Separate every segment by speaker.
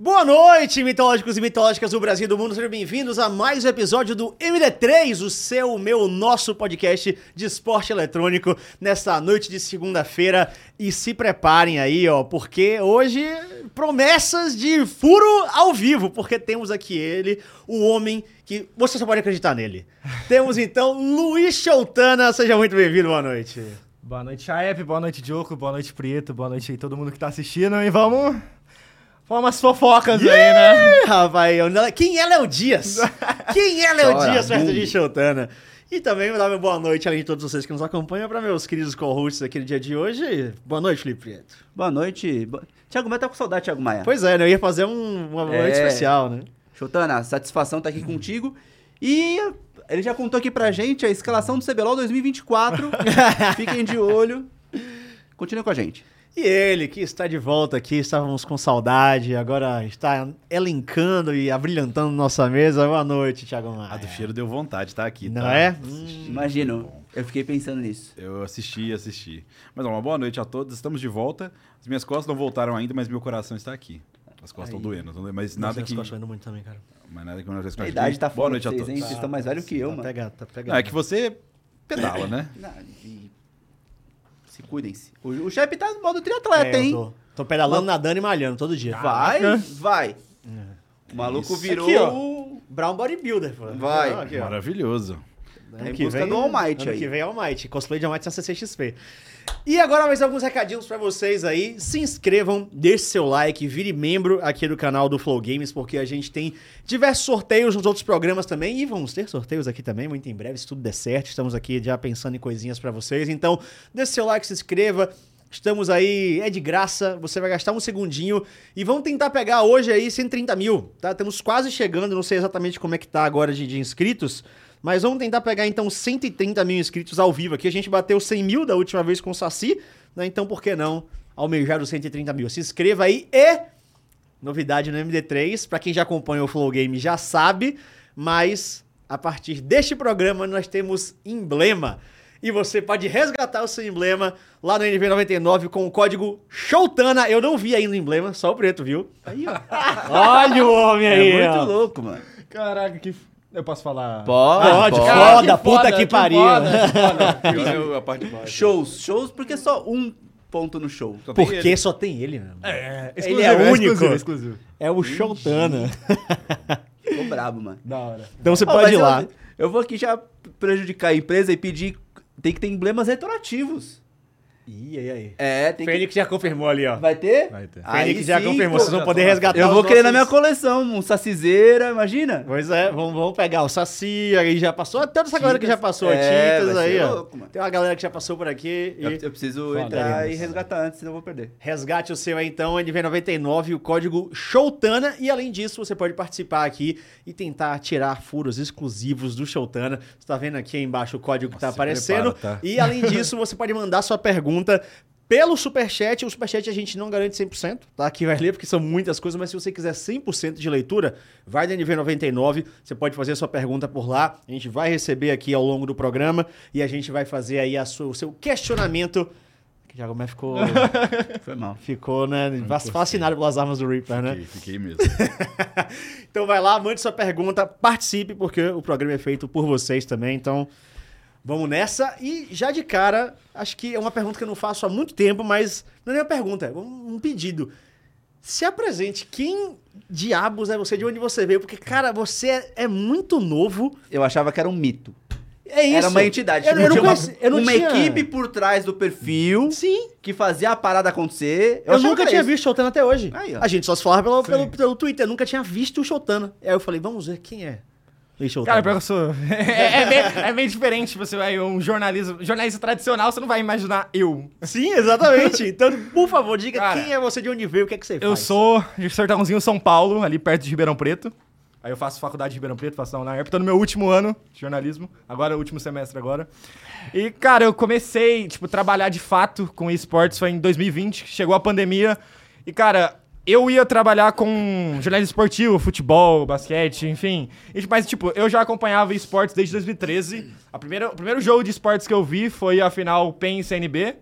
Speaker 1: Boa noite, mitológicos e mitológicas do Brasil e do mundo. Sejam bem-vindos a mais um episódio do MD3, o seu, meu, nosso podcast de esporte eletrônico nesta noite de segunda-feira. E se preparem aí, ó, porque hoje promessas de furo ao vivo, porque temos aqui ele, o homem que você só pode acreditar nele. Temos então Luiz Choutana, seja muito bem-vindo, boa noite.
Speaker 2: Boa noite, Chaep, boa noite, Diogo, boa noite, Prieto, boa noite aí todo mundo que tá assistindo e vamos falar umas fofocas aí, né?
Speaker 1: Ih, Rapaz, eu não- quem é Léo Dias? Quem é Léo
Speaker 3: Chora,
Speaker 1: Dias perto
Speaker 3: bum.
Speaker 1: de Chotana? E também vou dar uma boa noite, além de todos vocês que nos acompanham, para meus queridos co-hosts aqui no dia de hoje. Boa noite, Felipe Prieto.
Speaker 3: Boa noite. Bo- Thiago Maia tá com saudade, Thiago Maia.
Speaker 1: Pois é, né? eu ia fazer um, uma
Speaker 3: É.
Speaker 1: noite especial, né?
Speaker 3: Chutana, satisfação tá aqui contigo. E ele já contou aqui pra gente a escalação do CBLOL 2024. Fiquem de olho. Continua com a gente.
Speaker 1: E ele, que está de volta aqui, estávamos com saudade, agora está elencando e abrilhantando nossa mesa. Boa noite, Thiago Maia.
Speaker 4: A Ah, do cheiro deu vontade, tá aqui.
Speaker 1: É. Não
Speaker 4: tá?
Speaker 1: é?
Speaker 4: Assisti.
Speaker 3: Hum, Imagino.
Speaker 4: Bom,
Speaker 3: Eu fiquei pensando nisso.
Speaker 4: Eu assisti, assisti. Mas ó, uma boa noite a todos, estamos de volta. As minhas costas não voltaram ainda, mas meu coração está aqui. As costas estão doendo, tão doendo, mas nada que.
Speaker 1: Nossa, eu muito também, cara.
Speaker 4: Mas nada que não
Speaker 3: A idade tá
Speaker 4: Boa
Speaker 3: fora
Speaker 4: noite
Speaker 3: de
Speaker 4: a
Speaker 3: vocês,
Speaker 4: todos.
Speaker 3: hein? Vocês estão mais velhos que eu,
Speaker 1: tá
Speaker 3: mano.
Speaker 1: pegado, tá pegado.
Speaker 4: Não, é que você pedala, né?
Speaker 3: Não, e- Se cuidem-se. O, o chefe tá no modo
Speaker 4: Ah,
Speaker 3: triatleta,
Speaker 1: É, eu
Speaker 3: hein?
Speaker 1: tô, tô pedalando, nadando e malhando todo dia.
Speaker 3: Vai, vai. O maluco
Speaker 4: Isso.
Speaker 3: virou.
Speaker 1: É. Aqui, ó.
Speaker 3: o-
Speaker 1: Brown Bodybuilder, pô.
Speaker 3: Vai.
Speaker 1: Ah, Aqui, ó.
Speaker 4: Maravilhoso.
Speaker 3: Tá em busca do All Might
Speaker 1: ano
Speaker 3: aí.
Speaker 1: que vem é All Might. Cosplay de All Might na CCXP. E agora mais alguns recadinhos pra vocês aí. Se inscrevam, deixe seu like, vire membro aqui do canal do Flow Games, porque a gente tem diversos sorteios nos outros programas também e vamos ter sorteios aqui também muito em breve, se tudo der certo. Estamos aqui já pensando em coisinhas pra vocês. Então, deixe seu like, se inscreva. Estamos aí, é de graça, você vai gastar um segundinho e vamos tentar pegar hoje aí 130 mil, tá? Estamos quase chegando, não sei exatamente como é que tá agora de, de inscritos, mas vamos tentar pegar então 130 mil inscritos ao vivo aqui. A gente bateu 100 mil da última vez com o Saci, né? Então por que não almejar os 130 mil? Se inscreva aí e. Novidade no MD3, pra quem já acompanha o Flow Game já sabe, mas a partir deste programa nós temos emblema. E você pode resgatar o seu emblema lá no NV99 com o código SHOWTANA. Eu não vi ainda o emblema, só o preto, viu?
Speaker 3: Aí, ó.
Speaker 1: Olha o homem aí!
Speaker 3: É
Speaker 1: ó.
Speaker 3: muito louco, mano.
Speaker 2: Caraca, que. f- Eu posso falar.
Speaker 1: Pode,
Speaker 3: pode.
Speaker 1: foda, puta que pariu!
Speaker 4: Pior é a parte de baixo.
Speaker 3: Shows, shows, porque só um ponto no show.
Speaker 4: Só tem
Speaker 1: Porque
Speaker 4: ele.
Speaker 1: só tem ele, né?
Speaker 2: É,
Speaker 1: Ele é único.
Speaker 2: Exclusivo, exclusivo.
Speaker 1: É o Showtana.
Speaker 3: Ficou brabo, mano.
Speaker 2: Da hora.
Speaker 1: Então você
Speaker 3: Ó,
Speaker 1: pode
Speaker 3: mas
Speaker 1: ir
Speaker 3: eu-
Speaker 1: lá.
Speaker 3: Eu, vou aqui já prejudicar a empresa e pedir. Tem que ter emblemas retroativos.
Speaker 1: Ih, aí, aí.
Speaker 3: É, tem
Speaker 1: Fênix já confirmou ali, ó.
Speaker 3: que. Vai ter?
Speaker 2: Vai ter.
Speaker 3: Aí
Speaker 1: Fênix já
Speaker 3: sim,
Speaker 1: confirmou,
Speaker 3: pô.
Speaker 1: vocês vão poder
Speaker 4: Eu
Speaker 1: resgatar
Speaker 3: Eu
Speaker 1: os
Speaker 3: vou querer na
Speaker 1: nossos-
Speaker 3: minha coleção, um sacizeira, imagina?
Speaker 1: Pois é, vamos, vamos pegar o Saci, aí já passou, toda essa galera que já passou,
Speaker 3: É,
Speaker 1: Tintas
Speaker 3: vai
Speaker 1: aí,
Speaker 3: ser
Speaker 1: ó.
Speaker 3: louco, mano.
Speaker 1: Tem uma galera que já passou por aqui
Speaker 3: Eu,
Speaker 1: e...
Speaker 3: eu preciso
Speaker 2: Foda.
Speaker 3: entrar e
Speaker 2: Teremos.
Speaker 3: resgatar antes, senão eu vou perder.
Speaker 1: Resgate o seu aí, então, NV99, o código Showtana. E além disso, você pode participar aqui e tentar tirar furos exclusivos do Showtana. Você tá vendo aqui embaixo o código que tá
Speaker 4: Nossa, se
Speaker 1: aparecendo.
Speaker 4: prepara, tá?
Speaker 1: E além disso, você pode mandar sua pergunta pelo Superchat. O Superchat a gente não garante 100%, tá? Aqui vai ler, porque são muitas coisas, mas se você quiser 100% de leitura, vai no NV99, você pode fazer a sua pergunta por lá. A gente vai receber aqui ao longo do programa e a gente vai fazer aí a sua- o seu questionamento. Que já como é ficou,
Speaker 3: Foi mal.
Speaker 1: ficou, né? Fascinado pelas armas do Reaper, né?
Speaker 4: Fiquei, fiquei mesmo.
Speaker 1: Então vai lá, mande sua pergunta, participe, porque o programa é feito por vocês também. Então vamos nessa. E já de cara, acho que é uma pergunta que eu não faço há muito tempo, mas não é nem uma pergunta, é um um pedido. Se apresente, quem diabos é você, de onde você veio? Porque, cara, você é- é muito novo.
Speaker 3: Eu achava que era um mito.
Speaker 1: É isso.
Speaker 3: Era uma entidade.
Speaker 1: Eu,
Speaker 3: tipo,
Speaker 1: eu não
Speaker 3: tinha uma-
Speaker 1: conheci, eu não
Speaker 3: uma
Speaker 1: tinha-
Speaker 3: equipe por trás do perfil
Speaker 1: Sim,
Speaker 3: que fazia a parada acontecer.
Speaker 1: eu,
Speaker 3: achava
Speaker 1: nunca
Speaker 3: que era
Speaker 1: tinha
Speaker 3: isso.
Speaker 1: visto o Shotana até hoje.
Speaker 3: Aí, ó.
Speaker 1: A gente só se falava pelo,
Speaker 2: Sim.
Speaker 1: pelo, pelo Twitter, eu nunca tinha visto o Shotana. Aí eu falei, vamos ver quem é. Luiz Shotana.
Speaker 2: Cara, pior que eu sou. É, é bem, é bem diferente. Tipo, Você vai um jornalismo, jornalista tradicional, você não vai imaginar eu.
Speaker 1: Sim, exatamente. Então, por favor, diga
Speaker 2: Cara,
Speaker 1: quem é você, de onde veio, o que é que você
Speaker 2: Eu
Speaker 1: faz.
Speaker 2: sou de Sertãozinho, São Paulo, ali perto de Ribeirão Preto. Aí eu faço faculdade de Ribeirão Preto, faço na UNAERP. Tô no meu último ano de jornalismo, agora é o último semestre agora. E, cara, eu comecei, tipo, trabalhar de fato com esportes foi em 2020, que chegou a pandemia. E, cara, eu ia trabalhar com jornalismo esportivo, futebol, basquete, enfim. E, Mas, tipo, eu já acompanhava esportes desde 2013. A primeira, o primeiro jogo de esportes que eu vi foi a final PEN-CNB.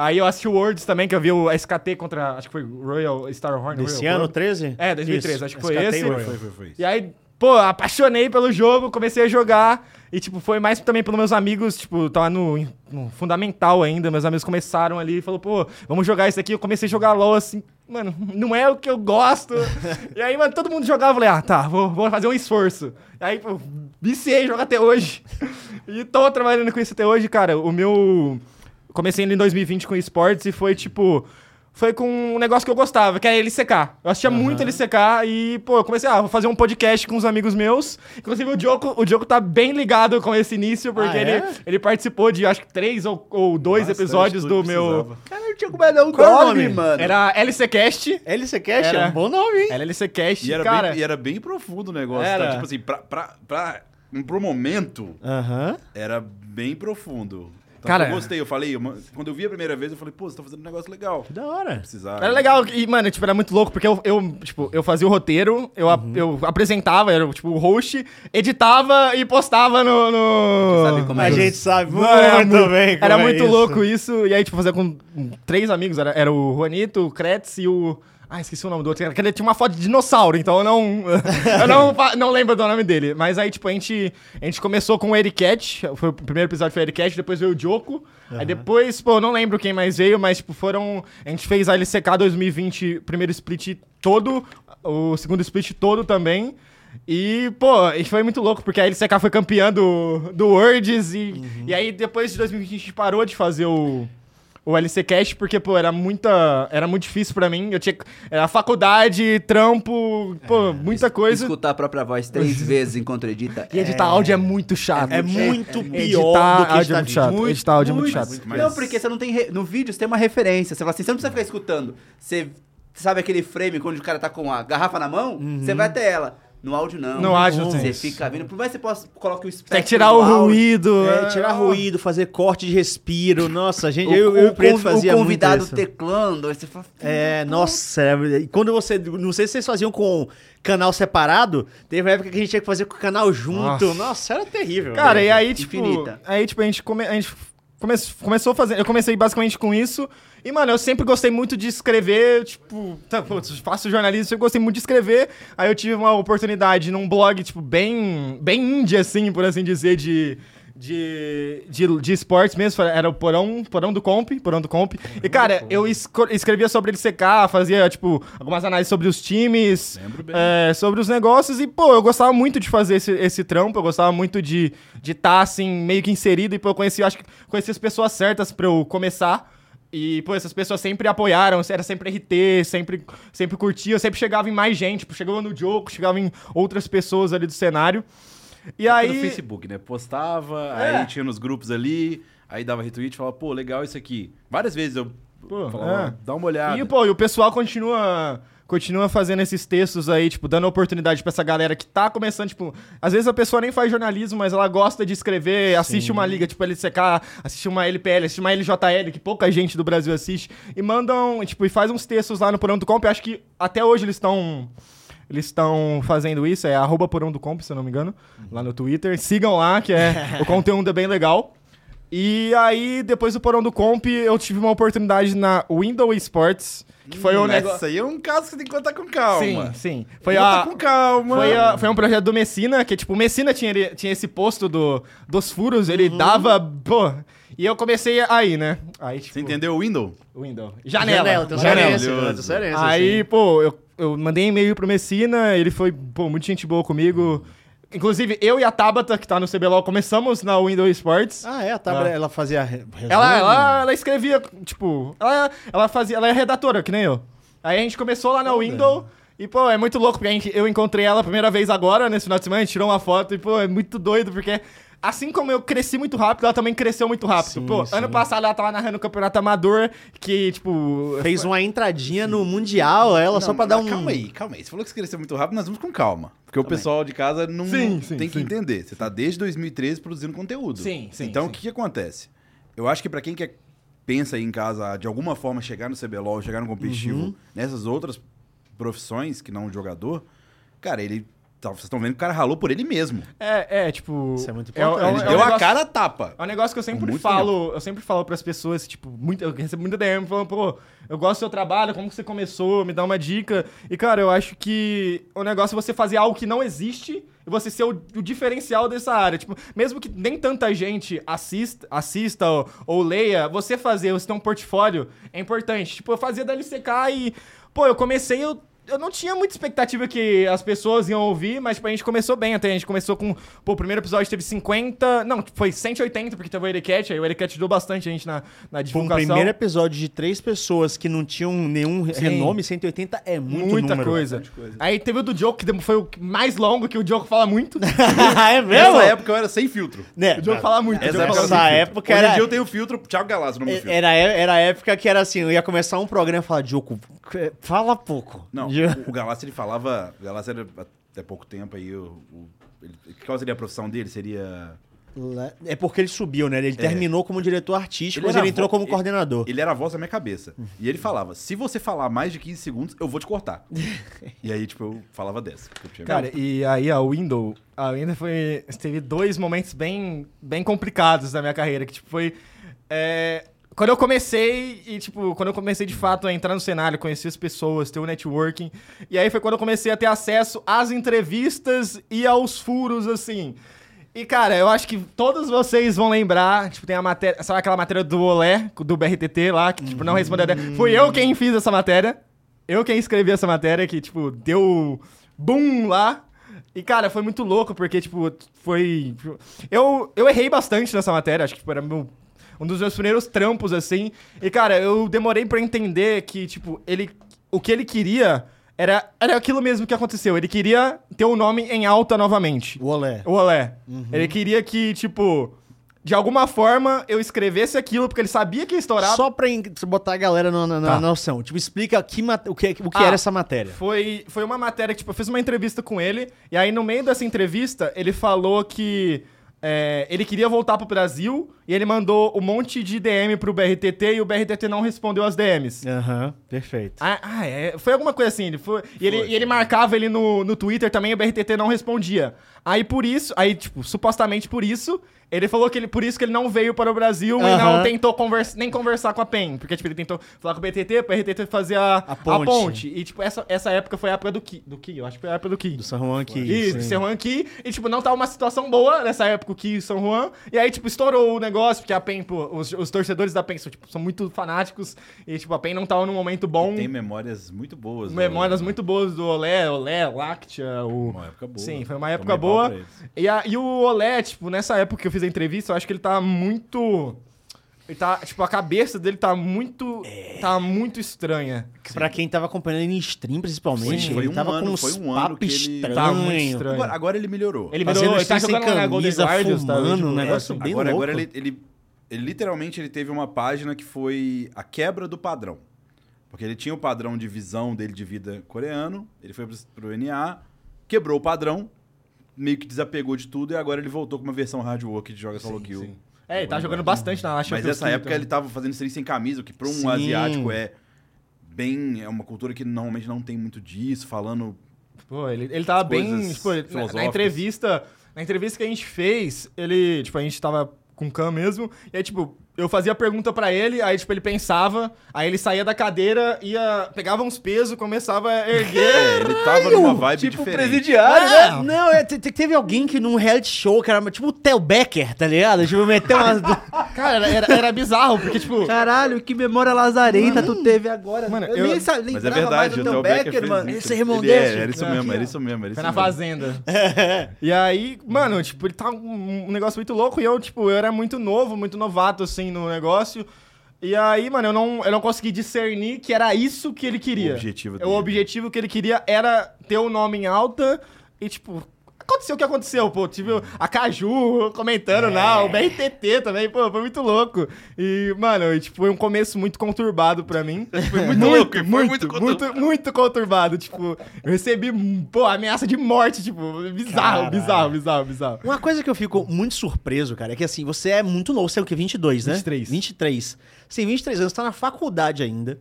Speaker 2: Aí eu assisti o Worlds também, que eu vi o SKT contra, acho que foi Royal Star Horn.
Speaker 1: Desse
Speaker 2: Royal
Speaker 1: ano,
Speaker 2: Club.
Speaker 1: 13?
Speaker 2: É, 2013, acho que foi
Speaker 1: SKT
Speaker 2: esse.
Speaker 1: Royal.
Speaker 4: Foi, foi, foi.
Speaker 2: E aí, pô, apaixonei pelo jogo, comecei a jogar. E, tipo, foi mais também pelos meus amigos, tipo, tava no, no fundamental ainda. Meus amigos começaram ali e falou, pô, vamos jogar isso aqui. Eu comecei a jogar LOL assim, mano, não é o que eu gosto. e aí, mano, todo mundo jogava. Eu falei, ah, tá, vou, vou fazer um esforço. E aí, pô, viciei, jogo até hoje. e tô trabalhando com isso até hoje, cara. O meu. Comecei ele em 2020 com esportes e foi tipo. Foi com um negócio que eu gostava, que era ele secar. Eu assistia muito ele secar e, pô, eu comecei, ah, vou fazer um podcast com os amigos meus. Inclusive, o Diogo, o Diogo tá bem ligado com esse início, porque
Speaker 1: Ah, é?
Speaker 2: ele, ele participou de, acho que, três ou, ou dois
Speaker 4: Bastante,
Speaker 2: episódios
Speaker 4: tudo
Speaker 2: do
Speaker 4: que
Speaker 2: meu.
Speaker 4: precisava.
Speaker 3: Cara, não tinha como é não
Speaker 1: Qual é o
Speaker 3: nome,
Speaker 1: nome?
Speaker 3: mano.
Speaker 2: Era LCCast.
Speaker 1: LC Cash é
Speaker 2: Era.
Speaker 1: um bom nome, hein?
Speaker 2: Era LCCast,
Speaker 4: E era,
Speaker 2: cara.
Speaker 4: bem, e era bem profundo o negócio.
Speaker 2: Era.
Speaker 4: tá? Tipo assim, pra, pra, pra, um, pro momento,
Speaker 1: Aham.
Speaker 4: era bem profundo. Então,
Speaker 2: Cara-
Speaker 4: eu gostei, eu falei, uma- quando eu vi a primeira vez, eu falei, pô, você tá fazendo um negócio legal.
Speaker 1: Que da hora.
Speaker 4: Precisava.
Speaker 2: Era legal, e, mano, tipo, era muito louco, porque eu, eu, tipo, eu fazia o roteiro, eu,
Speaker 4: Uhum.
Speaker 2: a- eu apresentava, era, tipo, o host, editava e postava no... no...
Speaker 3: Sabe como
Speaker 1: A
Speaker 3: é
Speaker 1: gente sabe muito,
Speaker 2: Mano, era muito,
Speaker 1: bem como
Speaker 2: era
Speaker 1: é
Speaker 2: muito
Speaker 1: isso.
Speaker 2: louco isso, e aí, tipo, fazia com três amigos, era, era o Juanito, o Kretz e o... Ah, esqueci o nome do outro, cara, que ele tinha uma foto de dinossauro, então eu não... eu não, fa- não lembro do nome dele, mas aí, tipo, a gente, a gente começou com o Ericat, foi, o primeiro episódio foi o Ericat, depois veio o Joko, aí depois, pô, eu não lembro quem mais veio, mas, tipo, foram... A gente fez a LCK 2020, primeiro split todo, o segundo split todo também, e, pô, e foi muito louco, porque a LCK foi campeã do, do Worlds e,
Speaker 1: Uhum.
Speaker 2: e aí depois de 2020 a gente parou de fazer o, o LC Cash, porque, pô, era muita. Era muito difícil pra mim. Eu tinha. que- Era faculdade, trampo,
Speaker 1: É,
Speaker 2: pô, muita coisa.
Speaker 3: Escutar a própria voz três vezes enquanto edita.
Speaker 2: E editar áudio é muito chato.
Speaker 1: É muito
Speaker 2: Editar
Speaker 1: pior do que
Speaker 2: áudio é
Speaker 1: está
Speaker 2: muito chato.
Speaker 1: dito.
Speaker 2: editar áudio é muito chato.
Speaker 4: muito mais-
Speaker 3: Não, porque você não tem. re- No vídeo você tem uma referência. Você fala assim, você não precisa ficar escutando. Você sabe aquele frame quando o cara tá com a garrafa na mão? Você vai até ela. No áudio não.
Speaker 2: Uhum. No áudio não tem
Speaker 3: Você
Speaker 2: isso.
Speaker 3: fica vendo. Por mais que você possa coloque o espectro.
Speaker 2: Tem que tirar
Speaker 3: do
Speaker 2: o
Speaker 3: áudio.
Speaker 2: ruído.
Speaker 1: É, tirar
Speaker 2: ah,
Speaker 1: ruído, fazer corte de respiro. Nossa, gente,
Speaker 3: O,
Speaker 1: eu, eu e o Preto
Speaker 3: conv-
Speaker 1: fazia
Speaker 3: o
Speaker 1: muito
Speaker 3: convidado
Speaker 1: isso.
Speaker 3: teclando. Aí você fala.
Speaker 1: É, nossa, era- e quando você. Não sei se vocês faziam com canal separado, teve uma época que a gente tinha que fazer com o canal junto. Nossa,
Speaker 2: Nossa.
Speaker 1: era terrível.
Speaker 2: Cara, e
Speaker 1: velho.
Speaker 2: aí, tipo.
Speaker 3: Infinita.
Speaker 2: Aí, tipo, a gente, come, a gente come, começou a fazer. Eu comecei basicamente com isso. E, mano, eu sempre gostei muito de escrever. Tipo, tá, pô, faço jornalismo, sempre gostei muito de escrever. Aí eu tive uma oportunidade num blog, tipo, bem. bem indie, assim, por assim dizer, de. De, de, de esportes mesmo, era o porão, porão do Comp, porão do Comp. E, cara, eu esco- escrevia sobre ele secar, fazia, tipo, algumas análises sobre os times,
Speaker 4: Lembro bem.
Speaker 2: é, sobre os negócios e, pô, eu gostava muito de fazer esse, esse trampo, eu gostava muito de estar, de tá, assim, meio que inserido e, pô, eu conheci, eu acho que conheci as pessoas certas pra eu começar. E, pô, essas pessoas sempre apoiaram, era sempre RT, sempre, sempre curtia, eu sempre chegava em mais gente, tipo, chegava no Diogo, chegava em outras pessoas ali do cenário. E
Speaker 4: No
Speaker 2: aí...
Speaker 4: Facebook, né? Postava,
Speaker 2: É.
Speaker 4: aí tinha nos grupos ali, aí dava retweet e falava, pô, legal isso aqui. Várias vezes eu
Speaker 2: Pô,
Speaker 4: falava,
Speaker 2: é.
Speaker 4: dá uma olhada.
Speaker 2: E, pô, e o pessoal continua continua fazendo esses textos aí, tipo, dando oportunidade pra essa galera que tá começando, tipo, às vezes a pessoa nem faz jornalismo, mas ela gosta de escrever, assiste uma liga, tipo, LCK, assiste uma LPL, assiste uma LJL, que pouca gente do Brasil assiste, e mandam, tipo, e faz uns textos lá no Porão do Comp, eu acho que até hoje eles estão eles estão fazendo isso, é arroba porão do comp, se eu não me engano, lá no Twitter. Sigam lá, que é o conteúdo é bem legal. E aí, depois do Porão do Comp, eu tive uma oportunidade na Window Esports, que foi um
Speaker 4: Hum,
Speaker 2: negócio...
Speaker 4: Essa aí é um caso que você tem que contar com calma.
Speaker 2: Sim, sim. Foi
Speaker 4: Conta
Speaker 2: a...
Speaker 4: com calma.
Speaker 2: Foi, a- foi um projeto do Messina, que, tipo, o Messina tinha, ele- tinha esse posto do, dos furos, ele
Speaker 4: Uhum.
Speaker 2: dava. Pô, e eu comecei aí, né? Aí, tipo,
Speaker 4: Você entendeu o Window?
Speaker 2: Window. Janela.
Speaker 1: tem
Speaker 4: janela.
Speaker 1: transferência, tem transferência,
Speaker 2: Aí,
Speaker 1: assim.
Speaker 2: pô, eu, eu mandei e-mail pro Messina, ele foi, pô, muito gente boa comigo. Inclusive, eu e a Tabata, que tá no CBLOL, começamos na Window Sports.
Speaker 1: Ah, é, a Tabra, ela fazia. re- resumo.
Speaker 2: Ela, ela, ela escrevia, tipo, ela, ela fazia, ela é redatora, que nem eu. Aí a gente começou lá na Window. E, pô, é muito louco, porque a gente- eu encontrei ela a primeira vez agora, nesse final de semana, a gente tirou uma foto, e, pô, é muito doido, porque assim como eu cresci muito rápido, ela também cresceu muito rápido.
Speaker 1: Sim,
Speaker 2: pô,
Speaker 1: sim.
Speaker 2: ano passado ela tava narrando o campeonato amador, que, tipo.
Speaker 1: Fez uma entradinha no Mundial, ela só
Speaker 4: Não,
Speaker 1: pra dar
Speaker 4: mas
Speaker 1: um.
Speaker 4: Calma aí, calma aí. Você falou que você cresceu muito rápido, nós vamos com calma. Porque o pessoal de casa não
Speaker 2: Sim, sim,
Speaker 4: tem que
Speaker 2: sim.
Speaker 4: entender. Você tá desde 2013 produzindo conteúdo.
Speaker 2: Sim, sim,
Speaker 4: Então, o
Speaker 2: sim.
Speaker 4: que, que acontece? Eu acho que pra quem quer, pensa aí em casa, de alguma forma, chegar no CBLOL,
Speaker 2: Uhum.
Speaker 4: chegar no competitivo, nessas outras profissões que não o jogador, cara, ele Tá, Vocês estão vendo que o cara ralou por ele mesmo.
Speaker 2: É, é, tipo.
Speaker 1: Isso é muito
Speaker 2: o-
Speaker 1: importante.
Speaker 2: o-
Speaker 4: Ele
Speaker 2: o
Speaker 4: deu a
Speaker 2: negócio-
Speaker 4: cara a tapa.
Speaker 2: É um negócio que eu sempre
Speaker 4: Muito
Speaker 2: falo, eu sempre falo pras pessoas, tipo, muito, eu recebo muita DM falando, pô, eu gosto do seu trabalho, como que você começou, me dá uma dica. E, cara, eu acho que o negócio é você fazer algo que não existe e você ser o, o diferencial dessa área. Tipo, mesmo que nem tanta gente assista, assista ou, ou leia, você fazer, você ter um portfólio é importante. Tipo, eu fazia da LCK e, pô, eu comecei, eu eu não tinha muita expectativa que as pessoas iam ouvir, mas tipo, a gente começou bem até. A gente começou com. Pô, o primeiro episódio teve 50. Não, foi 180, porque teve o Ericat. Aí o Ericat ajudou bastante a gente na, na
Speaker 1: Foi um
Speaker 2: divulgação.
Speaker 1: primeiro episódio de três pessoas que não tinham nenhum
Speaker 2: Sim.
Speaker 1: renome, 180 é muito
Speaker 2: Muita
Speaker 1: número.
Speaker 2: coisa.
Speaker 3: coisa.
Speaker 2: Aí teve o do Joke, que foi o mais longo, que o Joke fala muito.
Speaker 1: é mesmo?
Speaker 4: Nessa época eu era sem filtro.
Speaker 1: Né?
Speaker 2: O Joke fala muito. o
Speaker 4: Essa
Speaker 2: Diogo é
Speaker 4: época
Speaker 2: fala
Speaker 1: Essa
Speaker 2: muito.
Speaker 1: época
Speaker 4: Hoje em
Speaker 1: era...
Speaker 4: dia eu tenho filtro, Thiago Galazzo, o
Speaker 2: É,
Speaker 4: nome do filtro.
Speaker 1: É, Era, era a época que era assim, eu ia começar um programa e falar, Diogo, é, fala pouco.
Speaker 4: Não,
Speaker 1: Diogo-
Speaker 4: o- o Galazzo ele falava. O Galazzo era até pouco tempo aí. O, o, ele, qual seria a profissão dele? Seria.
Speaker 1: Le- É porque ele subiu, né? Ele terminou como diretor artístico,
Speaker 4: Ele
Speaker 1: mas
Speaker 4: era
Speaker 1: ele entrou
Speaker 4: vo-
Speaker 1: como
Speaker 4: ele-
Speaker 1: coordenador.
Speaker 4: Ele era a voz da minha cabeça. E ele falava: se você falar mais de 15 segundos, eu vou te cortar. e aí, tipo, eu falava dessa. porque eu tinha
Speaker 2: Cara, e aí a Window, a Window foi, teve dois momentos bem, bem complicados na minha carreira, que tipo foi é, quando eu comecei e tipo, quando eu comecei de fato a entrar no cenário, conhecer as pessoas, ter o networking, e aí foi quando eu comecei a ter acesso às entrevistas e aos furos assim. E, cara, eu acho que todos vocês vão lembrar, tipo, tem a matéria, sabe aquela matéria do Olé, do BRTT lá, que, tipo, não respondeu a... Fui eu quem fiz essa matéria, eu quem escrevi essa matéria que, tipo, deu boom lá. E, cara, foi muito louco, porque, tipo, foi. tipo, Eu, eu errei bastante nessa matéria, acho que tipo, era meu. Um dos meus primeiros trampos, assim. E, cara, eu demorei pra entender que, tipo, ele. O que ele queria era, era aquilo mesmo que aconteceu. Ele queria ter o nome em alta novamente.
Speaker 1: O Olé. Uhum.
Speaker 2: O Olé. Ele queria que, tipo, de alguma forma eu escrevesse aquilo, porque ele sabia que ia estourar.
Speaker 1: Só pra en- botar a galera na, na- na
Speaker 2: Tá.
Speaker 1: noção. Tipo, explica que mate- o que, é, o que
Speaker 2: Ah.
Speaker 1: era essa matéria.
Speaker 2: Foi, foi uma matéria que, tipo, eu fiz uma entrevista com ele, e aí no meio dessa entrevista, ele falou que é, ele queria voltar pro Brasil, e ele mandou um monte de DM pro BRTT, e o BRTT não respondeu as DMs.
Speaker 1: Aham, perfeito.
Speaker 2: Ah, ah, é, foi alguma coisa assim. Ele foi, e, ele,
Speaker 4: Foi.
Speaker 2: e ele marcava ele no, no Twitter também, o BRTT não respondia. Aí por isso, aí tipo, supostamente por isso, ele falou que ele, por isso que ele não veio para o Brasil e
Speaker 1: Aham.
Speaker 2: não tentou conversa, nem conversar com a PEN. Porque tipo, ele tentou falar com o BRTT, o BRTT fazia a, a ponte.
Speaker 1: ponte.
Speaker 2: E tipo, essa, essa época foi a época do Ki, do Ki, eu acho que foi a época do Ki.
Speaker 1: Do San Juan aqui.
Speaker 2: Isso,
Speaker 1: sim.
Speaker 2: San Juan aqui. E, tipo, não tá uma situação boa nessa época que São Juan. E aí, tipo, estourou o negócio, porque a PEN, pô, os, os torcedores da PEN são, tipo, são muito fanáticos. E, tipo, a PEN não tava num momento bom.
Speaker 4: Tem memórias muito boas.
Speaker 2: um Memórias
Speaker 4: né?
Speaker 2: muito boas do Olé, Olé, Láctea, o...
Speaker 4: Uma época boa.
Speaker 2: Sim, foi uma época
Speaker 4: Tomei pau
Speaker 2: boa.
Speaker 4: pra eles.
Speaker 2: E, a- e o Olé, tipo, nessa época que eu fiz a entrevista, eu acho que ele tá muito... Ele tá, tipo, a cabeça dele tá muito... Tá muito estranha.
Speaker 1: Pra quem tava acompanhando ele em stream, principalmente,
Speaker 4: Sim, foi
Speaker 1: ele
Speaker 4: um
Speaker 1: tava
Speaker 4: ano-
Speaker 1: com uns
Speaker 4: foi um ano
Speaker 1: papo
Speaker 4: que ele-
Speaker 1: estranho.
Speaker 2: Tá muito estranho.
Speaker 4: Agora, agora ele melhorou.
Speaker 2: Ele
Speaker 1: Fazendo
Speaker 2: melhorou, ele tá
Speaker 1: stream sem
Speaker 2: jogando na Golden
Speaker 1: camisa,
Speaker 2: Guardians, tá?
Speaker 1: fumando,
Speaker 2: Tipo,
Speaker 1: um negócio bem
Speaker 4: agora,
Speaker 1: louco.
Speaker 4: agora ele, ele- ele literalmente ele teve uma página que foi a quebra do padrão. Porque ele tinha o padrão de visão dele de vida coreano, ele foi pros- pro NA, quebrou o padrão, meio que desapegou de tudo e agora ele voltou com uma versão hard work de joga solo kill.
Speaker 2: É, ele tá jogando bastante na
Speaker 4: Mas
Speaker 2: Champions
Speaker 4: nessa
Speaker 2: League
Speaker 4: época
Speaker 2: também.
Speaker 4: ele tava fazendo stream sem camisa, o que para um
Speaker 1: Sim.
Speaker 4: asiático é bem é uma cultura que normalmente não tem muito disso, falando
Speaker 2: Pô, ele, ele tava bem.
Speaker 4: Coisas
Speaker 2: Tipo, ele- na, na
Speaker 4: filosóficas.
Speaker 2: entrevista. Na entrevista que a gente fez, ele. Tipo, a gente tava com Cam mesmo. E aí, tipo, eu fazia a pergunta pra ele, aí, tipo, ele pensava, aí ele saía da cadeira, ia. Pegava uns pesos, começava a erguer.
Speaker 4: É, ele tava numa vibe
Speaker 3: Tipo
Speaker 4: diferente.
Speaker 3: presidiário, né?
Speaker 1: Ah, Não, é, te- te- teve alguém que num reality show, que era tipo o Theo Becker, tá ligado? Tipo, meteu umas...
Speaker 2: Cara, era, era, era bizarro, porque, tipo.
Speaker 3: Caralho, que memória lazarenta tu teve agora.
Speaker 2: Mano, eu-
Speaker 3: eu, nem sa-
Speaker 4: Mas
Speaker 3: lembrava
Speaker 4: é verdade,
Speaker 3: mais
Speaker 4: o
Speaker 3: do
Speaker 4: Theo Becker fez
Speaker 3: mano.
Speaker 4: isso.
Speaker 1: Esse irmão
Speaker 4: Ele é,
Speaker 1: desse.
Speaker 4: era, era isso
Speaker 2: Aqui,
Speaker 4: mesmo, era
Speaker 2: ó.
Speaker 4: isso mesmo, era isso
Speaker 2: Foi na
Speaker 4: mesmo.
Speaker 2: fazenda. e aí, mano, tipo, ele tá um, um negócio muito louco e eu, tipo, eu era muito novo, muito novato, assim, no negócio. E aí, mano, eu não, eu não consegui discernir que era isso que ele queria.
Speaker 4: O objetivo
Speaker 2: É,
Speaker 4: dele.
Speaker 2: O objetivo que ele queria era ter o nome em alta e, tipo, aconteceu o que aconteceu, pô. Tive a Caju comentando
Speaker 4: É.
Speaker 2: lá, o BRTT também, pô, foi muito louco. E, mano, e, tipo, foi um começo muito conturbado pra mim.
Speaker 4: Foi muito louco, foi muito
Speaker 2: muito,
Speaker 4: conturbado.
Speaker 2: muito, muito conturbado. Tipo, eu recebi, pô, ameaça de morte, tipo, bizarro,
Speaker 1: Caralho.
Speaker 2: bizarro, bizarro, bizarro.
Speaker 1: Uma coisa que eu fico muito surpreso, cara, é que assim, você é muito novo, você é o quê? 22, né?
Speaker 2: 23.
Speaker 1: 23. Você tem 23 anos, tá na faculdade ainda.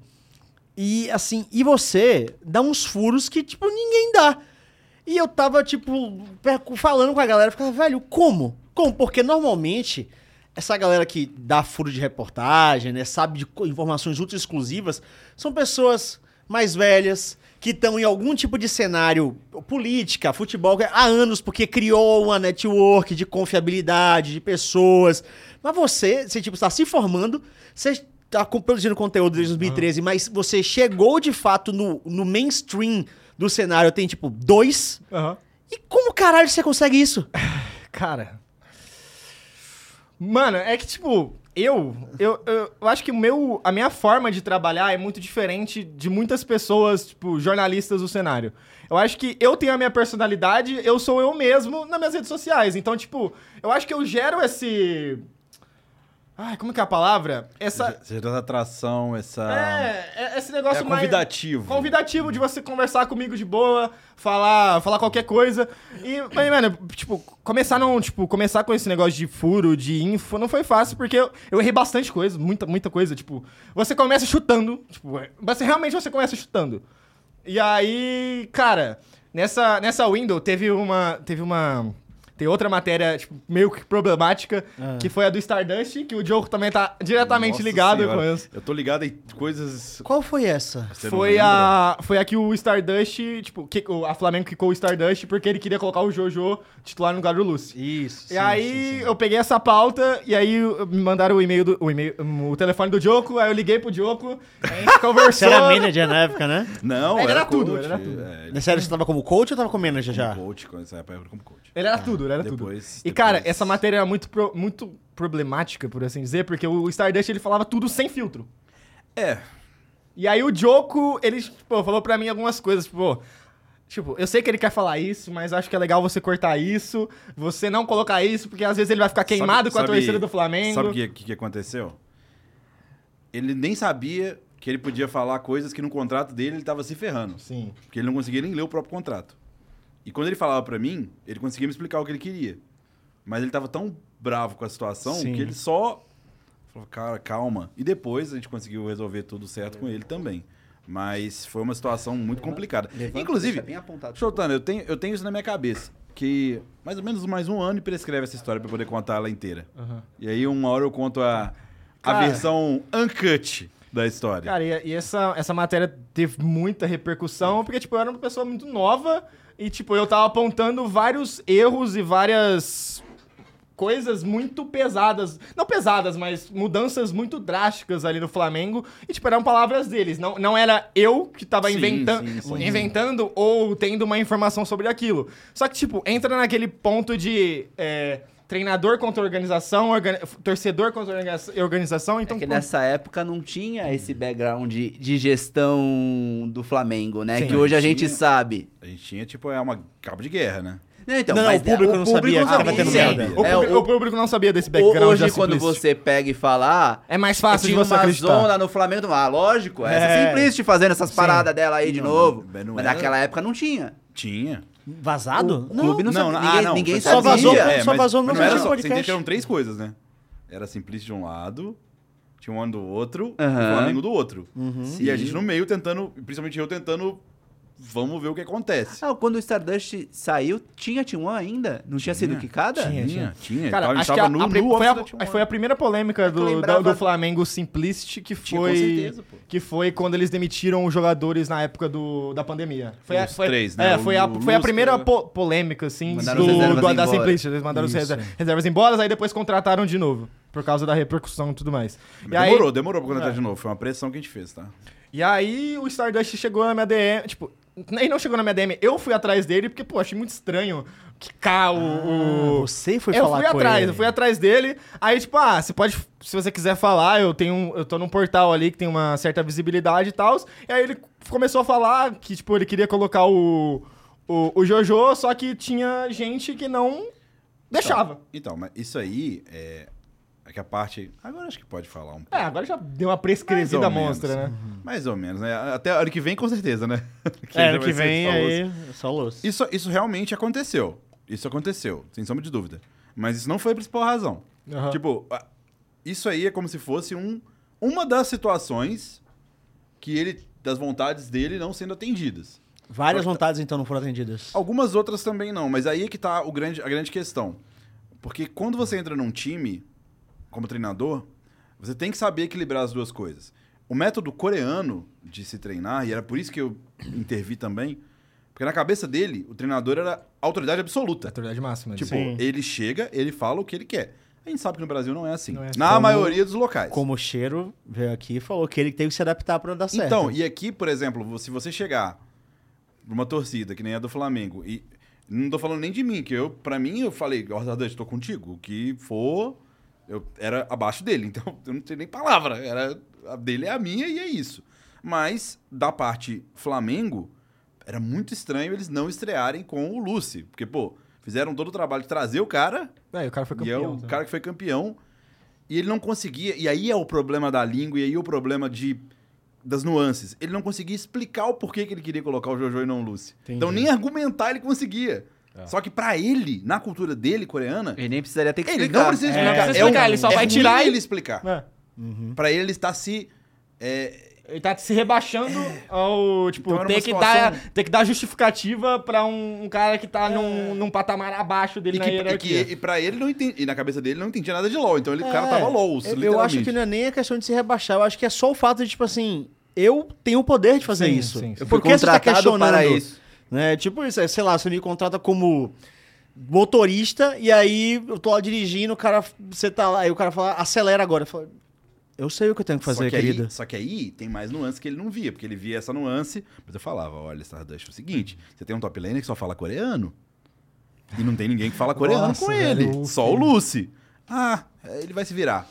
Speaker 1: E assim, e você dá uns furos que, tipo, ninguém dá. E eu tava, tipo, per- falando com a galera, eu ficava, velho, como? Como? Porque normalmente, essa galera que dá furo de reportagem, né, sabe de co- informações ultra exclusivas, são pessoas mais velhas, que estão em algum tipo de cenário política, futebol, há anos, porque criou uma network de confiabilidade, de pessoas. Mas você, você, tipo, está se formando, você tá com- produzindo conteúdo desde 2013, mas você chegou de fato no, no mainstream do cenário, tem tipo dois.
Speaker 2: Aham.
Speaker 1: E como caralho você consegue isso?
Speaker 2: Cara. Mano, é que tipo, eu, eu, eu, eu acho que o meu, a minha forma de trabalhar é muito diferente de muitas pessoas, tipo, jornalistas do cenário. Eu acho que eu tenho a minha personalidade, eu sou eu mesmo nas minhas redes sociais. Então, tipo, eu acho que eu gero esse. Ai, como que é a palavra? Essa.
Speaker 4: Essa atração, essa.
Speaker 2: É, é- esse
Speaker 4: É
Speaker 2: negócio mais.
Speaker 4: convidativo.
Speaker 2: Convidativo de você conversar comigo de boa, falar, falar qualquer coisa. E, mas, mano, tipo, começar não, tipo, começar com esse negócio de furo, de info, não foi fácil, porque eu, eu errei bastante coisa, muita, muita coisa. Tipo, você começa chutando, tipo, é- você realmente você começa chutando. E aí, cara, nessa, nessa window teve uma. Teve uma. Tem outra matéria, tipo, meio que problemática, que foi a do Stardust, que o Diogo também tá diretamente
Speaker 4: Ah. Nossa
Speaker 2: ligado
Speaker 4: Senhora.
Speaker 2: com isso.
Speaker 4: Eu tô ligado em coisas.
Speaker 1: Qual foi essa?
Speaker 4: Você não
Speaker 2: Foi
Speaker 4: lembra?
Speaker 2: a, foi a que o Stardust, tipo, que, o- a Flamengo quicou o Stardust porque ele queria colocar o Jojo titular no lugar do Lúcio.
Speaker 1: Isso.
Speaker 2: E aí eu peguei essa pauta e aí eu- me mandaram o e-mail do. O, e-mail, um, o telefone do Dioco, aí eu liguei pro Dioco, a gente
Speaker 1: Você
Speaker 2: conversou.
Speaker 1: era manager na época, né?
Speaker 4: Não,
Speaker 2: Ele
Speaker 4: era,
Speaker 2: era tudo,
Speaker 4: coach,
Speaker 2: ele era tudo.
Speaker 4: É, ele
Speaker 1: Nessa sério, você tava como coach ou tava como manager
Speaker 4: era
Speaker 1: já?
Speaker 4: como coach, quando essa época eu era como coach.
Speaker 2: Ele era tudo, ele era tudo.
Speaker 4: Depois-
Speaker 2: E cara,
Speaker 4: depois-
Speaker 2: essa matéria era muito, pro- muito problemática, por assim dizer, porque o Stardust ele falava tudo sem filtro.
Speaker 4: É.
Speaker 2: E aí o Joko, ele, tipo, falou pra mim algumas coisas, tipo, tipo, eu sei que ele quer falar isso, mas acho que é legal você cortar isso, você não colocar isso, porque às vezes ele vai ficar queimado
Speaker 4: Sabe-
Speaker 2: com a
Speaker 4: sabe-
Speaker 2: torcida do Flamengo.
Speaker 4: Sabe o que, que, que aconteceu? Ele nem sabia que ele podia falar coisas que no contrato dele ele tava se ferrando.
Speaker 2: Sim.
Speaker 4: Porque ele não conseguia nem ler o próprio contrato. E quando ele falava pra mim, ele conseguia me explicar o que ele queria. Mas ele tava tão bravo com a situação
Speaker 1: Sim.
Speaker 4: que ele só falou, cara, calma. E depois a gente conseguiu resolver tudo certo com ele também. Mas foi uma situação muito complicada.
Speaker 3: Levanta,
Speaker 4: Inclusive,
Speaker 3: deixa bem apontado.
Speaker 4: Chotana, eu tenho, eu tenho isso na minha cabeça. Que mais ou menos mais um ano e prescreve essa história pra eu poder contar ela inteira. E aí uma hora eu conto a, a
Speaker 2: Cara.
Speaker 4: versão uncut da história.
Speaker 2: Cara, e, e essa, essa matéria teve muita repercussão, porque, tipo, eu era uma pessoa muito nova e, tipo, eu tava apontando vários erros e várias coisas muito pesadas. Não pesadas, mas mudanças muito drásticas ali no Flamengo. E, tipo, eram palavras deles. Não, não era eu que tava
Speaker 4: Sim,
Speaker 2: inventando,
Speaker 4: sim, sim.
Speaker 2: inventando ou tendo uma informação sobre aquilo. Só que, tipo, entra naquele ponto de... é, Treinador contra organização, organ- torcedor contra organiza- organização, então.
Speaker 3: É que
Speaker 2: pô,
Speaker 3: nessa época não tinha esse background de, de gestão do Flamengo, né?
Speaker 2: Sim.
Speaker 3: que hoje a
Speaker 4: Tinha.
Speaker 3: gente sabe.
Speaker 4: A gente tinha, tipo, é uma cabo de guerra, né?
Speaker 3: Não, então,
Speaker 1: Não,
Speaker 3: mas
Speaker 1: o público não sabia que
Speaker 3: não
Speaker 1: tava tendo
Speaker 3: sabia.
Speaker 4: merda.
Speaker 2: O,
Speaker 3: É,
Speaker 2: público,
Speaker 3: o-
Speaker 2: o público não sabia desse
Speaker 3: Ho-
Speaker 2: background
Speaker 3: Hoje,
Speaker 2: da
Speaker 3: quando
Speaker 2: Simplício.
Speaker 3: você pega e fala, ah,
Speaker 2: É mais fácil de
Speaker 3: tinha
Speaker 2: você
Speaker 3: uma
Speaker 2: acreditar.
Speaker 3: zona no Flamengo, ah, lógico, é,
Speaker 1: É.
Speaker 3: essa Simplício fazendo essas paradas dela aí de
Speaker 4: Não,
Speaker 3: novo.
Speaker 4: mas não é.
Speaker 3: mas
Speaker 4: era.
Speaker 3: naquela época não tinha.
Speaker 4: Tinha.
Speaker 1: Vazado?
Speaker 3: O clube não, sabia,
Speaker 4: Não, não,
Speaker 3: ninguém,
Speaker 4: ah, não.
Speaker 3: ninguém
Speaker 1: Só
Speaker 3: sabia.
Speaker 1: vazou- só vazou no
Speaker 4: É, não era
Speaker 1: mesmo
Speaker 4: só,
Speaker 1: podcast.
Speaker 4: Você entende que eram três coisas, né? Era Simplício de um lado, tinha um ano do outro, e o
Speaker 3: Aham.
Speaker 4: Flamengo do outro.
Speaker 1: Uhum.
Speaker 4: E a
Speaker 3: Sim.
Speaker 4: gente no meio tentando, principalmente eu tentando, vamos ver o que acontece.
Speaker 3: Ah, quando o Stardust saiu, tinha T1 ainda? Não tinha, sido quicada?
Speaker 2: Tinha.
Speaker 4: tinha. tinha.
Speaker 2: Cara,
Speaker 4: Tava- a gente
Speaker 2: acho que
Speaker 4: Então, tava
Speaker 2: a,
Speaker 4: nu,
Speaker 2: a pri-
Speaker 4: nu
Speaker 2: foi, a-
Speaker 4: antes da T1.
Speaker 2: foi a primeira polêmica
Speaker 3: que eu
Speaker 2: do,
Speaker 3: lembrava-
Speaker 2: do, do Flamengo Simplicity, que
Speaker 4: Tinha, com
Speaker 2: foi,
Speaker 4: certeza, pô.
Speaker 2: que foi quando eles demitiram os jogadores na época do, da pandemia. Foi, a-
Speaker 4: Os
Speaker 2: foi-
Speaker 4: três, né?
Speaker 2: É,
Speaker 4: O
Speaker 2: foi a,
Speaker 4: Lu-
Speaker 2: foi a
Speaker 4: Lustra-
Speaker 2: primeira po- polêmica, assim,
Speaker 3: Mandaram
Speaker 2: do-
Speaker 3: as reservas
Speaker 2: do- da
Speaker 3: embora.
Speaker 2: Simplicity. Eles mandaram as
Speaker 1: Isso.
Speaker 2: reser- reservas embora, aí depois contrataram de novo, por causa da repercussão e tudo mais. E aí-
Speaker 4: Demorou, demorou pra conectar
Speaker 2: É.
Speaker 4: de novo. Foi uma pressão que a gente fez, tá?
Speaker 2: E aí o Stardust chegou na minha DM, tipo, nem não chegou na minha DM, eu fui atrás dele, porque, pô, achei muito estranho que cá o- o...
Speaker 1: Ah, Você foi
Speaker 2: eu
Speaker 1: falar
Speaker 2: fui
Speaker 1: com
Speaker 2: atrás,
Speaker 1: ele.
Speaker 2: eu fui atrás dele. Aí, tipo, ah, você pode. Se você quiser falar, eu tenho. um- Eu tô num portal ali que tem uma certa visibilidade e tal. E aí ele começou a falar que, tipo, ele queria colocar o. O, o Jojo, só que tinha gente que não deixava.
Speaker 4: Então, mas isso aí é... é que a parte... Agora acho que pode falar um pouco.
Speaker 2: É, agora já deu uma
Speaker 4: Mais ou
Speaker 2: prescrevida
Speaker 4: menos.
Speaker 2: monstra, né?
Speaker 4: Mais ou menos, né? Até ano que vem, com certeza, né? Que
Speaker 1: É,
Speaker 4: já
Speaker 1: ano que
Speaker 4: vai ser
Speaker 1: vem
Speaker 4: só
Speaker 1: aí, só louça.
Speaker 4: Isso, isso realmente aconteceu. Isso aconteceu, sem sombra de dúvida. Mas isso não foi a principal razão.
Speaker 2: Aham.
Speaker 4: Tipo, a- isso aí é como se fosse um, uma das situações que ele. das vontades dele não sendo atendidas.
Speaker 1: Várias vontades, então, não foram atendidas.
Speaker 4: Algumas outras também não, mas aí é que tá o grande, a grande questão. Porque quando você entra num time, como treinador, você tem que saber equilibrar as duas coisas. O método coreano de se treinar, e era por isso que eu intervi também, porque na cabeça dele, o treinador era autoridade absoluta.
Speaker 2: Autoridade máxima.
Speaker 4: Tipo,
Speaker 2: assim.
Speaker 4: ele chega, ele fala o que ele quer. A gente sabe que no Brasil não é assim.
Speaker 2: Não é
Speaker 4: na
Speaker 2: como-
Speaker 4: maioria dos locais.
Speaker 1: Como o cheiro veio aqui e falou que ele teve que se adaptar pra dar tá certo.
Speaker 4: Então, e aqui, por exemplo, vo- se você chegar numa torcida que nem a do Flamengo, e não tô falando nem de mim, que eu, pra mim, eu falei, Hernandes, tô contigo, o que for, eu era abaixo dele, então eu não tenho nem palavra, era, a dele é a minha e é isso. Mas, da parte Flamengo, era muito estranho eles não estrearem com o Lucy, porque, pô, fizeram todo o trabalho de trazer o cara,
Speaker 2: Véi, o cara foi
Speaker 4: e é
Speaker 2: campeão.
Speaker 4: o
Speaker 2: tá?
Speaker 4: cara que foi campeão. E ele não conseguia. E aí é o problema da língua, e aí é o problema de, das nuances. Ele não conseguia explicar o porquê que ele queria colocar o Jojo e não o Lucy.
Speaker 2: Entendi.
Speaker 4: Então nem argumentar ele conseguia.
Speaker 2: É.
Speaker 4: Só que pra ele, na cultura dele, coreana,
Speaker 3: Ele nem precisaria ter que
Speaker 4: ele
Speaker 3: explicar.
Speaker 4: não
Speaker 2: É,
Speaker 4: precisa
Speaker 2: não
Speaker 4: explicar.
Speaker 2: precisa explicar,
Speaker 4: um-
Speaker 2: ele só
Speaker 4: é
Speaker 2: vai
Speaker 4: ruim
Speaker 2: tirar e-
Speaker 4: ele explicar.
Speaker 2: É.
Speaker 4: Pra ele, ele está se. é,
Speaker 2: Ele tá se rebaixando ao. Tipo,
Speaker 4: Então era
Speaker 2: ter,
Speaker 4: uma
Speaker 2: que
Speaker 4: situação- É.
Speaker 2: dar, ter que dar justificativa pra um, um cara que tá num, num patamar abaixo dele
Speaker 4: e,
Speaker 2: na
Speaker 4: é que, e,
Speaker 2: hierarquia.
Speaker 4: que- e pra ele não entendi. E na cabeça dele não entendia nada de LOL. Então ele, o cara
Speaker 1: É,
Speaker 4: tava LOL,
Speaker 1: eu- Eu
Speaker 4: literalmente.
Speaker 1: acho que não é nem a questão de se rebaixar, eu acho que é só o fato de, tipo assim, eu tenho o poder de fazer
Speaker 2: Sim,
Speaker 1: isso.
Speaker 2: sim, sim.
Speaker 3: Eu fui
Speaker 1: Por que você tá
Speaker 3: contratado
Speaker 1: questionando?
Speaker 3: para isso.
Speaker 1: Né? Tipo isso, é, sei lá, você me contrata como motorista e aí eu tô lá dirigindo, o cara, você tá lá, aí o cara fala, acelera agora. Eu, falo, eu sei o que eu tenho que fazer,
Speaker 4: só que
Speaker 1: querido.
Speaker 4: Aí, só que aí tem mais nuances que ele não via, porque ele via essa nuance, mas eu falava, olha, Stardust, é o seguinte, você tem um top laner que só fala coreano, e não tem ninguém que fala coreano
Speaker 2: Nossa,
Speaker 4: com
Speaker 2: velho,
Speaker 4: ele,
Speaker 2: o
Speaker 4: só o Lucy. Ah, ele vai se virar.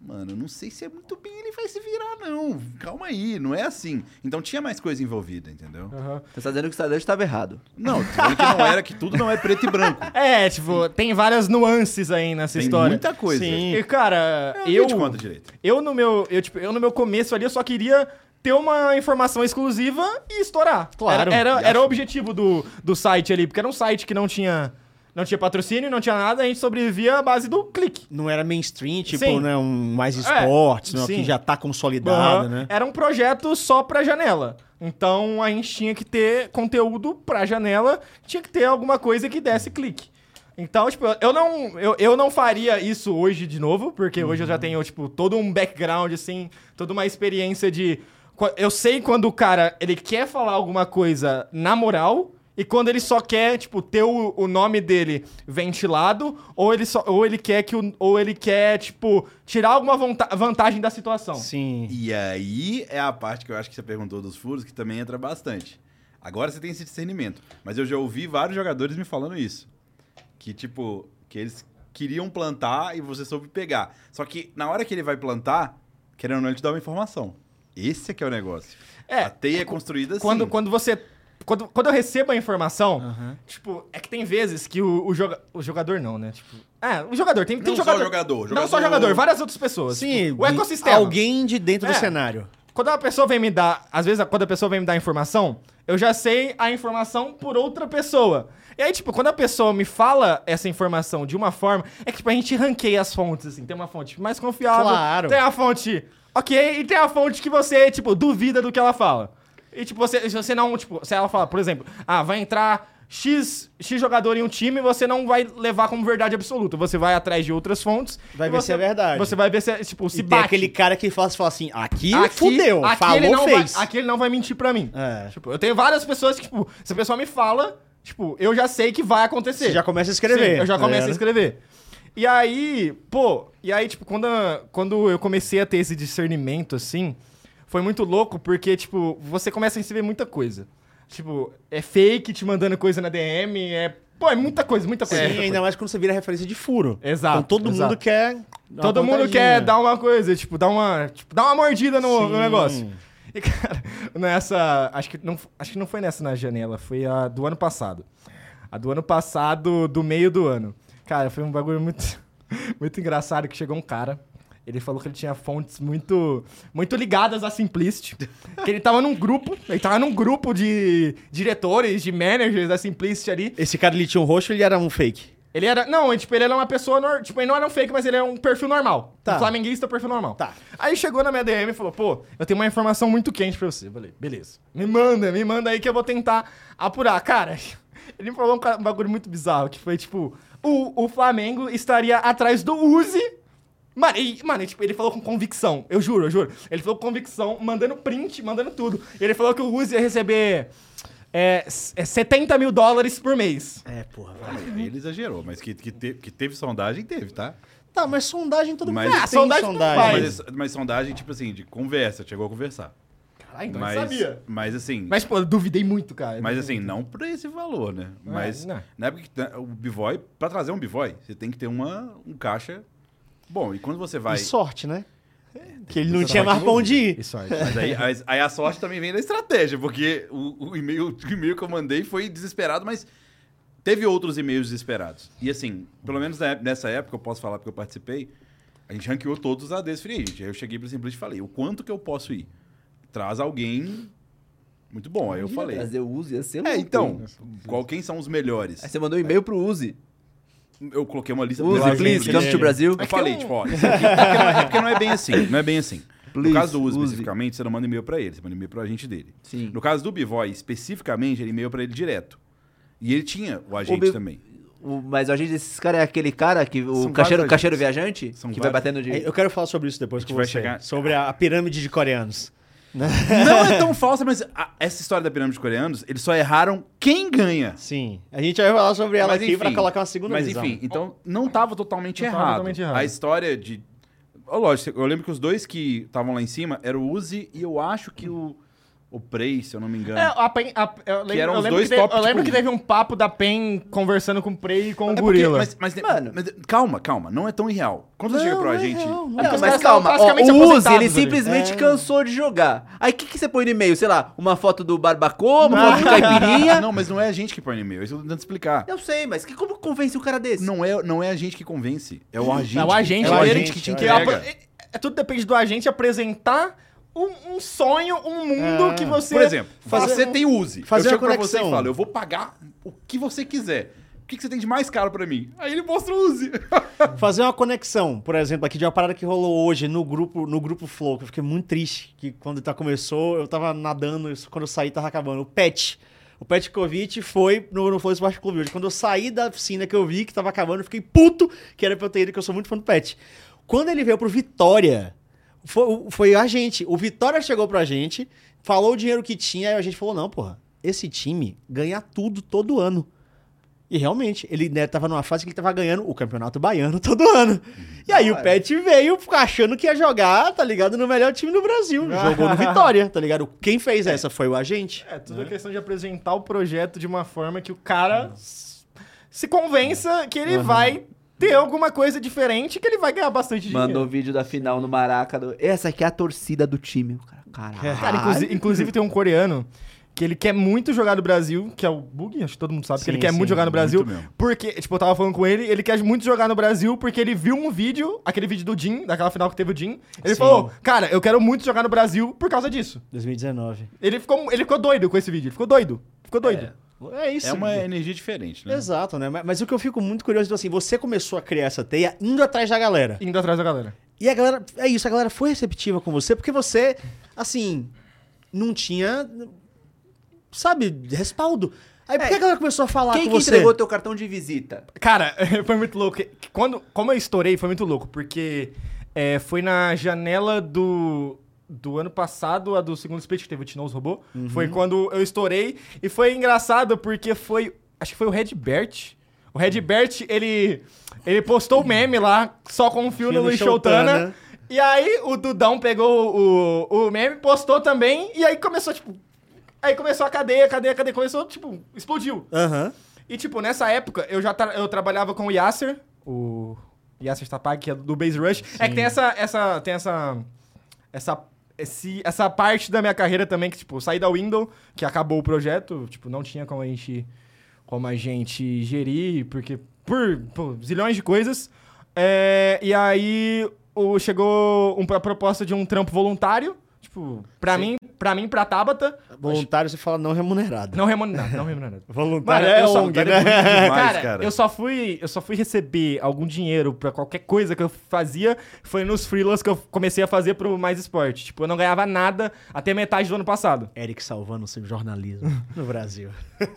Speaker 4: Mano, eu não sei se é muito bem ele vai se virar, não. Calma aí, não é assim. Então tinha mais coisa envolvida, entendeu?
Speaker 2: Aham.
Speaker 3: Você tá dizendo que o Stardust estava errado.
Speaker 4: Não, tô falando que não era, que tudo não é preto e branco.
Speaker 2: É, tipo, tem várias nuances aí nessa
Speaker 4: Tem
Speaker 2: história.
Speaker 4: muita coisa.
Speaker 1: Sim.
Speaker 2: E, cara,
Speaker 4: Eu
Speaker 2: eu.
Speaker 4: te conto direito.
Speaker 2: Eu no meu, eu, tipo, eu no meu começo ali eu só queria ter uma informação exclusiva e estourar.
Speaker 1: Claro.
Speaker 2: Era,
Speaker 4: E
Speaker 2: era, era o
Speaker 4: acho-
Speaker 2: objetivo do, do site ali, porque era um site que não tinha não tinha patrocínio, não tinha nada, a gente sobrevivia à base do clique.
Speaker 1: Não era mainstream, tipo,
Speaker 2: Sim.
Speaker 1: né, um mais
Speaker 2: É,
Speaker 1: esportes, né,
Speaker 2: sim.
Speaker 1: que já tá consolidado,
Speaker 2: Aham.
Speaker 1: né?
Speaker 2: Era um projeto só pra janela. Então a gente tinha que ter conteúdo pra janela, tinha que ter alguma coisa que desse clique. Então, tipo, eu não, eu, eu não faria isso hoje de novo, porque hoje eu
Speaker 1: Uhum.
Speaker 2: já tenho, tipo, todo um background, assim, toda uma experiência de... qua- Eu sei quando o cara, ele quer falar alguma coisa na moral, e quando ele só quer, tipo, ter o, o nome dele ventilado, ou ele, só, ou ele quer que o, ou ele quer, tipo, tirar alguma vonta- vantagem da situação.
Speaker 1: então. Sim.
Speaker 4: E aí é a parte que eu acho que você perguntou dos furos, que também entra bastante. Agora você tem esse discernimento. Mas eu já ouvi vários jogadores me falando isso. Que, tipo, que eles queriam plantar e você soube pegar. Só que na hora que ele vai plantar, querendo ou não, ele te dá uma informação. Esse é que é o negócio.
Speaker 2: É,
Speaker 4: a teia é construída assim.
Speaker 2: Quando, quando você. Quando, quando eu recebo a informação,
Speaker 1: Aham.
Speaker 2: tipo, é que tem vezes que o, o, joga- o jogador não, né? Tipo, é, o jogador. Tem, tem
Speaker 4: Não só
Speaker 2: jogador,
Speaker 4: o jogador,
Speaker 2: Não só
Speaker 4: jogador-
Speaker 2: o jogador, várias outras pessoas.
Speaker 1: Sim,
Speaker 2: tipo, o ecossistema.
Speaker 1: um Alguém de dentro
Speaker 2: É.
Speaker 1: do cenário.
Speaker 2: Quando a pessoa vem me dar. Às vezes, quando a pessoa vem me dar informação, eu já sei a informação por outra pessoa. E aí, tipo, quando a pessoa me fala essa informação de uma forma, é que, tipo, a gente ranqueia as fontes, assim. Tem uma fonte mais confiável.
Speaker 1: Claro.
Speaker 2: Tem a fonte ok, e tem a fonte que você, tipo, duvida do que ela fala. E, tipo, você, se você não, tipo, se ela fala, por exemplo, ah, vai entrar X, X jogador em um time, você não vai levar como verdade absoluta. Você vai atrás de outras fontes.
Speaker 1: Vai
Speaker 2: e
Speaker 1: ver
Speaker 2: você-
Speaker 1: se é verdade.
Speaker 2: Você vai ver se, é, tipo, se
Speaker 1: e tem
Speaker 2: bate.
Speaker 1: aquele cara que fala, fala assim, aqui, fudeu,
Speaker 2: aqui
Speaker 1: falou,
Speaker 2: ele não
Speaker 1: fez.
Speaker 2: Vai, aqui ele não vai mentir pra mim.
Speaker 1: É.
Speaker 2: Tipo, eu tenho várias pessoas que, tipo, se a pessoa me fala, tipo, eu já sei que vai acontecer.
Speaker 1: Você já começa a escrever.
Speaker 2: Sim, eu já
Speaker 1: tá
Speaker 2: começo a
Speaker 1: ligado?
Speaker 2: escrever. E aí, pô, e aí, tipo, quando, a- quando eu comecei a ter esse discernimento, assim, foi muito louco, porque, tipo, você começa a receber muita coisa. Tipo, é fake te mandando coisa na DM, é. Pô, é muita coisa, muita
Speaker 1: Sim,
Speaker 2: coisa. muita coisa.
Speaker 1: ainda mais quando você vira referência de furo.
Speaker 2: É. Exato,
Speaker 1: Então todo
Speaker 2: exato.
Speaker 1: mundo quer. dar
Speaker 2: Todo
Speaker 1: uma
Speaker 2: mundo
Speaker 1: pontadinha.
Speaker 2: quer dar uma coisa, tipo, dar uma, tipo, dar uma mordida no, no
Speaker 1: Sim.
Speaker 2: negócio. E, cara, nessa. Acho que, não, acho que não foi nessa na janela, foi a do ano passado. A do ano passado, do meio do ano. Cara, foi um bagulho muito, muito engraçado que chegou um cara. Ele falou que ele tinha fontes muito, muito ligadas à Simplicity. Que ele tava num grupo, ele tava num grupo de diretores, de managers da Simplicity ali.
Speaker 1: Esse cara ele tinha um roxo, ele era um fake.
Speaker 2: Ele era. Não, tipo, ele era uma pessoa. nor- Tipo, ele não era um fake, mas ele é um perfil normal.
Speaker 1: Tá.
Speaker 2: Um flamenguista, perfil normal.
Speaker 1: Tá.
Speaker 2: Aí chegou na minha DM e falou: pô, eu tenho uma informação muito quente pra você. Eu falei: beleza. Me manda, me manda aí que eu vou tentar apurar. Cara, ele me falou um ca- um bagulho muito bizarro, que foi tipo: o, o Flamengo estaria atrás do Uzi. Mano, e- mano, e, tipo, ele falou com convicção. Eu juro, eu juro. Ele falou com convicção, mandando print, mandando tudo. E ele falou que o Uzi ia receber. É, s- é 70 mil dólares por mês.
Speaker 1: É, porra, vai.
Speaker 4: Calma aí, Ele exagerou, mas que, que, te- que teve sondagem, teve, tá?
Speaker 1: Tá, mas sondagem todo mundo
Speaker 4: Mas-
Speaker 1: tem
Speaker 4: Ah,
Speaker 2: sondagem Mas-
Speaker 4: Mas, mas sondagem, tipo assim, de conversa, chegou a conversar.
Speaker 1: Caralho,
Speaker 2: Então ele
Speaker 4: mas,
Speaker 2: sabia.
Speaker 4: mas assim. Mas,
Speaker 2: Mas, pô, eu duvidei É muito, cara.
Speaker 4: assim, não por esse valor, né? Mas
Speaker 2: não.
Speaker 4: na época que tá- o Bivoy, pra trazer um Bivoy, você tem que ter uma, um caixa. Bom, e quando você vai.
Speaker 1: E sorte, né? Que ele não tinha mais pra onde ir. É,
Speaker 2: Isso aí.
Speaker 4: Mas aí, aí- aí a sorte também vem da estratégia, porque o, o e-mail, o e-mail que eu mandei foi desesperado, mas teve outros e-mails desesperados. E assim, pelo menos na ép- nessa época, eu posso falar porque eu participei, a gente ranqueou todos os ADs free agent. Aí eu cheguei pro Simplista e falei, o quanto que eu posso ir? Traz alguém muito bom. Aí eu falei...
Speaker 3: Trazer um o Uzi ia ser
Speaker 4: É,
Speaker 3: louco,
Speaker 4: então,
Speaker 3: hein?
Speaker 4: qual, quem são os
Speaker 3: Aí
Speaker 4: melhores?
Speaker 3: você mandou um e-mail pro Uzi.
Speaker 4: Eu coloquei uma lista...
Speaker 3: Uzi,
Speaker 4: pela
Speaker 3: Uh, please,
Speaker 4: Simplista.
Speaker 3: come to Brasil.
Speaker 4: Eu falei, tipo,
Speaker 1: um-
Speaker 4: ó, isso aqui- é porque não é- é porque não é bem assim, não é bem assim.
Speaker 3: Please,
Speaker 4: no caso do Uzi,
Speaker 3: use.
Speaker 4: especificamente, você não manda e-mail pra ele, você manda e-mail pro agente dele.
Speaker 3: Sim.
Speaker 4: No caso do Bivoy, especificamente, ele e-mail pra ele direto. E ele tinha o agente
Speaker 3: Bi-
Speaker 4: também.
Speaker 3: O- mas a gente, esses caras é aquele cara que o
Speaker 4: São
Speaker 3: caixeiro,
Speaker 4: vários
Speaker 3: caixeiro viajante
Speaker 4: São
Speaker 3: que vai
Speaker 4: vários.
Speaker 3: batendo de.
Speaker 1: É, Eu quero falar sobre isso depois
Speaker 4: A
Speaker 1: que
Speaker 4: gente
Speaker 1: vai
Speaker 4: vai
Speaker 1: chegar.
Speaker 4: chegar-
Speaker 1: Sobre a, a pirâmide de coreanos.
Speaker 4: Não é tão falsa, mas a- essa história da pirâmide de coreanos, eles só erraram quem ganha.
Speaker 1: Sim. A gente vai falar sobre ela
Speaker 4: Mas,
Speaker 1: aqui pra
Speaker 4: enfim,
Speaker 1: colocar uma segunda
Speaker 4: Mas
Speaker 1: visão.
Speaker 4: enfim, então não tava totalmente
Speaker 2: Não tava
Speaker 4: errado.
Speaker 2: totalmente errado.
Speaker 4: A história de. Ó, lógico, eu lembro que os dois que estavam lá em cima eram o Uzi e eu acho que o. O Prey, se eu não me engano.
Speaker 2: É, a Pen, a- eu lembro,
Speaker 4: eram
Speaker 2: eu
Speaker 4: os
Speaker 2: lembro
Speaker 4: dois
Speaker 2: que teve,
Speaker 4: top,
Speaker 2: Eu lembro
Speaker 4: tipo,
Speaker 2: que teve um papo da Pen conversando com o Prey e
Speaker 1: um
Speaker 2: com o
Speaker 4: É porque-
Speaker 2: Gorila.
Speaker 4: mas, mas-
Speaker 3: Mano.
Speaker 4: mas- calma, calma, não é tão irreal. Quando você chega pro agente.
Speaker 1: Não,
Speaker 3: Não,
Speaker 1: é
Speaker 2: os
Speaker 3: mas
Speaker 2: caras estavam
Speaker 3: calma, ó,
Speaker 2: basicamente
Speaker 3: o Uzi,
Speaker 2: aposentados
Speaker 3: ele
Speaker 2: ali.
Speaker 3: simplesmente
Speaker 1: É.
Speaker 3: cansou de jogar. Aí o que, que você põe no e-mail? Sei lá, uma foto do Barbacoa, uma foto do Caipirinha.
Speaker 4: Não, mas não é a gente que põe no e-mail, isso eu tô tentando explicar.
Speaker 3: Eu sei, mas que, como convence o cara desse?
Speaker 4: Não é, não é a gente que convence, é o agente.
Speaker 2: é o agente,
Speaker 4: é o
Speaker 2: ele-
Speaker 4: agente que te
Speaker 1: é.
Speaker 2: que apro-
Speaker 4: entrega.
Speaker 2: é- é- tudo depende do agente apresentar um, um sonho, um mundo
Speaker 1: É.
Speaker 2: que você.
Speaker 4: Por exemplo,
Speaker 2: fazer
Speaker 4: você
Speaker 2: um-
Speaker 4: tem Uzi.
Speaker 1: fazer
Speaker 4: eu chego
Speaker 1: uma
Speaker 4: pra você
Speaker 1: conexão.
Speaker 4: e falo, eu vou pagar o que você quiser. O que, que você tem de mais caro pra mim? Aí ele mostra o Uzi.
Speaker 1: Fazer uma conexão, por exemplo, aqui de uma parada que rolou hoje no grupo, no grupo Flow, que eu fiquei muito triste, que quando tá, começou, eu tava nadando, isso, quando eu saí tava acabando. O Pet. O Pet Covid foi no, no Flow Esporte Clube hoje. Quando eu saí da piscina que eu vi que tava acabando, eu fiquei puto, que era pra eu ter ido, que eu sou muito fã do Pet. Quando ele veio pro Vitória, foi, foi a gente. O Vitória chegou pra gente, falou o dinheiro que tinha, e a gente falou, não, porra, esse time ganha tudo todo ano. E realmente, ele né, tava numa fase que ele tava ganhando o campeonato baiano todo ano. E aí o
Speaker 3: Cara.
Speaker 1: Pet veio achando que ia jogar, tá ligado, no melhor time do Brasil. Jogou no Vitória, tá ligado? Quem fez essa foi o agente.
Speaker 2: É, tudo é
Speaker 4: Né?
Speaker 2: questão de apresentar o projeto de uma forma que o cara s- se convença que ele vai ter alguma coisa diferente que ele vai ganhar bastante
Speaker 3: Mandou um
Speaker 2: dinheiro.
Speaker 3: vídeo da final no Maracanã. Essa aqui é a torcida do time. O cara, Caralho.
Speaker 2: Cara, inclusi- inclusive tem um coreano que ele quer muito jogar no Brasil, que é o Bug, acho que todo mundo sabe que
Speaker 1: Sim,
Speaker 2: ele quer
Speaker 1: sim,
Speaker 2: muito jogar no Brasil.
Speaker 4: muito mesmo.
Speaker 2: Porque, tipo, eu tava falando com ele, ele quer muito jogar no Brasil porque ele viu um vídeo, aquele vídeo do Jim, daquela final que teve o Jim. Ele
Speaker 1: Sim.
Speaker 2: falou, cara, eu quero muito jogar no Brasil por causa disso.
Speaker 1: 2019.
Speaker 2: Ele ficou, ele ficou doido com esse vídeo, ele ficou doido. Ficou doido.
Speaker 1: É isso.
Speaker 4: É uma energia diferente, né?
Speaker 1: Exato, né? Mas, mas o que eu fico muito curioso, então, assim, você começou a criar essa teia indo atrás da galera.
Speaker 2: Indo atrás da galera.
Speaker 1: E a galera, é isso, a galera foi receptiva com você, porque você, assim, não tinha, sabe, respaldo. Aí por que a galera começou a falar
Speaker 3: Quem
Speaker 1: com
Speaker 3: que
Speaker 1: você?
Speaker 3: entregou teu cartão de visita?
Speaker 2: Cara, foi muito louco. Quando, como eu estourei, foi muito louco, porque é, foi na janela do, do ano passado, a do segundo split que teve o Tinoz Robô. Foi quando eu estourei. E foi engraçado porque foi. Acho que foi o Red Bert. O Red Bert, ele, ele postou o meme lá, só com o fio
Speaker 1: Fio
Speaker 2: no
Speaker 1: do
Speaker 2: Luiz Choutana.
Speaker 1: Choutana.
Speaker 2: E aí o Dudão pegou o, o meme, postou também, e aí começou, tipo. Aí começou a cadeia, cadeia, cadeia. Começou, tipo, explodiu.
Speaker 1: Aham.
Speaker 2: E, tipo, nessa época, eu já tra- eu trabalhava com o Yasser, o Yasser Stapag, que é do Base Rush. É que tem essa. essa tem essa. Essa. Esse, essa parte da minha carreira também, que, tipo, eu saí da Window, que acabou o projeto, tipo, não tinha como a gente. Como a gente gerir, porque. Por, por zilhões de coisas. É, e aí o- chegou um- a proposta de um trampo voluntário Tipo, pra mim, pra mim, pra Tabata,
Speaker 1: Voluntário, você fala não remunerado.
Speaker 2: não remunerado, não tá remunerado.
Speaker 1: Voluntário
Speaker 2: Mano,
Speaker 1: é
Speaker 2: eu sou
Speaker 1: ONG,
Speaker 2: voluntário
Speaker 1: né?
Speaker 4: Demais,
Speaker 2: cara,
Speaker 4: cara.
Speaker 2: eu só fui, eu só fui receber algum dinheiro pra qualquer coisa que eu fazia foi nos freelas que eu comecei a fazer pro Mais Esporte. Tipo, eu não ganhava nada até metade do ano passado.
Speaker 1: Eric salvando o seu jornalismo no Brasil.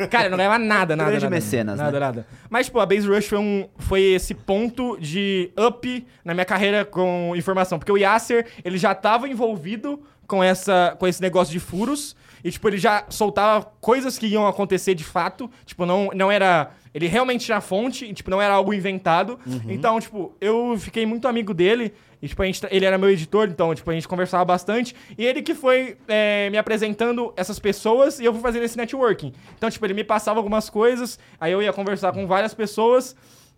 Speaker 2: Cara, eu não ganhava nada, nada,
Speaker 3: Grande
Speaker 2: nada.
Speaker 3: mecenas,
Speaker 2: nada,
Speaker 3: né?
Speaker 2: nada. Mas, pô, a Base Rush foi, um, foi esse ponto de up na minha carreira com informação. Porque o Yasser, ele já tava envolvido com, essa, com esse negócio de furos. E, tipo, ele já soltava coisas que iam acontecer de fato. Tipo, não, não era... Ele realmente tinha fonte, e, tipo, não era algo inventado.
Speaker 3: Uhum.
Speaker 2: Então, tipo, eu fiquei muito amigo dele. E, tipo, a gente, ele era meu editor, então, tipo, a gente conversava bastante. E ele que foi é, me apresentando essas pessoas e eu fui fazendo esse networking. Então, tipo, ele me passava algumas coisas, aí eu ia conversar com várias pessoas.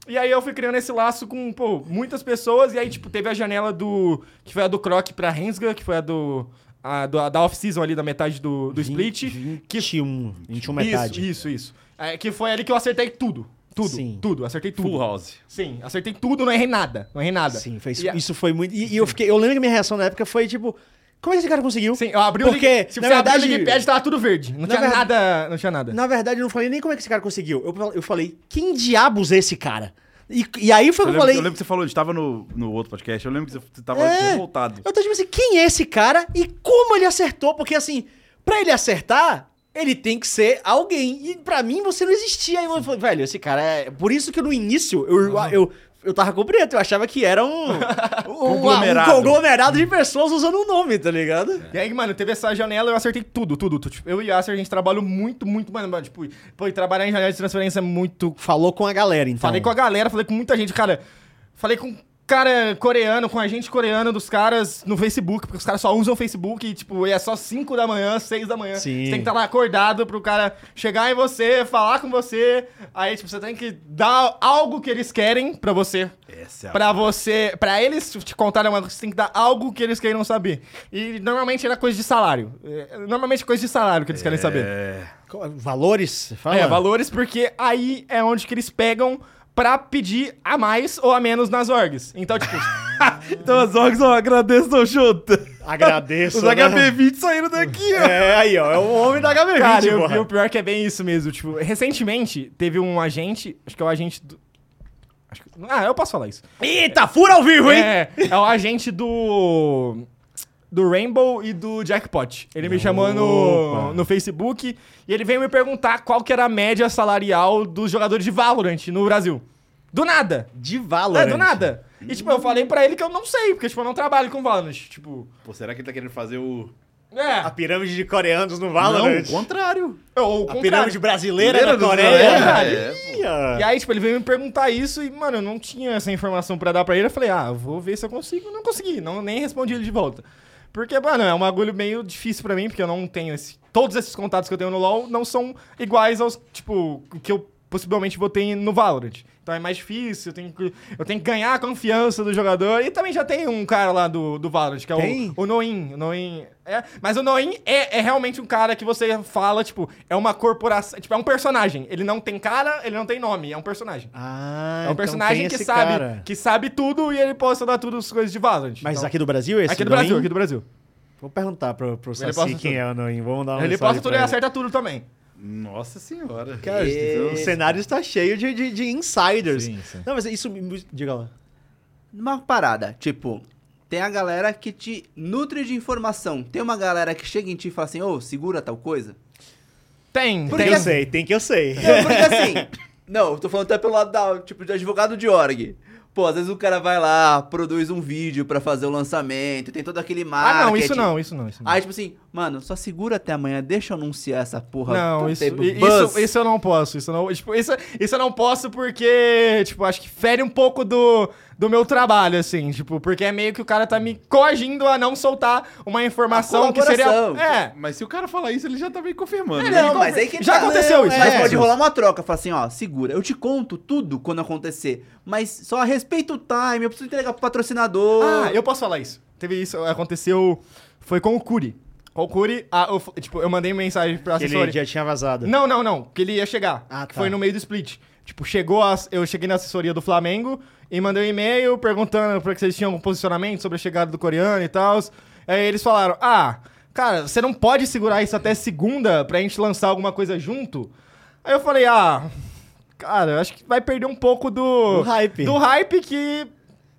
Speaker 2: E aí eu fui criando esse laço com, pô, muitas pessoas. E aí, tipo, teve a janela do... Que foi a do Croc pra Hensga, que foi a do... a do- a da off-season ali, da metade do, do split. que
Speaker 1: 21, 21 metade.
Speaker 2: Isso, isso, isso. É, que foi ali que eu acertei tudo. Tudo,
Speaker 1: Sim.
Speaker 2: tudo. Acertei tudo.
Speaker 4: Full house.
Speaker 2: Sim, acertei tudo, não errei nada. Não errei nada.
Speaker 1: Sim, foi-
Speaker 2: E a-
Speaker 1: isso foi muito. E, e eu fiquei. Eu lembro que a minha reação na época foi tipo: como é que esse cara conseguiu?
Speaker 2: Sim, eu abri
Speaker 1: Porque,
Speaker 2: o Link- Se
Speaker 1: na
Speaker 2: você abriu
Speaker 1: verdade-
Speaker 2: o Wikipedia, tava tudo verde. Não tinha
Speaker 1: verdade-
Speaker 2: nada. Não tinha nada.
Speaker 1: Na verdade, eu não falei nem como é que esse cara conseguiu. Eu, fal- eu falei: quem diabos é esse cara? E, e aí foi que
Speaker 4: Eu
Speaker 1: eu
Speaker 4: lembro,
Speaker 1: falei.
Speaker 4: eu lembro que você falou, a gente tava no, no outro podcast, eu lembro que você tava
Speaker 1: É.
Speaker 4: revoltado.
Speaker 1: Eu tô tipo assim, quem é esse cara e como ele acertou? Porque assim, pra ele acertar, ele tem que ser alguém. E pra mim você não existia. Aí eu falei, velho, esse cara é. Por isso que no início eu. eu eu tava com preto, eu achava que era um, um,
Speaker 4: Conglomerado.
Speaker 1: um conglomerado de pessoas usando um nome, tá ligado?
Speaker 2: E aí, mano, teve essa janela, eu acertei tudo, tudo. tudo. Tipo, eu e o Yasser, a gente trabalhou muito, muito, mano. mano, Tipo, pô, e trabalhar em janela de transferência é muito.
Speaker 1: Falou com a galera, então.
Speaker 2: Falei com a galera, falei com muita gente, cara. Falei com cara coreano, com agente coreano dos caras no Facebook, porque os caras só usam o Facebook e, tipo, é só 5 da manhã, 6 da manhã.
Speaker 1: Sim.
Speaker 2: Você tem que estar lá acordado pro cara chegar em você, falar com você. Aí, tipo, você tem que dar algo que eles querem pra você.
Speaker 4: Essa é a...
Speaker 2: Pra você, pra eles te contarem uma coisa, você tem que dar algo que eles queiram saber. E normalmente era coisa de salário. É, Normalmente é coisa de salário que eles querem saber.
Speaker 4: É.
Speaker 1: Co- Valores? Fala.
Speaker 2: É, valores, porque aí é onde que eles pegam pra pedir a mais ou a menos nas orgs. Então, tipo,
Speaker 4: Então as orgs, ó, agradeçam junto.
Speaker 1: Agradeço.
Speaker 4: Os
Speaker 1: né?
Speaker 3: é
Speaker 4: HB20 saíram daqui, ó.
Speaker 1: É, aí, ó. É o homem da HB20,
Speaker 2: cara, eu
Speaker 1: porra.
Speaker 2: vi o pior que é bem isso mesmo. Tipo, recentemente teve um agente, acho que é o agente do. acho que- ah, eu posso falar isso.
Speaker 1: Eita, fura ao vivo, hein?
Speaker 2: É, é o agente do. Do Rainbow e do Jackpot. Ele me chamou no, no Facebook e ele veio me perguntar qual que era a média salarial dos jogadores de Valorant no Brasil. Do nada.
Speaker 1: De
Speaker 2: É,
Speaker 1: Valorant.
Speaker 2: do nada. E, tipo, eu falei pra ele que eu não sei, porque, tipo, eu não trabalho com Valorant. Tipo,
Speaker 4: Pô, será que ele tá querendo fazer o...
Speaker 1: A
Speaker 2: é.
Speaker 1: pirâmide de coreanos no
Speaker 4: Não,
Speaker 1: Valorant.
Speaker 4: o contrário.
Speaker 2: Ou o
Speaker 1: A
Speaker 2: contrário.
Speaker 1: pirâmide brasileira
Speaker 4: Brasileira
Speaker 1: na
Speaker 4: do
Speaker 1: Coreia. Ah,
Speaker 4: Brasil. É,
Speaker 1: Ih, ó.
Speaker 2: E aí, tipo, ele veio me perguntar isso e, mano, eu não tinha essa informação pra dar pra ele. Eu falei, ah, vou ver se eu consigo. Não consegui, não, nem respondi ele de volta. Porque, mano, é um agulho meio difícil pra mim, porque eu não tenho esse... Todos esses contatos que eu tenho no LoL não são iguais aos, tipo, o que eu possivelmente vou ter no Valorant. Então é mais difícil, eu tenho que, eu tenho que ganhar a confiança do jogador. E também já tem um cara lá do, do Valorant, que é
Speaker 1: Tem?
Speaker 2: o, o Noin. O Noin é, mas o Noin é, é realmente um cara que você fala, tipo, é uma corporação, tipo, é um personagem. Ele não tem cara, ele não tem nome, é um personagem.
Speaker 1: Ah,
Speaker 2: é um personagem que sabe, que sabe tudo e ele possa dar tudo as coisas de Valorant.
Speaker 1: Mas
Speaker 2: Então,
Speaker 1: aqui do Brasil esse?
Speaker 2: aqui do
Speaker 1: Noin?
Speaker 2: Brasil, aqui do Brasil.
Speaker 1: Vou perguntar pro, pro Saci
Speaker 2: posta
Speaker 1: quem
Speaker 2: tudo.
Speaker 1: é o Noin. Vamos dar uma
Speaker 2: Ele
Speaker 1: mensagem
Speaker 2: possa tudo
Speaker 1: pra
Speaker 2: e
Speaker 1: ele.
Speaker 2: acerta tudo também.
Speaker 4: Nossa senhora.
Speaker 1: Cara,
Speaker 4: um
Speaker 1: o cenário está cheio de, de, de insiders.
Speaker 4: Sim, sim.
Speaker 1: Não, mas isso... me- Diga lá.
Speaker 3: Uma parada, tipo, tem a galera que te nutre de informação. Tem uma galera que chega em ti e fala assim, ô, segura tal coisa.
Speaker 2: Tem, é-
Speaker 3: Por
Speaker 1: Tem um
Speaker 2: tem.
Speaker 1: que eu sei, tem que eu sei.
Speaker 3: Não,
Speaker 2: É.
Speaker 3: porque assim. Não, eu tô falando até pelo lado da, tipo, de advogado de org. Pô, às vezes o cara vai lá, produz um vídeo pra fazer o lançamento, tem todo aquele marketing.
Speaker 2: Ah, não,
Speaker 1: é
Speaker 2: isso não, isso não, isso não.
Speaker 3: Aí, tipo assim, mano, só segura até amanhã, deixa eu anunciar essa porra.
Speaker 2: Não,
Speaker 3: Puta,
Speaker 2: isso,
Speaker 3: é
Speaker 2: i-
Speaker 3: buzz.
Speaker 2: isso, isso eu não posso. Isso eu não, tipo, isso, isso eu não posso porque, tipo, acho que fere um pouco do, do meu trabalho, assim, tipo, porque é meio que o cara tá me coagindo a não soltar uma informação que seria.
Speaker 3: colaboração.
Speaker 2: É.
Speaker 4: Mas se o cara falar isso, ele já tá meio confirmando. né?
Speaker 3: É, Não, mas aí que
Speaker 2: Já
Speaker 3: tá.
Speaker 2: aconteceu
Speaker 3: Não,
Speaker 2: isso,
Speaker 3: Mas
Speaker 2: já
Speaker 3: pode
Speaker 2: aconteceu.
Speaker 3: rolar uma troca. Fala assim, ó, segura. Eu te conto tudo quando acontecer. Mas só respeita o time, eu preciso entregar pro patrocinador.
Speaker 2: Ah, eu posso falar isso. Teve isso, aconteceu. Foi com o Curi. Com o Curi, a- eu, f- tipo, eu mandei mensagem pra
Speaker 1: Que ele
Speaker 2: assessoria.
Speaker 1: já tinha vazado.
Speaker 2: Não, não, não. Que ele ia chegar.
Speaker 1: Ah,
Speaker 2: Que
Speaker 1: tá.
Speaker 2: Foi no meio do split. Tipo, chegou a, eu cheguei na assessoria do Flamengo e mandei um e-mail perguntando pra que vocês tinham algum posicionamento sobre a chegada do coreano e tal. Aí eles falaram: ah, cara, você não pode segurar isso até segunda pra gente lançar alguma coisa junto? Aí eu falei: ah, cara, eu acho que vai perder um pouco do.
Speaker 1: Do hype.
Speaker 2: Do hype que.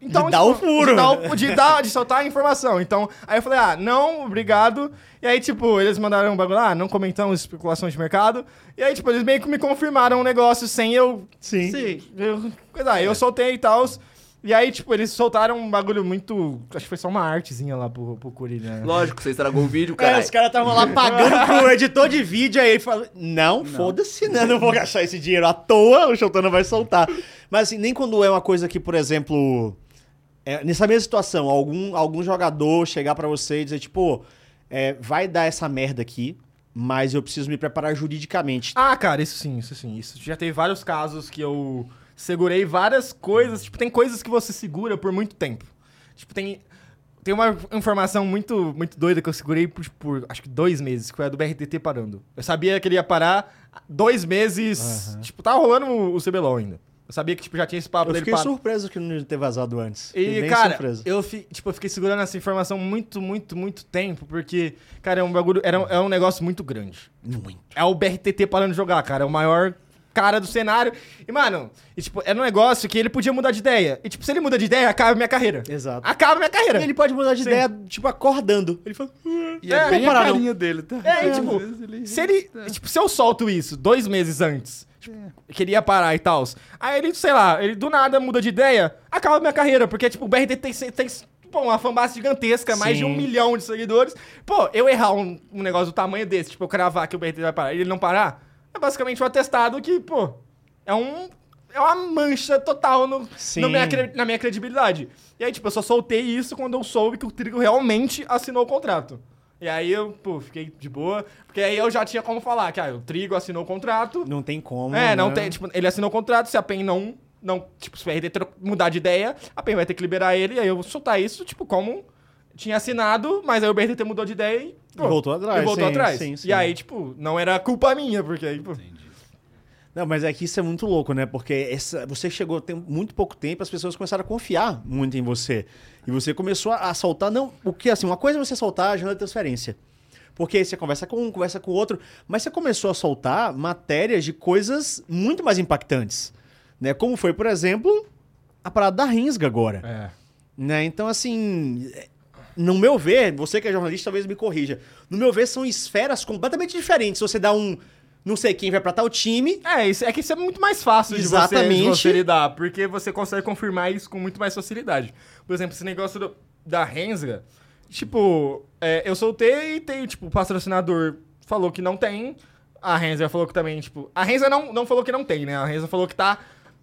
Speaker 2: Então,
Speaker 1: De dar o furo. né?
Speaker 2: De, dar o- de dar- de soltar a informação. Então, aí eu falei, ah, não, obrigado. E aí, tipo, eles mandaram um bagulho, ah, não comentamos especulações de mercado. E aí, tipo, eles meio que me confirmaram um negócio sem eu
Speaker 1: Sim.
Speaker 2: eu, coisa, aí
Speaker 1: É.
Speaker 2: eu soltei e tal. E aí, tipo, eles soltaram um bagulho muito. Acho que foi só uma artezinha lá pro, pro Coringa. né?
Speaker 3: Lógico, você estragou o vídeo,
Speaker 1: Cara,
Speaker 3: cara.
Speaker 1: É, os caras estavam lá pagando pro editor de vídeo, aí ele fala: Não, foda-se, né? Não vou gastar esse dinheiro à toa, o Chotana vai soltar. Mas assim, nem quando é uma coisa que, por exemplo, é, nessa mesma situação, algum, algum jogador chegar pra você e dizer, tipo, é, vai dar essa merda aqui, mas eu preciso me preparar juridicamente.
Speaker 2: Ah, cara, isso sim, isso sim. Isso já teve vários casos que eu segurei várias coisas. Tipo, tem coisas que você segura por muito tempo. Tipo, tem. Tem uma informação muito, muito doida que eu segurei por, por, acho que dois meses, que foi a do BRTT parando. Eu sabia que ele ia parar dois meses. Tipo, tava rolando o, o CBLOL ainda. Eu sabia que tipo, já tinha esse papo
Speaker 1: eu
Speaker 2: dele
Speaker 1: fiquei
Speaker 2: parar.
Speaker 1: surpreso que não ter vazado antes. Fiquei
Speaker 2: E,
Speaker 1: bem
Speaker 2: cara,
Speaker 1: surpreso.
Speaker 2: eu, fi- tipo, eu fiquei segurando essa informação muito, muito, muito tempo, porque, cara, é um bagulho, era, um- é um negócio muito grande.
Speaker 1: Muito.
Speaker 2: É o BRTT parando de jogar, cara, é o maior cara do cenário. E, mano, e, tipo, era um negócio que ele podia mudar de ideia. E, tipo, se ele muda de ideia, acaba minha carreira.
Speaker 1: Exato.
Speaker 2: Acaba minha carreira.
Speaker 1: Ele pode mudar de
Speaker 2: Sim.
Speaker 1: ideia, tipo, acordando. Ele fala.
Speaker 4: E
Speaker 2: É,
Speaker 4: é, bem a
Speaker 1: compararam.
Speaker 4: carinha dele, tá?
Speaker 2: É, e,
Speaker 4: Às
Speaker 2: tipo,
Speaker 4: vezes ele-
Speaker 2: Se ele. Tipo, se eu solto isso dois meses antes, tipo, queria parar e tal. Aí ele, sei lá, ele do nada muda de ideia, acaba minha carreira, porque, tipo, o BRT tem. tem pô, uma fanbase gigantesca, mais de um
Speaker 1: Sim.
Speaker 2: milhão de seguidores. Pô, eu errar um, um negócio do tamanho desse, tipo, eu cravar que o BRT vai parar e ele não parar, é basicamente um atestado que, pô, é um. É uma mancha total no,
Speaker 1: Sim.
Speaker 2: no minha cre- na minha credibilidade. E aí, tipo, eu só soltei isso quando eu soube que o Trigo realmente assinou o contrato. E aí eu, pô, fiquei de boa. Porque aí eu já tinha como falar que ah, o Trigo assinou o contrato.
Speaker 1: Não tem como.
Speaker 2: é, não
Speaker 1: né?
Speaker 2: tem. Tipo, ele assinou o contrato, se a PEN não. não tipo, se o RD tro- mudar de ideia, a PEN vai ter que liberar ele. E aí eu vou soltar isso, tipo, como tinha assinado, mas aí o BRT mudou de ideia e.
Speaker 1: E voltou atrás,
Speaker 2: E voltou
Speaker 1: sim,
Speaker 2: atrás.
Speaker 1: sim, sim.
Speaker 2: E aí, tipo, não era culpa minha, porque aí, pô.
Speaker 1: Não, mas é que isso é muito louco, né? Porque essa, você chegou tem muito pouco tempo, as pessoas começaram a confiar muito em você. E você começou a, a soltar, não, o que assim, uma coisa é você soltar a agenda de transferência. Porque aí você conversa com um, conversa com o outro, mas você começou a soltar matérias de coisas muito mais impactantes, né? Como foi, por exemplo, a parada da Rinsga agora.
Speaker 2: É.
Speaker 1: Né? Então, assim, no meu ver, você que é jornalista talvez me corrija, no meu ver são esferas completamente diferentes. Se você dá um, não sei quem vai pra tal time,
Speaker 2: É, isso, é que isso é muito mais fácil de você, de
Speaker 1: Exatamente.
Speaker 2: você lidar, porque você consegue confirmar isso com muito mais facilidade. Por exemplo, esse negócio do- da Renzga, tipo, é, eu soltei e tem, tipo, o patrocinador falou que não tem, a Renzga falou que também, tipo... A Renzga não, não falou que não tem, né? A Renzga falou que tá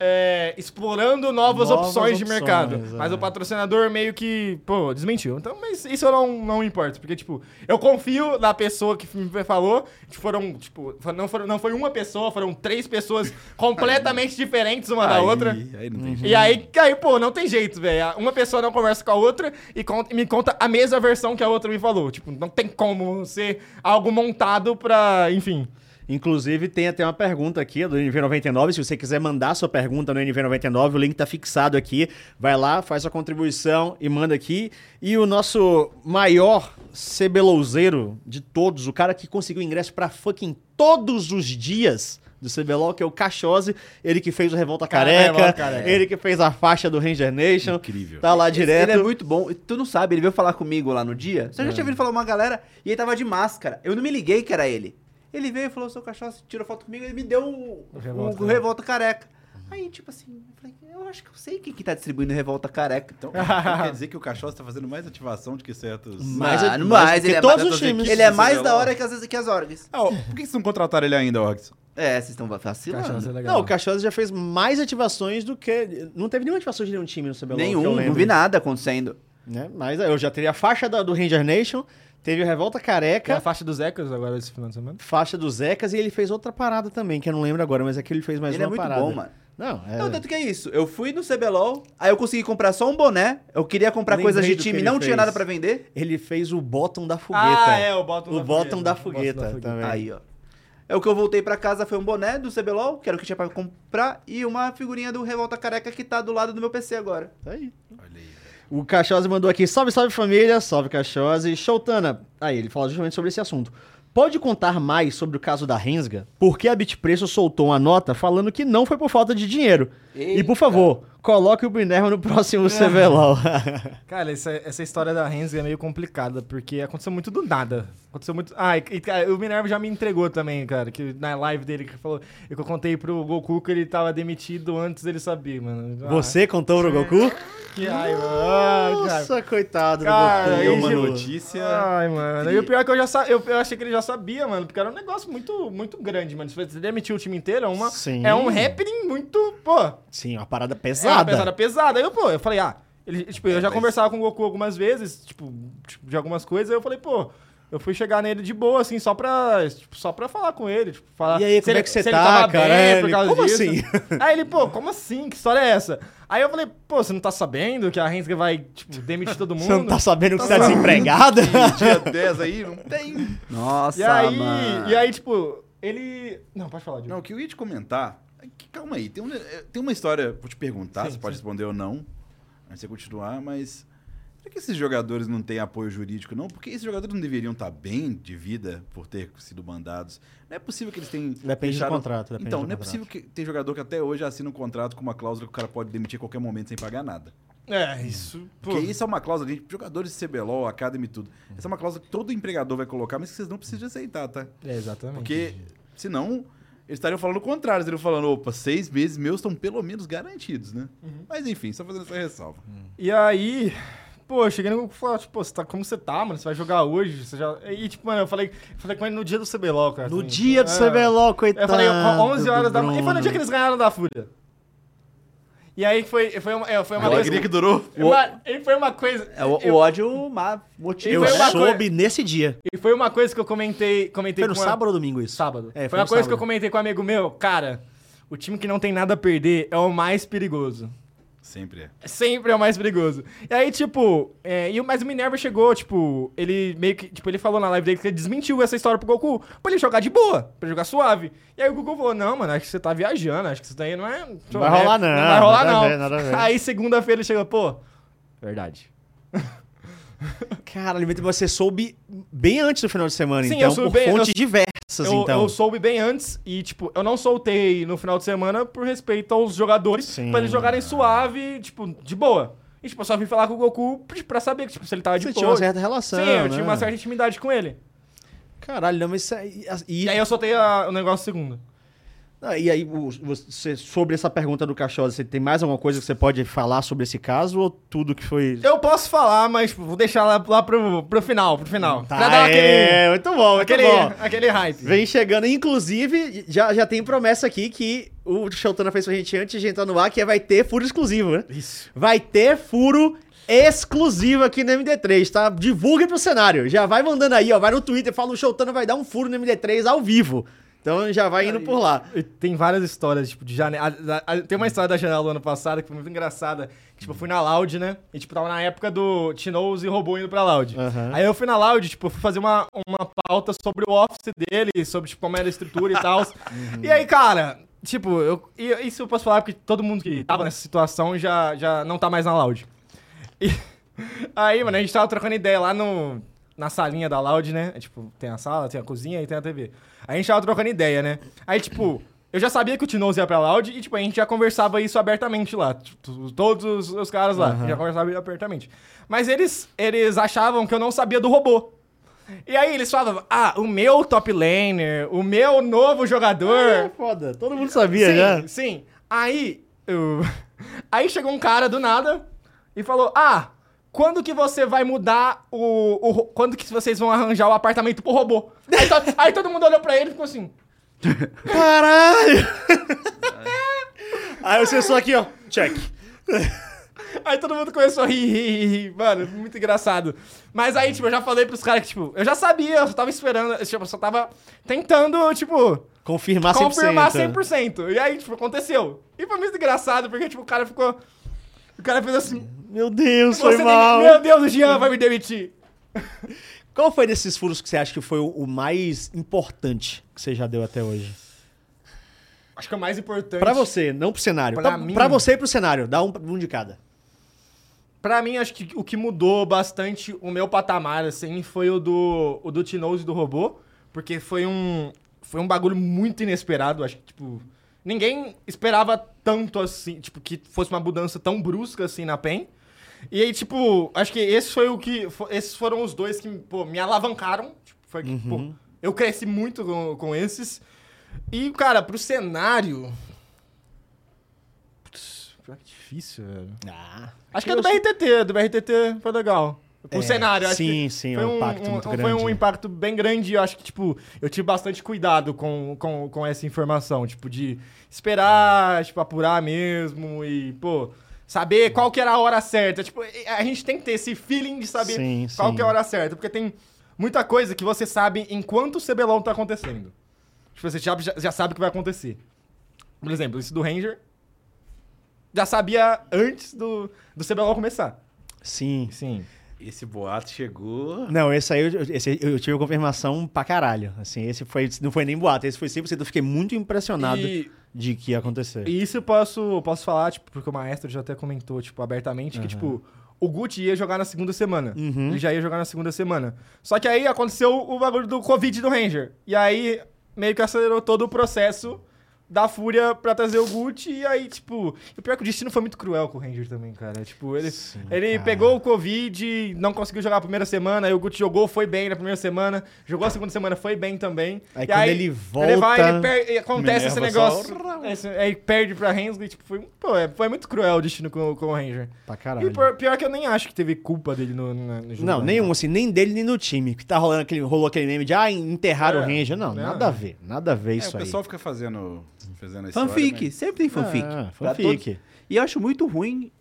Speaker 2: é, explorando novas,
Speaker 1: Novas
Speaker 2: opções de
Speaker 1: opções,
Speaker 2: mercado.
Speaker 1: é.
Speaker 2: Mas o patrocinador meio que, pô, desmentiu. Então, mas isso eu não, não importa, porque, tipo, eu confio na pessoa que me falou, que foram, tipo, não, foram, não foi uma pessoa, foram três pessoas completamente diferentes uma da
Speaker 4: Aí-
Speaker 2: outra.
Speaker 4: Aí não tem jeito.
Speaker 2: E aí, aí, pô, não tem jeito, velho. Uma pessoa não conversa com a outra e conta- me conta a mesma versão que a outra me falou. Tipo, não tem como ser algo montado pra, enfim.
Speaker 1: Inclusive, tem até uma pergunta aqui do NV99. Se você quiser mandar sua pergunta no NV99, o link tá fixado aqui. Vai lá, faz sua contribuição e manda aqui. E o nosso maior CBLOUZeiro de todos, o cara que conseguiu ingresso pra fucking todos os dias do CBLOL, que é o Cachose, ele que fez o Revolta
Speaker 2: Cara,
Speaker 1: Careca,
Speaker 2: Revolta Careca.
Speaker 1: ele que fez a faixa do Ranger Nation.
Speaker 4: Incrível.
Speaker 1: Tá lá direto.
Speaker 3: Ele é muito bom. E Tu não sabe, ele veio falar comigo lá no dia.
Speaker 2: Hum.
Speaker 3: Você já tinha vindo falar uma galera e ele tava de máscara. Eu não me liguei que era ele. Ele veio e falou, seu cachorro tirou foto comigo, ele me deu um,
Speaker 2: O
Speaker 3: um
Speaker 2: Revolta,
Speaker 3: revolta,
Speaker 2: né?
Speaker 3: careca. Aí, tipo assim, eu falei, eu acho que eu sei quem que tá distribuindo revolta careca.
Speaker 4: Então, então quer dizer que o cachorro tá fazendo mais ativação do que certos.
Speaker 1: Mas-
Speaker 3: Mano,
Speaker 1: mas
Speaker 3: mas
Speaker 1: que
Speaker 3: ele é
Speaker 1: todos
Speaker 3: mais-
Speaker 1: os times.
Speaker 3: Ele é mais
Speaker 4: Isso,
Speaker 3: da
Speaker 4: né?
Speaker 3: hora que às vezes que as orgs.
Speaker 4: Ah, ó, por que vocês não contrataram ele ainda, Orgs?
Speaker 3: É, vocês estão vacilando.
Speaker 1: Não, o Cachose já fez mais ativações do que. Não teve nenhuma ativação de nenhum time no CBLOL. que eu
Speaker 3: Nenhum, não
Speaker 1: lembro.
Speaker 3: vi nada acontecendo.
Speaker 1: né? Mas eu já teria a faixa da- do Ranger Nation, teve a Revolta
Speaker 2: É a
Speaker 1: Careca,
Speaker 2: faixa dos Ecos agora esse final de semana?
Speaker 1: faixa do Zecas e ele fez outra parada também, que eu não lembro agora, mas é que ele fez mais
Speaker 3: ele é
Speaker 1: uma
Speaker 3: muito
Speaker 1: parada.
Speaker 3: bom, mano.
Speaker 1: Não, é...
Speaker 3: Não, tanto que é isso. Eu fui no CBLOL, aí eu consegui comprar só um boné. Eu queria comprar
Speaker 1: Lembrei
Speaker 3: coisas de
Speaker 1: do que
Speaker 3: time,
Speaker 1: ele
Speaker 3: não tinha
Speaker 1: fez.
Speaker 3: nada pra vender.
Speaker 1: Ele fez o bottom da fogueta.
Speaker 2: Ah, é, o bottom
Speaker 1: O
Speaker 2: da
Speaker 1: bottom da
Speaker 2: fogueta. O bottom da
Speaker 1: fogueta tá?
Speaker 2: fogueta.
Speaker 1: também.
Speaker 3: Aí, ó. É o que eu voltei pra casa foi um boné do CBLOL, que era o que tinha pra comprar, e uma figurinha do Revolta Careca que tá do lado do meu PC agora.
Speaker 1: Tá aí.
Speaker 4: Olha aí. velho.
Speaker 1: O Cachose mandou aqui, salve, salve família, salve Cachose. Showtana, aí ele fala justamente sobre esse assunto. Pode contar mais sobre o caso da Rensga? Porque a Bitpreço soltou uma nota falando que não foi por falta de dinheiro. E por favor, coloque o Minerva no próximo CBLOL.
Speaker 2: Cara, essa, essa história da Renzi é meio complicada, porque aconteceu muito do nada. Aconteceu muito. Ah, e, e, cara, o Minerva já me entregou também, cara, que na live dele que falou. Eu que eu contei pro Goku que ele tava demitido antes dele saber, mano. Ah,
Speaker 1: Você contou pro Goku?
Speaker 2: Que raiva. Ah, cara.
Speaker 1: Nossa, coitado do
Speaker 2: Cara,
Speaker 1: Goku.
Speaker 2: aí,
Speaker 4: É uma
Speaker 2: Gil.
Speaker 4: notícia.
Speaker 2: Ai, mano. E o pior é que eu já sa... eu, eu achei que ele já sabia, mano. Porque era um negócio muito, muito grande, mano. Se você demitir o time inteiro, é, uma...
Speaker 1: Sim.
Speaker 2: é um happening muito. Pô,
Speaker 1: Sim, uma parada
Speaker 2: É uma
Speaker 1: pesada. É,
Speaker 2: pesada, pesada. Aí eu, pô, eu falei, ah, ele- tipo, eu já
Speaker 4: mas-
Speaker 2: conversava com o Goku algumas vezes, tipo, tipo, de algumas coisas, aí eu falei, pô, eu fui chegar nele de boa, assim, só pra, tipo, só pra falar com ele. Tipo, falar
Speaker 1: E aí,
Speaker 2: se
Speaker 1: como
Speaker 2: ele-
Speaker 1: é que você
Speaker 2: se ele
Speaker 1: tá,
Speaker 2: tava
Speaker 1: cara?
Speaker 2: bem
Speaker 1: É,
Speaker 2: por
Speaker 1: ele,
Speaker 2: causa
Speaker 1: como
Speaker 2: disso.
Speaker 1: assim?
Speaker 2: Aí ele, pô, como assim? Que história é essa? Aí eu falei, pô, você não tá sabendo que a Henske vai, tipo, demitir todo mundo?
Speaker 1: Você não tá sabendo que você tá desempregado?
Speaker 4: Dia 10 aí, não tem.
Speaker 3: Nossa,
Speaker 2: E aí,
Speaker 3: mano.
Speaker 2: e aí, tipo, ele... Não, pode falar, Diogo.
Speaker 4: Não, o que eu ia te comentar. é que- calma aí, tem, um- é, tem uma história. Vou te perguntar,
Speaker 2: Sim,
Speaker 4: você pode
Speaker 2: sim.
Speaker 4: responder ou não. Antes de você continuar, mas. Será que esses jogadores não têm apoio jurídico, não? Porque esses jogadores não deveriam estar bem de vida por ter sido mandados. Não é possível que eles tenham.
Speaker 1: Depende do contrato, depende
Speaker 4: então,
Speaker 1: do
Speaker 4: não é
Speaker 1: contrato.
Speaker 4: possível que tem jogador que até hoje assina um contrato com uma cláusula que o cara pode demitir a qualquer momento sem pagar nada.
Speaker 2: É, isso... Pô.
Speaker 4: Porque isso é uma cláusula, gente. Jogadores de CBLOL, Academy e tudo. Essa é uma cláusula que todo empregador vai colocar, mas que vocês não precisam aceitar, tá?
Speaker 2: É, exatamente.
Speaker 4: Porque senão eles estariam falando o contrário, eles estariam falando, opa, seis meses meus estão pelo menos garantidos, né? Mas enfim, só fazendo essa ressalva.
Speaker 2: E aí, pô, eu cheguei no Goku e falei, tipo, você tá, como você tá, mano? Você vai jogar hoje? Você já... E, tipo, mano, eu falei, falei com ele no dia do CBLOL, cara.
Speaker 1: No
Speaker 2: assim.
Speaker 1: dia do
Speaker 2: É.
Speaker 1: CBLOL, coitado.
Speaker 2: Eu falei, ó, 11 horas
Speaker 1: do
Speaker 2: da manhã. E foi no
Speaker 1: Bruno.
Speaker 2: dia que eles ganharam da Fúria. E aí foi, foi uma, é, foi uma
Speaker 4: A alegria que durou.
Speaker 2: Uma, e foi uma coisa...
Speaker 3: É, o, o
Speaker 2: eu-
Speaker 3: ódio ma- motiva. né?
Speaker 1: Eu
Speaker 2: foi uma
Speaker 1: soube
Speaker 2: coi-
Speaker 1: nesse dia.
Speaker 2: e foi uma coisa que eu comentei... comentei
Speaker 1: Foi no
Speaker 2: com a-
Speaker 1: sábado ou domingo isso?
Speaker 2: Sábado.
Speaker 1: É,
Speaker 2: foi, uma
Speaker 1: no
Speaker 2: coisa que eu
Speaker 1: sábado.
Speaker 2: comentei com um amigo meu. Cara, o time que não tem nada a perder é o mais perigoso.
Speaker 4: Sempre é.
Speaker 2: Sempre é o mais perigoso. E aí, tipo, é, e, o- mas o Minerva chegou, tipo, ele meio que. Tipo, ele falou na live dele que ele desmentiu essa história pro Goku pra ele jogar de boa, pra ele jogar suave. E aí o Goku falou: Não, mano, acho que você tá viajando, acho que isso daí não é.
Speaker 1: vai rolar não,
Speaker 2: vai rolar
Speaker 1: nada a
Speaker 2: não.
Speaker 1: ver, nada a ver.
Speaker 2: Aí segunda-feira ele chegou, pô. Verdade.
Speaker 1: Caralho, mas você soube bem antes do final de semana,
Speaker 2: Sim,
Speaker 1: então,
Speaker 2: eu soube
Speaker 1: por
Speaker 2: bem, eu
Speaker 1: fontes
Speaker 2: sou-
Speaker 1: diversas,
Speaker 2: eu,
Speaker 1: então.
Speaker 2: eu soube bem antes e, tipo, eu não soltei no final de semana por respeito aos jogadores,
Speaker 1: Sim.
Speaker 2: pra eles jogarem suave, tipo, de boa. E, tipo, eu só vim falar com o Goku pra saber, tipo, se ele tava de
Speaker 1: Você
Speaker 2: boa.
Speaker 1: tinha uma certa relação,
Speaker 2: Sim, eu
Speaker 1: né?
Speaker 2: tinha uma certa intimidade com ele.
Speaker 1: Caralho, não, mas isso aí... E,
Speaker 2: E aí eu soltei a- o negócio segunda.
Speaker 1: Ah, e aí, o- você, sobre essa pergunta do Cachosa, você tem mais alguma coisa que você pode falar sobre esse caso ou tudo que foi...
Speaker 2: Eu posso falar, mas vou deixar lá, lá pro, pro final, pro final.
Speaker 1: Tá,
Speaker 2: pra dar
Speaker 1: é, muito bom, muito
Speaker 2: aquele,
Speaker 1: bom.
Speaker 2: aquele, aquele hype.
Speaker 1: Vem chegando, inclusive, já, já tem promessa aqui que o Shotana fez pra gente antes de entrar no ar, que é vai ter furo exclusivo, né?
Speaker 2: Isso.
Speaker 1: Vai ter furo exclusivo aqui no MD3, tá? Divulgue pro cenário. Já vai mandando aí, ó. Vai no Twitter, fala o Shotana vai dar um furo no MD3 ao vivo. Então já vai indo por lá.
Speaker 2: E Tem várias histórias, tipo, de janela. a- a- Tem uma história da janela do ano passado que foi muito engraçada. Que, tipo, eu fui na Loud, né? E, tipo, tava na época do Tinoz e Robô indo pra Loud.
Speaker 1: Aham.
Speaker 2: Aí eu fui na Loud, tipo, fui fazer uma, uma pauta sobre o office dele, sobre, tipo, como era a estrutura e tal. E aí, cara, tipo, eu, e- isso eu posso falar porque todo mundo que tava nessa situação já, já não tá mais na Loud. E aí, mano, a gente tava trocando ideia lá no, na salinha da Loud, né? É, Tipo, tem a sala, tem a cozinha e tem a TV. Aí a gente tava trocando ideia, né? Aí, tipo, eu já sabia que o Tinoz ia pra Loud e, tipo, a gente já conversava isso abertamente lá. T- t- Todos os, os caras lá, já conversavam abertamente. Mas eles, eles achavam que eu não sabia do robô. E aí eles falavam, ah, o meu top laner, o meu novo jogador.
Speaker 1: É, foda, todo mundo sabia, né?
Speaker 2: Sim, sim. Aí, eu... aí chegou um cara do nada e falou: Ah, quando que você vai mudar o. o ro- quando que vocês vão arranjar o apartamento pro robô? Aí, to- aí todo mundo olhou pra ele e ficou assim.
Speaker 1: Caralho! Aí você só aqui, ó. Check.
Speaker 2: Aí todo mundo começou a rir, rir, rir, rir. Mano, muito engraçado. Mas aí, tipo, eu já falei pros caras que, tipo, eu já sabia, eu só tava esperando, eu, tipo, eu só tava tentando, tipo,
Speaker 1: Confirmar 100%.
Speaker 2: confirmar 100%. E aí, tipo, aconteceu. E foi muito engraçado, porque, tipo, o cara ficou. O cara fez assim.
Speaker 1: Meu Deus,
Speaker 2: Você
Speaker 1: foi
Speaker 2: tem-
Speaker 1: mal.
Speaker 2: Meu Deus, o Jean vai me demitir.
Speaker 1: Qual foi desses furos que você acha que foi o, o mais importante que você já deu até hoje?
Speaker 2: Acho que é o mais importante.
Speaker 1: Pra você, não pro cenário.
Speaker 2: Pra
Speaker 1: Pra,
Speaker 2: mim?
Speaker 1: pra você e pro cenário, dá um, um de cada.
Speaker 2: Pra mim, acho que o que mudou bastante o meu patamar, assim, foi o do, o do Tinoz e do robô. Porque foi um, foi um bagulho muito inesperado. Acho que, tipo, ninguém esperava tanto assim, tipo, que fosse uma mudança tão brusca assim na PEN. E aí, tipo, acho que esse foi o que. fo- Esses foram os dois que, pô, me alavancaram. Tipo, foi que, pô, eu cresci muito com, com esses. E, cara, pro cenário. Putz, pior que difícil, velho.
Speaker 1: Ah,
Speaker 2: Acho que é do BRTT, do BRTT foi legal. O
Speaker 1: É,
Speaker 2: cenário, acho
Speaker 1: sim,
Speaker 2: que
Speaker 1: sim,
Speaker 2: foi
Speaker 1: é um impacto muito
Speaker 2: Foi
Speaker 1: grande,
Speaker 2: um
Speaker 1: né?
Speaker 2: impacto bem grande, eu acho que, tipo, eu tive bastante cuidado com, com, com essa informação, tipo, de esperar, tipo, apurar mesmo e, pô, saber qual que era a hora certa. Tipo, a gente tem que ter esse feeling de saber
Speaker 1: Sim,
Speaker 2: qual
Speaker 1: sim.
Speaker 2: que é a hora certa, porque tem muita coisa que você sabe enquanto o CBLOL tá acontecendo. Tipo, você já, já- já sabe o que vai acontecer. Por exemplo, isso do Ranger, já sabia antes do, do CBLOL começar.
Speaker 1: sim.
Speaker 2: Sim.
Speaker 4: Esse boato chegou.
Speaker 1: Não, esse aí eu, esse aí eu tive confirmação pra caralho. Assim, esse foi, não foi nem boato, esse foi 100%. Eu fiquei muito impressionado
Speaker 2: E,
Speaker 1: de que ia acontecer.
Speaker 2: e isso eu posso, posso falar, tipo, porque o maestro já até comentou, tipo, abertamente, que, tipo, o Guti ia jogar na segunda semana.
Speaker 1: Uhum.
Speaker 2: Ele já ia jogar na segunda semana. Só que aí aconteceu o bagulho do Covid do Ranger. E aí, meio que acelerou todo o processo da Fúria pra trazer o Guti. E aí, tipo... E pior que o destino foi muito cruel com o Ranger também, cara. Tipo, ele...
Speaker 1: Sim,
Speaker 2: Ele
Speaker 1: cara.
Speaker 2: pegou o Covid, não conseguiu jogar a primeira semana, aí o Guti jogou, foi bem na primeira semana, jogou a segunda semana, foi bem também.
Speaker 1: Aí
Speaker 2: E
Speaker 1: quando ele volta-
Speaker 2: vai, ele per- e acontece esse
Speaker 4: Minerva
Speaker 2: negócio. Esse- aí perde pra Hensley, tipo, foi, pô, é- foi muito cruel o destino com, com o Ranger.
Speaker 1: Pra caralho.
Speaker 2: E por- pior que eu nem acho que teve culpa dele no, na- no jogo. né?
Speaker 1: Não, nenhum, assim, nem dele nem do time. Que tá rolando aquele, rolou aquele meme de, ah, enterraram o
Speaker 2: É,
Speaker 1: Ranger. Não,
Speaker 2: né?
Speaker 1: nada a ver, nada a ver
Speaker 4: É,
Speaker 1: isso
Speaker 4: o
Speaker 1: aí.
Speaker 4: pessoal fica fazendo, fazendo a
Speaker 3: Fanfic,
Speaker 4: história, né?
Speaker 3: sempre tem fanfic.
Speaker 1: Ah,
Speaker 3: é Pra
Speaker 1: fanfic.
Speaker 3: todos. E eu acho muito ruim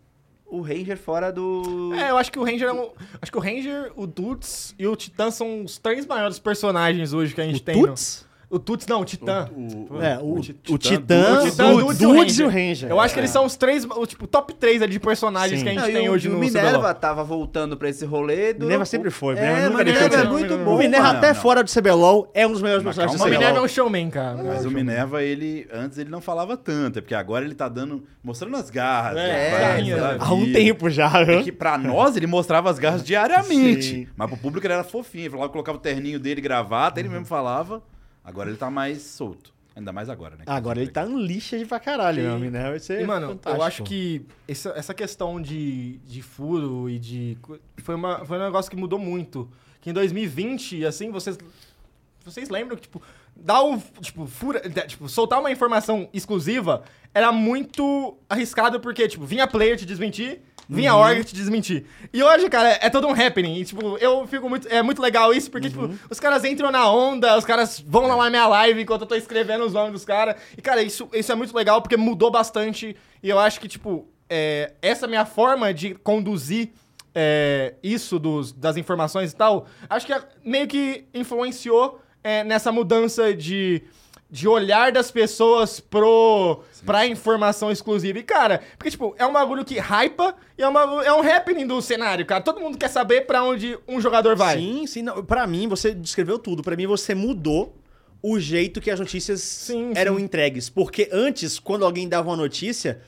Speaker 3: o Ranger fora do.
Speaker 2: É, eu acho que o Ranger é um, Acho que o Ranger, o Tuts e o Titã são os três maiores personagens hoje que a gente
Speaker 1: O
Speaker 2: tem. no-
Speaker 1: Tuts?
Speaker 2: O Tuts, não, o Titã.
Speaker 4: mas- O,
Speaker 1: É, o, o Titã, o
Speaker 2: O Titã, o Dudes e o
Speaker 1: Dudes e o
Speaker 2: Ranger.
Speaker 1: Ranger.
Speaker 2: Eu acho que eles são os três, o, tipo, top três ali de personagens
Speaker 1: é. Sim.
Speaker 2: que a gente
Speaker 3: Não, e
Speaker 2: tem
Speaker 3: o-
Speaker 2: hoje
Speaker 3: e o
Speaker 2: no
Speaker 3: Minerva
Speaker 2: CBLOL.
Speaker 3: tava voltando pra esse rolê. durou
Speaker 1: Minerva
Speaker 3: um
Speaker 1: sempre
Speaker 3: pouco.
Speaker 1: foi,
Speaker 3: É,
Speaker 1: Minerva nunca deixou
Speaker 3: Minerva
Speaker 1: de
Speaker 3: é
Speaker 1: ser.
Speaker 3: muito
Speaker 2: O
Speaker 1: O
Speaker 3: bom.
Speaker 1: Minerva
Speaker 4: mano.
Speaker 1: até
Speaker 4: Não, não.
Speaker 1: fora do CBLOL é um dos melhores
Speaker 4: Mas
Speaker 1: personagens do
Speaker 2: O
Speaker 4: calma,
Speaker 1: CBLOL.
Speaker 2: Minerva é um showman, cara.
Speaker 4: Mas o Minerva, ele antes ele não falava tanto, é porque agora ele tá dando, mostrando as garras.
Speaker 2: É,
Speaker 4: as
Speaker 2: é,
Speaker 4: da
Speaker 2: é.
Speaker 1: Há um
Speaker 4: vida.
Speaker 1: tempo já,
Speaker 4: É
Speaker 1: viu?
Speaker 4: que pra nós ele mostrava as garras diariamente.
Speaker 1: Sim.
Speaker 4: Mas pro público ele era fofinho. Ele falava, colocava o terninho dele, gravata, ele mesmo falava. Agora ele tá mais solto. Ainda mais agora, né?
Speaker 1: Agora ele tá um lixo de pra caralho, meu amigo, né? Vai ser
Speaker 4: é
Speaker 2: E, mano,
Speaker 1: fantástico.
Speaker 2: eu acho que essa, essa questão de, de furo e de. co- Foi, uma, foi um negócio que mudou muito. Que em 2020, assim, vocês. Vocês lembram que, tipo, dar o. Tipo, fura, da- tipo, soltar uma informação exclusiva era muito arriscado, porque, tipo, vinha player te desmentir. Vinha a org te desmentir. E hoje, cara, é todo um happening. E, tipo, eu fico muito. É muito legal isso, porque, tipo, os caras entram na onda, os caras vão lá na minha live enquanto eu tô escrevendo os nomes dos caras. E, cara, isso, isso é muito legal porque mudou bastante. E eu acho que, tipo, é, essa minha forma de conduzir é, isso dos, das informações e tal, acho que é- meio que influenciou é, nessa mudança de, de olhar das pessoas pro, pra informação exclusiva. E, cara, porque, tipo, é um bagulho que hypa e é, uma, é um happening do cenário, cara. Todo mundo quer saber pra onde um jogador vai.
Speaker 1: Sim, sim. Não, pra mim, você descreveu tudo. Pra mim, você mudou o jeito que as notícias
Speaker 2: Sim,
Speaker 1: eram
Speaker 2: sim.
Speaker 1: entregues. Porque antes, quando alguém dava uma notícia,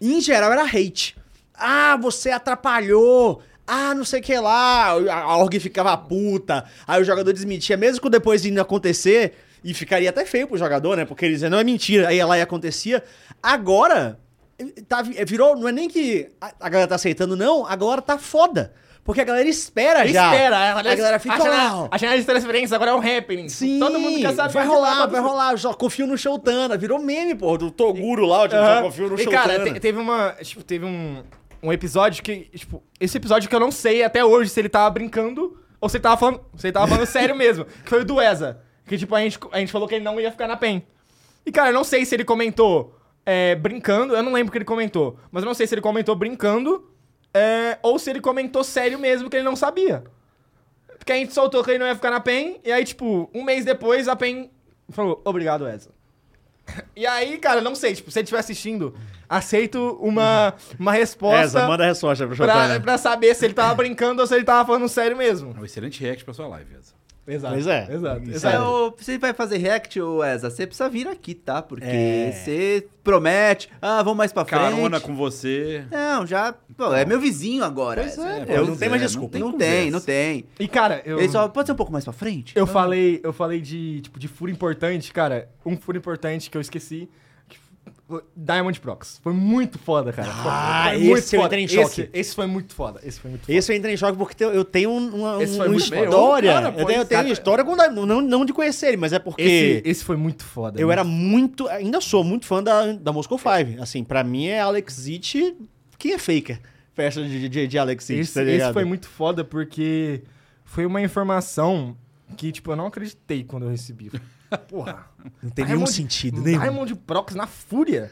Speaker 1: em geral era hate. Ah, você atrapalhou. Ah, não sei o que lá. A a org ficava puta. Aí o jogador desmentia, mesmo que depois indo acontecer. E ficaria até feio pro jogador, né? Porque ele dizia, não é mentira. Aí ia lá e acontecia. Agora, tá, vi- virou. Não é nem que a a galera tá aceitando, não. Agora tá foda. Porque a galera espera
Speaker 2: Ele
Speaker 1: já.
Speaker 2: Espera, é, a,
Speaker 1: a galera fica
Speaker 2: a janela-
Speaker 1: lá. ó.
Speaker 2: A janela de transferência agora é um happening.
Speaker 1: Sim,
Speaker 2: né, Todo mundo quer saber.
Speaker 1: vai
Speaker 2: onde é
Speaker 1: rolar,
Speaker 2: todo
Speaker 1: vai
Speaker 2: mundo.
Speaker 1: rolar. Só confio no Showtana. Virou meme, pô, do Toguro lá, tipo,
Speaker 2: Aham.
Speaker 1: só confio no né?
Speaker 2: e,
Speaker 1: Showtana.
Speaker 2: cara, te- teve uma. Tipo, teve um, um episódio que. Tipo, esse episódio que eu não sei até hoje se ele tava brincando ou se ele tava falando. Se ele tava falando sério mesmo. Que foi o do Eza. Que, tipo, a gente, a gente falou que ele não ia ficar na PEN. E, cara, eu não sei se ele comentou é, brincando. Eu não lembro o que ele comentou. Mas eu não sei se ele comentou brincando. é, ou se ele comentou sério mesmo que ele não sabia. Porque a gente soltou que ele não ia ficar na PEN. E aí, tipo, um mês depois, a PEN falou: Obrigado, Eza. E aí, cara, não sei, tipo, se ele estiver assistindo, aceito uma, uma resposta
Speaker 1: Essa, manda né? a resposta pro
Speaker 2: pra,
Speaker 1: Showtana.
Speaker 2: pra saber se ele tava brincando ou se ele tava falando sério mesmo.
Speaker 4: É um excelente react pra sua live, Eza.
Speaker 2: Exato.
Speaker 1: Pois é.
Speaker 2: Exato.
Speaker 1: Isso
Speaker 2: exato.
Speaker 1: Sério.
Speaker 3: Então, você vai fazer react, ô Eza, você precisa vir aqui, tá? Porque
Speaker 1: É.
Speaker 3: você promete, ah, vamos mais pra
Speaker 4: Carona
Speaker 3: frente.
Speaker 4: com você.
Speaker 3: Não, já. Pô, é meu vizinho agora.
Speaker 1: Pois é,
Speaker 3: Essa-
Speaker 1: pô, não
Speaker 4: pois
Speaker 1: tem mais
Speaker 4: é,
Speaker 1: desculpa.
Speaker 3: Não tem,
Speaker 4: conversa.
Speaker 3: não tem.
Speaker 2: E, cara, eu.
Speaker 1: é
Speaker 3: Ele só pode ser um pouco mais pra frente?
Speaker 2: Eu falei, eu falei de, tipo, de furo importante, cara. Um furo importante que eu esqueci. que f- Diamond Prox. Foi muito foda, cara.
Speaker 1: Ah,
Speaker 2: Foi muito
Speaker 1: esse eu
Speaker 2: foda.
Speaker 1: entrei em choque.
Speaker 2: Esse, esse foi muito foda. Esse foi muito foda.
Speaker 1: Esse eu entrei em choque porque eu tenho um- uma,
Speaker 2: Esse
Speaker 1: um-
Speaker 2: foi
Speaker 1: uma
Speaker 2: muito bem.
Speaker 1: história.
Speaker 4: Cara,
Speaker 1: eu
Speaker 4: pode-
Speaker 1: tenho, eu tenho uma
Speaker 4: cara-
Speaker 1: história com o Daimon, não, não de conhecer ele, mas é porque
Speaker 2: Esse, esse foi muito foda.
Speaker 1: eu
Speaker 2: né?
Speaker 1: era muito. Ainda sou muito fã da, da Moscow Five. Assim, pra mim é Alex Zit, que é faker. Festa de, de, de Alex Zit,
Speaker 2: Esse,
Speaker 1: tá
Speaker 2: esse
Speaker 1: ligado?
Speaker 2: foi muito foda porque foi uma informação que, tipo, eu não acreditei quando eu recebi. Porra.
Speaker 1: Não tem nenhum
Speaker 2: Diamond-
Speaker 1: sentido,
Speaker 2: um
Speaker 1: nenhum.
Speaker 2: Diamond Prox na fúria.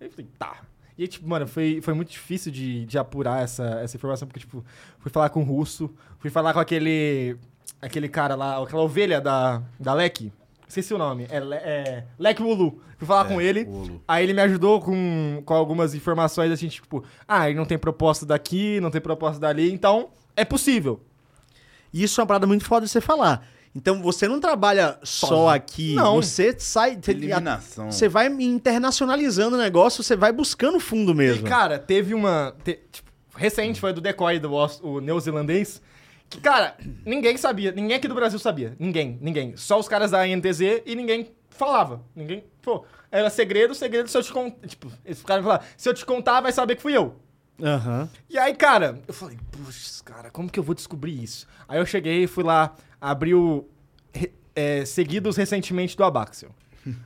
Speaker 2: Aí eu falei, tá. E aí, tipo, mano, foi, foi muito difícil de, de apurar essa, essa informação, porque, tipo, fui falar com o russo, fui falar com aquele. aquele cara lá, aquela ovelha da, da Lec. Esqueci o nome. É, Le- é Lec Wulu. Fui falar com ele.
Speaker 4: Wulu.
Speaker 2: Aí ele me ajudou com, com algumas informações, assim, tipo, ah, ele não tem proposta daqui, não tem proposta dali, então é possível.
Speaker 1: E isso é uma parada muito foda de você falar. Então você não trabalha só
Speaker 2: Sozinho.
Speaker 1: aqui,
Speaker 2: Não.
Speaker 1: você sai. você-
Speaker 4: Eliminação.
Speaker 1: Você vai internacionalizando o negócio, você vai buscando fundo mesmo.
Speaker 2: E, cara, teve uma. te- tipo, recente foi do Decoy, do aus- o neozelandês. Que, cara, ninguém sabia. Ninguém aqui do Brasil sabia. Ninguém, ninguém. Só os caras da NTZ e ninguém falava. Ninguém. Pô, era segredo, segredo. Se eu te contar. Tipo, eles ficaram falando. Se eu te contar, vai saber que fui eu.
Speaker 1: Aham.
Speaker 2: E aí, cara, eu falei, puxa, cara, como que eu vou descobrir isso? Aí eu cheguei, fui lá, abri o. re- é, seguidos recentemente do Abaxel.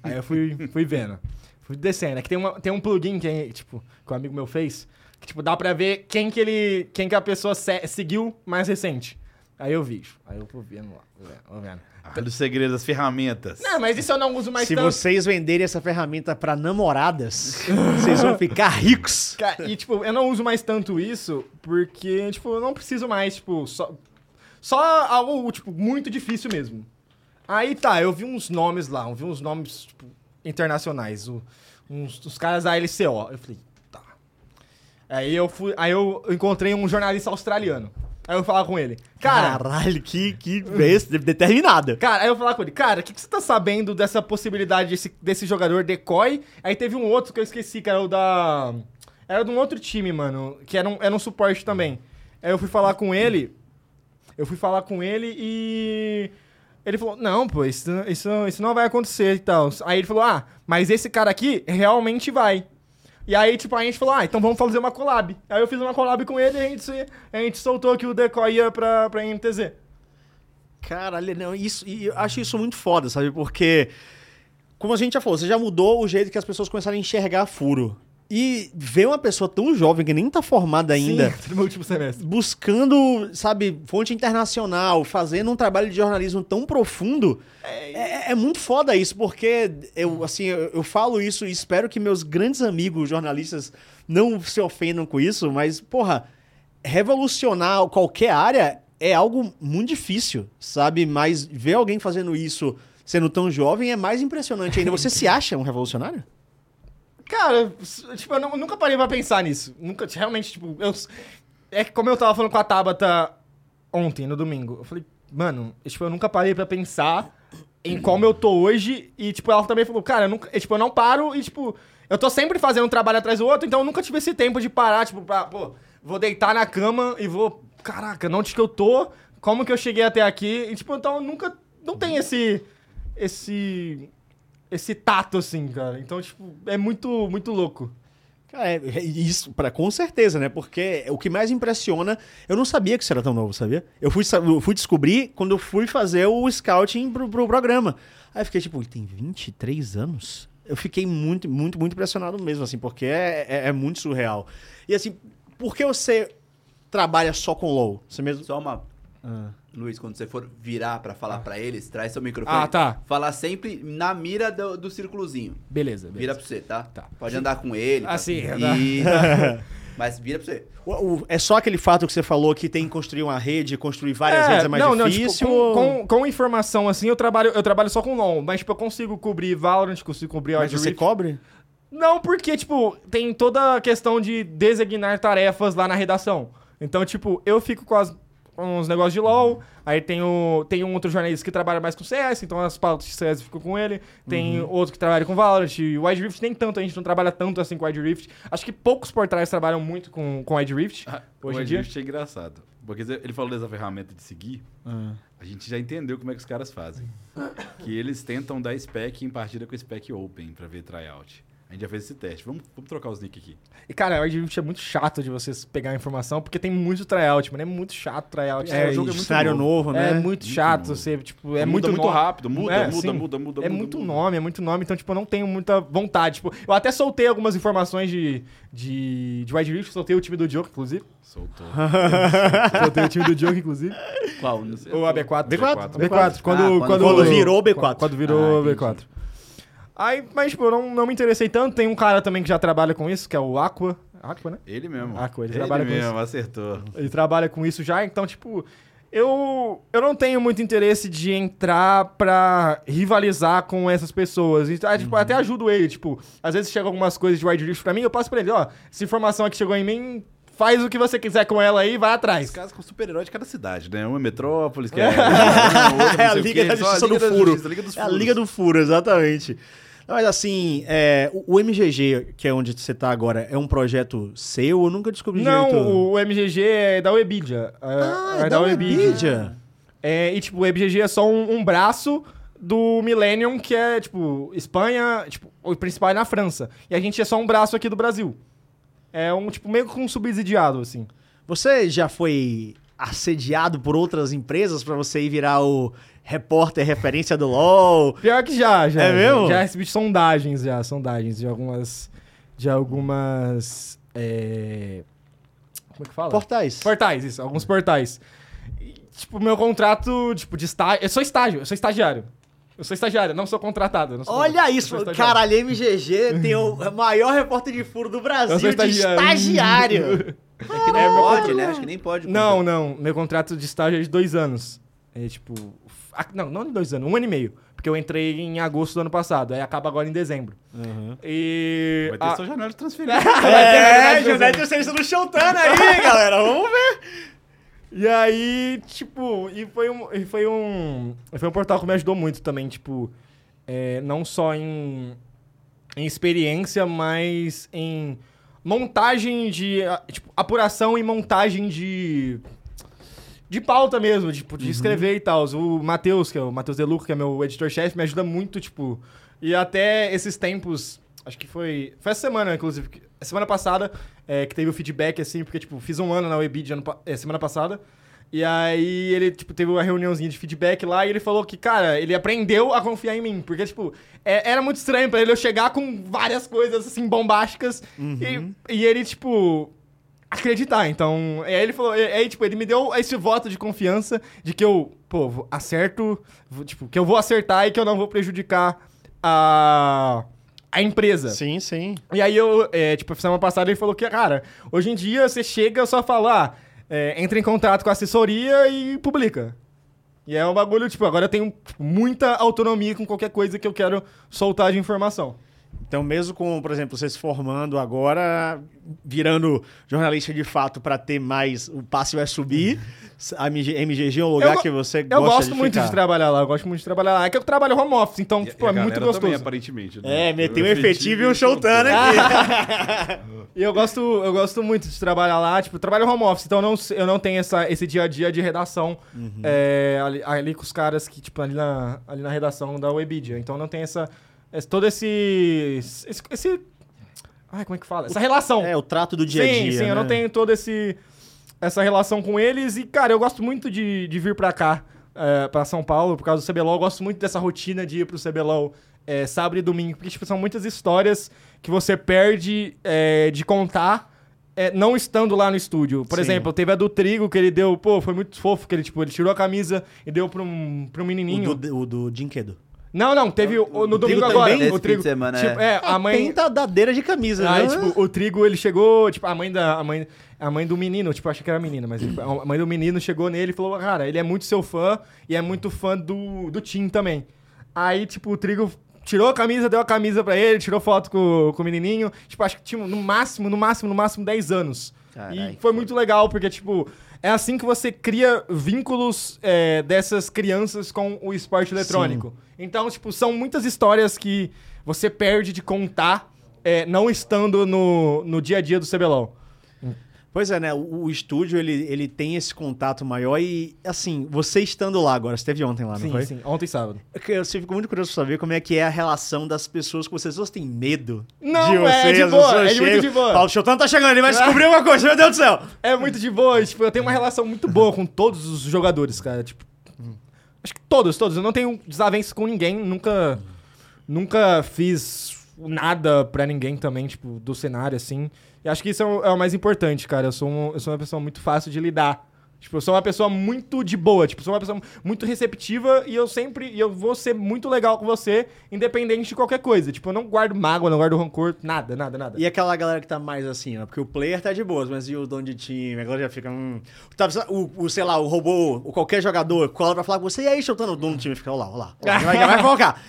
Speaker 2: Aí eu fui, fui vendo. Fui descendo. É que tem, uma, tem um plugin que, é, tipo, que um amigo meu fez, que tipo, dá pra ver quem que ele. quem que a pessoa se- seguiu mais recente. Aí eu vi. Aí eu vou vendo lá, vou vendo, vou vendo.
Speaker 4: Pelo segredo das ferramentas.
Speaker 2: Não, mas isso eu não uso mais
Speaker 1: Se
Speaker 2: tanto.
Speaker 1: vocês venderem essa ferramenta pra namoradas, vocês vão ficar ricos.
Speaker 2: Cara, e, tipo, eu não uso mais tanto isso porque, tipo, eu não preciso mais, tipo, só, só algo, tipo, muito difícil mesmo. Aí tá, eu vi uns nomes lá, eu vi uns nomes, tipo, internacionais, o- uns, os caras da LCO. Eu falei, tá. Aí eu fui, aí eu encontrei um jornalista australiano. Aí eu falar com ele. Cara,
Speaker 1: Caralho, que, que besta, determinada.
Speaker 2: Cara, aí eu vou falar com ele, cara, o que, que você tá sabendo dessa possibilidade desse, desse jogador decoy? Aí teve um outro que eu esqueci, que era o da. Era de um outro time, mano, que era um, era um suporte também. Aí eu fui falar com ele. Eu fui falar com ele e. Ele falou, não, pô, isso, isso, isso não vai acontecer e tal. Aí ele falou, ah, mas esse cara aqui realmente vai. E aí, tipo, a gente falou, ah, então vamos fazer uma collab. Aí eu fiz uma collab com ele e a gente, se- a gente soltou que o decoy ia pra, pra MTZ.
Speaker 1: Caralho, não, isso, e eu acho isso muito foda, sabe? Porque, como a gente já falou, você já mudou o jeito que as pessoas começaram a enxergar furo. E ver uma pessoa tão jovem, que nem tá formada ainda,
Speaker 2: Sim, no meu último semestre.
Speaker 1: buscando, sabe, fonte internacional, fazendo um trabalho de jornalismo tão profundo, é, é muito foda isso, porque eu, assim, eu, eu falo isso e espero que meus grandes amigos jornalistas não se ofendam com isso, mas, porra, revolucionar qualquer área é algo muito difícil, sabe? Mas ver alguém fazendo isso sendo tão jovem é mais impressionante ainda. Você se acha um revolucionário?
Speaker 2: Cara, s- tipo, eu nu- nunca parei pra pensar nisso. Nunca, realmente, tipo, eu. s- É que como eu tava falando com a Tabata ontem, no domingo, eu falei, mano, eu, tipo, eu nunca parei pra pensar em como eu tô hoje. E, tipo, ela também falou, cara, eu nunca, eu, tipo, eu não paro e, tipo, eu tô sempre fazendo um trabalho atrás do outro, então eu nunca tive esse tempo de parar, tipo, pra, pô, vou deitar na cama e vou. Caraca, não onde que eu tô? Como que eu cheguei até aqui? E, tipo, então eu nunca. Não tem esse. Esse esse tato, assim, cara. Então, tipo, é muito, muito louco.
Speaker 1: Cara, é, é isso, pra, com certeza, né? Porque o que mais impressiona. Eu não sabia que isso era tão novo, sabia? Eu fui, sa- eu fui descobrir quando eu fui fazer o scouting pro, pro programa. Aí eu fiquei tipo, ele tem 23 anos? Eu fiquei muito, muito, muito impressionado mesmo, assim, porque é, é- é muito surreal. E assim, por que você trabalha só com low? Você mesmo.
Speaker 3: Só uma. Luiz, quando você for virar pra falar pra eles, traz seu microfone.
Speaker 2: Ah, tá.
Speaker 3: Falar sempre na mira do, do círculozinho.
Speaker 2: Beleza,
Speaker 3: Vira pra você, tá?
Speaker 2: Tá.
Speaker 3: Pode andar com ele.
Speaker 2: Ah, sim,
Speaker 3: tá?
Speaker 2: andar.
Speaker 3: Isso. Mas vira pra você.
Speaker 1: O- o- é só aquele fato que você falou que tem que construir uma rede, construir várias redes é mais
Speaker 2: não,
Speaker 1: difícil.
Speaker 2: não, tipo,
Speaker 1: ou-
Speaker 2: com, com, com informação, assim, eu trabalho, eu trabalho só com LOL, mas, tipo, eu consigo cobrir Valorant, consigo cobrir
Speaker 1: Mas
Speaker 2: Wild
Speaker 1: você
Speaker 2: Rift.
Speaker 1: cobre?
Speaker 2: Não, porque, tipo, tem toda a questão de designar tarefas lá na redação. Então, tipo, eu fico com as uns negócios de LOL. Aí tem, o, tem um outro jornalista que trabalha mais com CS, então as pautas de CS ficam com ele. Tem outro que trabalha com Valorant. E o Wide Rift nem tanto, a gente não trabalha tanto assim com o Wide Rift. Acho que poucos portais trabalham muito com, com Wide Rift hoje em
Speaker 4: Mas
Speaker 2: dia.
Speaker 4: Eu achei engraçado. Porque ele falou dessa ferramenta de seguir.
Speaker 2: Ah.
Speaker 4: A gente já entendeu como é que os caras fazem. que eles tentam dar spec em partida com spec open pra ver tryout. A gente já fez esse teste. Vamos, vamos trocar os nick aqui.
Speaker 2: E cara, o Wide Rift é muito chato de vocês pegar a informação, porque tem muito tryout, mano. É muito chato tryout.
Speaker 4: É,
Speaker 2: o
Speaker 4: jogo é muito
Speaker 1: cenário novo, né?
Speaker 2: É muito chato,
Speaker 4: novo.
Speaker 2: você, tipo, é muito
Speaker 4: Muda muito
Speaker 2: no-
Speaker 4: rápido, muda, muda,
Speaker 2: sim.
Speaker 4: muda, muda,
Speaker 2: É
Speaker 4: muda,
Speaker 2: muito
Speaker 4: muda.
Speaker 2: nome, é muito nome, então, tipo, eu não tenho muita vontade. Tipo, eu até soltei algumas informações de, de, de Wide Rift, soltei o time do Diogo, inclusive.
Speaker 4: Soltou.
Speaker 2: soltei o time do Diogo, inclusive.
Speaker 3: Qual?
Speaker 2: Ou a
Speaker 1: B4,
Speaker 2: B4. B4. Quando,
Speaker 3: Ah,
Speaker 2: quando,
Speaker 3: quando
Speaker 1: Quando virou B4.
Speaker 2: Quando, virou
Speaker 3: Ah, entendi.
Speaker 2: B4. Aí, mas, tipo, eu não, não me interessei tanto. Tem um cara também que já trabalha com isso, que é o Aqua. Aqua, né?
Speaker 4: Ele mesmo.
Speaker 2: Ah, com ele,
Speaker 4: ele
Speaker 2: trabalha com
Speaker 4: mesmo,
Speaker 2: isso.
Speaker 4: acertou.
Speaker 2: Ele trabalha com isso já, então, tipo, eu, eu não tenho muito interesse de entrar pra rivalizar com essas pessoas. E, ah, tipo, até ajudo ele, tipo, às vezes chega algumas coisas de wide rift pra mim, eu passo pra ele, ó, essa informação aqui chegou em mim, faz o que você quiser com ela aí, vai
Speaker 4: Os
Speaker 2: atrás.
Speaker 4: caras com super-herói de cada cidade, né? Um é Metrópolis, que é... é
Speaker 1: É a Liga da Justiça do Furo.
Speaker 4: a Liga dos
Speaker 1: É a
Speaker 4: Furos.
Speaker 1: Liga do Furo, exatamente. Não, Mas assim, é, o, o MGG, que é onde você tá agora, é um projeto seu? Eu nunca descobri direito.
Speaker 2: Não, o MGG é da Webidia. É,
Speaker 1: Ah, é da Webidia.
Speaker 2: É, e, tipo, o EBGG é só um, um braço do Millennium, que é, tipo, Espanha, tipo, o principal é na França. E a gente é só um braço aqui do Brasil. É um, tipo, meio que um subsidiado, assim.
Speaker 1: Você já foi assediado por outras empresas pra você ir virar o repórter referência do LoL?
Speaker 2: Pior que já, já.
Speaker 1: É mesmo?
Speaker 2: Já recebi sondagens, já, sondagens de algumas... De algumas... é, Como é que fala?
Speaker 1: Portais.
Speaker 2: Portais, isso. Alguns portais. E, tipo, meu contrato, tipo, de estágio... Eu sou estágio, eu sou estagiário. Eu sou estagiário, não sou contratado. eu não sou
Speaker 1: Olha
Speaker 2: contratado, eu
Speaker 1: isso,
Speaker 2: sou estagiário.
Speaker 1: caralho, MGG tem o maior repórter de furo do Brasil
Speaker 2: Eu sou
Speaker 1: de estagiário.
Speaker 3: É que nem pode, né? Acho que nem pode.
Speaker 2: Não, não. Meu contrato de estágio é de dois anos. É tipo. f- ah, Não, não de dois anos, um ano e meio. Porque eu entrei em agosto do ano passado, aí acaba agora em dezembro. E.
Speaker 4: Vai ter
Speaker 2: ah,
Speaker 4: sua janela de transferência.
Speaker 2: vai
Speaker 1: É,
Speaker 2: ter-
Speaker 1: José Terceiro do Showtana aí, galera. Vamos ver.
Speaker 2: E aí, tipo, e foi um, e foi um, e foi um portal que me ajudou muito também, tipo, é, não só em, em experiência, mas em montagem de, ah, tipo, apuração e montagem de de pauta mesmo, tipo, de escrever e tal. O Matheus, que é o Matheus Deluco, que é meu editor-chefe, me ajuda muito, tipo, e até esses tempos, acho que foi, foi essa semana, inclusive, que- semana passada, é, que teve o feedback, assim, porque, tipo, fiz um ano na Webid ano pa- é, semana passada. E aí ele, tipo, teve uma reuniãozinha de feedback lá e ele falou que, cara, ele aprendeu a confiar em mim. Porque, tipo, é- era muito estranho pra ele eu chegar com várias coisas, assim, bombásticas. E, e ele, tipo, acreditar. Então, aí ele falou, aí, tipo, ele me deu esse voto de confiança de que eu, pô, vou- acerto, vou- tipo, que eu vou acertar e que eu não vou prejudicar a a empresa.
Speaker 1: Sim, sim.
Speaker 2: E aí eu, é, tipo, semana passada ele falou que, cara, hoje em dia você chega só falar, é, entra em contato com a assessoria e publica. E é um bagulho, tipo, agora eu tenho tipo, muita autonomia com qualquer coisa que eu quero soltar de informação.
Speaker 1: Então, mesmo com, por exemplo, você se formando agora, virando jornalista de fato pra ter mais. O passe vai subir. A MG- MGG é um lugar
Speaker 2: Uhum. Eu go-
Speaker 1: que você gosta
Speaker 2: Eu gosto
Speaker 1: de
Speaker 2: muito
Speaker 1: ficar.
Speaker 2: de trabalhar lá, eu gosto muito de trabalhar lá. É que eu trabalho home office, então,
Speaker 4: E-
Speaker 2: tipo,
Speaker 4: e a
Speaker 2: é muito
Speaker 4: galera
Speaker 2: gostoso.
Speaker 4: Também, aparentemente. né?
Speaker 1: É, meteu um efetivo e um showtime
Speaker 4: showtime.
Speaker 1: aqui.
Speaker 2: E eu gosto, eu gosto muito de trabalhar lá, tipo, eu trabalho home office, então eu não, eu não tenho essa, esse dia a dia de redação é, ali, ali com os caras que, tipo, ali na, ali na redação da Webidia. Então eu não tenho essa. esse- todo esse. esse. esse- ai, como é que fala? Essa relação.
Speaker 1: É, o trato do dia a
Speaker 2: sim,
Speaker 1: dia.
Speaker 2: sim,
Speaker 1: né?
Speaker 2: eu não tenho toda esse, essa relação com eles. E, cara, eu gosto muito de, de vir pra cá, é, pra São Paulo, por causa do CBLOL. Eu gosto muito dessa rotina de ir pro CBLOL é, sábado e domingo, porque tipo, são muitas histórias que você perde é, de contar. é, não estando lá no estúdio. Por
Speaker 1: Sim.
Speaker 2: exemplo, teve a do Trigo que ele deu, pô, foi muito fofo, que ele, tipo, ele tirou a camisa e deu pra um, pra um menininho.
Speaker 1: O do, o do Jinkedo.
Speaker 2: Não, não, teve o, no
Speaker 1: Trigo
Speaker 2: domingo
Speaker 1: tá
Speaker 2: agora.
Speaker 1: também?
Speaker 2: O
Speaker 3: Esse
Speaker 2: Trigo.
Speaker 3: fim de semana,
Speaker 2: tipo, é, a mãe.
Speaker 1: Ah, Tem da dadeira de camisa,
Speaker 2: Aí,
Speaker 1: né?
Speaker 2: tipo, o trigo, ele chegou, tipo, a mãe da. A mãe, a mãe do menino, tipo, eu achei que era menina, mas ele- a mãe do menino chegou nele e falou: Cara, ele é muito seu fã e é muito fã do, do Tim também. Aí, tipo, o trigo tirou a camisa, deu a camisa pra ele, tirou foto com, com o menininho. Tipo, acho que tinha no máximo, no máximo, no máximo 10 anos.
Speaker 3: Carai,
Speaker 2: e foi muito legal, porque, tipo, É assim que você cria vínculos é, dessas crianças com o esporte eletrônico. Então, tipo, são muitas histórias que você perde de contar é, não estando no, no dia a dia do CBLOL.
Speaker 1: Pois é, né? O, o estúdio, ele, ele tem esse contato maior e, assim, você estando lá agora, você esteve ontem lá, Ah, não foi?
Speaker 2: sim. Ontem sábado.
Speaker 1: É Eu sempre fico muito curioso pra saber como é que é a relação das pessoas com vocês. Vocês têm medo
Speaker 2: Não,
Speaker 1: de
Speaker 2: é
Speaker 1: vocês?
Speaker 2: de
Speaker 1: eu
Speaker 2: boa,
Speaker 1: só
Speaker 2: é de muito
Speaker 1: chego,
Speaker 2: de boa.
Speaker 1: Paulo Chotano tá chegando, ele vai descobrir uma coisa, meu Deus do céu!
Speaker 2: É muito de boa, e, tipo, eu tenho uma relação muito boa com todos os jogadores, cara. Tipo, acho que todos, todos. Eu não tenho desavenças com ninguém, nunca, nunca fiz nada pra ninguém também, tipo, do cenário, assim. E acho que isso é o, é o mais importante, cara. Eu sou, um- eu sou uma pessoa muito fácil de lidar. Tipo, eu sou uma pessoa muito de boa, tipo, sou uma pessoa muito receptiva e eu sempre, e eu vou ser muito legal com você, independente de qualquer coisa. Tipo, eu não guardo mágoa, não guardo rancor, nada, nada, nada.
Speaker 1: E aquela galera que tá mais assim, ó, porque o player tá de boas, mas e o dono de time? Agora já fica. Hum. Tá, o, o, sei lá, o robô, o qualquer jogador, cola pra falar com você, e aí, chutando o dono do time, fica, ó lá, ó lá. ó lá, Vai, vai focar.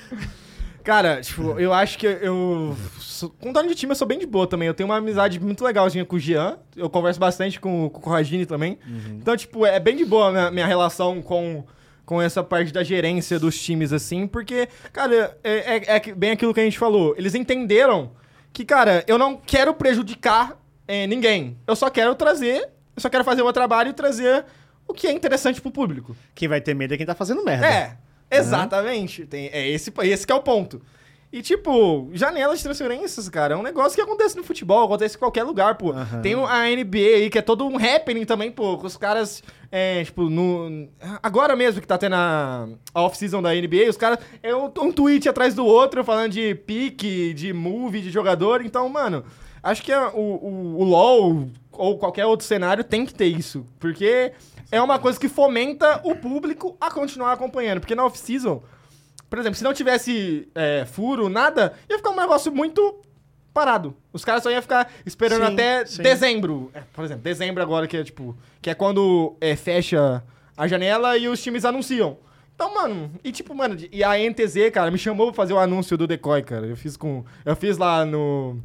Speaker 2: Cara, tipo, eu acho que eu. sou- Com dono de time, eu sou bem de boa também. Eu tenho uma amizade muito legalzinha com o Jean. Eu converso bastante com, o- com o Corragini também. Então, tipo, é bem de boa a minha, minha relação com, com essa parte da gerência dos times, assim. Porque, cara, é, é- é que- bem aquilo que a gente falou. Eles entenderam que, cara, eu não quero prejudicar eh, ninguém. Eu só quero trazer. Eu só quero fazer o meu trabalho e trazer o que é interessante pro público.
Speaker 1: Quem vai ter medo é quem tá fazendo merda.
Speaker 2: É, exatamente. Tem, é esse, esse que é o ponto. E, tipo, janelas de transferências, cara, é um negócio que acontece no futebol, acontece em qualquer lugar, pô.
Speaker 1: Aham.
Speaker 2: Tem a NBA aí, que é todo um happening também, pô. com Os caras, é, tipo, no... Agora mesmo que tá tendo a a off-season da NBA, os caras... É um, um tweet atrás do outro falando de pique, de move, de jogador. Então, mano, acho que é o, o, o LoL ou qualquer outro cenário tem que ter isso. Porque é uma coisa que fomenta o público a continuar acompanhando. Porque na off-season... Por exemplo, se não tivesse é, furo, nada, ia ficar um negócio muito parado. Os caras só iam ficar esperando
Speaker 1: Sim,
Speaker 2: até
Speaker 1: sim.
Speaker 2: dezembro. É, por exemplo, dezembro agora, que é tipo. Que é quando é, fecha a janela e os times anunciam. Então, mano, e tipo, mano, e a NTZ, cara, me chamou pra fazer o anúncio do Decoy, cara. Eu fiz com. Eu fiz lá no.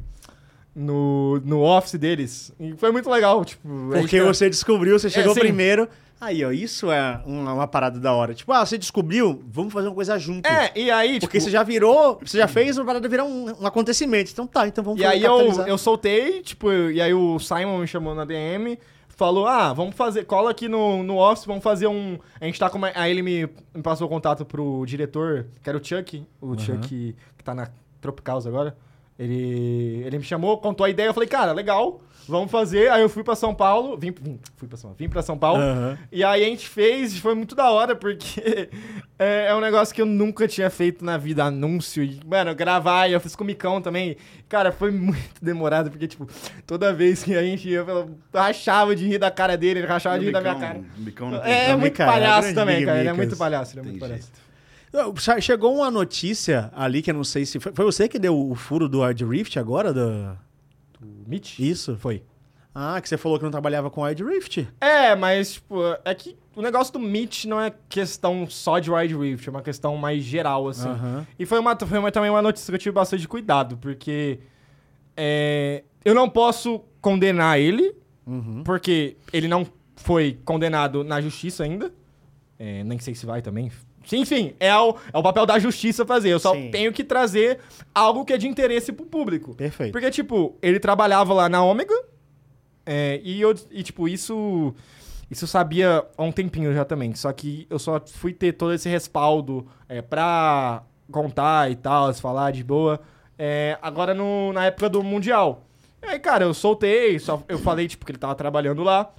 Speaker 2: No, no office deles. E foi muito legal, tipo. a gente
Speaker 1: Porque
Speaker 2: tá-
Speaker 1: você descobriu, você chegou
Speaker 2: sim.
Speaker 1: primeiro. Aí, ó, isso é uma, uma parada da hora. Tipo, ah, você descobriu, vamos fazer uma coisa junto.
Speaker 2: É, e aí,
Speaker 1: Porque
Speaker 2: tipo.
Speaker 1: você já virou, você já fez uma parada virar um, um acontecimento. Então tá, então vamos
Speaker 2: E aí eu,
Speaker 1: capitalizar.
Speaker 2: eu soltei, tipo, eu- e aí o Simon me chamou na DM, falou, ah, vamos fazer, cola aqui no, no office, vamos fazer um... A gente tá com uma... Aí ele me, me passou o contato pro diretor, que era o Chuck, o Chuck que tá na Tropicals agora. Ele, ele me chamou, contou a ideia, eu falei, cara, legal, vamos fazer. Aí eu fui pra São Paulo, vim, vim, fui pra São, vim pra São Paulo,
Speaker 1: Aham.
Speaker 2: e aí a gente fez, foi muito da hora, porque é, é um negócio que eu nunca tinha feito na vida, anúncio. E, mano, gravar, e eu fiz com o Micão também. Cara, foi muito demorado, porque, tipo, toda vez que a gente ia, eu rachava de rir da cara dele, ele rachava de rir da minha cara.
Speaker 4: O um bicão não tem
Speaker 2: É,
Speaker 1: jeito.
Speaker 2: muito
Speaker 1: Cara,
Speaker 2: palhaço
Speaker 1: grande
Speaker 2: também,
Speaker 1: Big
Speaker 2: cara. Ele é
Speaker 1: Micas.
Speaker 2: muito palhaço, ele é
Speaker 4: Tem
Speaker 2: muito palhaço.
Speaker 1: Não, sa- Chegou uma notícia ali que eu não sei se foi. Foi você que deu o furo do Wild Rift agora? Do...
Speaker 2: O Mitch?
Speaker 1: Isso? Foi. Ah, que você falou que não trabalhava com Wild Rift.
Speaker 2: É, mas, tipo, é que o negócio do Mitch não é questão só de Wild Rift, é uma questão mais geral, assim.
Speaker 1: Aham.
Speaker 2: E foi, uma, foi uma- também uma notícia que eu tive bastante cuidado, porque é, eu não posso condenar ele,
Speaker 1: Uhum.
Speaker 2: porque ele não foi condenado na justiça ainda. É, nem sei se vai também. Enfim, é o, é o papel da justiça fazer. Eu só
Speaker 1: Sim.
Speaker 2: tenho que trazer algo que é de interesse pro público.
Speaker 1: Perfeito.
Speaker 2: Porque, tipo, ele trabalhava lá na Ômega. é, e eu, e, tipo, isso. Isso eu sabia há um tempinho já também. Só que eu só fui ter todo esse respaldo é, pra contar e tal, se falar de boa. é, agora no- na época do Mundial. E aí, cara, eu soltei, só, eu falei, tipo, que ele tava trabalhando lá.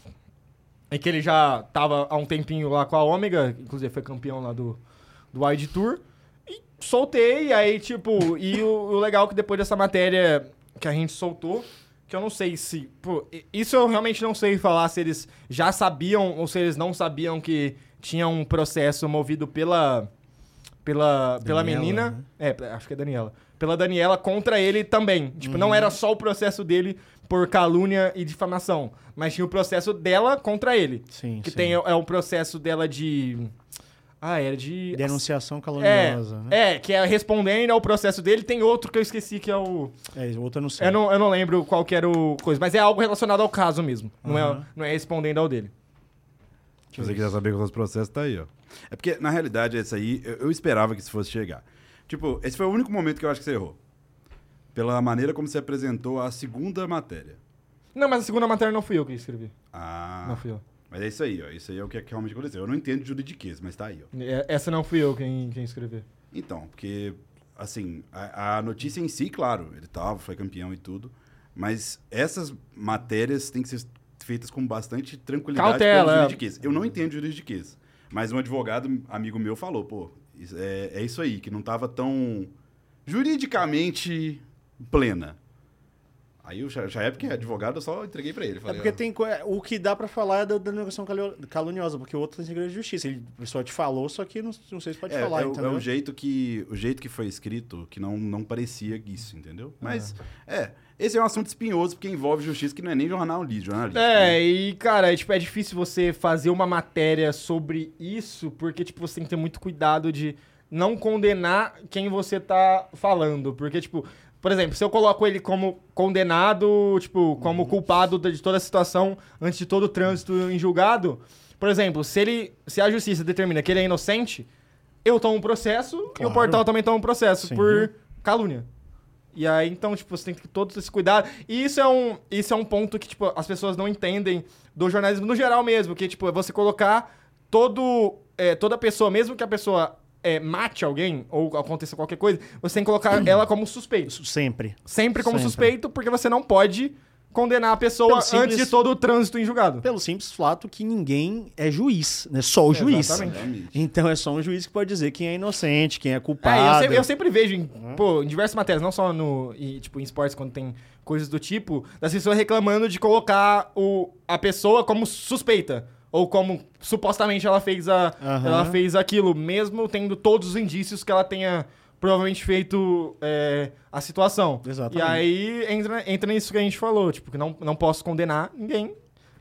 Speaker 2: E que ele já tava há um tempinho lá com a Ômega, inclusive foi campeão lá do, do Wide Tour. E soltei, aí, tipo, e o, o legal é que depois dessa matéria que a gente soltou, que eu não sei se. pô, i- isso eu realmente não sei falar se eles já sabiam ou se eles não sabiam que tinha um processo movido pela. Pela, pela
Speaker 1: Daniela,
Speaker 2: menina. É, pe- acho que é Daniela. Pela Daniela contra ele também. Tipo,
Speaker 1: Uhum.
Speaker 2: não era só o processo dele por calúnia e difamação, mas tinha o processo dela contra ele.
Speaker 1: Sim,
Speaker 2: Que
Speaker 1: sim.
Speaker 2: tem, é o processo dela de. Ah, era de.
Speaker 1: Denunciação
Speaker 2: É,
Speaker 1: caluniosa, né?
Speaker 2: é, que é respondendo ao processo dele. Tem outro que eu esqueci que é o.
Speaker 1: É, outro eu não sei.
Speaker 2: Eu não, eu não lembro qual que era o coisa, mas é algo relacionado ao caso mesmo. Não, é, não é respondendo ao dele.
Speaker 4: Se você quiser saber quais são os processos, tá aí, ó. É porque, na realidade, esse aí, eu, eu esperava que isso fosse chegar. Tipo, esse foi o único momento que eu acho que você errou. Pela maneira como você apresentou a segunda matéria.
Speaker 2: Não, mas a segunda matéria não fui eu que escrevi.
Speaker 4: Ah.
Speaker 2: Não fui eu.
Speaker 4: Mas é isso aí, ó. Isso aí é o que é que realmente aconteceu. Eu não entendo de juridiquês, mas tá aí, ó.
Speaker 2: É, Essa não fui eu quem, quem escreveu.
Speaker 4: Então, porque, assim, a, a notícia em si, claro, ele tava, foi campeão e tudo. Mas essas matérias têm que ser feitas com bastante tranquilidade
Speaker 2: Cautela, é.
Speaker 4: pelo juridiquês. Eu não entendo juridiquês. Mas um advogado, amigo meu, falou, pô, isso é, é isso aí, que não tava tão juridicamente plena. Aí eu já, já é porque é advogado, eu só entreguei pra ele.
Speaker 1: É
Speaker 4: Falei, "Ah,
Speaker 1: porque
Speaker 4: ó,
Speaker 1: tem co- é, o que dá pra falar é da, da negação calio- caluniosa, porque o outro tem segredo de justiça. Ele só te falou, só que não, não sei se pode
Speaker 4: É,
Speaker 1: falar,
Speaker 4: é, o- é
Speaker 1: entendeu?
Speaker 4: o jeito que o jeito que foi escrito que não, não parecia isso, entendeu? Mas é, esse é um assunto espinhoso porque envolve justiça que não é nem jornalista,
Speaker 1: assim,
Speaker 4: jornalista. né?
Speaker 2: É, e cara, é, tipo, é difícil você fazer uma matéria sobre isso, porque tipo, você tem que ter muito cuidado de não condenar quem você tá falando, porque tipo, por exemplo, se eu coloco ele como condenado, tipo, como culpado de de toda a situação antes de todo o trânsito em julgado, por exemplo, se ele se a justiça determina que ele é inocente, eu tomo um processo e o
Speaker 1: Claro.
Speaker 2: portal também toma um processo
Speaker 1: Sim.
Speaker 2: por calúnia. E aí, então, tipo, você tem que ter todo esse cuidado. E isso é um, isso é um ponto que, tipo, as pessoas não entendem do jornalismo no geral mesmo. Que, tipo, é você colocar todo, é, toda pessoa, mesmo que a pessoa é, mate alguém ou aconteça qualquer coisa, você tem que colocar ela como suspeito.
Speaker 1: Isso Sempre.
Speaker 2: Sempre como
Speaker 1: Sempre.
Speaker 2: suspeito, porque você não pode condenar a pessoa
Speaker 1: Pelo simples-
Speaker 2: antes de todo o trânsito em julgado.
Speaker 1: Pelo simples fato que ninguém é juiz, né? Só o juiz.
Speaker 2: exatamente.
Speaker 4: Exatamente.
Speaker 1: Então é só um juiz que pode dizer quem é inocente, quem é
Speaker 2: É, eu,
Speaker 1: culpado.
Speaker 2: sempre, eu sempre vejo em,
Speaker 1: Uhum.
Speaker 2: pô, em diversas matérias, não só no, e, tipo, em esportes, quando tem coisas do tipo, das pessoas reclamando de colocar o, a pessoa como suspeita. Ou como supostamente ela fez, a,
Speaker 1: Aham.
Speaker 2: ela fez aquilo, mesmo tendo todos os indícios que ela tenha provavelmente feito é, a situação.
Speaker 1: Exatamente.
Speaker 2: E aí entra, entra nisso que a gente falou, tipo, que não, não posso condenar ninguém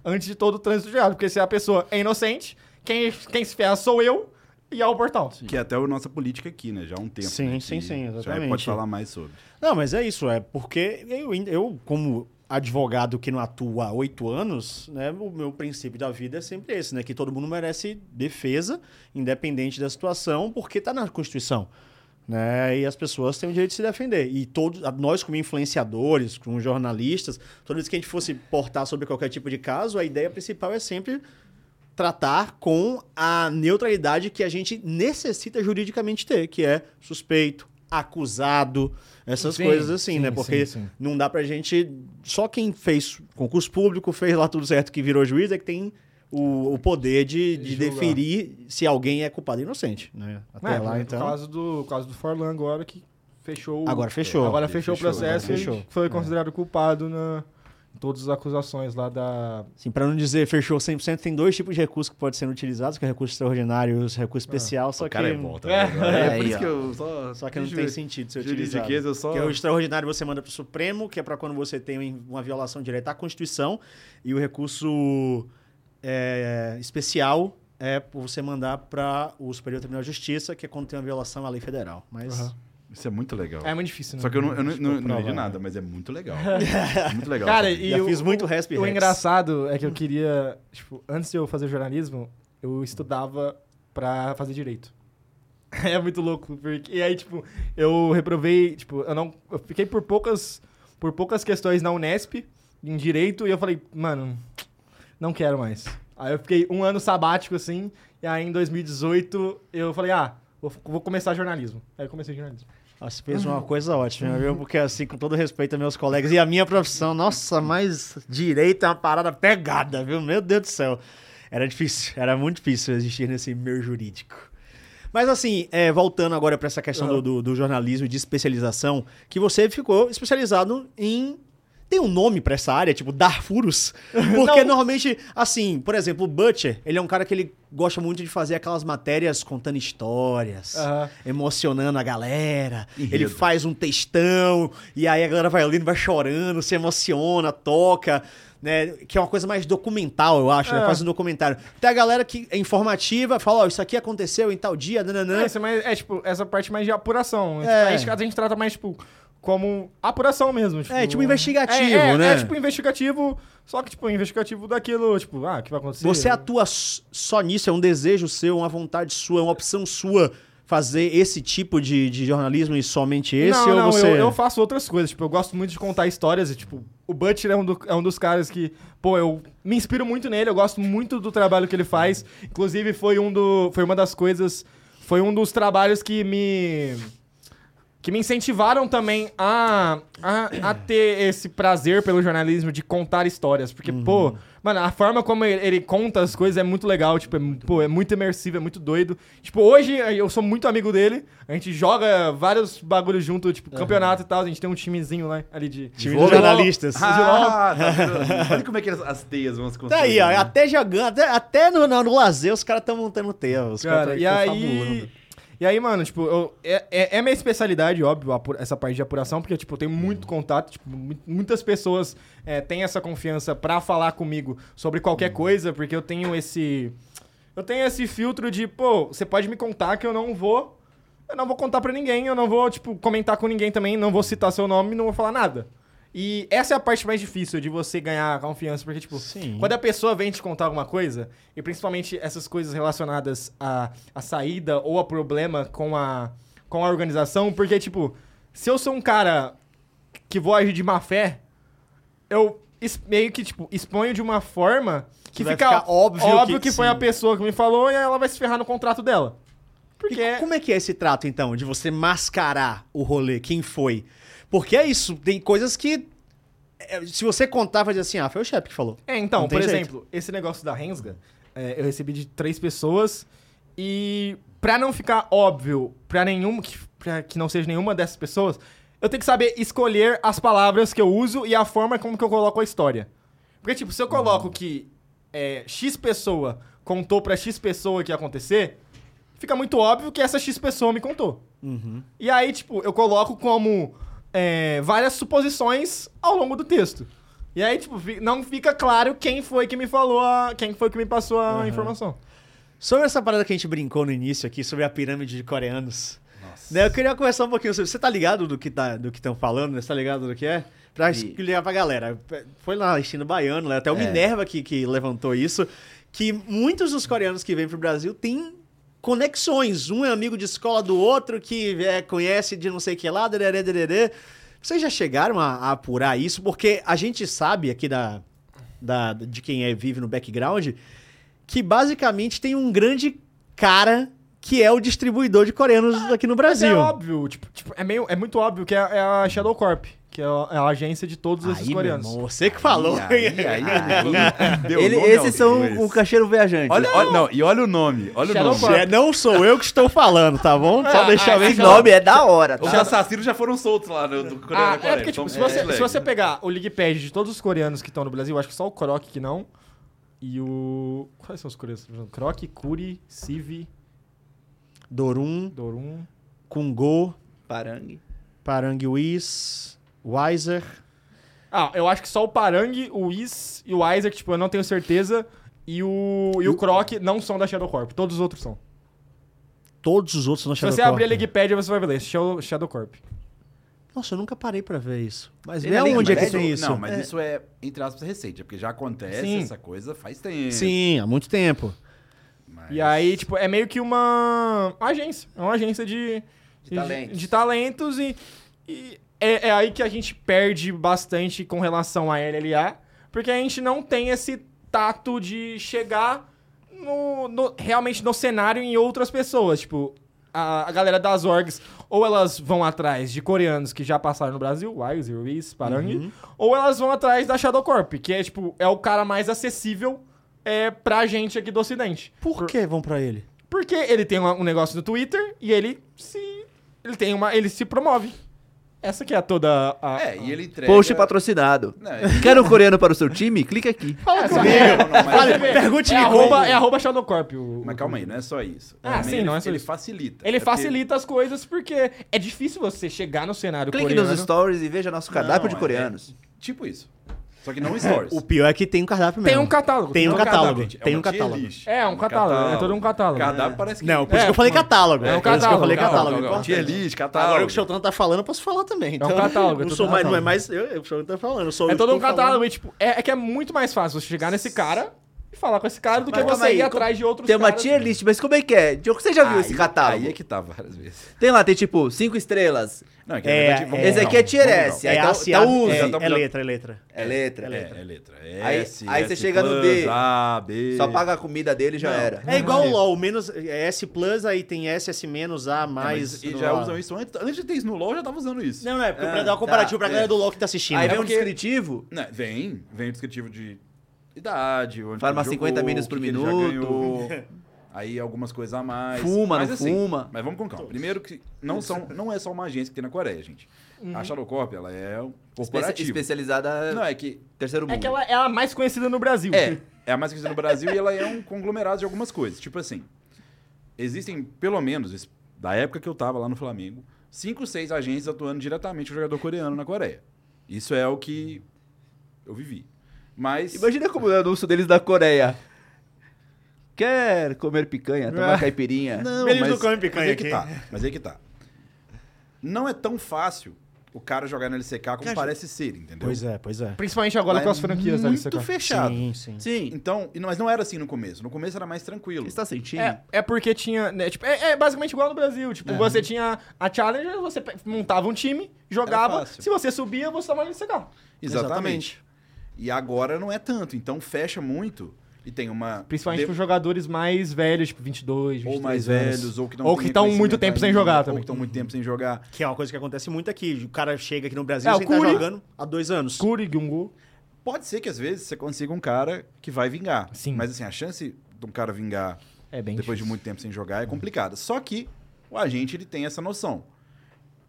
Speaker 2: antes de todo o trânsito geral, porque se a pessoa é inocente, quem, quem se ferra sou eu e é o portal.
Speaker 4: Que é até a nossa política aqui, né? Já há um tempo.
Speaker 1: Sim,
Speaker 4: né?
Speaker 1: sim,
Speaker 4: Que
Speaker 1: sim,
Speaker 4: já
Speaker 1: exatamente.
Speaker 4: Pode falar mais sobre.
Speaker 1: Não, mas é isso, é porque eu, ainda- eu como advogado que não atua há oito anos, né, o meu princípio da vida é sempre esse, né, que todo mundo merece defesa, independente da situação, porque está na Constituição. Né? E as pessoas têm o direito de se defender. E todos, a- nós, como influenciadores, como jornalistas, toda vez que a gente fosse portar sobre qualquer tipo de caso, a ideia principal é sempre tratar com a neutralidade que a gente necessita juridicamente ter, que é suspeito, acusado, essas
Speaker 2: Sim,
Speaker 1: coisas assim,
Speaker 2: sim,
Speaker 1: né?
Speaker 2: sim,
Speaker 1: Porque
Speaker 2: sim.
Speaker 1: não dá pra gente. Só quem fez concurso público, fez lá tudo certo, que virou juiz, é que tem. O, o poder de, de
Speaker 2: Julgar.
Speaker 1: deferir se alguém é culpado ou inocente, né? Até
Speaker 2: É,
Speaker 1: lá,
Speaker 2: no
Speaker 1: então.
Speaker 2: caso do, o caso do Forlan agora que fechou. o-
Speaker 1: Agora fechou.
Speaker 2: Agora fechou,
Speaker 4: Fechou,
Speaker 2: o processo
Speaker 1: agora
Speaker 2: e
Speaker 1: fechou. É.
Speaker 2: foi considerado culpado na em todas as acusações lá da
Speaker 1: Sim, para Assim, não dizer fechou 100%, tem dois tipos de recursos que podem ser utilizados, que é recurso extraordinário e os recurso
Speaker 2: Ah.
Speaker 1: especial, só
Speaker 4: o cara
Speaker 1: que
Speaker 4: é volta.
Speaker 2: É.
Speaker 3: É,
Speaker 4: por
Speaker 3: aí,
Speaker 4: isso
Speaker 3: ó.
Speaker 4: que eu só.
Speaker 1: só que não
Speaker 4: Ju-
Speaker 1: tem sentido ser utilizado.
Speaker 4: Juridiquês, eu só.
Speaker 1: Que é o extraordinário você manda para o Supremo, que é para quando você tem uma violação direta à Constituição, e o recurso é, especial é você mandar para o Superior Tribunal de Justiça, que é quando tem uma violação à lei federal. Mas
Speaker 2: Aham.
Speaker 4: Isso é muito legal.
Speaker 2: É muito difícil, né?
Speaker 4: Só que eu não, eu não, não, não
Speaker 1: provar,
Speaker 4: entendi
Speaker 1: né?
Speaker 4: nada, mas é muito legal. É muito legal.
Speaker 2: Cara,
Speaker 4: também.
Speaker 2: e
Speaker 1: já
Speaker 2: o-
Speaker 1: fiz muito resp
Speaker 2: O engraçado é que eu queria, tipo, antes de eu fazer jornalismo, eu estudava pra fazer direito. É muito louco, porque e aí tipo, eu reprovei, tipo, eu não, eu fiquei por poucas por poucas questões na Unesp em direito e eu falei, mano, não quero mais. Aí eu fiquei um ano sabático assim, e aí em 2018 eu falei, ah, vou, vou começar jornalismo. Aí eu comecei jornalismo.
Speaker 1: Você fez uma coisa ótima, viu? Porque assim, com todo respeito aos meus colegas e a minha profissão, nossa, mas direito é uma parada pegada, viu? Meu Deus do céu. Era difícil, era muito difícil existir nesse meio jurídico. Mas assim, é, voltando agora para essa questão do, do- do jornalismo e de especialização, que você ficou especializado em... Tem um nome para essa área, tipo dar furos? Porque normalmente, assim, por exemplo, o Butcher, ele é um cara que ele gosta muito de fazer aquelas matérias contando histórias
Speaker 2: Aham.
Speaker 1: emocionando a galera.
Speaker 4: Enredo.
Speaker 1: Ele faz um textão, e aí a galera vai lendo, vai chorando, se emociona, toca, né? Que é uma coisa mais documental, eu acho, né?
Speaker 2: É.
Speaker 1: Faz um documentário. Tem a galera que é informativa, fala, ó, isso aqui aconteceu em tal dia, nananã.
Speaker 2: É, isso é mais- é, tipo, essa parte mais de apuração.
Speaker 1: É.
Speaker 2: A, gente, a gente trata mais, tipo, como apuração mesmo.
Speaker 1: É, tipo investigativo,
Speaker 2: é, é,
Speaker 1: né?
Speaker 2: É, tipo investigativo, só que, tipo, investigativo daquilo, tipo, ah, o que vai acontecer?
Speaker 1: Você é atua s- só nisso, é um desejo seu, uma vontade sua, é uma opção sua fazer esse tipo de, de jornalismo e somente esse?
Speaker 2: não,
Speaker 1: ou
Speaker 2: não,
Speaker 1: você... é?
Speaker 2: eu, eu faço outras coisas. Tipo, eu gosto muito de contar histórias. E, tipo, o Butcher é um, do- é um dos caras que, pô, eu me inspiro muito nele. Eu gosto muito do trabalho que ele faz. Inclusive, foi um do, foi uma das coisas, foi um dos trabalhos que me que me incentivaram também a, a, a ter esse prazer pelo jornalismo de contar histórias. Porque, pô, mano, a forma como ele, ele conta as coisas é muito legal, tipo, é, mu- pô, é muito imersivo, é muito doido. Tipo, hoje eu sou muito amigo dele, a gente joga vários bagulhos junto, tipo, campeonato e tal, a gente tem um timezinho lá, ali de...
Speaker 1: Time
Speaker 2: de
Speaker 1: dos
Speaker 2: LOL.
Speaker 1: jornalistas.
Speaker 4: Ah, tá vendo? Olha como é que as, as teias vão se
Speaker 1: Tá aí, ó,
Speaker 2: né?
Speaker 1: até jogando, até, até no, no, no lazer os caras estão montando teia. Os
Speaker 2: Cara,
Speaker 1: caras tão
Speaker 2: e
Speaker 1: confabulando.
Speaker 2: aí. E aí, mano, tipo, eu- é, é, é minha especialidade, óbvio, apu- essa parte de apuração, porque, tipo, eu tenho muito contato, tipo, mu- muitas pessoas é, têm essa confiança pra falar comigo sobre qualquer coisa, porque eu tenho esse. Eu tenho esse filtro de, pô, você pode me contar que eu não vou. Eu não vou contar pra ninguém, eu não vou, tipo, comentar com ninguém também, não vou citar seu nome, não vou falar nada. E essa é a parte mais difícil de você ganhar confiança, porque, tipo,
Speaker 1: Sim.
Speaker 2: quando a pessoa vem te contar alguma coisa, e principalmente essas coisas relacionadas à, à saída ou a problema com a, com a organização, porque, tipo, se eu sou um cara que vou agir de má fé, eu es- meio que, tipo, exponho de uma forma que,
Speaker 1: Que vai
Speaker 2: fica
Speaker 1: ficar óbvio
Speaker 2: óbvio
Speaker 1: que
Speaker 2: que, foi a
Speaker 1: sim.
Speaker 2: pessoa que me falou e ela vai se ferrar no contrato dela. Porque
Speaker 1: E como é que é esse trato, então, de você mascarar o rolê, quem foi? Porque é isso, tem coisas que. é, Se você contar, vai dizer assim, ah, foi o chefe que falou.
Speaker 2: É, então,
Speaker 1: Não tem
Speaker 2: por
Speaker 1: jeito.
Speaker 2: exemplo, esse negócio da Rensga, é, eu recebi de três pessoas e pra não ficar óbvio pra nenhum que, pra que não seja nenhuma dessas pessoas, eu tenho que saber escolher as palavras que eu uso e a forma como que eu coloco a história. Porque tipo, se eu
Speaker 1: Hum.
Speaker 2: coloco que é, X pessoa contou pra X pessoa que ia acontecer, fica muito óbvio que essa X pessoa me contou. E aí, tipo, eu coloco como é, várias suposições ao longo do texto. E aí, tipo, fi- não fica claro quem foi que me falou, a, quem foi que me passou a informação.
Speaker 1: Sobre essa parada que a gente brincou no início aqui, sobre a pirâmide de coreanos. Né, eu queria conversar um pouquinho sobre. Você tá ligado do que tá, do que estão falando, né? Você tá ligado do que é? Pra
Speaker 3: Sim.
Speaker 1: explicar pra galera. Foi lá na China Baiano, né? Até o
Speaker 3: É.
Speaker 1: Minerva que, que levantou isso. Que muitos dos coreanos que vêm pro Brasil têm conexões. Um é amigo de escola do outro, que é, conhece de não sei o que lá, dererê, dererê. Vocês já chegaram a, a apurar isso? Porque a gente sabe aqui da, da, de quem é, vive no background, que basicamente tem um grande cara que é o distribuidor de coreanos aqui no
Speaker 2: Mas
Speaker 1: Brasil.
Speaker 2: é óbvio, tipo, tipo, é, meio, é muito óbvio que é, é a Shadow Corp, que é a, é a agência de todos esses
Speaker 1: Aí, meu
Speaker 2: coreanos.
Speaker 1: irmão, você que falou.
Speaker 4: Aí, aí, aí, aí, deu
Speaker 3: Ele,
Speaker 4: nome
Speaker 3: esses
Speaker 4: ao
Speaker 3: são
Speaker 4: dois.
Speaker 3: o cacheiro viajante.
Speaker 4: Olha, olha, não, e olha o nome. Olha
Speaker 2: Shadow
Speaker 4: o nome.
Speaker 2: Corp.
Speaker 1: É, não sou eu que estou falando, tá bom? Só
Speaker 2: Ah,
Speaker 1: deixar
Speaker 2: ah,
Speaker 1: bem
Speaker 2: ah,
Speaker 3: Esse
Speaker 1: claro.
Speaker 3: nome é da hora,
Speaker 4: Os
Speaker 3: tá?
Speaker 4: assassinos já foram soltos lá no, do Coreia
Speaker 2: Ah,
Speaker 4: da
Speaker 2: é
Speaker 4: Coreia.
Speaker 2: porque, tipo, se
Speaker 4: Então,
Speaker 2: você,
Speaker 4: é,
Speaker 2: se você pegar o Wikipedia de todos os coreanos que estão no Brasil, eu acho que só o Croc que não. E o. Quais são os coreanos? que estão? Croc, Kuri, Civi,
Speaker 1: Dorum,
Speaker 2: Dorum.
Speaker 1: Kungo,
Speaker 3: Parangue.
Speaker 1: Paranguiz, Weiser.
Speaker 2: Ah, eu acho que só o Parang, o Is e o Isaac, tipo, eu não tenho certeza. E o, e o Croc não são da Shadow Corp. Todos os outros são.
Speaker 1: Todos os outros não
Speaker 2: Se
Speaker 1: chegaram.
Speaker 2: você abrir a Wikipedia, você vai ver. Shadow, Shadow Corp.
Speaker 1: Nossa, eu nunca parei pra ver isso. Mas
Speaker 3: Ele
Speaker 1: vê
Speaker 3: é lindo,
Speaker 1: onde é
Speaker 4: mas
Speaker 1: que
Speaker 3: isso-
Speaker 1: tem isso.
Speaker 4: Não, mas isso é, entre aspas, recente. é Porque já acontece
Speaker 2: Sim.
Speaker 4: essa coisa faz
Speaker 2: é
Speaker 4: tempo.
Speaker 1: Sim, há muito tempo.
Speaker 4: Mas-
Speaker 2: E aí, tipo, é meio que uma agência. É uma agência de...
Speaker 3: De talentos.
Speaker 2: de talentos e... e é, é aí que a gente perde bastante com relação a LLA. Porque a gente não tem esse tato de chegar no, no- realmente no cenário em outras pessoas. Tipo, a, a galera das orgs, ou elas vão atrás de coreanos que já passaram no Brasil, Wise, Ruiz, Parang, ou elas vão atrás da Shadow Corp, que é, tipo, é o cara mais acessível é, pra gente aqui do Ocidente.
Speaker 1: Por que vão pra ele?
Speaker 2: Porque ele tem uma- um negócio no Twitter e ele se. Ele tem uma. Ele se promove. Essa que é toda a.
Speaker 4: É, e ele entrega...
Speaker 3: Post patrocinado.
Speaker 4: Não, ele-
Speaker 3: Quer um coreano para o seu time? Clica aqui.
Speaker 2: Fala comigo.
Speaker 4: Não, não, mas-
Speaker 2: Você vê,
Speaker 1: pergunte-me
Speaker 2: é
Speaker 1: como.
Speaker 2: arroba, é arroba Shadow Corp. o-
Speaker 4: Mas
Speaker 2: o-
Speaker 4: calma aí, não é só isso.
Speaker 2: Ah,
Speaker 4: Também
Speaker 2: sim,
Speaker 4: ele,
Speaker 2: não é só
Speaker 4: ele
Speaker 2: isso.
Speaker 4: facilita.
Speaker 2: Ele
Speaker 4: É porque-
Speaker 2: facilita as coisas porque é difícil você chegar no cenário
Speaker 3: Clique
Speaker 2: coreano.
Speaker 3: nos stories e veja nosso cardápio
Speaker 4: Não,
Speaker 3: de
Speaker 4: é-
Speaker 3: coreanos.
Speaker 4: Tipo isso. Só Só que não stories.
Speaker 1: O pior é que tem um cardápio mesmo.
Speaker 2: Tem um catálogo.
Speaker 1: Tem um
Speaker 4: Não é
Speaker 1: catálogo.
Speaker 4: gente, é
Speaker 1: tem
Speaker 4: uma
Speaker 1: um
Speaker 4: tier
Speaker 1: catálogo.
Speaker 4: list.
Speaker 2: É, um catálogo, é todo um catálogo.
Speaker 4: Catálogo parece que...
Speaker 1: Não, por isso
Speaker 2: É,
Speaker 1: que eu falei
Speaker 2: mano,
Speaker 1: catálogo.
Speaker 2: é um
Speaker 1: Por isso que eu falei
Speaker 2: catálogo,
Speaker 1: catálogo.
Speaker 2: catálogo,
Speaker 1: importante.
Speaker 4: Tier list, catálogo.
Speaker 1: Agora que o Sheltran tá falando, eu posso falar também. Então,
Speaker 2: catálogo, é
Speaker 1: Não
Speaker 2: todo
Speaker 1: sou mais, não é
Speaker 2: catálogo.
Speaker 1: mais. Eu, eu- o Sheltran tá falando. Eu sou
Speaker 2: É
Speaker 1: eu
Speaker 2: todo
Speaker 1: tô
Speaker 2: um catálogo.
Speaker 1: falando.
Speaker 2: E, tipo, é, é que é muito mais fácil você chegar nesse cara e falar com esse cara do que
Speaker 3: Mas calma
Speaker 2: você
Speaker 3: aí,
Speaker 2: ir
Speaker 3: como-
Speaker 2: atrás de outros
Speaker 3: Tem uma
Speaker 2: caras.
Speaker 3: tier list, mas como é que é? Diogo, você já viu
Speaker 4: Aí-
Speaker 3: esse catálogo?
Speaker 4: Aí é que tá várias vezes.
Speaker 3: Tem lá, tem tipo, cinco estrelas.
Speaker 4: Não, é que
Speaker 1: É,
Speaker 4: na verdade, vamos-
Speaker 3: Esse aqui
Speaker 4: não,
Speaker 3: é tier
Speaker 4: vamos-
Speaker 3: S.
Speaker 1: É,
Speaker 3: Aí tá,
Speaker 1: ACA,
Speaker 3: tá uso.
Speaker 1: é,
Speaker 4: já tá-
Speaker 1: é letra, é letra.
Speaker 3: É letra.
Speaker 1: É letra.
Speaker 4: É, é letra.
Speaker 3: Aí-
Speaker 4: S,
Speaker 3: aí você
Speaker 4: S+,
Speaker 3: chega no D.
Speaker 4: A, B.
Speaker 3: É. Só paga a comida dele e já era.
Speaker 1: É igual o LOL, menos é S plus, aí tem S, S menos, A,
Speaker 4: É,
Speaker 1: mais.
Speaker 4: mas e já usam isso antes, antes de ter isso no LoL, já tava usando isso.
Speaker 1: Não, não, é porque
Speaker 3: Ah,
Speaker 1: pra dar um comparativo
Speaker 3: tá,
Speaker 1: pra galera
Speaker 3: é.
Speaker 1: do LOL que tá assistindo.
Speaker 3: Aí
Speaker 1: É
Speaker 3: vem um
Speaker 1: porque-
Speaker 3: descritivo.
Speaker 4: Né, vem, vem o descritivo de idade, onde
Speaker 3: Fala
Speaker 4: ele
Speaker 3: umas 50
Speaker 4: jogou,
Speaker 3: milhas
Speaker 4: o
Speaker 3: por
Speaker 4: que que ele
Speaker 3: minuto.
Speaker 4: já ganhou, aí algumas coisas a mais.
Speaker 3: Fuma,
Speaker 4: mas, assim,
Speaker 3: não fuma.
Speaker 4: Mas vamos com calma. Primeiro que não, são, não é só uma agência que tem na Coreia, gente.
Speaker 3: Uhum.
Speaker 4: A Shadow Corp, ela é um
Speaker 3: Espe
Speaker 4: corporativo.
Speaker 3: especializada
Speaker 4: Não, é que
Speaker 3: terceiro mundo.
Speaker 2: É que ela é a mais conhecida no Brasil.
Speaker 4: É, é a mais conhecida no Brasil e ela é um conglomerado de algumas coisas. Tipo assim, existem, pelo menos, es- da época que eu tava lá no Flamengo, cinco, seis agentes atuando diretamente com o jogador coreano na Coreia. Isso é o que eu vivi. Mas.
Speaker 3: Imagina como é o anúncio deles da Coreia. Quer comer picanha, tomar caipirinha.
Speaker 4: Não,
Speaker 1: Eles
Speaker 4: É, mas,
Speaker 1: não comem
Speaker 4: mas
Speaker 1: picanha
Speaker 4: aí que
Speaker 1: aqui.
Speaker 4: tá. Mas aí que tá. Não é tão fácil o cara jogar na LCK como parece ser, entendeu?
Speaker 1: Pois é, pois é.
Speaker 2: Principalmente agora
Speaker 4: Lá
Speaker 2: com as franquias, né?
Speaker 4: muito
Speaker 2: LCK.
Speaker 4: fechado.
Speaker 1: Sim, sim.
Speaker 3: Sim.
Speaker 4: Então, e não- mas não era assim no começo. No começo era mais tranquilo.
Speaker 3: Você tá sentindo?
Speaker 2: É, é porque tinha. né, tipo, é, é basicamente igual no Brasil.
Speaker 4: É.
Speaker 2: Tipo, você tinha a Challenger, você pe- montava um time, jogava.
Speaker 4: fácil.
Speaker 2: Se você subia, você tava no LCK.
Speaker 4: Exatamente. E agora não é tanto, então fecha muito. E tem uma.
Speaker 2: Principalmente
Speaker 4: de-
Speaker 2: pros jogadores mais velhos, tipo 22, 23
Speaker 4: Ou mais
Speaker 2: anos.
Speaker 4: velhos, ou que não
Speaker 2: Ou que
Speaker 4: tem
Speaker 2: tão muito
Speaker 4: reconhecimento
Speaker 2: tempo sem
Speaker 4: ainda,
Speaker 2: jogar
Speaker 4: Ou
Speaker 2: também.
Speaker 4: que estão muito tempo sem jogar.
Speaker 1: Que é uma coisa que acontece muito aqui. O cara chega aqui no Brasil
Speaker 2: É, o
Speaker 1: sem estar
Speaker 2: Curi.
Speaker 1: jogando há dois anos.
Speaker 2: Kuri, Gyungu.
Speaker 4: Pode ser que às vezes você consiga um cara que vai vingar.
Speaker 2: Sim.
Speaker 4: Mas assim, a chance de um cara vingar
Speaker 2: É bem
Speaker 4: depois de muito tempo sem jogar é complicada. Só que o agente ele tem essa noção.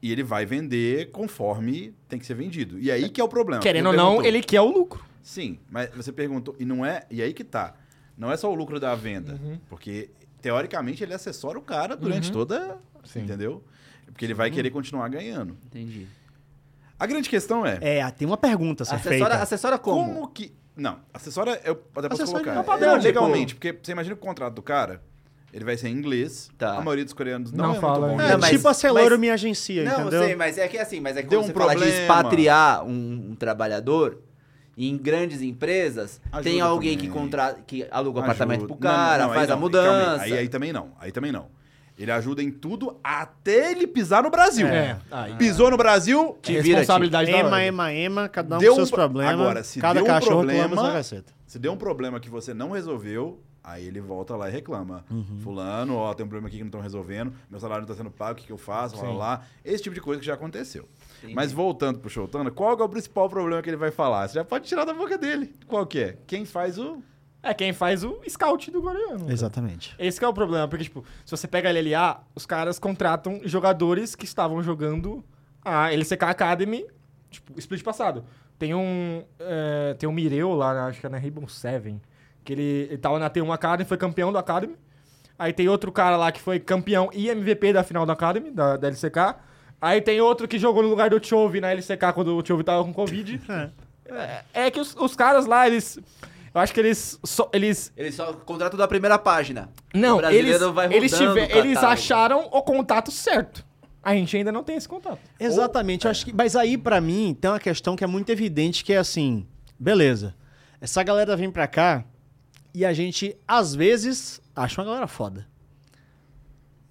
Speaker 4: E ele vai vender conforme tem que ser vendido. E aí que é o problema.
Speaker 2: Querendo
Speaker 4: Você
Speaker 2: ou não,
Speaker 4: perguntou.
Speaker 2: ele quer o lucro.
Speaker 4: Sim, mas você perguntou, e não é. E aí que tá. Não é só o lucro da venda. Porque, teoricamente, ele assessora o cara durante toda.
Speaker 2: Sim.
Speaker 4: Entendeu? Porque ele vai querer continuar ganhando.
Speaker 3: Entendi.
Speaker 4: A grande questão é.
Speaker 1: É, tem uma pergunta a ser
Speaker 3: Acessora,
Speaker 1: feita.
Speaker 3: acessora
Speaker 4: como?
Speaker 3: como?
Speaker 4: que. Não, acessora eu até posso
Speaker 1: Acessório é
Speaker 4: colocar.
Speaker 1: um padrão,
Speaker 4: É,
Speaker 1: tipo-
Speaker 4: legalmente, porque você imagina que o contrato do cara, ele vai ser em inglês.
Speaker 3: Tá.
Speaker 4: A maioria dos coreanos não,
Speaker 2: Não
Speaker 4: é
Speaker 2: fala
Speaker 4: muito bom.
Speaker 1: É,
Speaker 4: em
Speaker 3: Não, mas-
Speaker 1: tipo, acelera
Speaker 3: mas-
Speaker 1: minha agência,
Speaker 3: Não, eu
Speaker 1: entendeu?
Speaker 3: sei, mas é que é assim, mas é que
Speaker 4: Deu
Speaker 3: quando
Speaker 4: um
Speaker 3: você fala de
Speaker 4: problema.
Speaker 3: expatriar um, um trabalhador e em grandes empresas,
Speaker 4: Ajuda
Speaker 3: tem alguém que,
Speaker 4: também.
Speaker 3: contra... que aluga o
Speaker 4: tipo, Ajuda.
Speaker 3: apartamento pro
Speaker 4: Não,
Speaker 3: cara,
Speaker 4: não, não, aí
Speaker 3: faz a
Speaker 4: não, aí calma aí.
Speaker 3: mudança.
Speaker 4: Aí, aí também não, aí também não. Ele ajuda em tudo até ele pisar no Brasil.
Speaker 2: É, aí-
Speaker 4: Pisou no Brasil,
Speaker 3: Te
Speaker 2: é
Speaker 3: vira,
Speaker 2: responsabilidade da
Speaker 1: Ema,
Speaker 2: ordem.
Speaker 1: ema, ema, cada um
Speaker 4: Deu
Speaker 1: com seus
Speaker 4: um-
Speaker 1: problemas.
Speaker 4: Agora, se
Speaker 1: cada
Speaker 4: deu um
Speaker 1: cachorro
Speaker 4: problema-
Speaker 1: reclama sua caceta.
Speaker 4: Se deu um problema que você não resolveu, aí ele volta lá e reclama.
Speaker 2: Uhum.
Speaker 4: Fulano, ó, tem um problema aqui que não estão resolvendo, meu salário não tá sendo pago, o que, que eu faço? Lá, lá, lá. Esse tipo de coisa que já aconteceu. Mas voltando pro Showtana, qual que é o principal problema que ele vai falar? Você já pode tirar da boca dele. Qual que é? Quem faz o...
Speaker 2: É quem faz o scout do coreano.
Speaker 1: Exatamente.
Speaker 2: Esse que é o problema, porque, tipo, se você pega a LLA, os caras contratam jogadores que estavam jogando a LCK Academy, tipo, split passado. Tem um. é, tem um Mireu lá, na- acho que é na Rainbow Seven, que ele, ele tava na T1 Academy, foi campeão da Academy. Aí tem outro cara lá que foi campeão e MVP da final da Academy, da, da LCK. Aí tem outro que jogou no lugar do Chove na LCK quando o Chove tava com Covid. é, é que os, os caras lá, eles. Eu acho que eles. só- eles
Speaker 3: Ele só contrata da primeira página. O
Speaker 2: não,
Speaker 3: brasileiro
Speaker 2: eles,
Speaker 3: vai rodando
Speaker 2: eles, tiver-
Speaker 3: o catálogo.
Speaker 2: eles acharam o contato certo. A gente ainda não tem esse contato.
Speaker 1: Exatamente, eu acho que. Mas aí, pra mim, tem uma questão que é muito evidente, que é assim, beleza. Essa galera vem pra cá e a gente, às vezes, acha uma galera foda.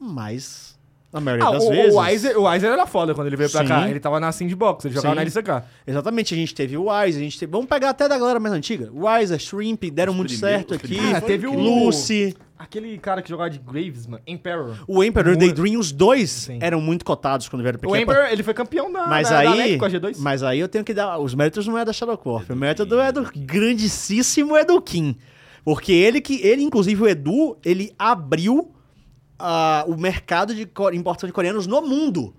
Speaker 1: Mas, na maioria
Speaker 2: Ah,
Speaker 1: das
Speaker 2: o, o
Speaker 1: vezes.
Speaker 2: Weiser, o Weiser era foda quando ele veio pra
Speaker 1: Sim.
Speaker 2: cá. Ele tava na Sandbox, ele jogava
Speaker 1: Sim.
Speaker 2: na LCK.
Speaker 1: Exatamente, a gente teve o Wise, a gente teve. Vamos pegar até da galera mais antiga. Wise, Shrimp, deram muito
Speaker 4: primeiros-
Speaker 1: certo
Speaker 4: os
Speaker 1: aqui.
Speaker 4: primeiros
Speaker 2: Ah, teve o-
Speaker 1: Lucy,
Speaker 2: Aquele cara que jogava de Graves, mano, Emperor.
Speaker 1: o Emperor, Daydream, os dois
Speaker 2: Sim.
Speaker 1: eram muito cotados quando vieram é pra
Speaker 2: O
Speaker 1: cá.
Speaker 2: Emperor, ele foi campeão da,
Speaker 1: Mas
Speaker 2: Ah, é da, da
Speaker 1: aí,
Speaker 2: LEC com a G2.
Speaker 1: mas aí eu tenho que dar. Os méritos não é da Shadow Corp. o mérito é do grandíssimo Edu Kim. Porque ele que. Ele, inclusive, o Edu, ele abriu ah, o mercado de co- importação de coreanos no mundo.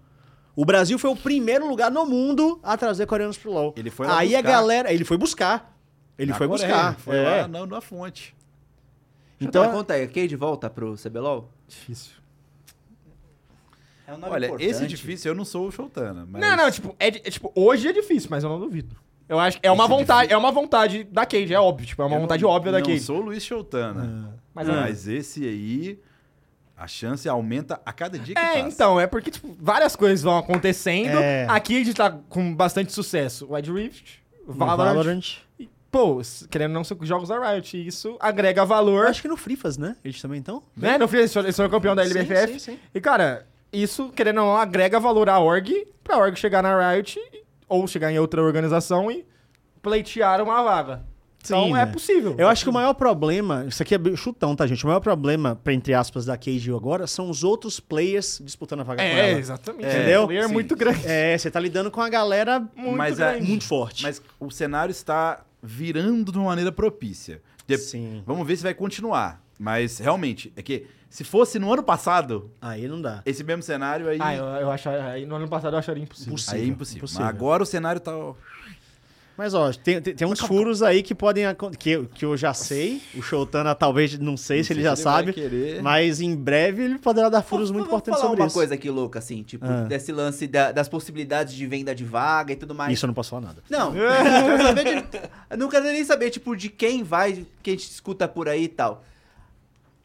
Speaker 1: O Brasil foi o primeiro lugar no mundo a trazer coreanos pro LoL.
Speaker 4: Ele foi lá
Speaker 1: aí a
Speaker 4: buscar.
Speaker 1: galera. Ele foi buscar. Ele
Speaker 4: Na
Speaker 1: foi
Speaker 4: Coreia,
Speaker 1: buscar.
Speaker 4: Foi
Speaker 1: é.
Speaker 4: lá na, na fonte.
Speaker 3: Então,
Speaker 1: Então,
Speaker 3: conta aí, a Cade volta pro CBLOL?
Speaker 2: Difícil.
Speaker 3: É um
Speaker 4: Olha, esse difícil eu não sou o Showtana, mas...
Speaker 2: Não, não, tipo, é, di- é, tipo, hoje é tipo, difícil, mas eu não duvido. Eu acho que é uma vontade, é uma vontade da Cage, é óbvio, tipo, é uma
Speaker 4: Eu
Speaker 2: vontade
Speaker 4: não-
Speaker 2: óbvia da
Speaker 4: Não
Speaker 2: Cage.
Speaker 4: sou o Luiz Choltana.
Speaker 2: Mas
Speaker 4: Mas,
Speaker 1: Ah,
Speaker 2: é.
Speaker 4: esse aí, a chance aumenta a cada dia que
Speaker 2: É,
Speaker 4: passa.
Speaker 2: então, é porque tipo, várias coisas vão acontecendo.
Speaker 1: É.
Speaker 2: A Cage tá com bastante sucesso. Wild Rift, Valorant. E, Pô, s- querendo ou não, são jogos da Riot. E isso agrega
Speaker 1: Eu
Speaker 2: valor.
Speaker 1: acho que no Frifas, né? Eles também estão?
Speaker 2: Né? No fim, eles foram- eles foram campeão da
Speaker 1: Sim,
Speaker 2: LBFF.
Speaker 1: sim, sim.
Speaker 2: E, cara, isso, querendo ou não, agrega valor à org, pra org chegar na Riot e- ou chegar em outra organização e pleitear uma vaga. Então
Speaker 1: Sim,
Speaker 2: é
Speaker 1: né?
Speaker 2: possível.
Speaker 1: Eu acho que o maior problema, isso aqui é bem chutão, tá, gente? O maior problema, pra, entre aspas, da Cage agora são os outros players disputando a vaga com
Speaker 2: É,
Speaker 1: ela.
Speaker 2: exatamente.
Speaker 1: Entendeu?
Speaker 2: O player é
Speaker 4: Sim.
Speaker 2: muito grande.
Speaker 1: É, você tá lidando com a galera
Speaker 2: Muito
Speaker 4: Mas é-
Speaker 2: grande.
Speaker 1: muito forte.
Speaker 4: Mas o cenário está virando de uma maneira propícia. De-
Speaker 1: Sim.
Speaker 4: Vamos ver se vai continuar. Mas realmente, é que se fosse no ano passado,
Speaker 1: Aí não dá.
Speaker 4: esse mesmo cenário aí,
Speaker 2: Ah, eu, eu acho, aí no ano passado eu acharia impossível.
Speaker 4: aí é impossível.
Speaker 1: é impossível.
Speaker 4: Mas agora o cenário tá.
Speaker 1: Mas, ó, tem, tem, tem uns furos aí que podem... acon- Que, eu- que eu já sei. O Shotana talvez, não sei se ele já sabe. Mas em breve ele poderá dar furos muito
Speaker 3: Vou
Speaker 1: importantes
Speaker 3: falar
Speaker 1: sobre
Speaker 3: uma
Speaker 1: isso.
Speaker 3: coisa aqui louca, assim, tipo,
Speaker 1: Ah.
Speaker 3: desse lance da- das possibilidades de venda de vaga e tudo mais.
Speaker 1: Isso eu não posso falar nada.
Speaker 3: Não, eu quero saber de- eu não quero nem saber, tipo, de quem vai, quem te escuta por aí e tal.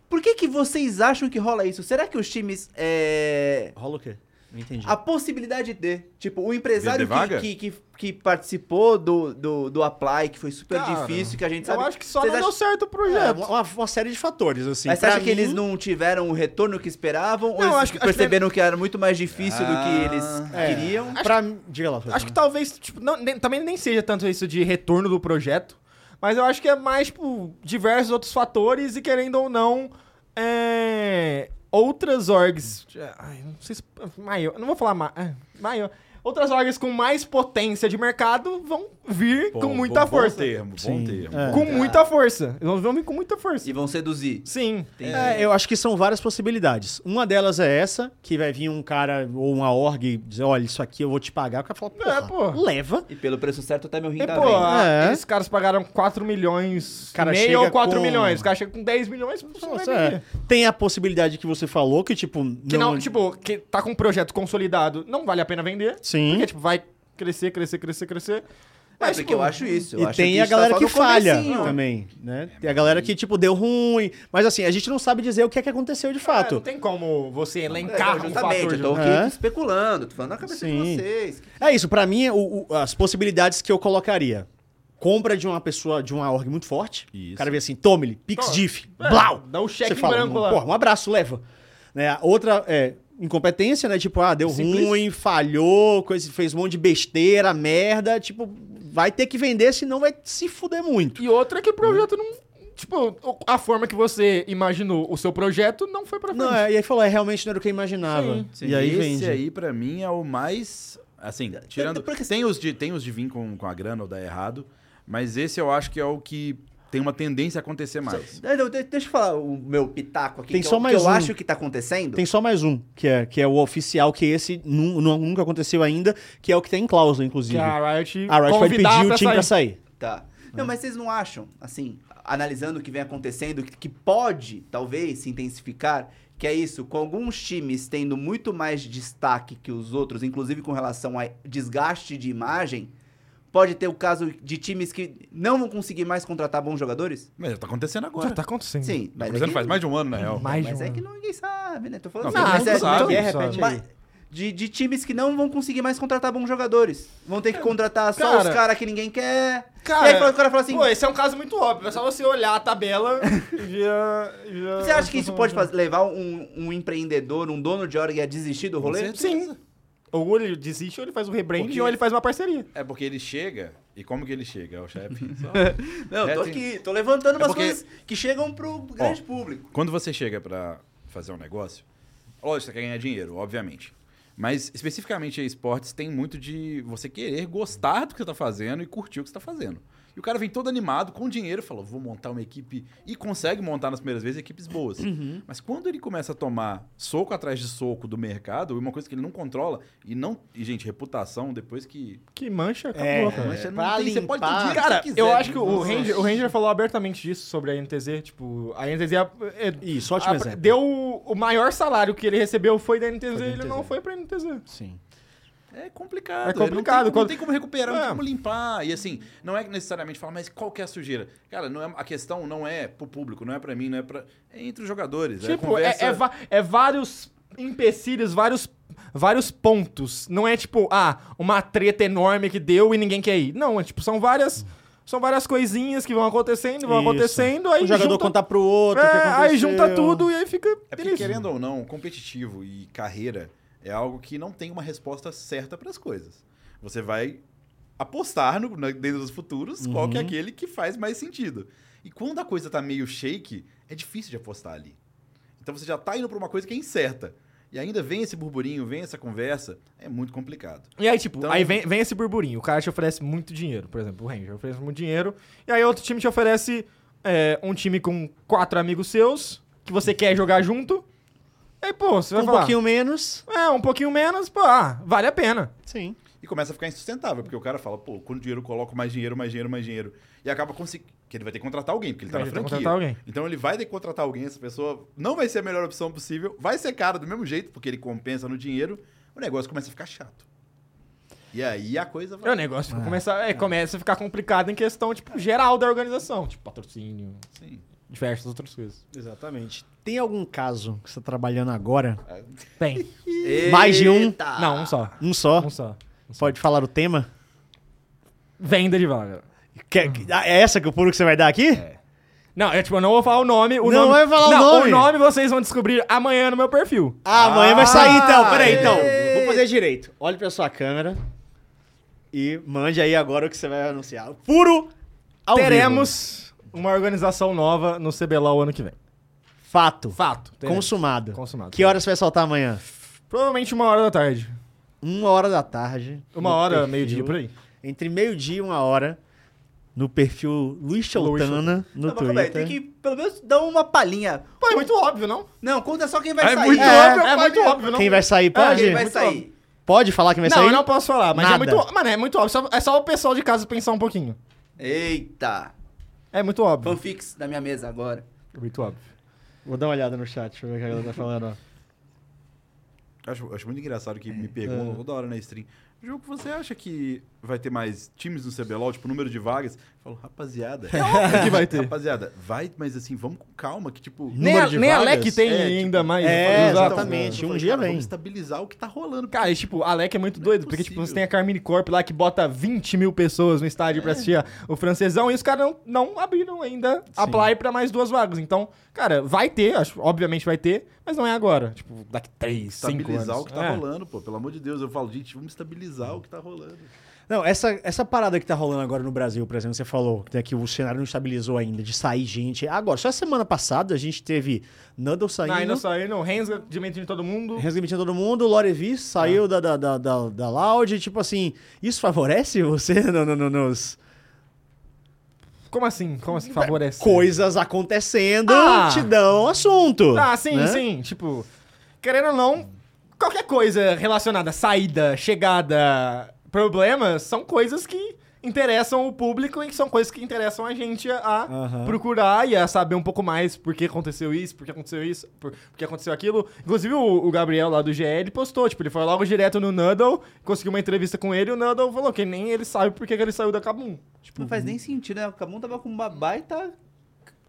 Speaker 3: Por que que vocês acham que rola isso? Será que os times, é...
Speaker 1: Rola o quê? Não entendi.
Speaker 3: A possibilidade de, tipo, o empresário
Speaker 4: Vender vaga?
Speaker 3: que, que, que, que participou do, do, do Apply, que foi super
Speaker 2: Cara,
Speaker 3: difícil, que a gente
Speaker 2: Eu
Speaker 3: sabe...
Speaker 2: acho que só
Speaker 3: Vocês
Speaker 2: não deu
Speaker 3: acham-
Speaker 2: certo o
Speaker 1: É,
Speaker 2: projeto.
Speaker 1: uma, uma série de fatores, assim.
Speaker 3: Mas você
Speaker 1: Pra
Speaker 3: acha que
Speaker 1: mim-
Speaker 3: eles não tiveram o retorno que esperavam?
Speaker 2: Não,
Speaker 3: ou
Speaker 2: acho
Speaker 3: eles
Speaker 2: que- acho que
Speaker 3: perceberam que era muito mais difícil do
Speaker 4: Ah,
Speaker 3: que eles
Speaker 1: é.
Speaker 3: queriam?
Speaker 1: Pra mim- Diga lá. Fernando.
Speaker 2: Acho que talvez, tipo, não- nem- também nem seja tanto isso de retorno do projeto, mas eu acho que é mais, tipo, diversos outros fatores e querendo ou não, é, outras orgs, ai, não sei se, maior, não vou falar ma, é, maior, outras orgs com mais potência de mercado vão vir
Speaker 4: Bom,
Speaker 2: com muita
Speaker 4: bom,
Speaker 2: força.
Speaker 4: Bom termo, bom
Speaker 1: Sim.
Speaker 4: termo.
Speaker 1: É.
Speaker 2: Com
Speaker 3: Tá.
Speaker 2: muita força. Eles vão vir com muita
Speaker 3: E
Speaker 2: força.
Speaker 3: vão seduzir.
Speaker 2: Sim.
Speaker 1: É, eu acho que são várias possibilidades. Uma delas é essa, que vai vir um cara ou uma org dizer, olha, isso aqui eu vou te pagar. O cara fala, porra,
Speaker 2: É, pô.
Speaker 1: leva.
Speaker 3: E pelo preço certo até meu rim
Speaker 2: E,
Speaker 3: tá
Speaker 2: pô,
Speaker 3: vendo.
Speaker 2: a-
Speaker 1: É.
Speaker 2: esses caras pagaram 4 milhões,
Speaker 1: Cara
Speaker 2: meio
Speaker 1: chega
Speaker 2: ou 4
Speaker 1: com-
Speaker 2: milhões. O cara chega com 10 milhões, você
Speaker 1: Nossa,
Speaker 2: vai
Speaker 1: é.
Speaker 2: vender.
Speaker 1: Tem a possibilidade que você falou, que tipo...
Speaker 2: Que não, tipo, que tá com um projeto consolidado, não vale a pena vender.
Speaker 1: Sim.
Speaker 2: Porque, tipo, vai crescer, crescer, crescer, crescer.
Speaker 3: É, porque
Speaker 2: tipo,
Speaker 3: eu acho isso. Eu
Speaker 1: E
Speaker 3: acho
Speaker 1: tem
Speaker 3: que
Speaker 1: a
Speaker 3: isso tá
Speaker 1: galera
Speaker 3: só
Speaker 1: que
Speaker 3: no
Speaker 1: falha
Speaker 3: comecinho. então,
Speaker 1: também, né?
Speaker 2: É,
Speaker 1: Tem a galera que, tipo, deu ruim. Mas assim, a gente não sabe dizer o que é que aconteceu de
Speaker 2: ah, Não
Speaker 1: fato.
Speaker 2: tem como você
Speaker 3: É,
Speaker 2: elencar
Speaker 3: não,
Speaker 2: um fator
Speaker 3: justamente,
Speaker 2: de...
Speaker 3: eu tô aqui
Speaker 1: É.
Speaker 3: especulando, tô falando na cabeça
Speaker 1: Sim.
Speaker 3: de vocês.
Speaker 1: É isso, pra mim, o- o- as possibilidades que eu colocaria. Compra de uma pessoa, de uma org muito forte.
Speaker 4: Isso.
Speaker 1: O cara vê assim, tome-lhe, PixDiff,
Speaker 2: É,
Speaker 1: blau.
Speaker 2: Dá o cheque
Speaker 1: Você
Speaker 2: em
Speaker 1: fala,
Speaker 2: branco lá.
Speaker 1: Porra, um abraço, leva. Né? Outra é incompetência, né? Tipo, ah,
Speaker 2: É
Speaker 1: deu
Speaker 3: Simples.
Speaker 1: ruim, falhou, coisa, fez um monte de besteira, merda. Tipo, vai ter que vender, senão vai se fuder muito.
Speaker 2: E outra é que o projeto não... Tipo, o- a forma que você imaginou o seu projeto não foi pra frente.
Speaker 1: Não, é, e aí falou, é, realmente não era o que eu imaginava.
Speaker 2: Sim,
Speaker 1: E aí
Speaker 4: Esse
Speaker 1: vende. É,
Speaker 4: aí, pra mim, é o mais. Assim, tirando.
Speaker 3: porque-
Speaker 4: Tem os de, tem os de vir com, com a grana ou dar errado, mas esse eu acho que é o que tem uma tendência a acontecer mais.
Speaker 3: Não, não, de- deixa eu falar o meu pitaco aqui,
Speaker 1: Tem
Speaker 3: que,
Speaker 1: só
Speaker 3: eu,
Speaker 1: mais
Speaker 3: que eu
Speaker 1: um.
Speaker 3: acho que tá acontecendo.
Speaker 1: Tem só mais um, que é, que é o oficial, que esse nu- nu- nunca aconteceu ainda, que é o que tem em cláusula,
Speaker 2: Que
Speaker 1: inclusive.
Speaker 2: a Riot,
Speaker 1: A Riot pode
Speaker 2: convidar
Speaker 1: pedir o time pra
Speaker 2: sair.
Speaker 1: sair.
Speaker 3: Tá.
Speaker 4: É.
Speaker 3: Não, mas vocês não acham, assim, analisando o que vem acontecendo, que, que pode, talvez, se intensificar, que é isso, com alguns times tendo muito mais destaque que os outros, inclusive com relação a desgaste de imagem, pode ter o caso de times que não vão conseguir mais contratar bons jogadores?
Speaker 4: Mas já tá acontecendo agora.
Speaker 2: Já tá acontecendo.
Speaker 3: Sim, mas,
Speaker 4: Mas
Speaker 3: é que,
Speaker 4: não faz mais de um ano, na real.
Speaker 2: Mais
Speaker 3: mas
Speaker 2: de um
Speaker 3: é que
Speaker 2: ano.
Speaker 3: ninguém sabe, né? Tô falando
Speaker 4: Não, todo
Speaker 3: mas
Speaker 4: mundo
Speaker 3: é-
Speaker 4: sabe.
Speaker 1: Ninguém
Speaker 2: sabe.
Speaker 1: repete aí.
Speaker 3: mas- de, de times que não vão conseguir mais contratar bons jogadores. Vão
Speaker 4: É.
Speaker 3: ter que contratar só
Speaker 2: cara-
Speaker 3: os caras que ninguém quer.
Speaker 2: Cara-
Speaker 3: e aí o cara fala assim,
Speaker 2: Pô, esse é um caso muito óbvio. É só você olhar a tabela e via...
Speaker 3: Você acha que isso pode faz- levar um, um empreendedor, um dono de org a desistir do rolê?
Speaker 4: certeza.
Speaker 2: Sim. Ou ele desiste, ou ele faz um rebrand,
Speaker 4: Porque-
Speaker 2: ou ele faz uma parceria.
Speaker 4: É porque ele chega. E como que ele chega? É o chefe. Só-
Speaker 3: Não,
Speaker 4: É,
Speaker 3: tô
Speaker 4: tem-
Speaker 3: aqui, tô levantando umas
Speaker 4: porque-
Speaker 3: coisas que chegam pro grande público.
Speaker 4: Quando você chega pra fazer um negócio, lógico, você quer ganhar dinheiro, obviamente. Mas especificamente em esportes tem muito de você querer gostar do que você tá fazendo e curtir o que você tá fazendo. E o cara vem todo animado com dinheiro e fala: vou montar uma equipe. E consegue montar nas primeiras vezes equipes boas.
Speaker 2: Uhum.
Speaker 4: Mas quando ele começa a tomar soco atrás de soco do mercado, uma coisa que ele não controla, e não. E, gente, reputação, depois que.
Speaker 2: Que mancha, acabou,
Speaker 1: É,
Speaker 2: cara.
Speaker 4: Mas você não
Speaker 1: pra
Speaker 4: tem- você pode ter
Speaker 1: limpar-
Speaker 4: dinheiro que
Speaker 2: Cara,
Speaker 4: você quiser,
Speaker 2: eu acho que o
Speaker 4: nossa.
Speaker 2: Ranger, o Ranger falou abertamente disso sobre a NTZ. Tipo, a NTZ. é- é-
Speaker 1: Isso, ótimo
Speaker 2: a-
Speaker 1: exemplo.
Speaker 2: Deu o maior salário que ele recebeu foi da NTZ,
Speaker 1: da
Speaker 2: ele não
Speaker 1: NTZ.
Speaker 2: foi pra NTZ.
Speaker 1: Sim.
Speaker 4: É complicado.
Speaker 2: É
Speaker 4: ele não
Speaker 2: complicado,
Speaker 4: tem como- Não tem,
Speaker 2: quando-
Speaker 4: como recuperar, não
Speaker 2: É.
Speaker 4: tem como limpar. E assim, não é necessariamente falar, mas qual que é a sujeira? Cara, não é, a questão não é pro público, não é pra mim, não é pra... É entre os jogadores. é
Speaker 2: Tipo, é,
Speaker 4: conversa...
Speaker 2: é va- é vários empecilhos, vários, vários pontos. Não é tipo, ah, uma treta enorme que deu e ninguém quer ir. Não, é tipo, são várias. São várias coisinhas que vão acontecendo, vão
Speaker 1: Isso.
Speaker 2: acontecendo, aí
Speaker 1: um jogador
Speaker 2: junta,
Speaker 1: conta pro outro. o que
Speaker 2: é, aí
Speaker 1: aconteceu.
Speaker 2: junta tudo e aí fica.
Speaker 4: É porque,
Speaker 2: beleza.
Speaker 4: querendo ou não, competitivo e carreira é algo que não tem uma resposta certa para as coisas. Você vai apostar no, na- dentro dos futuros qual
Speaker 2: Uhum.
Speaker 4: que é aquele que faz mais sentido. E quando a coisa tá meio shake, é difícil de apostar ali. Então você já tá indo pra uma coisa que é incerta. E ainda vem esse burburinho, vem essa conversa, é muito complicado.
Speaker 2: E aí, tipo,
Speaker 4: Então-
Speaker 2: aí vem, vem esse burburinho. O cara te oferece muito dinheiro, por exemplo, o Ranger oferece muito dinheiro. E aí outro time te oferece é, um time com quatro amigos seus, que você quer jogar junto. E aí, pô, você vai
Speaker 1: Um
Speaker 2: falar.
Speaker 1: pouquinho menos.
Speaker 2: É, um pouquinho menos, pô, ah, vale a pena.
Speaker 1: Sim.
Speaker 4: E começa a ficar insustentável, porque o cara fala, pô, quando dinheiro eu coloco mais dinheiro, mais dinheiro, mais dinheiro. E acaba conseguindo. Que ele vai ter que contratar alguém, porque ele tá
Speaker 2: Vai ter
Speaker 4: na
Speaker 2: que
Speaker 4: franquia.
Speaker 2: contratar alguém.
Speaker 4: Então ele vai ter que contratar alguém, essa pessoa não vai ser a melhor opção possível, vai ser cara do mesmo jeito, porque ele compensa no dinheiro, o negócio começa a ficar chato. E aí a coisa
Speaker 2: É, o
Speaker 4: vai.
Speaker 2: negócio fica- começa, é, começa a ficar complicado em questão, tipo, geral da organização. Tipo, patrocínio,
Speaker 4: Sim.
Speaker 2: diversas outras coisas.
Speaker 1: Exatamente. Tem algum caso que você tá trabalhando agora?
Speaker 2: Tem.
Speaker 1: Mais de um?
Speaker 3: Eita!
Speaker 2: Não, um só.
Speaker 1: Um só?
Speaker 2: Um só.
Speaker 1: Pode falar o tema?
Speaker 2: Venda de vaga.
Speaker 1: Quer- que- ah, é essa que o puro que você vai dar aqui?
Speaker 2: Não, eu, tipo, eu não vou falar o nome. O
Speaker 1: Não
Speaker 2: nome...
Speaker 1: vai falar o
Speaker 2: Não,
Speaker 1: nome?
Speaker 2: O nome vocês vão descobrir amanhã no meu perfil.
Speaker 1: Ah, amanhã vai sair então. Peraí,
Speaker 4: ei.
Speaker 1: então. Vou fazer direito. Olhe pra sua câmera e mande aí agora o que você vai anunciar. Puro ao vivo.
Speaker 2: Teremos uma organização nova no CBLOL ano que vem.
Speaker 1: Fato.
Speaker 2: Fato. teremos.
Speaker 1: Consumado.
Speaker 2: Consumado.
Speaker 1: Que horas você vai soltar amanhã?
Speaker 2: Provavelmente uma hora da tarde.
Speaker 1: Uma hora da tarde.
Speaker 2: Uma
Speaker 1: no
Speaker 2: hora,
Speaker 1: perfil-
Speaker 2: meio-dia, por aí.
Speaker 1: Entre meio-dia e uma hora. No perfil Luiz Choltana, no
Speaker 3: Não, mas calma aí,
Speaker 1: Twitter.
Speaker 3: tem que pelo menos dar uma palhinha.
Speaker 2: Pô, é muito óbvio, não?
Speaker 3: Não, conta só quem vai
Speaker 4: É
Speaker 3: sair.
Speaker 4: muito
Speaker 1: É,
Speaker 2: óbvio, é muito
Speaker 3: palhinha.
Speaker 2: óbvio, não?
Speaker 1: Quem vai sair,
Speaker 2: Ah,
Speaker 1: pode?
Speaker 3: Quem vai
Speaker 2: Muito
Speaker 3: sair?
Speaker 1: Pode falar quem vai
Speaker 2: não,
Speaker 1: sair?
Speaker 2: eu não posso falar, mas
Speaker 1: Nada.
Speaker 2: é muito óbvio. Mano, é muito óbvio. só- é só o pessoal de casa pensar um pouquinho.
Speaker 3: Eita!
Speaker 2: É muito óbvio.
Speaker 3: Fanfics da minha mesa agora.
Speaker 2: É muito óbvio.
Speaker 1: Vou dar uma olhada no chat, deixa eu ver o que a galera tá falando. ó.
Speaker 4: Acho, acho muito engraçado que
Speaker 2: É.
Speaker 4: me perguntam toda hora na stream. Jogo, você acha que vai ter mais times no CBLOL, tipo, número de vagas? Eu falo, rapaziada.
Speaker 2: óbvio que vai ter.
Speaker 4: Rapaziada, vai, mas assim, vamos com calma, que tipo.
Speaker 2: Nem a,
Speaker 1: de
Speaker 2: nem a
Speaker 1: vagas?
Speaker 2: Alec tem
Speaker 4: É,
Speaker 2: ainda
Speaker 4: tipo,
Speaker 2: mais.
Speaker 1: é,
Speaker 2: Exato.
Speaker 1: exatamente.
Speaker 4: então, Eu
Speaker 1: um
Speaker 4: falei,
Speaker 1: dia
Speaker 4: cara,
Speaker 1: vem.
Speaker 4: Vamos estabilizar o que tá rolando.
Speaker 2: Cara, e, tipo, a Alec é muito
Speaker 4: Não é
Speaker 2: doido, porque tipo,
Speaker 4: possível.
Speaker 2: você tem a Carmine Corp lá que bota 20 mil pessoas no estádio
Speaker 4: É.
Speaker 2: pra assistir a- o francesão, e os caras não, não abriram ainda apply pra mais duas vagas. Então, cara, vai ter, acho, obviamente vai ter, mas não é agora. Tipo, daqui 3, 5 anos.
Speaker 4: Estabilizar o que tá
Speaker 2: É.
Speaker 4: rolando, pô. Pelo amor de Deus, eu falo, gente, vamos estabilizar o que tá rolando.
Speaker 1: Não, essa, essa parada que tá rolando agora no Brasil, por exemplo, você falou né, que o cenário não estabilizou ainda, de sair gente. Agora, só semana passada a gente teve Nando
Speaker 4: Tá
Speaker 2: Não,
Speaker 1: saindo,
Speaker 2: ainda saindo, Renzo demitindo todo mundo.
Speaker 1: resgatinho todo mundo, Lorevis
Speaker 2: Ah.
Speaker 1: saiu da, da, da, da, da Loud, tipo assim, isso favorece você no, no- no- nos
Speaker 2: Como assim? Como assim? Favorece.
Speaker 1: coisas acontecendo,
Speaker 2: Ah.
Speaker 1: te dão um assunto.
Speaker 2: Ah, sim,
Speaker 1: né?
Speaker 2: sim. Tipo, querendo ou não, qualquer coisa relacionada a saída, chegada, problemas, são coisas que interessam o público e que são coisas que interessam a gente a- a
Speaker 1: Aham.
Speaker 2: procurar e a saber um pouco mais por que aconteceu isso, por que aconteceu isso, por, por que aconteceu aquilo. Inclusive, o, o Gabriel lá do GE, ele postou, tipo, ele foi logo direto no Nuddle, conseguiu uma entrevista com ele e o Nuddle falou que nem ele sabe por que que ele saiu da Kabum. Tipo,
Speaker 3: Não faz nem sentido, né? O Camon tava com uma baita c-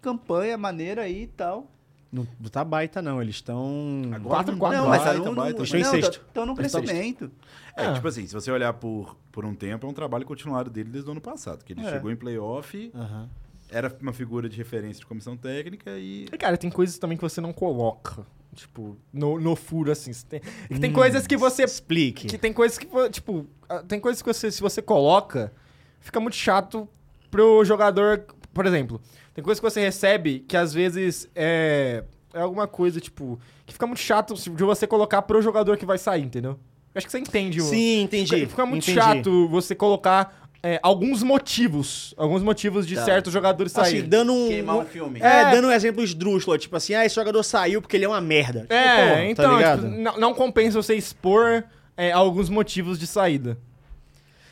Speaker 3: campanha maneira aí e tal.
Speaker 1: Não, não tá baita, não. Eles estão.
Speaker 2: Quatro, quatro,
Speaker 3: não,
Speaker 2: vai,
Speaker 3: mas
Speaker 4: tá,
Speaker 3: aí não,
Speaker 4: tá, vai, tá.
Speaker 1: Estão em
Speaker 3: não,
Speaker 1: sexto.
Speaker 3: tão- tão num
Speaker 1: Estão em sexto.
Speaker 3: crescimento.
Speaker 4: É,
Speaker 2: Ah.
Speaker 4: tipo assim, se você olhar por, por um tempo, é um trabalho continuado dele desde o ano passado. Que ele
Speaker 3: É.
Speaker 4: chegou em playoff,
Speaker 1: Aham.
Speaker 4: era uma figura de referência de comissão técnica e.
Speaker 2: E, Cara, tem coisas também que você não coloca. Tipo, no, no furo, assim. Você Tem, é
Speaker 1: Hum,
Speaker 2: que tem coisas que você.
Speaker 1: Explique.
Speaker 2: Que tem coisas que. vo- Tipo, ah, tem coisas que você, se você coloca, fica muito chato pro jogador. Por exemplo, tem coisas que você recebe que às vezes é. É alguma coisa, tipo. Que fica muito chato de você colocar pro jogador que vai sair, entendeu? Eu acho que você entende o.
Speaker 1: Sim, entendi.
Speaker 2: Fica, fica muito
Speaker 1: entendi.
Speaker 2: chato você colocar é, alguns motivos. Alguns motivos de
Speaker 3: Tá.
Speaker 2: certos jogadores
Speaker 1: Assim,
Speaker 2: saírem.
Speaker 1: dando um.
Speaker 3: Queimar um filme.
Speaker 1: É,
Speaker 2: É.
Speaker 1: dando um exemplo esdrúxulo, tipo assim, ah, esse jogador saiu porque ele é uma merda. Tipo,
Speaker 2: É,
Speaker 1: pô,
Speaker 2: então,
Speaker 1: Tá
Speaker 2: tipo,
Speaker 1: ligado?
Speaker 2: não, não compensa você expor é, alguns motivos de saída.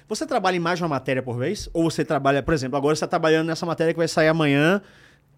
Speaker 1: Você trabalha em mais de uma matéria por vez? Ou você trabalha, por exemplo, agora você tá trabalhando nessa matéria que vai sair amanhã,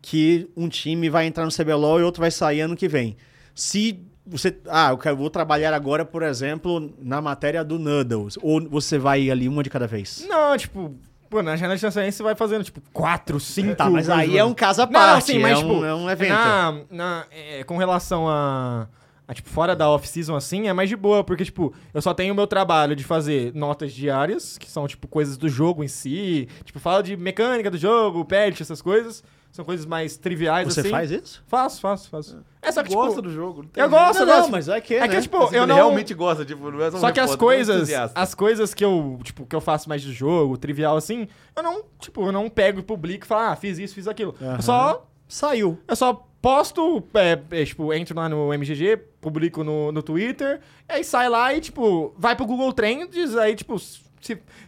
Speaker 1: que um time vai entrar no CBLOL e outro vai sair ano que vem. Se Você, ah, eu quero- vou trabalhar agora, por exemplo, na matéria do Nuddles. Ou você vai ali uma de cada vez?
Speaker 2: Não, tipo, pô, na janela de transferência você vai fazendo, tipo, quatro, cinco.
Speaker 1: Tá, mas
Speaker 2: coisas,
Speaker 1: aí é
Speaker 2: mano.
Speaker 1: um caso à
Speaker 2: Não, não,
Speaker 1: parte.
Speaker 2: sim, mas,
Speaker 1: é, um,
Speaker 2: tipo,
Speaker 1: é um evento.
Speaker 2: Na, na- é, com relação a, a, tipo, fora da off-season, assim, é mais de boa, porque, tipo, eu só tenho o meu trabalho de fazer notas diárias, que são, tipo, coisas do jogo em si, tipo, fala de mecânica do jogo, patch, essas coisas. São coisas mais triviais,
Speaker 1: Você
Speaker 2: assim.
Speaker 1: faz isso?
Speaker 2: Faço, faço, faço. É, só que, tipo,
Speaker 5: gosta do jogo. não tem
Speaker 2: eu
Speaker 5: jeito.
Speaker 2: gosto, eu
Speaker 1: não,
Speaker 2: gosto.
Speaker 1: mas é que,
Speaker 2: é
Speaker 1: né?
Speaker 2: que, tipo,
Speaker 5: Assim,
Speaker 2: eu
Speaker 5: ele
Speaker 2: não...
Speaker 5: realmente gosta, tipo, não é um
Speaker 2: Só que
Speaker 5: repórter,
Speaker 2: as
Speaker 5: não é um
Speaker 2: coisas,
Speaker 5: entusiasta.
Speaker 2: as coisas que eu, tipo, que eu faço mais do jogo, trivial assim, eu não, tipo, eu não pego e publico e falo, ah, fiz isso, fiz aquilo.
Speaker 1: Aham.
Speaker 2: Eu só,
Speaker 1: Saiu.
Speaker 2: eu só posto, é, é, tipo, entro lá no MGG, publico no, no Twitter, aí sai lá e, tipo, vai pro Google Trends, aí, tipo, se,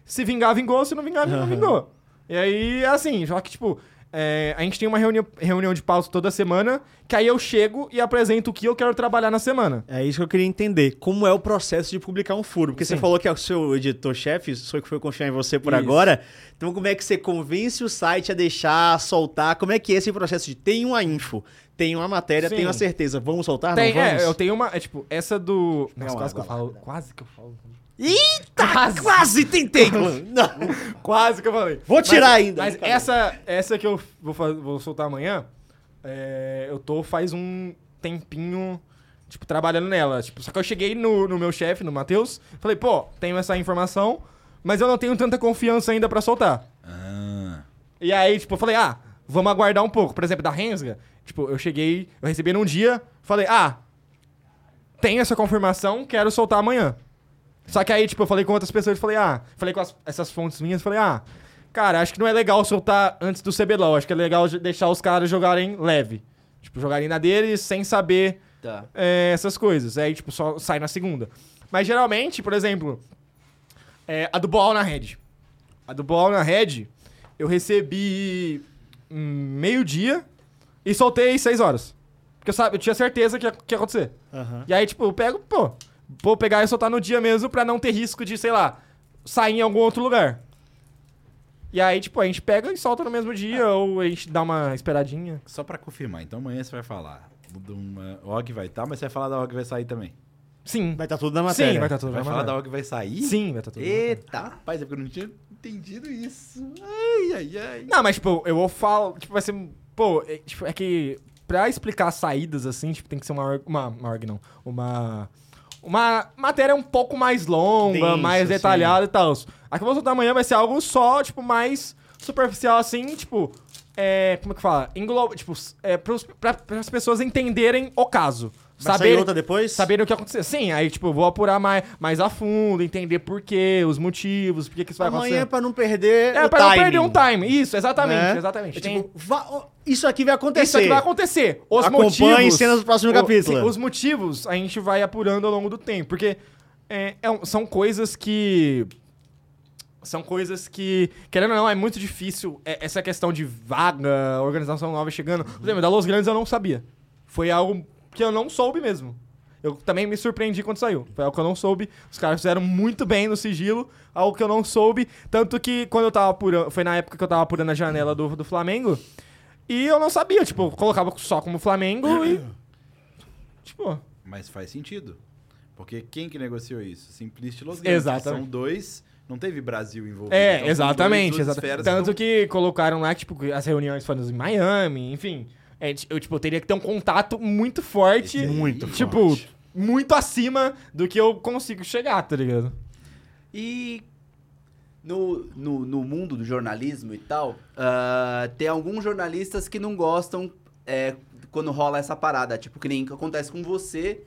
Speaker 2: se vingar, vingou, se não vingar, não vingou. E aí, assim, só que, tipo, é, a gente tem uma reunião, reunião de pauta toda semana, que aí eu chego e apresento o que eu quero trabalhar na semana.
Speaker 1: É isso que eu queria entender. Como é o processo de publicar um furo? Porque você
Speaker 2: Sim.
Speaker 1: falou que é o seu editor-chefe, sou eu que foi confiar em você por
Speaker 2: Isso.
Speaker 1: agora. Então, como é que você convence o site a deixar, a soltar? Como é que é esse processo de tem uma info, tem uma matéria,
Speaker 2: Sim.
Speaker 1: tem uma certeza, vamos soltar,
Speaker 2: Tem,
Speaker 1: não vamos?
Speaker 2: é, eu tenho uma. É tipo, essa do. Nossa,
Speaker 3: uma
Speaker 2: quase que eu
Speaker 3: água
Speaker 2: falo. Quase que eu falo.
Speaker 1: Eita, Tá quase, tentei, Clã. Não.
Speaker 2: Quase que eu falei.
Speaker 1: Vou tirar ainda.
Speaker 2: Mas essa, essa que eu vou, fa- vou soltar amanhã, é, eu tô faz um tempinho, tipo, trabalhando nela. Tipo, só que eu cheguei no, no meu chefe, no Matheus, falei, pô, tenho essa informação, mas eu não tenho tanta confiança ainda pra soltar.
Speaker 4: Ah.
Speaker 2: E aí, tipo, eu falei, ah, vamos aguardar um pouco. Por exemplo, da Rensga, tipo, eu cheguei, eu recebi num dia, falei, ah, tem essa confirmação, quero soltar amanhã. Só que aí, tipo, eu falei com outras pessoas, falei, ah, falei com as- essas fontes minhas, falei, ah, cara, acho que não é legal soltar antes do CBLOL, acho que é legal j- deixar os caras jogarem leve. Tipo, jogarem na deles sem saber
Speaker 3: Tá.
Speaker 2: é, essas coisas. Aí, tipo, só sai na segunda. Mas geralmente, por exemplo, é, a do Boal na Red. A do Boal na Red, eu recebi hum, meio-dia e soltei seis horas. Porque eu, sabe, eu tinha certeza que ia, que ia acontecer.
Speaker 1: Aham.
Speaker 2: E aí, tipo, eu pego, pô, vou pegar e soltar no dia mesmo pra não ter risco de, sei lá, sair em algum outro lugar. E aí, tipo, a gente pega e solta no mesmo dia, ou a gente dá uma esperadinha.
Speaker 4: Só pra confirmar, então amanhã você vai falar. De uma... O Og vai estar, mas você vai falar da Og vai sair também.
Speaker 2: Sim.
Speaker 1: Vai estar tudo na matéria.
Speaker 2: Sim, vai tá- estar tudo
Speaker 4: Vai
Speaker 2: na
Speaker 4: falar da
Speaker 2: matéria.
Speaker 4: Og vai sair?
Speaker 2: Sim, vai estar tudo na matéria.
Speaker 3: Eita.
Speaker 4: Rapaz, é porque eu não tinha entendido isso. Ai, ai, ai.
Speaker 2: Não, mas, tipo, eu vou falar. Tipo, vai ser. Pô, é, tipo, é que. Pra explicar saídas assim, tipo, tem que ser uma. org- Uma. Uma. org, não. Uma, uma matéria um pouco mais longa,
Speaker 1: Densa,
Speaker 2: mais
Speaker 1: assim.
Speaker 2: detalhada e tal. A que eu vou soltar amanhã vai ser algo só, tipo, mais superficial assim, tipo. É, como é que fala? Engloba. Tipo, s- é, pros, pra, pras pessoas entenderem o caso.
Speaker 1: Vai sair
Speaker 2: Saberem-
Speaker 1: outra depois?
Speaker 2: saberem o que aconteceu. Sim, aí, tipo, eu vou apurar mais, mais a fundo, entender por quê, os motivos, por que que isso vai
Speaker 1: Amanhã é
Speaker 2: acontecer.
Speaker 1: pra não perder
Speaker 2: É,
Speaker 1: o
Speaker 2: pra
Speaker 1: timing,
Speaker 2: não perder um time. Isso, exatamente,
Speaker 1: né?
Speaker 2: exatamente.
Speaker 1: É
Speaker 2: Tem-
Speaker 1: tipo, va- ó, isso aqui vai acontecer.
Speaker 2: isso aqui vai acontecer. Os
Speaker 1: Acompanhe
Speaker 2: motivos.
Speaker 1: cenas do próximo
Speaker 2: o-
Speaker 1: capítulo.
Speaker 2: sim, os motivos a gente vai apurando ao longo do tempo, porque é, é um- são coisas que. São coisas que, querendo ou não, é muito difícil é, essa questão de vaga, organização nova chegando. Por exemplo, da Los Grandes eu não sabia. Foi algo que eu não soube mesmo. Eu também me surpreendi quando saiu. Foi algo que eu não soube. Os caras fizeram muito bem no sigilo, algo que eu não soube. Tanto que quando eu tava apurando. Foi na época que eu tava apurando a janela do, do Flamengo. E eu não sabia, tipo, eu colocava só como Flamengo e. Tipo.
Speaker 4: Mas faz sentido. Porque quem que negociou isso? Simpliste Los Gatos.
Speaker 2: Exatamente.
Speaker 4: São dois, não teve Brasil envolvido.
Speaker 2: É,
Speaker 4: Então, são
Speaker 2: exatamente,
Speaker 4: dois, duas
Speaker 2: exata-
Speaker 4: esferas então.
Speaker 2: Tanto
Speaker 4: tão-
Speaker 2: que colocaram lá, que, tipo, as reuniões foram em Miami, enfim. É, ti- eu, tipo, eu teria que ter um contato muito forte.
Speaker 1: Muito
Speaker 2: Tipo,
Speaker 1: forte.
Speaker 2: muito acima do que eu consigo chegar, tá ligado?
Speaker 3: E no, no, no mundo do jornalismo e tal, ah, tem alguns jornalistas que não gostam é, quando rola essa parada. Tipo, que nem acontece com você.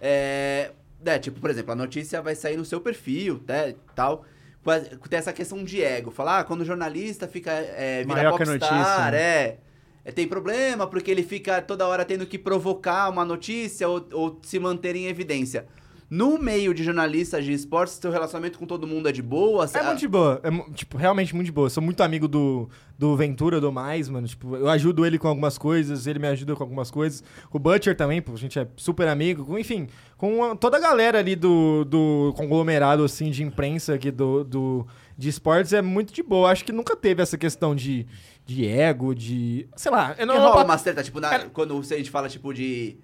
Speaker 3: É, né, tipo, por exemplo, a notícia vai sair no seu perfil, né, tal. Mas Tem essa questão de ego. Falar, ah, quando o jornalista fica... É, vira
Speaker 1: Maior que a
Speaker 3: popstar,
Speaker 1: notícia, né?
Speaker 3: é. É, Tem problema, porque ele fica toda hora tendo que provocar uma notícia ou, ou se manter em evidência. No meio de jornalistas de esportes, seu relacionamento com todo mundo é de boa? Cê-
Speaker 2: É muito de boa. É, mu- tipo, realmente muito de boa. Sou muito amigo do, do Ventura, do Mais, mano. Tipo, eu ajudo ele com algumas coisas, ele me ajuda com algumas coisas. O Butcher também, pô, a gente é super amigo. Com- Enfim, com a- toda a galera ali do, do conglomerado, assim, de imprensa aqui do, do, de esportes é muito de boa. Acho que nunca teve essa questão de, de ego, de... Sei lá. Eu
Speaker 3: Que
Speaker 2: não,
Speaker 3: rola
Speaker 2: não-
Speaker 3: umas treta, tipo, na-
Speaker 2: Cara-
Speaker 3: quando a gente fala, tipo, de...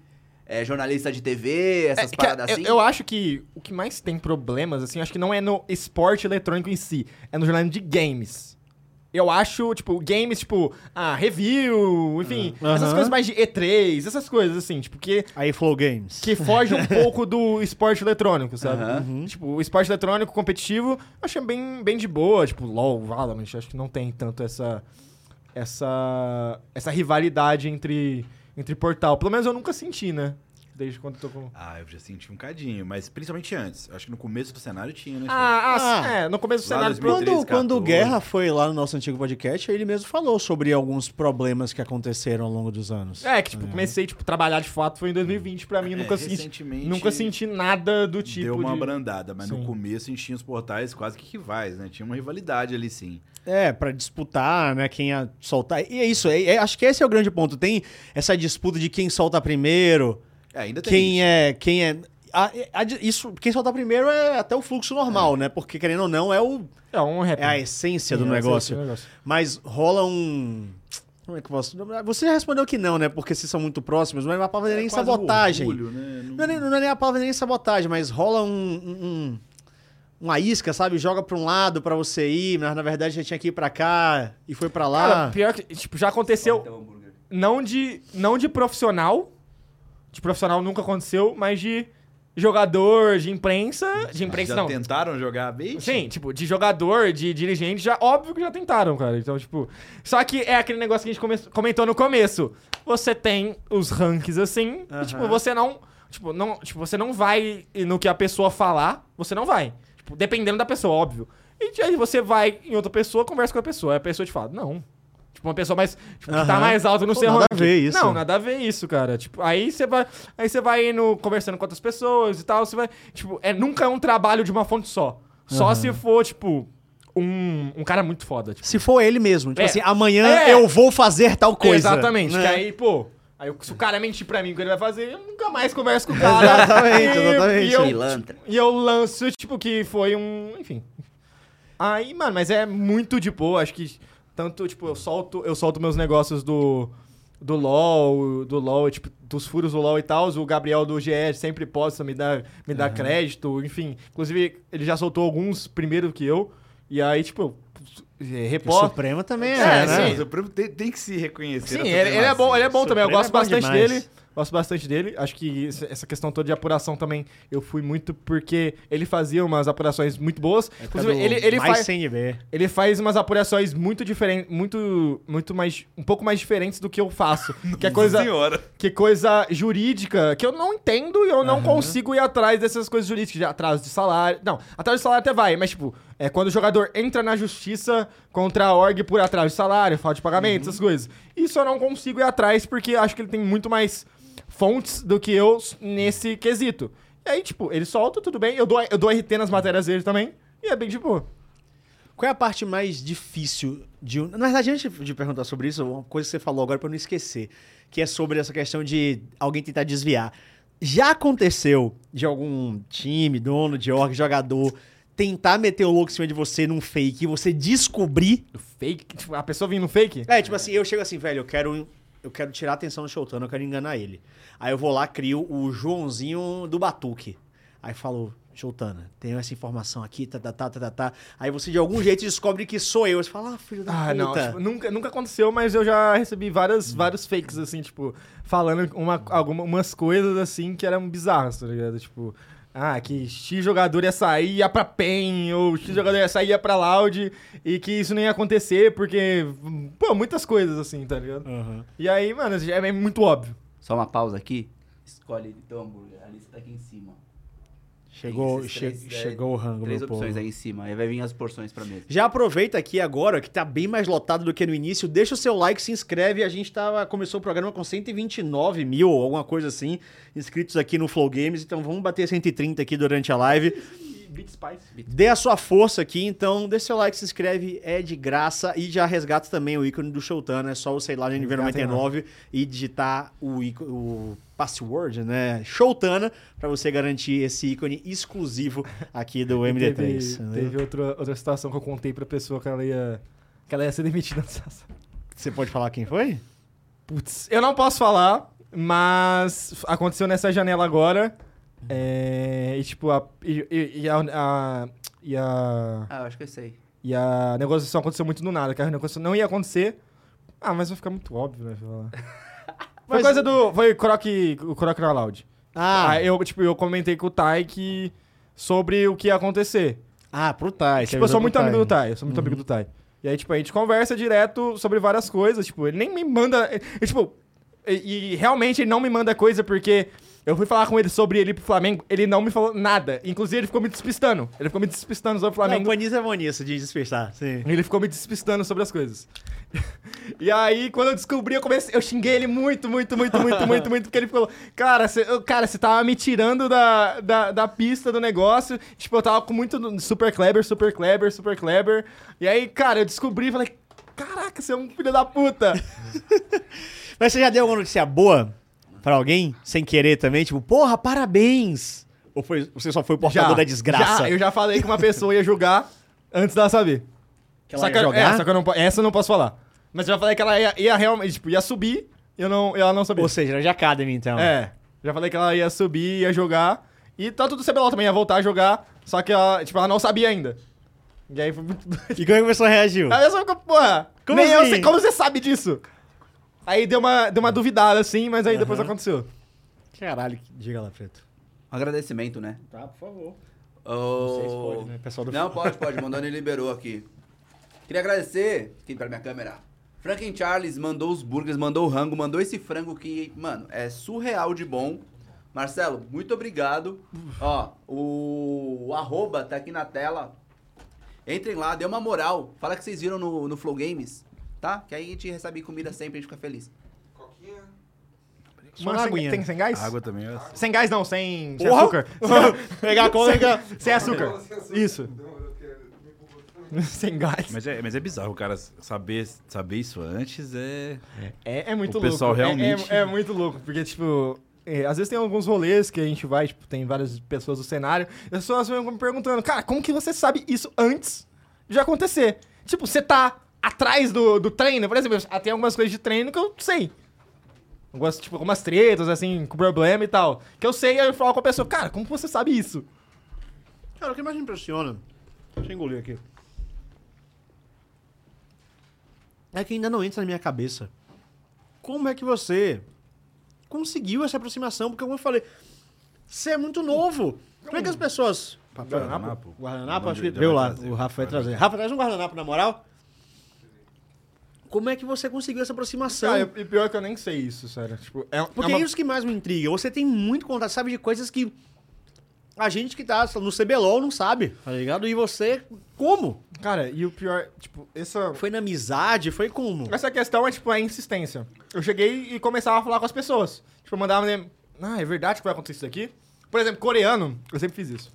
Speaker 3: é, jornalista de TV, essas
Speaker 2: É, que
Speaker 3: paradas
Speaker 2: eu-
Speaker 3: assim.
Speaker 2: Eu acho que o que mais tem problemas, assim, acho que não é no esporte eletrônico em si, é no jornalismo de games. Eu acho, tipo, games, tipo, ah, review, enfim,
Speaker 1: Ah,
Speaker 2: essas
Speaker 1: aham.
Speaker 2: coisas mais de E3, essas coisas, assim, tipo, que,
Speaker 1: Aí, Flow Games.
Speaker 2: que foge um pouco do esporte eletrônico, sabe?
Speaker 3: Aham.
Speaker 1: Uhum.
Speaker 2: Tipo, o esporte eletrônico competitivo, eu achei bem, bem de boa, tipo, LOL, Valorant, acho que não tem tanto essa. essa. essa rivalidade entre, entre portal. Pelo menos eu nunca senti, né? Desde quando eu tô com.
Speaker 4: Ah, eu já senti um cadinho, mas principalmente antes. Acho que no começo do cenário tinha, né?
Speaker 2: Ah, ah,
Speaker 1: Ah.
Speaker 2: é, no começo do
Speaker 4: Lá
Speaker 2: cenário.
Speaker 4: 2013,
Speaker 1: Quando, quando o
Speaker 4: 14.
Speaker 1: Guerra foi lá no nosso antigo podcast, ele mesmo falou sobre alguns problemas que aconteceram ao longo dos anos.
Speaker 2: É, que tipo, comecei tipo, a trabalhar de fato foi em 2020 pra mim, eu nunca,
Speaker 4: É,
Speaker 2: senti,
Speaker 4: recentemente
Speaker 2: nunca senti nada do tipo
Speaker 4: Deu uma
Speaker 2: de...
Speaker 4: abrandada, mas
Speaker 2: Sim.
Speaker 4: no começo a gente tinha os portais quase que rivais, né? Tinha uma rivalidade ali, sim.
Speaker 1: É, pra disputar, né, quem ia soltar. E é isso, é- é- acho que esse é o grande ponto. Tem essa disputa de quem solta primeiro,
Speaker 4: É, ainda tem
Speaker 1: quem
Speaker 4: isso.
Speaker 1: é... Quem é a- a- isso, quem soltar primeiro é até o fluxo normal, né? Porque, querendo ou não, é, o,
Speaker 2: É um rap.
Speaker 1: é a essência
Speaker 2: Sim,
Speaker 1: do
Speaker 2: é a
Speaker 1: negócio.
Speaker 2: essência do negócio.
Speaker 1: Mas rola um... Como é que eu posso... Você já respondeu que não, né? Porque vocês são muito próximos, mas não é uma palavra
Speaker 4: É
Speaker 1: nem
Speaker 4: quase um
Speaker 1: sabotagem.
Speaker 4: orgulho, né? Não-
Speaker 1: Não é, nem, não é nem a palavra nem sabotagem, mas rola um, um- um- uma isca, sabe? Joga pra um lado pra você ir, mas na verdade já tinha que ir pra cá e foi pra lá.
Speaker 2: Cara, pior que, tipo, já aconteceu
Speaker 3: Então, hambúrguer.
Speaker 2: não de não de profissional, de profissional nunca aconteceu, mas de jogador, de imprensa, de imprensa
Speaker 4: Já
Speaker 2: não.
Speaker 4: tentaram jogar bait?
Speaker 2: Sim, tipo, de jogador, de dirigente, já óbvio que já tentaram, cara. Então, tipo, só que é aquele negócio que a gente come- comentou no começo. Você tem os ranks assim, e, tipo, você não, tipo, não, tipo, você não vai no que a pessoa falar, você não vai. Tipo, dependendo da pessoa, óbvio. E aí você vai em outra pessoa, conversa com a pessoa, e a pessoa te fala: "Não". Tipo, uma pessoa mais, tipo, que tá
Speaker 1: Aham.
Speaker 2: mais alta no
Speaker 1: Pô,
Speaker 2: seu
Speaker 1: nada a
Speaker 2: ranking.
Speaker 1: ver isso.
Speaker 2: Não, nada a ver isso, cara. Tipo, aí você vai, aí você vai indo conversando com outras pessoas e tal, você vai, tipo, é nunca é um trabalho de uma fonte só. Só se for, tipo, um, um cara muito foda, tipo.
Speaker 1: Se for ele mesmo, tipo
Speaker 2: É.
Speaker 1: assim, amanhã
Speaker 2: É.
Speaker 1: eu vou fazer tal coisa.
Speaker 2: Exatamente,
Speaker 1: né?
Speaker 2: que aí, pô, aí se o cara mentir pra mim o que ele vai fazer, eu nunca mais converso com o cara.
Speaker 1: Exatamente,
Speaker 2: E-
Speaker 1: exatamente.
Speaker 2: E eu,
Speaker 3: Pilantra.
Speaker 2: e eu lanço, tipo, que foi um. Enfim. Aí, mano, mas é muito de boa. Acho que tanto, tipo, eu solto, eu solto meus negócios do. Do LOL, do LOL, tipo, dos furos do LOL e tal. O Gabriel do GE sempre posta, me dá, me dá crédito, enfim. Inclusive, ele já soltou alguns primeiro que eu. E aí, tipo, eu- é,
Speaker 1: O
Speaker 2: reposta.
Speaker 1: Supremo também é,
Speaker 2: É,
Speaker 1: né?
Speaker 2: sim.
Speaker 4: Mas o prêmio tem, tem que se reconhecer.
Speaker 2: Sim,
Speaker 4: a
Speaker 2: ele, ele é bom, ele é bom também.
Speaker 1: Supremo
Speaker 2: Eu gosto
Speaker 1: é bom
Speaker 2: bastante
Speaker 1: demais.
Speaker 2: dele. Gosto bastante dele. Acho que esse- essa questão toda de apuração também eu fui muito porque ele fazia umas apurações muito boas. Inclusive, ele, ele,
Speaker 1: tá mais
Speaker 2: faz,
Speaker 1: CNB.
Speaker 2: ele faz umas apurações muito diferentes, muito, muito mais, um pouco mais diferentes do que eu faço. que é coisa,
Speaker 4: Senhora.
Speaker 2: que é coisa jurídica que eu não entendo e eu não consigo ir atrás dessas coisas jurídicas, de atraso de salário. Não, atraso de salário até vai, mas tipo, é quando o jogador entra na justiça contra a org por atraso de salário, falta de pagamento, essas coisas. Isso eu não consigo ir atrás porque acho que ele tem muito mais fontes do que eu s- nesse quesito. E aí, tipo, ele solta, tudo bem. Eu dou, eu dou RT nas matérias dele também. E é bem tipo.
Speaker 1: Qual é a parte mais difícil de um. Na verdade, antes de perguntar sobre isso, uma coisa que você falou agora pra eu não esquecer, que é sobre essa questão de alguém tentar desviar. Já aconteceu de algum time, dono de org, jogador, tentar meter o louco em cima de você num fake e você descobrir?
Speaker 2: Fake. Tipo, a pessoa vindo fake?
Speaker 1: É, tipo assim, eu chego assim, velho, eu quero. Eu quero tirar a atenção do Showtano, eu quero enganar ele. Aí eu vou lá, crio o Joãozinho do Batuque. Aí falo, Showtana, tenho essa informação aqui, tá, tá, tá, tá, tá, tá. Aí você de algum jeito descobre que sou eu. Você fala, ah, filho da
Speaker 2: Ah,
Speaker 1: puta.
Speaker 2: não, tipo, nunca, nunca aconteceu, mas eu já recebi várias, vários fakes, assim, tipo, falando uma, alguma, umas coisas, assim, que eram bizarras, tá ligado? Tipo, ah, que X jogador ia sair, ia pra PEN, ou X jogador ia sair, ia pra Loud, e que isso não ia acontecer, porque, pô, muitas coisas, assim, tá ligado?
Speaker 1: Aham.
Speaker 2: E aí, mano, é, é muito óbvio.
Speaker 3: Só uma pausa aqui. Escolhe teu hambúrguer. A lista tá aqui em cima.
Speaker 1: Chegou,
Speaker 3: Tem esses
Speaker 1: che-
Speaker 2: né?
Speaker 3: três, é,
Speaker 1: chegou o rango,
Speaker 3: Três
Speaker 1: meu povo.
Speaker 3: opções aí em cima. Aí vai vir as porções pra mesa.
Speaker 1: Já aproveita aqui agora, que tá bem mais lotado do que no início. Deixa o seu like, se inscreve. A gente tava, começou o programa com 129 mil ou alguma coisa assim, inscritos aqui no Flow Games. Então vamos bater 130 aqui durante a live.
Speaker 2: Beat Spice.
Speaker 1: Dê a sua força aqui, então. Deixa o seu like, se inscreve, é de graça. E já resgata também o ícone do Showtana. É só o sei lá no
Speaker 2: Resgata, né? hein,
Speaker 1: NV99 e digitar o, íco- o password, né? Showtana, pra você garantir esse ícone exclusivo aqui do
Speaker 2: E
Speaker 1: MD3.
Speaker 2: Teve,
Speaker 1: né?
Speaker 2: teve outra, outra situação que eu contei pra pessoa que ela ia, que ela ia ser demitida na
Speaker 1: Você pode falar quem foi?
Speaker 2: Putz, eu não posso falar, Mas aconteceu nessa janela agora. é, e tipo, a. E, e- e a, a- e a.
Speaker 3: Ah, eu acho que eu sei.
Speaker 2: E a negociação aconteceu muito do nada, que a negociação não ia acontecer. Ah, mas vai ficar muito óbvio, né? falar. Foi
Speaker 1: Mas-
Speaker 2: coisa do. Foi croque, o Croc na Loud.
Speaker 1: Ah,
Speaker 2: Aí eu, tipo, eu comentei com o Tai que. Sobre o que ia acontecer.
Speaker 1: ah, pro Tai.
Speaker 2: tipo, eu sou muito amigo do Tai. Eu sou muito amigo do Tai. E aí, tipo, a gente conversa direto sobre várias coisas. Tipo, ele nem me manda. ele- tipo, e, e realmente ele não me manda coisa porque eu fui falar com ele sobre ele pro Flamengo. Ele não me falou nada. Inclusive, ele ficou me despistando. Ele ficou me despistando sobre o
Speaker 1: Não,
Speaker 2: Flamengo.
Speaker 1: bonito é bonito de despertar, sim.
Speaker 2: Ele ficou me despistando sobre as coisas. E aí, quando eu descobri, eu comecei. Eu xinguei ele muito, muito, muito, muito, muito, muito, porque ele falou: Cara, você cara, você tava me tirando da, da, da pista do negócio. Tipo, eu tava com muito no- super clever, super clever, super clever. E aí, cara, eu descobri e falei: Caraca, você é um filho da puta.
Speaker 1: Mas você já deu alguma notícia boa pra alguém, sem querer também? Tipo, porra, parabéns! Ou foi- você só foi o portador da desgraça?
Speaker 2: já, eu já falei que uma pessoa ia julgar antes dela saber.
Speaker 1: Que ela
Speaker 2: Só
Speaker 1: ia jogar?
Speaker 2: é, só que eu não po- essa eu não posso falar. Mas eu já falei que ela ia, ia realmente, tipo, ia subir, eu não, ela não sabia.
Speaker 1: Ou seja, era de Academy, então.
Speaker 2: É. Já falei que ela ia subir, ia jogar. E tá tanto do CBLOL também ia voltar a jogar. Só que ela, tipo, ela não sabia ainda. E aí foi muito doido.
Speaker 1: E como é que a pessoa reagiu?
Speaker 2: Aí eu só ficou, porra,
Speaker 1: Como
Speaker 2: nem eu
Speaker 1: assim?
Speaker 2: sei, como você sabe disso? Aí deu uma, deu uma duvidada, assim, mas aí depois
Speaker 1: Aham.
Speaker 2: aconteceu.
Speaker 1: Caralho, que- diga lá, Preto.
Speaker 3: Um agradecimento, né?
Speaker 1: Tá, por favor.
Speaker 3: Não
Speaker 2: né?
Speaker 1: Pessoal do
Speaker 3: Não, pode, pode. Mandando ele liberou aqui. Queria agradecer. Quem para minha câmera? Franklin Charles mandou os burgers, mandou o rango, mandou esse frango que, mano, é surreal de bom. Marcelo, muito obrigado. Ó, o, o arroba tá aqui na tela. Entrem lá, dê uma moral. Fala que vocês viram no, no Flow Games, tá? Que aí a gente recebe comida sempre, a gente fica feliz.
Speaker 1: Só uma
Speaker 2: sem-
Speaker 1: aguinha.
Speaker 2: tem, sem gás?
Speaker 4: A água também é assim.
Speaker 2: Sem gás não, sem, sem
Speaker 1: Porra! é
Speaker 2: açúcar.
Speaker 1: Pegar a cola e pegar-
Speaker 2: sem, sem açúcar. Então, Isso. sem gás.
Speaker 4: Mas é, mas é bizarro o cara saber, saber isso antes. É.
Speaker 2: É, é muito
Speaker 4: O
Speaker 2: louco.
Speaker 4: pessoal
Speaker 2: É- é-
Speaker 4: realmente-
Speaker 2: É, muito louco, porque, tipo. é, às vezes tem alguns rolês que a gente vai, tipo, tem várias pessoas do cenário, e as pessoas vão me perguntando, cara, como que você sabe isso antes de acontecer? Tipo, você tá atrás do, do treino, por exemplo, ah, tem algumas coisas de treino que eu sei. Algumas, tipo, algumas tretas, assim, com problema e tal. Que eu sei, aí eu falo com a pessoa, cara, como que você sabe isso?
Speaker 1: Cara, o que mais me impressiona, deixa eu engolir aqui, é que ainda não entra na minha cabeça. Como é que você conseguiu essa aproximação? Porque como eu falei, você é muito novo. Como é que as pessoas...
Speaker 4: Guardanapo?
Speaker 1: Guardanapo,
Speaker 4: Não, né?
Speaker 1: acho que
Speaker 4: já
Speaker 1: veio
Speaker 4: vai
Speaker 1: lá.
Speaker 4: trazer.
Speaker 1: O Rafa vai trazer. Rafa, traz um guardanapo, na moral. Como é que você conseguiu essa aproximação?
Speaker 2: Cara, e pior que Ah, eu nem sei isso, sério. Tipo, é,
Speaker 1: Porque
Speaker 2: é
Speaker 1: é isso que mais me intriga. Você tem muito contato, sabe de coisas que a gente que tá no CBLOL não sabe, tá ligado? E você, como?
Speaker 2: Cara, e o pior, tipo, essa...
Speaker 1: Foi na amizade? Foi como?
Speaker 2: Essa questão é, tipo, a insistência. Eu cheguei e começava a falar com as pessoas. Tipo, eu mandava... né, Ah, é verdade que vai acontecer isso aqui? Por exemplo, coreano, eu sempre fiz isso.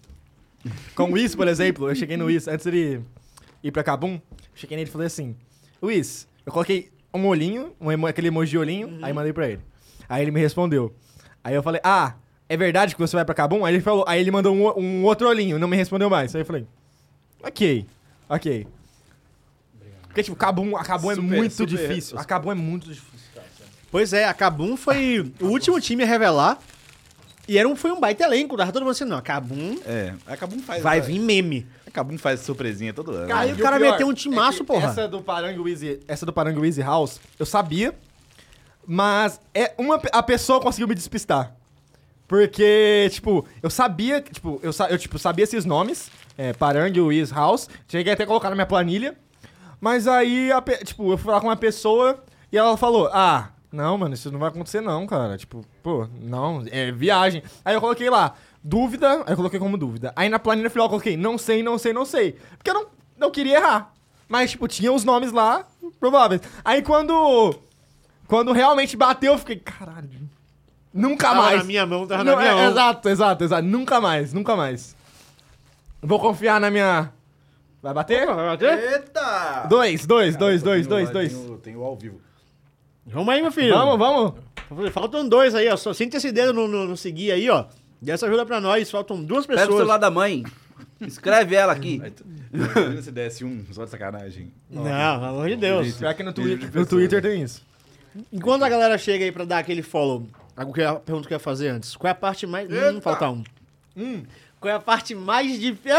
Speaker 2: Com o Wiz, por exemplo, eu cheguei no Wiz, antes dele ir pra Kabum, eu cheguei nele e falei assim, Wiz, eu coloquei um olhinho, um emo- aquele emoji de olhinho, aí mandei pra ele. Aí ele me respondeu. Aí eu falei, ah, é verdade que você vai pra Kabum? Aí ele falou, aí ele mandou um, o- um outro olhinho, não me respondeu mais. Aí eu falei, ok, ok. Porque, tipo, Kabum, a Kabum é
Speaker 4: Super,
Speaker 2: muito
Speaker 4: super-
Speaker 2: difícil. A Kabum é muito difícil.
Speaker 1: Pois é, a Kabum foi o último time a revelar. E era um, foi um baita elenco. Tava todo mundo assim, não, a Kabum
Speaker 4: É. A Kabum faz.
Speaker 1: vai vir meme.
Speaker 4: A Kabum faz surpresinha todo ano.
Speaker 1: Cara, Aí
Speaker 2: E
Speaker 1: o cara
Speaker 2: pior é
Speaker 1: meteu um timaço,
Speaker 2: que
Speaker 1: porra.
Speaker 2: Essa do Parango Easy, essa do Parango Easy House, eu sabia, mas é uma pe- a pessoa conseguiu me despistar. Porque, tipo, eu sabia, que, tipo, eu, sa- eu tipo, sabia esses nomes, é, Parangue, Wiz, House, cheguei até a colocar na minha planilha, mas aí, a pe- tipo, eu fui falar com uma pessoa e ela falou, ah, não, mano, isso não vai acontecer não, cara, tipo, pô, não, é viagem. Aí eu coloquei lá, dúvida, aí eu coloquei como dúvida. Aí na planilha final eu coloquei, não sei, não sei, não sei, porque eu não, não queria errar, mas, tipo, tinha os nomes lá, prováveis. Aí quando, quando realmente bateu, eu fiquei, caralho... Nunca
Speaker 1: Tava
Speaker 2: mais.
Speaker 1: na minha mão, tava
Speaker 2: Não,
Speaker 1: na minha
Speaker 2: é,
Speaker 1: mão.
Speaker 2: Exato, exato, exato. Nunca mais, nunca mais. Vou confiar na minha. Vai bater?
Speaker 3: Eita!
Speaker 2: Dois, dois, dois, dois,
Speaker 4: Tem o-
Speaker 2: dois, dois.
Speaker 4: Tem o, tem o ao vivo.
Speaker 1: Vamos aí, meu filho.
Speaker 2: Vamos, vamos.
Speaker 1: Faltam dois aí, ó. Só sente esse dedo no, no- no seguir aí, ó. E essa ajuda pra nós. Faltam duas pessoas.
Speaker 3: Pega o celular da mãe, escreve ela aqui.
Speaker 4: Aí tu- Imagina se desse um, só de sacanagem.
Speaker 1: Não, pelo amor de Deus.
Speaker 2: Pior que no
Speaker 4: Vídeo de
Speaker 2: Twitter, no
Speaker 4: pessoa.
Speaker 2: Twitter tem isso.
Speaker 1: Enquanto a galera chega aí pra dar aquele follow, Agora, que eu ia- pergunta que eu ia fazer antes. Qual é a parte mais... Hum, Não falta um. Qual é a parte mais difícil?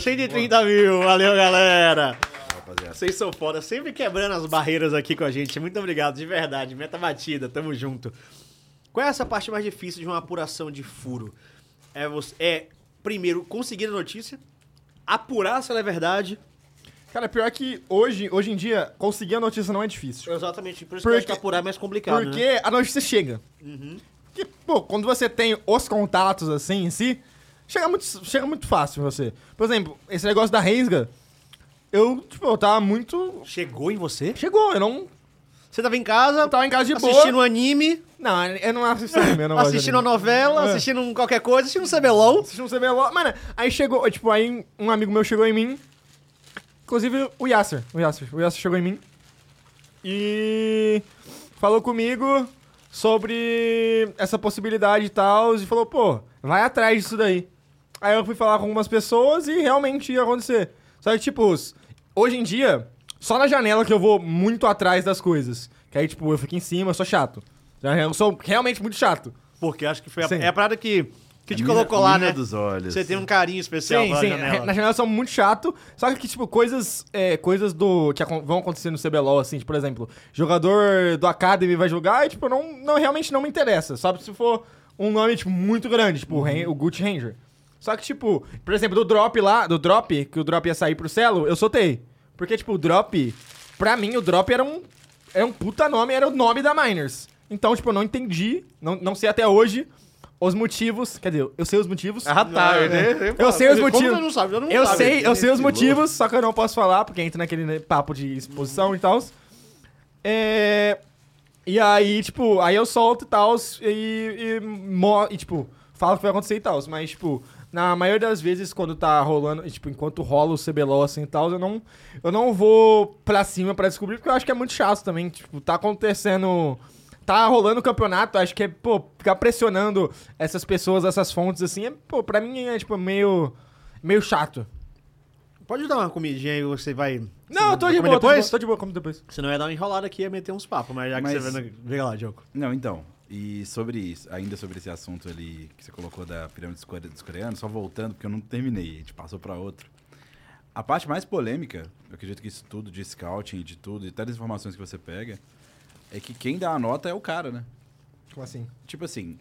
Speaker 1: 130 mil. Valeu, galera.
Speaker 4: rapaziada.
Speaker 1: Vocês são foda. Sempre quebrando as barreiras aqui com a gente. Muito obrigado, de verdade. Meta batida. Tamo junto. Qual é essa parte mais difícil de uma apuração de furo? É, você, é primeiro, conseguir a notícia, apurar se ela é verdade.
Speaker 2: Cara, pior que hoje, hoje em dia, conseguir a notícia não é difícil.
Speaker 1: Exatamente. Por isso
Speaker 2: Porque-
Speaker 1: que eu acho que apurar é mais complicado, né?
Speaker 2: Porque a notícia chega. Porque, pô, quando você tem os contatos assim em si, chega muito, chega muito fácil em você. Por exemplo, esse negócio da Rensga, eu, tipo, eu tava muito.
Speaker 1: Chegou em você?
Speaker 2: Chegou, eu não.
Speaker 1: Você tava em casa,
Speaker 2: Eu tava em casa de
Speaker 1: assistindo um
Speaker 2: boa.
Speaker 1: anime,
Speaker 2: Não, eu não assisti anime, eu não gosto de
Speaker 1: assistindo uma
Speaker 2: anime.
Speaker 1: novela,
Speaker 2: É.
Speaker 1: assistindo um qualquer coisa, assistindo um CBLOL.
Speaker 2: Assistindo um CBLOL. Mano, aí chegou, tipo, aí um amigo meu chegou em mim. Inclusive o Yasser. O Yasser, o Yasser chegou em mim. E falou comigo sobre essa possibilidade e tal. E falou, pô, vai atrás disso daí. Aí eu fui falar com algumas pessoas e realmente ia acontecer. Só que, tipo, os- hoje em dia, só na janela que eu vou muito atrás das coisas. Que aí, tipo, eu fico em cima, eu sou chato. Eu sou realmente muito chato.
Speaker 1: Porque acho que foi a,
Speaker 2: Sim. é
Speaker 1: é a parada que, que te
Speaker 4: Mina-
Speaker 1: colocou lá,
Speaker 4: mina
Speaker 1: né?
Speaker 4: dos olhos.
Speaker 1: Você tem um carinho especial
Speaker 2: Sim,
Speaker 1: pela
Speaker 2: sim.
Speaker 1: janela.
Speaker 2: Na janela são muito chato. Só que, tipo, coisas, é, coisas do que acon- vão acontecer no CBLOL, assim, tipo, por exemplo, jogador do Academy vai jogar e, tipo, não, não realmente não me interessa. Sabe se for um nome, tipo, muito grande, tipo, o Ran- o Gucci Ranger. Só que, tipo, por exemplo, do drop lá, do drop, que o drop ia sair pro Celo, eu soltei. Porque, tipo, o drop, pra mim, o drop era um, era um puta nome, era o nome da Miners. Então, tipo, eu não entendi, não, não sei até hoje os motivos. Quer dizer, eu sei os motivos.
Speaker 1: Ah, tá. Eu,
Speaker 2: Eu sei os motivos.
Speaker 1: Como tu não sabe? Eu não
Speaker 2: Eu
Speaker 1: sabe.
Speaker 2: sei, eu sei os
Speaker 4: Esse
Speaker 2: motivos, só que eu não posso falar, porque entra naquele né, papo de exposição e tal. É... E aí, tipo, aí eu solto e tal, e, e, mo- e, tipo, falo o que vai acontecer e tal. Mas, tipo, na maioria das vezes, quando tá rolando, e, tipo, enquanto rola o CBLOL assim e tal, eu não, eu não vou pra cima pra descobrir, porque eu acho que é muito chato também. Tipo, tá acontecendo. Tá rolando o campeonato, acho que é, pô, ficar pressionando essas pessoas, essas fontes, assim, é, pô, pra mim é, tipo, meio. meio chato.
Speaker 1: Pode dar uma comidinha aí, você vai...
Speaker 2: Não, eu tô de
Speaker 1: Come
Speaker 2: boa,
Speaker 1: depois?
Speaker 2: tô de boa, tô de boa, como depois.
Speaker 1: Senão ia dar uma enrolada aqui, ia meter uns papos, mas já que
Speaker 4: Mas-
Speaker 1: você vendo... Vem lá, Diogo.
Speaker 4: Não, então. E sobre isso, ainda sobre esse assunto ali que você colocou da pirâmide dos core- dos coreanos, só voltando, porque eu não terminei, a gente passou pra outro. A parte mais polêmica, eu acredito que isso tudo, de scouting, de tudo, e até das informações que você pega, é que quem dá a nota é o cara, né?
Speaker 2: Como assim?
Speaker 4: Tipo assim,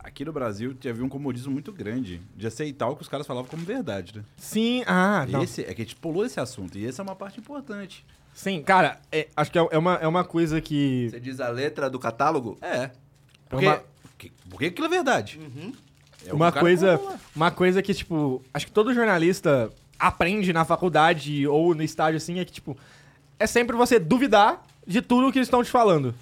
Speaker 4: aqui no Brasil já havia um comodismo muito grande de aceitar o que os caras falavam como verdade, né?
Speaker 2: Sim, ah, não.
Speaker 4: Esse, é que a gente pulou esse assunto, e essa é uma parte importante.
Speaker 2: Sim, cara, é, acho que é, é uma, é uma coisa que.
Speaker 3: Você diz a letra do catálogo?
Speaker 4: É. Porque,
Speaker 2: uma-
Speaker 4: que- porque aquilo é verdade.
Speaker 3: Uhum.
Speaker 4: É o
Speaker 2: uma
Speaker 4: cara
Speaker 2: coisa,
Speaker 4: que falou lá.
Speaker 2: uma coisa que tipo, acho que todo jornalista aprende na faculdade ou no estágio assim é que tipo, é sempre você duvidar de tudo que eles estão te falando.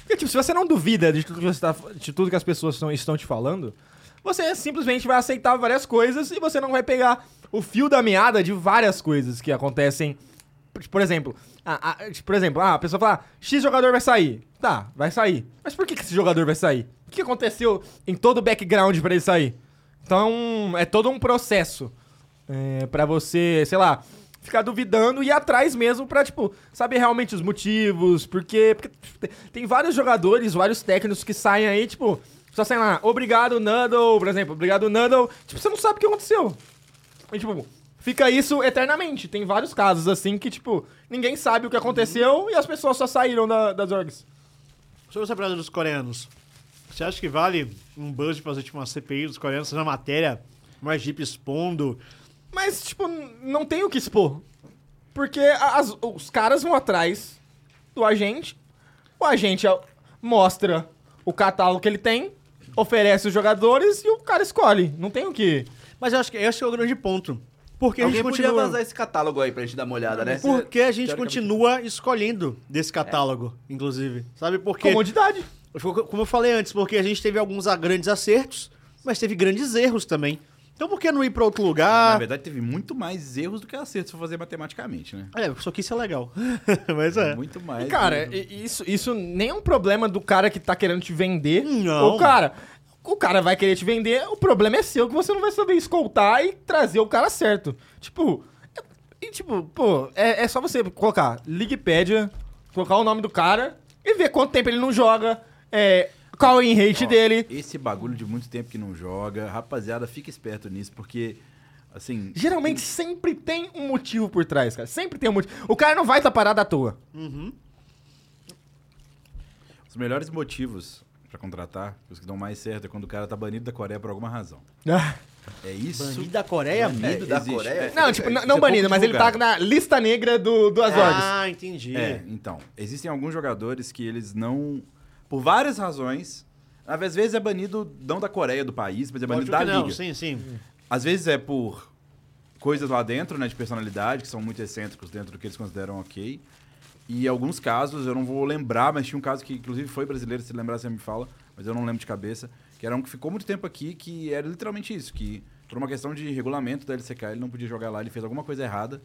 Speaker 2: Porque tipo, se você não duvida de tudo que, você tá- de tudo que as pessoas estão, estão te falando, você simplesmente vai aceitar várias coisas e você não vai pegar o fio da meada de várias coisas que acontecem. Por- Por exemplo, a, a- por exemplo, ah, a pessoa fala, X jogador vai sair. Tá, vai sair. Mas por que, que esse jogador vai sair? O que aconteceu em todo o background pra ele sair? Então, é todo um processo é, para você, sei lá, ficar duvidando e ir atrás mesmo pra, tipo, saber realmente os motivos, porque, porque tipo, tem- tem vários jogadores, vários técnicos que saem aí, tipo, só sei lá, obrigado Nuddle, por exemplo, obrigado Nuddle, tipo, você não sabe o que aconteceu. E, tipo, fica isso eternamente. Tem vários casos assim que, tipo, ninguém sabe o que aconteceu e as pessoas só saíram da- das orgs.
Speaker 1: Sobre essa parada dos coreanos, você acha que vale um buzz pra fazer tipo uma CPI dos coreanos, fazer uma matéria, uma Jeep expondo?
Speaker 2: Mas, tipo, n- não tem o que expor. Porque a- as- os caras vão atrás do agente, o agente ó, mostra o catálogo que ele tem, oferece os jogadores e o cara escolhe. Não tem o que.
Speaker 1: Mas eu acho que esse é o grande ponto. Porque a
Speaker 3: Alguém
Speaker 1: gente
Speaker 3: podia
Speaker 1: continua...
Speaker 3: vazar esse catálogo aí pra gente dar uma olhada, né?
Speaker 1: Porque a gente
Speaker 2: Teoricamente-
Speaker 1: continua escolhendo desse catálogo, inclusive. Sabe por quê?
Speaker 2: Comodidade.
Speaker 1: Foi Como eu falei antes, porque a gente teve alguns grandes acertos, mas teve grandes erros também. Então por que não ir pra outro
Speaker 4: Ah, Na
Speaker 2: Ah.
Speaker 1: lugar?
Speaker 4: verdade, teve muito mais erros do que acertos pra fazer matematicamente, né?
Speaker 1: É, só que isso é legal. mas é.
Speaker 4: Muito
Speaker 2: E,
Speaker 4: mais.
Speaker 2: cara, e- e isso, isso nem é um problema do cara que tá querendo te vender.
Speaker 1: Não.
Speaker 2: O cara, o cara vai querer te vender, o problema é seu, que você não vai saber escoltar e trazer o cara certo. Tipo, é- e tipo, pô, é, é só você colocar Ligpedia, colocar o nome do cara e ver quanto tempo ele não joga. É, Qual o enrate
Speaker 4: Ó,
Speaker 2: dele?
Speaker 4: Esse bagulho de muito tempo que não joga. Rapaziada, fica esperto nisso, porque, assim.
Speaker 2: Geralmente sempre tem um motivo por trás, cara. Sempre tem um motivo. O cara não vai estar parado à toa.
Speaker 1: Uhum.
Speaker 4: Os melhores motivos pra contratar, os que dão mais certo, é quando o cara tá banido da Coreia por alguma razão. É isso.
Speaker 1: Banido da Coreia?
Speaker 3: Banido
Speaker 4: É,
Speaker 3: da
Speaker 4: existe.
Speaker 3: Coreia?
Speaker 4: É,
Speaker 2: Não,
Speaker 4: é,
Speaker 2: tipo,
Speaker 4: é,
Speaker 2: n-
Speaker 4: isso é
Speaker 2: não
Speaker 4: pouco
Speaker 2: banido, mas ele tá
Speaker 4: divulgado.
Speaker 2: na lista negra do, do Azores.
Speaker 1: Ah, entendi.
Speaker 4: É, então. Existem alguns jogadores que eles não. Por várias razões. Às vezes é banido não da Coreia, do país, mas é banido
Speaker 1: Pode
Speaker 4: da
Speaker 1: que não,
Speaker 4: liga.
Speaker 1: sim, sim.
Speaker 4: Às vezes é por coisas lá dentro, né, de personalidade, que são muito excêntricos dentro do que eles consideram ok. E alguns casos, eu não vou lembrar, mas tinha um caso que inclusive foi brasileiro, se lembrar você me fala, mas eu não lembro de cabeça, que era um que ficou muito tempo aqui, que era literalmente isso, que por uma questão de regulamento da LCK, ele não podia jogar lá, ele fez alguma coisa errada.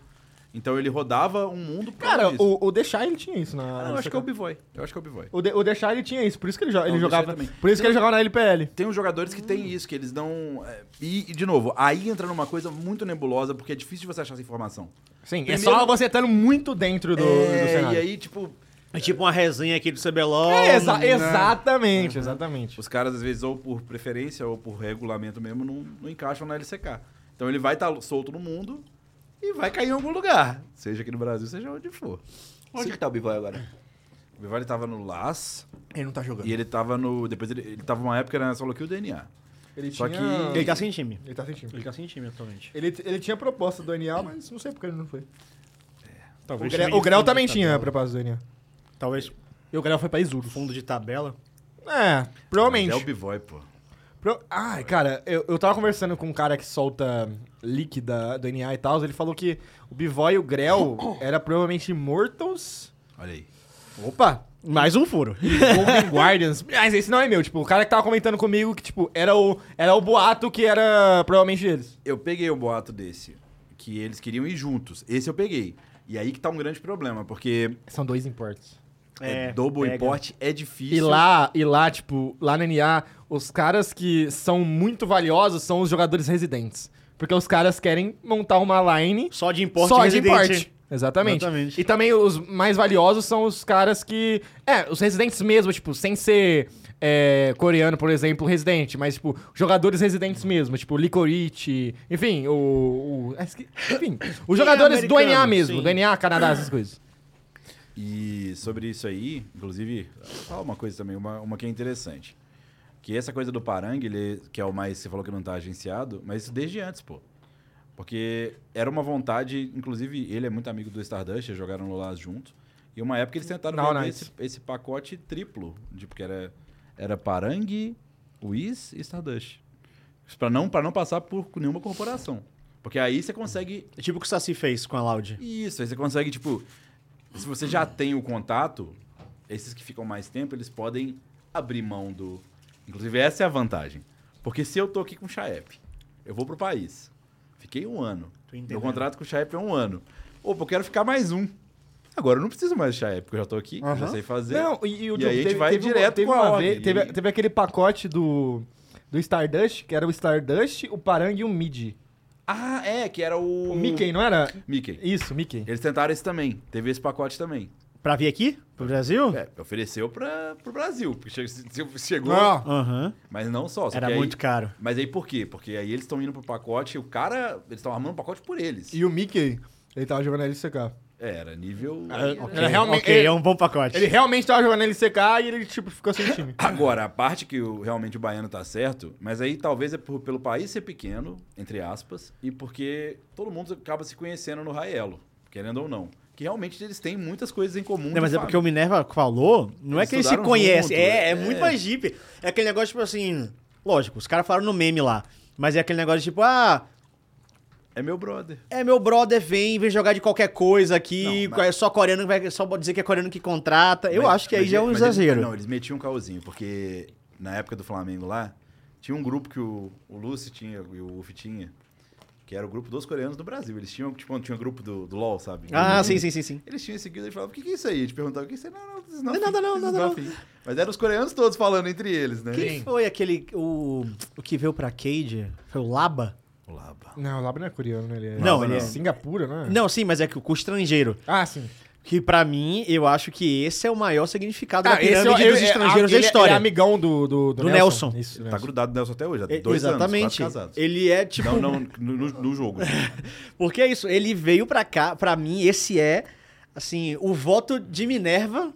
Speaker 4: Então ele rodava um mundo por
Speaker 2: Cara,
Speaker 4: causa disso.
Speaker 2: o, o Deixar ele tinha isso na.
Speaker 4: Ah, não, eu acho que é o Bivoy. Eu acho que é o Bivoy.
Speaker 2: o, de, o Deixar ele tinha isso, por isso que ele, jo- ele
Speaker 4: o Deixar
Speaker 2: jogava.
Speaker 4: também.
Speaker 2: Por isso que ele jogava na LPL.
Speaker 4: Tem uns jogadores que
Speaker 2: Hum.
Speaker 4: têm isso, que eles não. é, E, e, de novo, aí entra numa coisa muito nebulosa, porque é difícil de você achar essa informação.
Speaker 2: Sim, é
Speaker 4: Primeiro-
Speaker 2: só você estando muito dentro do, do
Speaker 4: É,
Speaker 2: cenário.
Speaker 4: e aí, tipo,
Speaker 1: É tipo uma resenha aqui do CBLOL.
Speaker 2: É, exa-
Speaker 4: né?
Speaker 2: exatamente, exatamente.
Speaker 4: os caras, às vezes, ou por preferência ou por regulamento mesmo, não, não encaixam na LCK. Então ele vai estar solto no mundo e vai cair em algum lugar. Seja aqui no Brasil, seja onde for.
Speaker 3: Onde que tá o Bivoy agora?
Speaker 4: O Bivali tava no LAS
Speaker 2: Ele não tá jogando.
Speaker 4: e ele tava no. Depois ele, ele tava uma época na solo kill DNA.
Speaker 2: Ele
Speaker 4: Só
Speaker 2: tinha...
Speaker 4: que-
Speaker 1: Ele tá sem time.
Speaker 2: Ele tá sentindo.
Speaker 1: Ele tá sem time atualmente.
Speaker 2: Ele, ele tinha proposta do NA, mas não sei porque ele não foi. O,
Speaker 1: Talvez
Speaker 2: Grel,
Speaker 1: time
Speaker 2: o
Speaker 1: de
Speaker 2: Grel
Speaker 1: fundo
Speaker 2: também
Speaker 1: de
Speaker 2: tinha a
Speaker 1: tabela.
Speaker 2: proposta do NA.
Speaker 1: Talvez
Speaker 2: E o Grel foi pra Isurus.
Speaker 1: fundo de tabela.
Speaker 2: É, provavelmente.
Speaker 4: Mas É o Bivoy, pô.
Speaker 2: Pro- Ai, cara, eu, eu tava conversando com um cara que solta leak da, do NA e tal, ele falou que o Bivoy e o Grell era provavelmente Immortals.
Speaker 4: Olha aí.
Speaker 2: Opa!
Speaker 1: Mais um furo.
Speaker 2: Golden Guardians. Mas esse não é meu, tipo, o cara que tava comentando comigo que, tipo, era o, era o boato que era provavelmente eles.
Speaker 4: Eu peguei o boato desse, que eles queriam ir juntos. Esse eu peguei. E aí que tá um grande problema, porque
Speaker 2: São dois imports.
Speaker 4: é,
Speaker 1: É,
Speaker 4: double
Speaker 1: pega.
Speaker 4: import é difícil.
Speaker 2: E lá, e lá, tipo, lá na NA, os caras que são muito valiosos são os jogadores residentes. Porque os caras querem montar uma line
Speaker 1: Só de importe
Speaker 2: só de
Speaker 1: residente.
Speaker 2: importe. Exatamente.
Speaker 1: Exatamente.
Speaker 2: E também os mais valiosos são os caras que... É, os residentes mesmo, tipo, sem ser é, coreano, por exemplo, residente. Mas, tipo, jogadores residentes mesmo. Tipo, Licorice, enfim, o... o é, esque- enfim, os jogadores do
Speaker 1: americano,
Speaker 2: NA mesmo.
Speaker 1: sim.
Speaker 2: Do NA, Canadá, essas coisas.
Speaker 4: E sobre isso aí, inclusive, fala uma coisa também, uma, uma que é interessante. Que essa coisa do Parang, ele, que é o mais, você falou que não tá agenciado, mas isso desde antes, pô. Porque era uma vontade, inclusive, ele é muito amigo do Stardust, eles jogaram no LAS junto. E uma época eles tentaram
Speaker 2: Não,
Speaker 4: vender
Speaker 2: nice.
Speaker 4: esse, esse pacote triplo, de, porque era, era Parang, Wiz e Stardust. Pra não, pra não passar por nenhuma corporação. Porque aí você consegue
Speaker 1: É tipo o que o Saci fez com a Loud.
Speaker 4: isso, aí você consegue, tipo, se você já tem o contato, esses que ficam mais tempo, eles podem abrir mão do. Inclusive, essa é a vantagem. Porque se eu tô aqui com o Chaep, eu vou pro país. Fiquei um ano.
Speaker 1: Tô entendendo.
Speaker 4: Meu contrato com o Chaep é um ano. Opa, eu quero ficar mais um. Agora eu não preciso mais do Chaep, porque eu já tô aqui, eu já sei fazer.
Speaker 2: Não, e, e o
Speaker 4: E
Speaker 2: Diogo,
Speaker 4: aí a gente vai
Speaker 2: uma-
Speaker 4: direto né?
Speaker 2: teve
Speaker 4: com a
Speaker 2: uma
Speaker 4: ordem,
Speaker 2: vez-
Speaker 4: e
Speaker 2: teve,
Speaker 4: aí-
Speaker 2: teve aquele pacote do, do Stardust, que era o Stardust, o Parang e o Mid.
Speaker 4: Ah, é, que era o.
Speaker 2: O Mickey, né? não era?
Speaker 4: Mickey.
Speaker 2: Isso, Mickey.
Speaker 4: Eles tentaram esse também. Teve esse pacote também.
Speaker 1: Pra vir aqui? Pro Brasil?
Speaker 4: É, ofereceu pra, pro Brasil. Porque che- se- se- chegou.
Speaker 2: Ó,
Speaker 1: Aham.
Speaker 4: Mas não só. só
Speaker 1: Era
Speaker 4: que aí-
Speaker 1: muito caro.
Speaker 4: Mas aí por quê? Porque aí eles estão indo pro pacote, o cara. Eles estão armando o pacote por eles.
Speaker 2: E o Mickey, ele tava jogando LCK.
Speaker 4: É, Era nível.
Speaker 2: Ah, ok.
Speaker 1: Era
Speaker 2: Era realmente-
Speaker 1: Ok, é um bom pacote.
Speaker 2: Ele realmente tava jogando LCK e ele, tipo, ficou sem time.
Speaker 4: Agora, a parte que o- realmente o baiano tá certo, mas aí talvez é por- pelo país ser pequeno, entre aspas, e porque todo mundo acaba se conhecendo no Raelo, querendo ou não. Que realmente eles têm muitas coisas em comum. de
Speaker 1: Não, mas é
Speaker 4: família.
Speaker 1: porque o Minerva falou, não é
Speaker 4: Eles
Speaker 1: que eles se
Speaker 4: estudaram
Speaker 1: conhecem,
Speaker 4: junto,
Speaker 1: é, é,
Speaker 4: é.
Speaker 1: muito mais jipe. É aquele negócio, tipo assim, lógico, os caras falaram no meme lá, mas é aquele negócio, tipo, ah,
Speaker 4: É meu brother.
Speaker 1: é meu brother vem, vem jogar de qualquer coisa aqui,
Speaker 4: Não, mas-
Speaker 1: é só coreano que vai, só pode dizer que é coreano que contrata. Eu
Speaker 4: Mas-
Speaker 1: acho que aí
Speaker 4: mas
Speaker 1: já é
Speaker 4: ele-
Speaker 1: um
Speaker 4: mas
Speaker 1: exagero.
Speaker 4: Eles, não, eles metiam um caosinho, porque na época do Flamengo lá, tinha um grupo que o, o Lúcio tinha e o Uf tinha, que era o grupo dos coreanos do Brasil. Eles tinham, tipo, tinha um grupo do, do LOL, sabe?
Speaker 1: ah,
Speaker 4: Eles-
Speaker 1: sim, sim, sim, sim.
Speaker 4: Eles tinham esse guilda e falavam, o que, que é isso aí? A gente perguntava, o que é isso aí? Não, não, this is nothing,
Speaker 1: nada, não,
Speaker 4: this is
Speaker 1: nada, não."
Speaker 4: nothing." Mas eram os coreanos todos falando entre eles, né?
Speaker 1: Quem foi aquele, o, o que veio pra Cade? Foi o Laba?
Speaker 4: O Laba.
Speaker 2: Não, o Lab não é coreano, né? Ele é,
Speaker 1: Não, ele é-
Speaker 2: Singapura, não é?
Speaker 1: Não, sim, mas é que o o estrangeiro.
Speaker 2: Ah, sim.
Speaker 1: Que pra mim, eu acho que esse é o maior significado da
Speaker 2: Cara, esse
Speaker 1: pirâmide
Speaker 2: é-
Speaker 1: dos
Speaker 2: é-
Speaker 1: estrangeiros
Speaker 2: ele,
Speaker 1: da história.
Speaker 2: Ele é amigão do, do,
Speaker 1: Do Nelson.
Speaker 2: Isso, do
Speaker 4: Tá
Speaker 2: Nelson.
Speaker 4: grudado no Nelson até hoje, há
Speaker 1: É,
Speaker 4: dois anos,
Speaker 1: Exatamente.
Speaker 4: quase casados.
Speaker 1: ele é tipo.
Speaker 4: Não, não, no, no- no jogo.
Speaker 1: Porque é isso, ele veio pra cá, pra mim, esse é, assim, o voto de Minerva,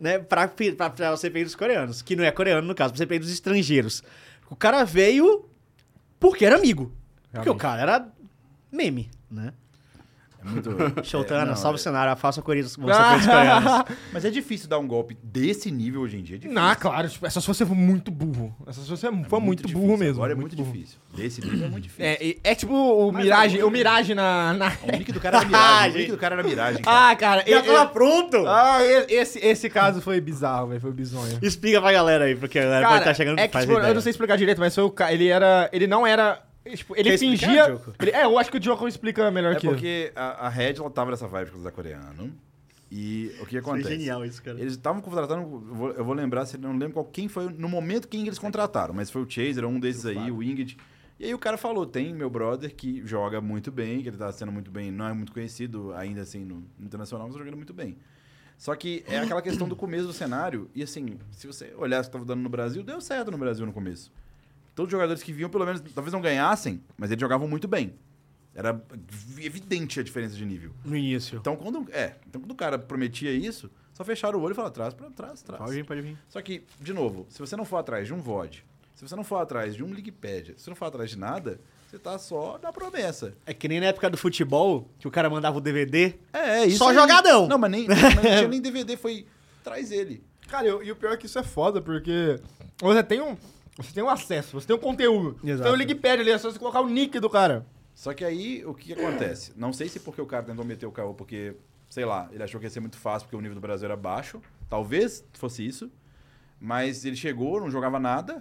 Speaker 1: né, pra, pi- pra, pra CPI dos coreanos. Que não é coreano, no caso, pra CPI dos estrangeiros. O cara veio porque era amigo. Porque o
Speaker 6: Realmente.
Speaker 1: cara era meme, né?
Speaker 4: É muito...
Speaker 1: Shotana,
Speaker 4: não,
Speaker 1: salve o
Speaker 4: é-
Speaker 1: cenário, faça coreanos com CPI dos coreanos.
Speaker 4: Mas é difícil dar um golpe desse nível hoje em dia. É difícil.
Speaker 2: Não,
Speaker 4: É
Speaker 2: ah, claro, tipo, é só se você for muito burro. É só se você for muito, burro
Speaker 4: difícil.
Speaker 2: mesmo.
Speaker 4: Agora é muito,
Speaker 2: burro.
Speaker 4: difícil. Desse nível é muito difícil.
Speaker 2: É, e- é tipo o Mirage, o Mirage na. na-
Speaker 1: É,
Speaker 4: O nick do cara era
Speaker 1: Ah,
Speaker 4: miragem. o nick do cara era miragem. cara.
Speaker 2: Ah, cara,
Speaker 1: Já
Speaker 2: e-
Speaker 1: tava
Speaker 2: e-
Speaker 1: pronto!
Speaker 2: Ah, e- esse, esse caso foi bizarro, velho. Foi bizonho.
Speaker 1: Explica pra galera aí, porque a galera
Speaker 2: Cara,
Speaker 1: pode estar chegando
Speaker 2: é
Speaker 1: e
Speaker 2: que,
Speaker 1: faz
Speaker 2: tipo, eu
Speaker 1: ideia.
Speaker 2: não sei explicar direito, mas foi o cara. Ele era. Ele não era. Tipo, ele
Speaker 1: Quer explicar,
Speaker 2: fingia.
Speaker 1: Diogo?
Speaker 2: ele- é, eu acho que o Diogo explica melhor
Speaker 4: É
Speaker 2: que eu.
Speaker 4: porque a, a Red ela tava nessa vibe com os da coreano. E o que
Speaker 1: Foi
Speaker 4: acontece?
Speaker 1: genial isso, cara.
Speaker 4: Eles estavam contratando, eu vou, eu vou lembrar, se não lembro qual, quem foi, no momento quem eles contrataram, mas foi o Chaser, um desses aí, o Inged. E aí o cara falou, tem meu brother que joga muito bem, que ele tá sendo muito bem, não é muito conhecido ainda assim no no internacional, mas jogando muito bem. Só que é aquela questão do começo do cenário, e assim, se você olhar o que tava dando no Brasil, deu certo no Brasil no começo. Todos os jogadores que vinham, pelo menos, talvez não ganhassem, mas eles jogavam muito bem. Era evidente a diferença de nível.
Speaker 1: No início.
Speaker 4: Então quando, é, então, quando o cara prometia isso, só fecharam o olho e falaram, traz pra trás, traz.
Speaker 1: Pode vir, pode vir.
Speaker 4: Só que, de novo, se você não for atrás de um VOD, se você não for atrás de um Wikipedia, se você não for atrás de nada, você tá só na promessa.
Speaker 1: É que nem na época do futebol, que o cara mandava o DVD.
Speaker 4: É, é isso.
Speaker 1: Só
Speaker 4: aí.
Speaker 1: jogadão.
Speaker 4: Não, mas nem, mas não tinha nem DVD, foi traz ele.
Speaker 2: Cara, eu- e o pior é que isso é foda, porque você tem um. Você tem um acesso, você tem um conteúdo.
Speaker 1: Exato.
Speaker 2: Você tem o Wikipedia ali, é só você colocar o nick do cara.
Speaker 4: Só que aí, o que que acontece? Não sei se porque o cara tentou meter o carro, porque, sei lá, ele achou que ia ser muito fácil porque o nível do Brasil era baixo. Talvez fosse isso. Mas ele chegou, não jogava nada.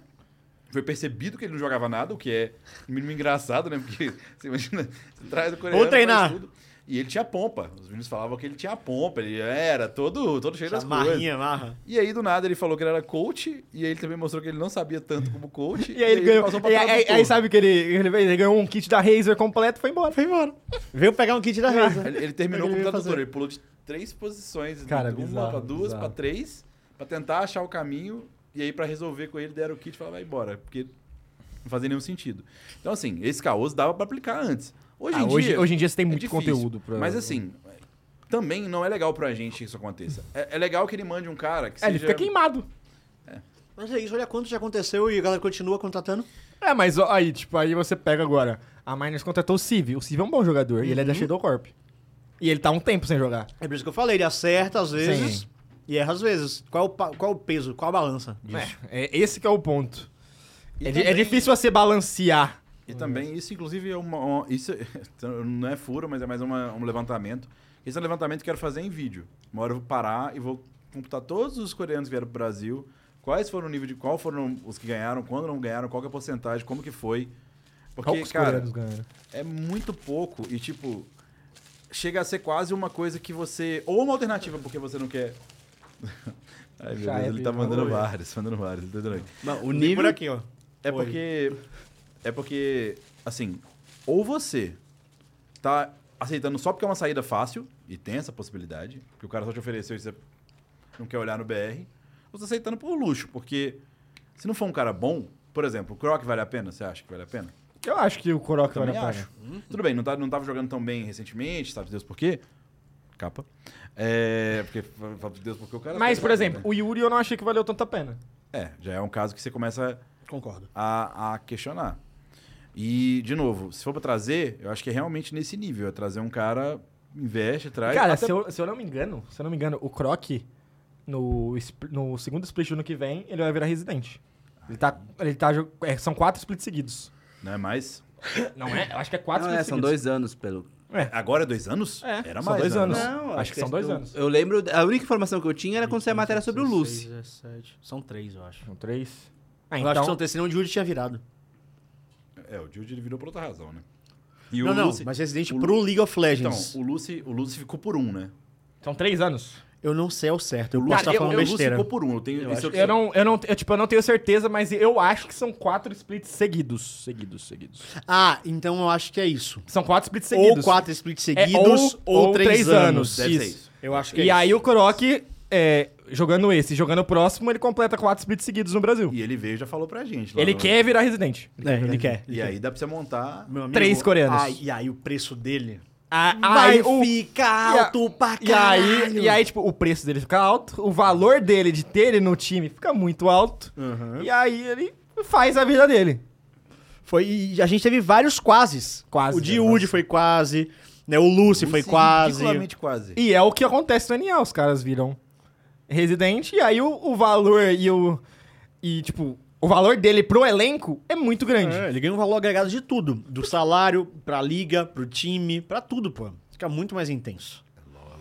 Speaker 4: Foi percebido que ele não jogava nada, o que é no mínimo engraçado, né? Porque você imagina, você traz o coreano,
Speaker 1: Vou treinar.
Speaker 4: faz tudo. E ele tinha pompa. Os meninos falavam que ele tinha pompa, ele era todo, todo cheio das coisas.
Speaker 1: Marrinha, marra.
Speaker 4: E aí, do nada, ele falou que ele era coach, e aí ele também mostrou que ele não sabia tanto como coach.
Speaker 2: E aí ele ganhou.
Speaker 4: passou pra
Speaker 2: E aí,
Speaker 4: trás do
Speaker 2: aí- aí
Speaker 4: povo.
Speaker 2: sabe o que ele, ele fez? Ele ganhou um kit da Razer completo e foi embora.
Speaker 1: Foi embora. Veio pegar um kit da Razer.
Speaker 4: Ele, ele terminou
Speaker 1: Ele
Speaker 4: como
Speaker 1: veio
Speaker 4: tradutor,
Speaker 1: fazer.
Speaker 4: ele pulou de três posições,
Speaker 2: Cara,
Speaker 4: de uma
Speaker 2: bizarro,
Speaker 4: pra duas,
Speaker 2: bizarro.
Speaker 4: pra três, pra tentar achar o caminho, e aí pra resolver com ele, deram o kit e falaram, vai embora, porque não fazia nenhum sentido. Então, assim, esse caos dava pra aplicar antes. Hoje,
Speaker 2: Ah,
Speaker 4: em,
Speaker 2: hoje-
Speaker 4: dia,
Speaker 2: hoje em dia você tem
Speaker 4: é
Speaker 2: muito
Speaker 4: difícil,
Speaker 2: conteúdo pra-
Speaker 4: Mas, assim, também não é legal pra gente que isso aconteça. É, é legal que ele mande um cara que
Speaker 2: É, ele
Speaker 4: seja...
Speaker 2: fica queimado.
Speaker 1: Mas é isso, olha quanto já aconteceu e a galera continua contratando.
Speaker 2: É, mas ó, aí, tipo, aí você pega agora. A Miners contratou o Civ. O Civ é um bom jogador e ele é da Shadow Corp. E ele tá um tempo sem jogar.
Speaker 1: É por isso que eu falei, ele acerta às vezes
Speaker 2: Sim.
Speaker 1: e erra às vezes. Qual é o, pa- qual é o peso, qual a balança disso?
Speaker 2: É, é esse que é o ponto.
Speaker 4: E
Speaker 2: É, di- é
Speaker 4: também-
Speaker 2: difícil você balancear.
Speaker 4: E também, isso inclusive é uma. uma- Isso não é furo, mas é mais uma- um levantamento. Esse é um levantamento que eu quero fazer em vídeo. Uma hora eu vou parar e vou computar todos os coreanos que vieram pro Brasil, quais foram o nível de. Qual foram os que ganharam, quando não ganharam, qual que é a porcentagem, como que foi. Porque,
Speaker 2: Poucos
Speaker 4: cara,
Speaker 2: coreanos ganharam.
Speaker 4: é muito pouco e, tipo, chega a ser quase uma coisa que você. Ou uma alternativa porque você não quer. Ai, meu
Speaker 2: Já é
Speaker 4: Deus, ele tá
Speaker 2: bem-
Speaker 4: mandando
Speaker 2: Oi.
Speaker 4: vários, mandando vários, tá não tô entendendo.
Speaker 1: o
Speaker 3: nível-
Speaker 1: Por aqui, ó.
Speaker 4: É
Speaker 1: Oi.
Speaker 4: porque. É porque, assim, ou você tá aceitando só porque é uma saída fácil, e tem essa possibilidade, que o cara só te ofereceu e você não quer olhar no BR, ou você tá aceitando por luxo, porque se não for um cara bom, por exemplo, o Croc vale a pena? Você acha que vale a pena?
Speaker 2: Eu acho que o Kurok vai
Speaker 4: Também
Speaker 2: na
Speaker 4: acho. Tudo bem, não, tá, não tava jogando tão bem recentemente, sabe Deus por quê? Capa. É. Porque, sabe Deus por quê o cara.
Speaker 2: Mas, por exemplo, o Yuri eu não achei que valeu tanto a pena.
Speaker 4: É, já é um caso que você começa
Speaker 1: Concordo.
Speaker 4: a, a questionar. E, de novo, se for pra trazer, eu acho que é realmente nesse nível. É trazer um cara, investe, traz.
Speaker 2: Cara,
Speaker 4: até-
Speaker 2: se, eu, se eu não me engano, se eu não me engano, o Croc, no, spl- no segundo split do ano que vem, ele vai virar residente. Ele tá. Ele tá jo- é, são quatro splits seguidos.
Speaker 4: Não é mais.
Speaker 2: Não é? Eu acho que é quatro
Speaker 3: Não, é,
Speaker 2: splits
Speaker 3: são
Speaker 2: seguidos.
Speaker 3: dois anos pelo.
Speaker 4: Agora é dois anos?
Speaker 2: É,
Speaker 4: Era
Speaker 2: são
Speaker 4: mais.
Speaker 2: dois
Speaker 4: né?
Speaker 2: anos.
Speaker 4: Não.
Speaker 2: Não, acho que são dois
Speaker 3: eu-
Speaker 2: anos.
Speaker 3: Eu lembro, a única informação que eu tinha era quando saiu a matéria sobre o Lucy.
Speaker 1: 17. São três, eu acho.
Speaker 2: São três.
Speaker 1: Eu
Speaker 2: Ah,
Speaker 1: acho
Speaker 2: então.
Speaker 1: que são três, senão o Jude tinha virado.
Speaker 4: É, o Jude ele virou por outra razão, né? E
Speaker 1: não, não,
Speaker 4: Lucy-
Speaker 1: mas Resident
Speaker 4: o-
Speaker 1: pro League of
Speaker 4: Então,
Speaker 1: Legends.
Speaker 4: o Lucy, o Lucy ficou por um, né?
Speaker 2: São três anos.
Speaker 1: eu não sei ao certo, eu
Speaker 4: O
Speaker 1: posso
Speaker 4: Lucy,
Speaker 1: estar
Speaker 2: eu-
Speaker 1: tá falando
Speaker 4: o Lucy
Speaker 1: besteira.
Speaker 4: ficou por um. Eu tenho, isso eu
Speaker 1: é
Speaker 2: Eu não, eu não, eu, tipo, eu não tenho certeza, mas eu acho que são quatro splits seguidos. Seguidos, seguidos.
Speaker 1: Ah, então eu acho que é isso.
Speaker 2: São quatro splits seguidos.
Speaker 1: Ou quatro splits
Speaker 2: É,
Speaker 1: seguidos, ou, três, anos.
Speaker 4: Deve ser
Speaker 2: Isso.
Speaker 4: isso.
Speaker 1: Eu acho que
Speaker 2: E
Speaker 1: é
Speaker 2: aí
Speaker 1: isso.
Speaker 2: o Croc, é, jogando esse e jogando o próximo, ele completa quatro splits seguidos no Brasil.
Speaker 4: E ele veio e já falou pra gente. lá
Speaker 2: Ele
Speaker 4: no-
Speaker 2: quer virar residente.
Speaker 1: É, ele quer.
Speaker 4: E aí dá pra você montar.
Speaker 1: Meu amigo,
Speaker 2: Três coreanos.
Speaker 1: ai, e aí o preço dele
Speaker 2: A-
Speaker 1: vai
Speaker 2: aí o-
Speaker 1: ficar
Speaker 2: e a-
Speaker 1: alto pra
Speaker 2: E aí,
Speaker 1: caralho.
Speaker 2: e aí, tipo, o preço dele fica alto, o valor dele de ter ele no time fica muito alto.
Speaker 1: Uhum.
Speaker 2: E aí ele faz a vida dele.
Speaker 1: Foi, e a gente teve vários quases.
Speaker 2: Quase,
Speaker 1: O
Speaker 2: né?
Speaker 1: Diude foi quase, né? O Lucy foi
Speaker 4: Sim,
Speaker 1: quase.
Speaker 4: um ridiculamente quase.
Speaker 2: E é o que acontece no NA, os caras viram residente, e aí o, o valor e o. E, tipo, o valor dele pro elenco é muito grande.
Speaker 1: É, ele ganha um valor agregado de tudo. Do salário, pra liga, pro time, pra tudo, pô. Fica muito mais intenso.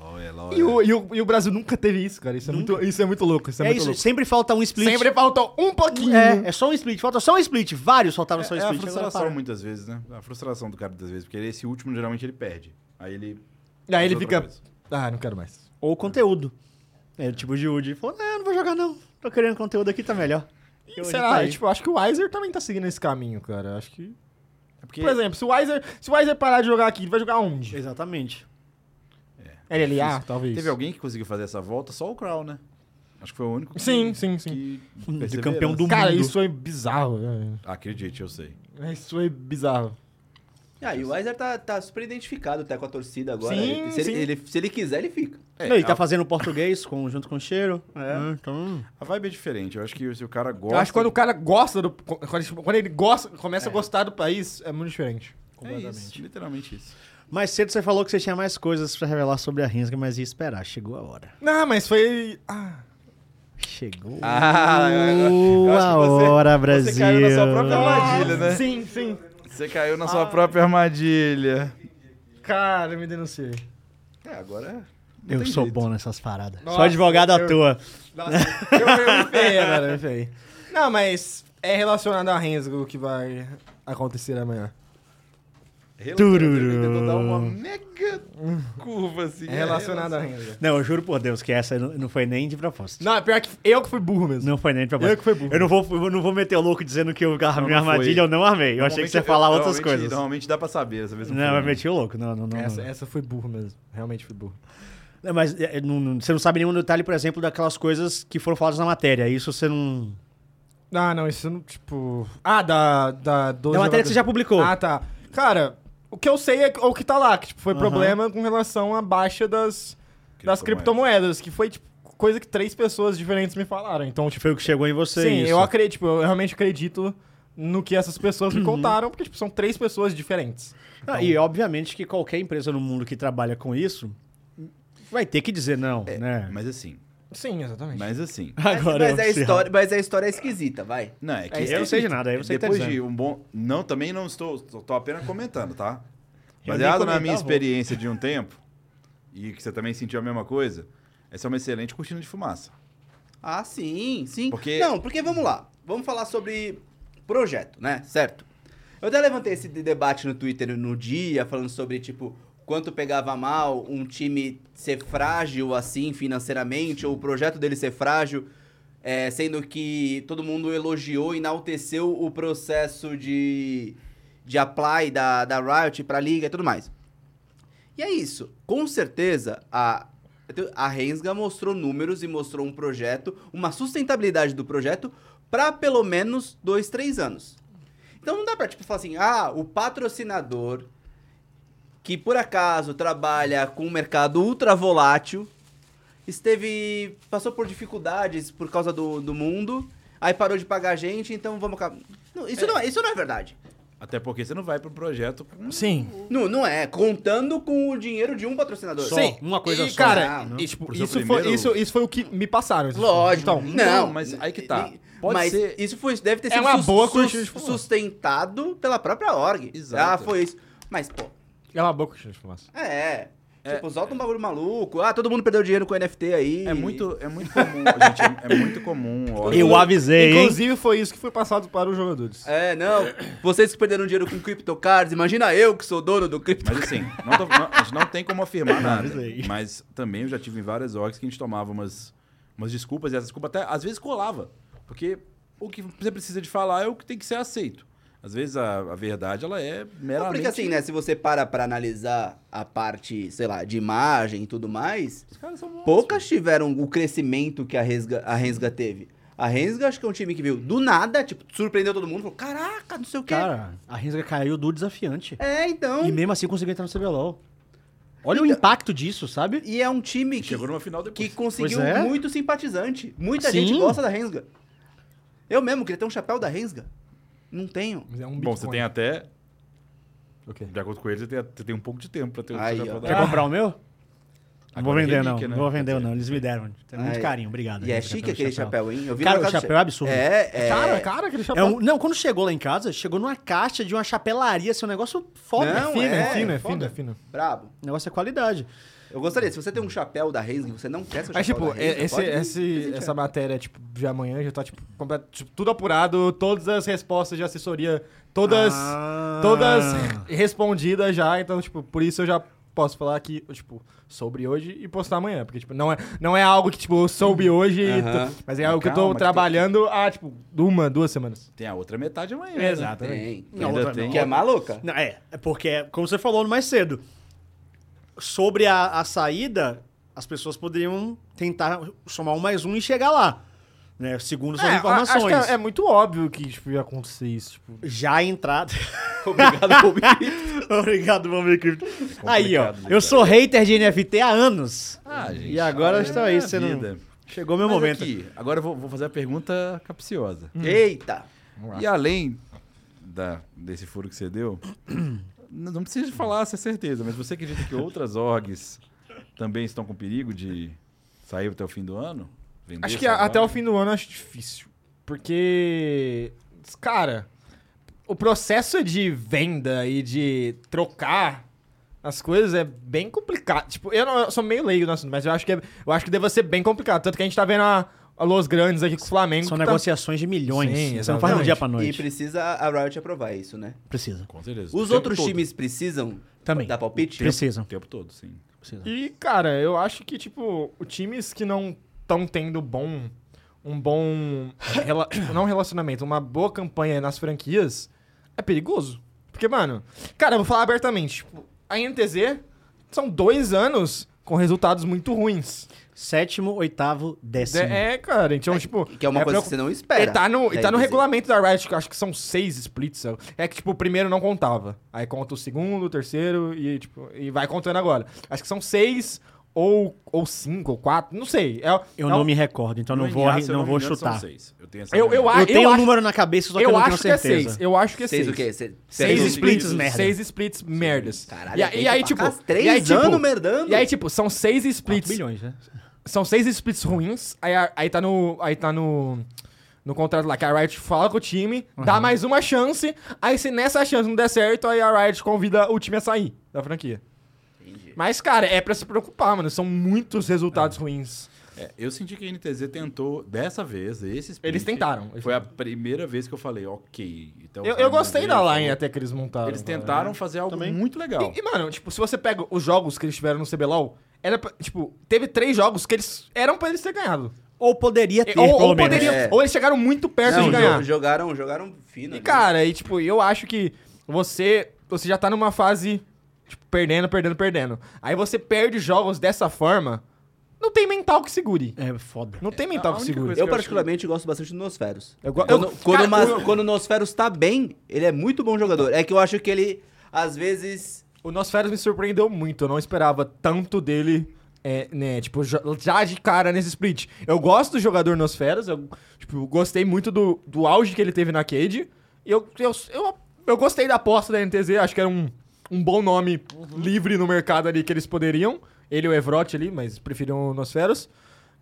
Speaker 4: LOL, é LOL,
Speaker 2: E,
Speaker 4: é.
Speaker 2: o, e, o, e o Brasil nunca teve isso, cara. Isso é, muito, isso é muito louco. Isso é,
Speaker 1: É,
Speaker 2: muito
Speaker 1: isso,
Speaker 2: louco.
Speaker 1: sempre falta um split.
Speaker 2: Sempre faltou um pouquinho.
Speaker 1: É, é só um split. Falta só um split. Vários faltavam só um
Speaker 4: É a
Speaker 1: split. agora
Speaker 4: frustração
Speaker 1: para.
Speaker 4: muitas vezes, né? A frustração do cara muitas vezes, porque esse último geralmente ele perde. Aí ele.
Speaker 2: E aí ele
Speaker 4: outra
Speaker 2: fica.
Speaker 4: coisa.
Speaker 2: Ah, não quero mais.
Speaker 1: Ou conteúdo. É, tipo o Diude falou, não, não vou jogar não. Tô querendo conteúdo aqui, tá melhor.
Speaker 2: E
Speaker 1: hoje
Speaker 2: sei
Speaker 1: tá
Speaker 2: lá,
Speaker 1: aí.
Speaker 2: tipo, eu acho que o Weiser também tá seguindo esse caminho, cara. Acho que.
Speaker 4: É porque
Speaker 2: Por exemplo, se o Weiser, se o Weiser parar de jogar aqui, ele vai jogar onde?
Speaker 1: Exatamente. É
Speaker 2: LLA, talvez.
Speaker 4: teve alguém que conseguiu fazer essa volta, só o Crown, né? Acho que foi o único que.
Speaker 2: Sim, sim, sim.
Speaker 4: que
Speaker 1: De
Speaker 4: perseverança.
Speaker 1: campeão do
Speaker 2: Cara,
Speaker 1: mundo.
Speaker 2: isso foi bizarro. né?
Speaker 4: Acredite, eu sei.
Speaker 2: Isso foi bizarro.
Speaker 3: Ah, e o Weiser tá, tá super identificado até com a torcida agora.
Speaker 2: Sim,
Speaker 3: ele, se,
Speaker 2: sim.
Speaker 3: Ele, ele- se ele quiser, ele fica.
Speaker 4: É,
Speaker 1: Não, ele
Speaker 4: a,
Speaker 1: tá fazendo português com, junto com o cheiro. É, então.
Speaker 4: a vibe é diferente. Eu acho que se o cara gosta. é
Speaker 2: Eu acho que quando o cara gosta do. Quando quando ele gosta, começa a gostar do país, é muito diferente.
Speaker 4: É isso, literalmente isso.
Speaker 1: Mais cedo você falou que você tinha mais coisas pra revelar sobre a Rinsga, mas ia esperar. Chegou a hora.
Speaker 2: Não, mas foi. Ah.
Speaker 1: Chegou
Speaker 4: Ah, eu acho
Speaker 1: a
Speaker 4: que você-
Speaker 1: hora, Brasil.
Speaker 4: você caiu na sua própria armadilha, né?
Speaker 2: Sim, sim.
Speaker 4: Você caiu na sua
Speaker 2: Ah.
Speaker 4: própria armadilha.
Speaker 2: Cara, eu me denunciei.
Speaker 4: É, agora.
Speaker 1: Eu
Speaker 4: tem
Speaker 1: sou
Speaker 4: jeito.
Speaker 1: bom nessas paradas.
Speaker 2: Nossa,
Speaker 1: sou advogado à
Speaker 2: eu-
Speaker 1: toa.
Speaker 2: Nossa, eu, eu me feio, cara, eu me feio. Não, mas é relacionado a Renzgo o que vai acontecer amanhã.
Speaker 1: Tururu.
Speaker 4: Ele tentou é dar uma mega curva assim.
Speaker 2: É relacionado a Renzgo.
Speaker 1: Não, eu juro por Deus que essa não não foi nem de propósito.
Speaker 2: Não, é pior que eu que fui burro mesmo.
Speaker 1: Não foi nem de propósito.
Speaker 2: Eu que fui burro.
Speaker 1: Eu não vou, eu não vou meter o louco dizendo que eu armei
Speaker 4: não
Speaker 1: a armadilha,
Speaker 4: foi.
Speaker 1: eu não armei. Eu achei que você ia falar outras
Speaker 4: Normalmente-
Speaker 1: coisas. Não,
Speaker 4: Normalmente dá pra saber, essa vez não
Speaker 1: eu
Speaker 4: foi,
Speaker 1: meti o louco. Não, não, não.
Speaker 2: Essa, é-
Speaker 1: não.
Speaker 2: essa foi burro mesmo. Realmente fui burro.
Speaker 1: Não, Mas é, é, não- não- você não sabe nenhum detalhe, por exemplo, daquelas coisas que foram faladas na matéria. Isso você não. é
Speaker 2: Ah, não, isso não, tipo. Ah, da. Da, dos
Speaker 1: Da matéria que
Speaker 2: jogadores.
Speaker 1: você já publicou.
Speaker 2: Ah, tá. Cara, o que eu sei é o que tá lá, que tipo, foi
Speaker 1: Aham.
Speaker 2: problema com relação à baixa das, das
Speaker 4: Criptomoedas.
Speaker 2: criptomoedas, que foi, tipo, coisa que três pessoas diferentes me falaram. Então, tipo,
Speaker 1: Foi o que chegou em você.
Speaker 2: sim,
Speaker 1: isso.
Speaker 2: eu acredito, tipo, eu realmente acredito no que essas pessoas me contaram, porque, tipo, são três pessoas diferentes.
Speaker 1: Ah, e obviamente que qualquer empresa no mundo que trabalha com isso vai ter que dizer não, né?
Speaker 4: Mas assim,
Speaker 2: Sim, exatamente.
Speaker 4: mas assim.
Speaker 1: Agora
Speaker 3: mas, é mas, a
Speaker 1: se-
Speaker 3: história, mas a história é esquisita, vai.
Speaker 4: Não, é que
Speaker 1: eu não sei de nada, aí você que tá
Speaker 4: Depois de
Speaker 1: dizendo.
Speaker 4: um bom. Não, também não estou. Tô, tô apenas comentando, tá?
Speaker 1: Eu
Speaker 4: Baseado
Speaker 1: nem
Speaker 4: na minha
Speaker 1: comentar, vou.
Speaker 4: experiência de um tempo, e que você também sentiu a mesma coisa, essa é uma excelente cortina de fumaça.
Speaker 3: Ah, sim, sim.
Speaker 4: Porque-
Speaker 3: Não, porque vamos lá. Vamos falar sobre projeto, né? Certo? Eu até levantei esse de- debate no Twitter no dia, falando sobre, tipo, quanto pegava mal um time ser frágil assim financeiramente, ou o projeto dele ser frágil, é, sendo que todo mundo elogiou, enalteceu o processo de, de apply da, da Riot pra liga e tudo mais. E é isso. Com certeza, a, Então, a Rensga mostrou números e mostrou um projeto, uma sustentabilidade do projeto, para pelo menos dois, três anos. Então não dá pra, tipo, falar assim, ah, o patrocinador que por acaso trabalha com um mercado ultra volátil, esteve. passou por dificuldades por causa do, do mundo, aí parou de pagar a gente, então vamos acabar. Não, isso, não é, isso não é verdade.
Speaker 4: Até porque você não vai pro projeto com.
Speaker 2: Sim.
Speaker 3: Não, não é. Contando com o dinheiro de um patrocinador.
Speaker 1: Só,
Speaker 2: Sim.
Speaker 1: uma coisa
Speaker 2: e,
Speaker 1: só.
Speaker 2: Cara,
Speaker 3: Ah, Não,
Speaker 2: e, tipo,
Speaker 4: pro seu
Speaker 2: isso, foi,
Speaker 4: primeiro-
Speaker 2: isso, isso foi o que me passaram. isso, tipo,
Speaker 3: Lógico.
Speaker 2: Então,
Speaker 4: Não,
Speaker 3: não,
Speaker 4: mas aí que tá. Pode
Speaker 3: mas
Speaker 4: ser-
Speaker 3: Isso foi, deve ter
Speaker 2: É
Speaker 3: sido
Speaker 2: uma boa cortina de
Speaker 3: sus,
Speaker 2: fumaça.
Speaker 3: sustentado pela própria org.
Speaker 4: Exato.
Speaker 3: Ah, foi isso. Mas, pô,
Speaker 2: é uma boa cortina de fumaça.
Speaker 3: é. Tipo, solta um bagulho maluco. Ah, todo mundo perdeu dinheiro com NFT aí.
Speaker 4: É muito, é muito comum, gente. É, é muito comum. ó.
Speaker 1: Eu avisei, hein?
Speaker 2: Inclusive, foi isso que foi passado para os jogadores.
Speaker 3: É, não. Vocês que perderam dinheiro com CryptoCards, imagina eu que sou dono do Crypto.
Speaker 4: Mas assim, não, tô- não- a gente não tem como afirmar nada.
Speaker 1: sei.
Speaker 4: Mas também eu já tive em várias orgs que a gente tomava umas, umas desculpas e essas desculpas até às vezes colava. Porque o que você precisa de falar é o que tem que ser aceito. Às vezes a, a verdade ela é meramente...
Speaker 3: Não, porque assim, né? Se você para pra analisar a parte, sei lá, de imagem e tudo mais,
Speaker 4: Os caras são bons,
Speaker 3: poucas tiveram o crescimento que a Resga, a Resga teve. A Rensga, acho que é um time que veio do nada, tipo, surpreendeu todo mundo, falou, caraca, não sei o quê.
Speaker 1: Cara, a Renzga caiu do desafiante.
Speaker 3: É, então.
Speaker 1: E mesmo assim conseguiu entrar no CBLOL. Olha o impacto disso, sabe?
Speaker 3: E é um time
Speaker 4: pô.
Speaker 3: que,
Speaker 4: Chegou numa final
Speaker 3: que
Speaker 4: depois.
Speaker 3: conseguiu
Speaker 1: Pois é.
Speaker 3: muito simpatizante. Muita
Speaker 1: Sim.
Speaker 3: gente gosta da Rensga. Eu mesmo queria ter um chapéu da Rensga. Não tenho.
Speaker 2: Mas é um
Speaker 4: Bom, você tem até...
Speaker 2: O quê?
Speaker 4: De acordo com ele, você tem, você tem um pouco de tempo pra ter o
Speaker 3: Aí,
Speaker 4: seu
Speaker 3: ó.
Speaker 4: chapéu da-
Speaker 1: Quer comprar o meu? Não vou
Speaker 4: Ah. Agora é
Speaker 1: vender, não.
Speaker 4: relíquia, né?
Speaker 1: Não vou vender, não. Eles me deram. Tem muito
Speaker 3: Ai.
Speaker 1: carinho, obrigado.
Speaker 3: E é
Speaker 1: Renzga,
Speaker 3: chique
Speaker 1: pelo
Speaker 3: aquele chapéu, hein? Eu vi
Speaker 1: um Cara,
Speaker 3: na
Speaker 1: o
Speaker 3: casa do
Speaker 1: chapéu é absurdo.
Speaker 3: É, é.
Speaker 2: Cara, cara, aquele
Speaker 1: É
Speaker 2: chapéu.
Speaker 1: um- não, quando chegou lá em casa, chegou numa caixa de uma chapelaria, assim, um negócio foda.
Speaker 3: Não,
Speaker 1: fino,
Speaker 3: é.
Speaker 2: fino, é fino,
Speaker 3: foda.
Speaker 2: é fino.
Speaker 3: Brabo.
Speaker 1: O negócio é qualidade.
Speaker 3: Eu gostaria, se você tem um chapéu da Reis e você não quer seu chapéu
Speaker 2: Mas, tipo,
Speaker 3: da Reis,
Speaker 2: é- esse,
Speaker 3: pode-
Speaker 2: esse, essa matéria, tipo, de amanhã já tá, tipo, completo, tipo, tudo apurado, todas as respostas de assessoria, todas,
Speaker 1: Ah.
Speaker 2: todas respondidas já, então, tipo, por isso eu já posso falar aqui, tipo, sobre hoje e postar amanhã, porque, tipo, não é, não é algo que, tipo, eu soube hoje, e
Speaker 3: Aham.
Speaker 2: tu- mas é algo que eu
Speaker 4: Calma,
Speaker 2: tô
Speaker 4: que tem-
Speaker 2: trabalhando há, tipo, uma, duas semanas.
Speaker 4: Tem a outra metade amanhã.
Speaker 2: Exato.
Speaker 3: Tem.
Speaker 4: Né? Ainda
Speaker 1: outra
Speaker 4: tem.
Speaker 3: Que é maluca.
Speaker 1: Não, é, é porque, como você falou mais cedo, sobre a, a saída, as pessoas poderiam tentar somar um mais um e chegar lá. Né, segundo suas
Speaker 2: É, a-
Speaker 1: informações.
Speaker 2: acho que é, é muito óbvio que, tipo, ia acontecer isso, tipo...
Speaker 1: Já entrado.
Speaker 3: Obrigado, Bob.
Speaker 1: Obrigado, Mami Cripto. Aí, ó.
Speaker 4: né, cara?
Speaker 1: Eu sou hater de NFT há anos.
Speaker 4: Ah, gente,
Speaker 1: e agora
Speaker 4: é
Speaker 1: estou aí
Speaker 4: a
Speaker 1: sendo.
Speaker 4: vida.
Speaker 1: Chegou meu
Speaker 4: Mas
Speaker 1: momento.
Speaker 4: aqui, agora eu vou, vou fazer a pergunta capciosa.
Speaker 2: Hum.
Speaker 3: Eita.
Speaker 4: E além da, desse furo que você deu, n- não precisa falar essa certeza, mas você acredita que outras orgs também estão com perigo de sair até o fim do ano? Vender
Speaker 2: Acho que
Speaker 4: essa
Speaker 2: a- até o
Speaker 4: org?
Speaker 2: fim do ano eu acho difícil. Porque, cara, o processo de venda e de trocar as coisas é bem complicado. Tipo, eu, não- eu sou meio leigo no assunto, mas eu acho que, é- eu acho que deve ser bem complicado. Tanto que a gente tá vendo a, a Los Grandes aqui com o Flamengo.
Speaker 1: São
Speaker 2: que tá-
Speaker 1: negociações de milhões.
Speaker 2: Sim,
Speaker 1: você não faz de um
Speaker 2: exatamente.
Speaker 1: dia pra
Speaker 3: E
Speaker 1: noite.
Speaker 3: precisa a Riot aprovar isso, né?
Speaker 1: Precisa.
Speaker 4: Com certeza. O
Speaker 3: Os
Speaker 4: tempo
Speaker 3: outros
Speaker 4: todo.
Speaker 3: times precisam
Speaker 1: Também.
Speaker 3: dar palpite?
Speaker 4: O
Speaker 1: Precisam.
Speaker 4: tempo todo, sim.
Speaker 1: precisam.
Speaker 2: E, cara, eu acho que, tipo, os times que não estão tendo bom. Um bom. rela- tipo, não relacionamento, uma boa campanha nas franquias é perigoso. Porque, mano, cara, eu vou falar abertamente, tipo, a NTZ são dois anos com resultados muito ruins.
Speaker 1: Sétimo, oitavo, décimo.
Speaker 2: É, cara, então, tipo.
Speaker 3: Que é uma coisa
Speaker 2: preocup-
Speaker 3: que você não espera. É
Speaker 2: e tá no, e
Speaker 3: Daí
Speaker 2: tá no
Speaker 3: dizer,
Speaker 2: regulamento da Riot, que eu acho que são seis splits. sabe? É que, tipo, o primeiro não contava. Aí conta o segundo, o terceiro e, tipo, e vai contando agora. Acho que são seis ou, ou cinco ou quatro, não sei. É,
Speaker 1: Eu
Speaker 2: é
Speaker 1: não
Speaker 2: um-
Speaker 1: me recordo, então não
Speaker 4: No
Speaker 1: vou,
Speaker 4: NA,
Speaker 1: arri-
Speaker 4: se eu
Speaker 1: não
Speaker 4: me
Speaker 1: vou
Speaker 4: engano, são
Speaker 1: chutar. Eu,
Speaker 4: seis. Eu tenho essa
Speaker 2: Eu, eu,
Speaker 4: memória.
Speaker 2: a- eu,
Speaker 1: tenho um
Speaker 2: acho,
Speaker 1: número na cabeça, só que eu,
Speaker 2: eu
Speaker 1: não tenho
Speaker 2: acho que é
Speaker 1: certeza.
Speaker 2: seis. Eu acho que é
Speaker 3: Seis
Speaker 2: seis.
Speaker 3: o quê? Cê-
Speaker 2: Seis
Speaker 4: Seis
Speaker 1: Seis
Speaker 2: splits,
Speaker 1: splits, merda.
Speaker 2: seis splits merdas.
Speaker 3: Caralho,
Speaker 2: e,
Speaker 3: é
Speaker 2: aí- e
Speaker 3: tempo
Speaker 2: aí,
Speaker 3: pra
Speaker 2: tipo,
Speaker 3: cá,
Speaker 2: e aí,
Speaker 3: três
Speaker 2: tipo,
Speaker 3: anos merdando.
Speaker 2: E aí, tipo, são seis splits.
Speaker 1: bilhões, né?
Speaker 2: São seis splits ruins, aí, a- aí tá no. Aí tá no. No contrato lá, que a Riot fala com o time, dá mais uma chance, aí se nessa chance não der certo, aí a Riot convida o time a sair da franquia.
Speaker 3: Entendi.
Speaker 2: Mas, cara, é pra se preocupar, mano. São muitos resultados ruins.
Speaker 4: É, eu senti que a NTZ tentou, dessa vez, esse split.
Speaker 2: Eles tentaram.
Speaker 4: Foi a primeira vez que eu falei, ok. Então,
Speaker 2: Eu, eu gostei da line é.
Speaker 4: linha
Speaker 2: até que eles montaram.
Speaker 4: Eles
Speaker 2: cara.
Speaker 4: tentaram então. fazer algo
Speaker 1: Também.
Speaker 4: muito legal.
Speaker 2: E, e, mano, tipo, se você pega os jogos que eles tiveram no CBLOL, era pra- tipo, teve três jogos que eles eram pra eles ter ganhado.
Speaker 1: Ou poderia ter,
Speaker 2: É, ou,
Speaker 1: pelo
Speaker 2: ou
Speaker 1: menos.
Speaker 2: poderiam-
Speaker 3: É.
Speaker 2: ou eles chegaram muito perto de
Speaker 3: Não,
Speaker 2: ganhar.
Speaker 3: jo- jogaram, jogaram fino.
Speaker 2: E
Speaker 3: né?
Speaker 2: cara, e tipo, eu acho que você, você já tá numa fase tipo, perdendo, perdendo, perdendo. Aí você perde jogos dessa forma, não tem mental que segure.
Speaker 1: É foda.
Speaker 2: Não tem
Speaker 4: a
Speaker 2: mental que
Speaker 4: única
Speaker 2: segure.
Speaker 4: coisa-
Speaker 3: eu particularmente gosto bastante do Nosferos.
Speaker 2: Eu go-
Speaker 3: Quando,
Speaker 2: eu-
Speaker 3: quando,
Speaker 2: cara,
Speaker 3: uma-
Speaker 2: o-
Speaker 3: quando o Nosferos tá bem, ele é muito bom jogador. É que eu acho que ele, às vezes...
Speaker 2: O Nosferatu me surpreendeu muito, eu não esperava tanto dele, é, né, tipo, já- já de cara nesse split. Eu gosto do jogador Nosferatu, eu tipo, gostei muito do, do auge que ele teve na Cade, e eu, eu, eu, eu gostei da aposta da NTZ, acho que era um, um bom nome livre no mercado ali que eles poderiam, ele e o Evrote ali, mas preferiam o Nosferatu.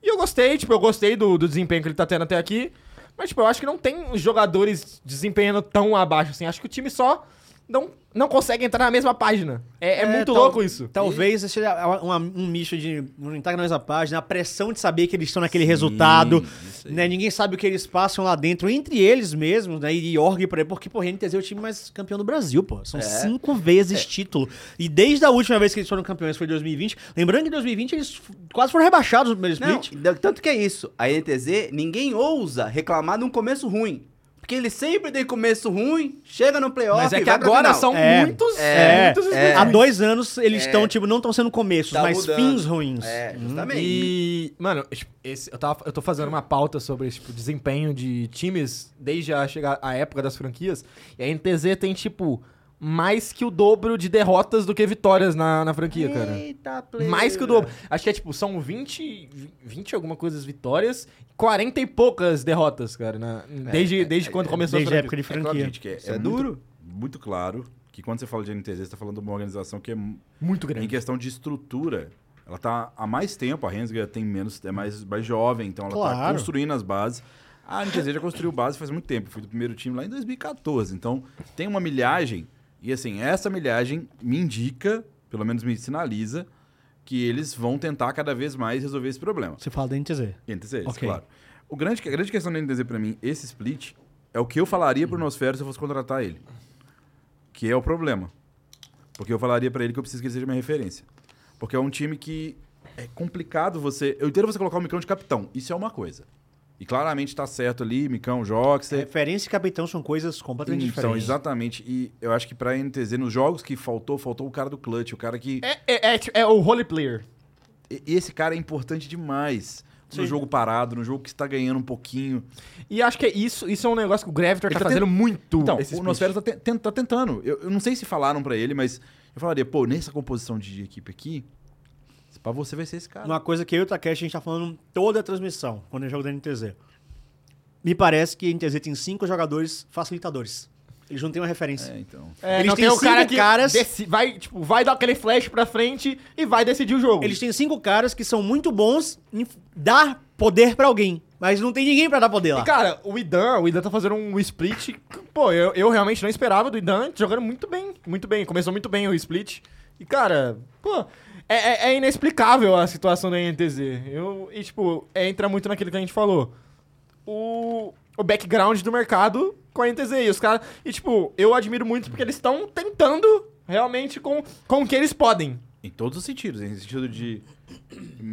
Speaker 2: E eu gostei, tipo, eu gostei do, do desempenho que ele tá tendo até aqui. Mas, tipo, eu acho que não tem jogadores desempenhando tão abaixo assim. Acho que o time só não, não consegue entrar na mesma página. É, é muito
Speaker 1: tal-
Speaker 2: louco isso.
Speaker 1: Talvez esse seja uma- um misto de não entrar na mesma página, a pressão de saber que eles estão naquele resultado.
Speaker 4: isso aí.
Speaker 1: Né? Ninguém sabe o que eles passam lá dentro, entre eles mesmos, né? E org por aí, porque, porra, NTZ é o time mais campeão do Brasil, pô.
Speaker 3: É.
Speaker 1: São cinco vezes título. E desde a última vez que eles foram campeões foi em 2020. Lembrando que em 2020 eles f- quase foram rebaixados no primeiro
Speaker 3: Não,
Speaker 1: split.
Speaker 3: tanto que é isso. A NTZ, ninguém ousa reclamar de um começo ruim. Porque ele sempre tem começo ruim, chega no playoff
Speaker 2: Mas é
Speaker 3: e
Speaker 2: que
Speaker 3: vai pra
Speaker 2: agora
Speaker 3: final.
Speaker 2: são
Speaker 1: É,
Speaker 2: muitos.
Speaker 1: É,
Speaker 2: muitos
Speaker 1: é. há dois anos eles estão, tipo, não estão sendo começos,
Speaker 3: É. Tá
Speaker 1: mas
Speaker 3: mudando.
Speaker 1: fins ruins.
Speaker 3: É, justamente.
Speaker 2: Hum. E, mano, esse- eu, tava, eu tô fazendo uma pauta sobre esse tipo, desempenho de times desde a, chega- a época das franquias. E a NTZ tem, tipo, mais que o dobro de derrotas do que vitórias na, na franquia, cara.
Speaker 3: Eita,
Speaker 2: Mais que o
Speaker 3: pleira.
Speaker 2: dobro. Acho que é, tipo, são 20, 20 e alguma coisa vitórias, 40 e poucas derrotas, cara. na- desde desde quando começou
Speaker 1: É, Desde a
Speaker 2: a
Speaker 1: época de
Speaker 4: É claro,
Speaker 1: franquia.
Speaker 4: gente, que é,
Speaker 3: Isso é
Speaker 4: muito-
Speaker 3: duro.
Speaker 4: Muito claro que quando você fala de NTZ, você tá falando de uma organização que é, mu-
Speaker 2: Muito
Speaker 4: em
Speaker 2: grande.
Speaker 4: questão de estrutura, ela tá há mais tempo, a Renzga tem menos, é mais, mais jovem, então ela tá
Speaker 1: Claro.
Speaker 4: construindo as bases. A NTZ já construiu base faz muito tempo, fui do primeiro time lá em 2014, então tem uma milhagem, e assim, essa milhagem me indica, pelo menos me sinaliza, que eles vão tentar cada vez mais resolver esse problema.
Speaker 1: Você fala da NTZ.
Speaker 4: NTZ, isso,
Speaker 1: Ok.
Speaker 4: claro. O grande, a grande questão da NTZ pra mim, esse split, é o que eu falaria pro Nosferatu se eu fosse contratar ele. Que é o problema. Porque eu falaria pra ele que eu preciso que ele seja minha referência. Porque é um time que é complicado você... Eu entendo você colocar o Micão de capitão. Isso é uma coisa. E claramente tá certo ali, Micão, Joxer...
Speaker 1: Referência e capitão são coisas É completamente
Speaker 4: Então,
Speaker 1: diferentes.
Speaker 4: exatamente. E eu acho que pra NTZ, nos jogos que faltou, faltou o cara do clutch, o cara que...
Speaker 2: É, é, é, tipo, é o role player.
Speaker 4: E- Esse cara é importante demais. No
Speaker 1: Sim.
Speaker 4: jogo parado, no jogo que está ganhando um pouquinho.
Speaker 2: E acho que é isso, isso é um negócio que o Gravitor
Speaker 4: Ele
Speaker 2: tá,
Speaker 4: tá
Speaker 2: fazendo muito.
Speaker 4: Então,
Speaker 2: esse
Speaker 4: o
Speaker 2: split.
Speaker 4: Nosferatu tá, ten- ten- tá tentando. Eu, eu não sei se falaram pra ele, mas eu falaria, pô, nessa composição de equipe aqui, pra você vai ser esse cara.
Speaker 1: Uma coisa que eu e o Takeshi a gente tá falando toda a transmissão, quando é jogo da NTZ. Me parece que a NTZ tem cinco jogadores facilitadores. Eles não têm uma referência.
Speaker 4: É, então.
Speaker 2: É,
Speaker 1: Eles
Speaker 2: não
Speaker 1: têm
Speaker 2: tem o
Speaker 1: cinco
Speaker 2: cara que
Speaker 1: caras-
Speaker 2: deci- vai, tipo, vai dar aquele flash pra frente e vai decidir o
Speaker 3: É.
Speaker 2: jogo.
Speaker 1: Eles têm cinco caras que são muito bons em dar poder pra alguém, mas não tem ninguém pra dar poder
Speaker 2: E,
Speaker 1: lá.
Speaker 2: cara, o Idan, o Idan tá fazendo um split. que, Pô, eu, eu realmente não esperava do Idan jogando muito bem, muito bem. Começou muito bem o split. E, cara, pô, é, é- é inexplicável a situação da NTZ. Eu, e, tipo, é, entra muito naquilo que a gente falou. O, o background do mercado com a NTZ. E os caras. E, tipo, eu admiro muito porque eles estão tentando realmente com, com o que eles podem.
Speaker 4: Em todos os sentidos, em sentido de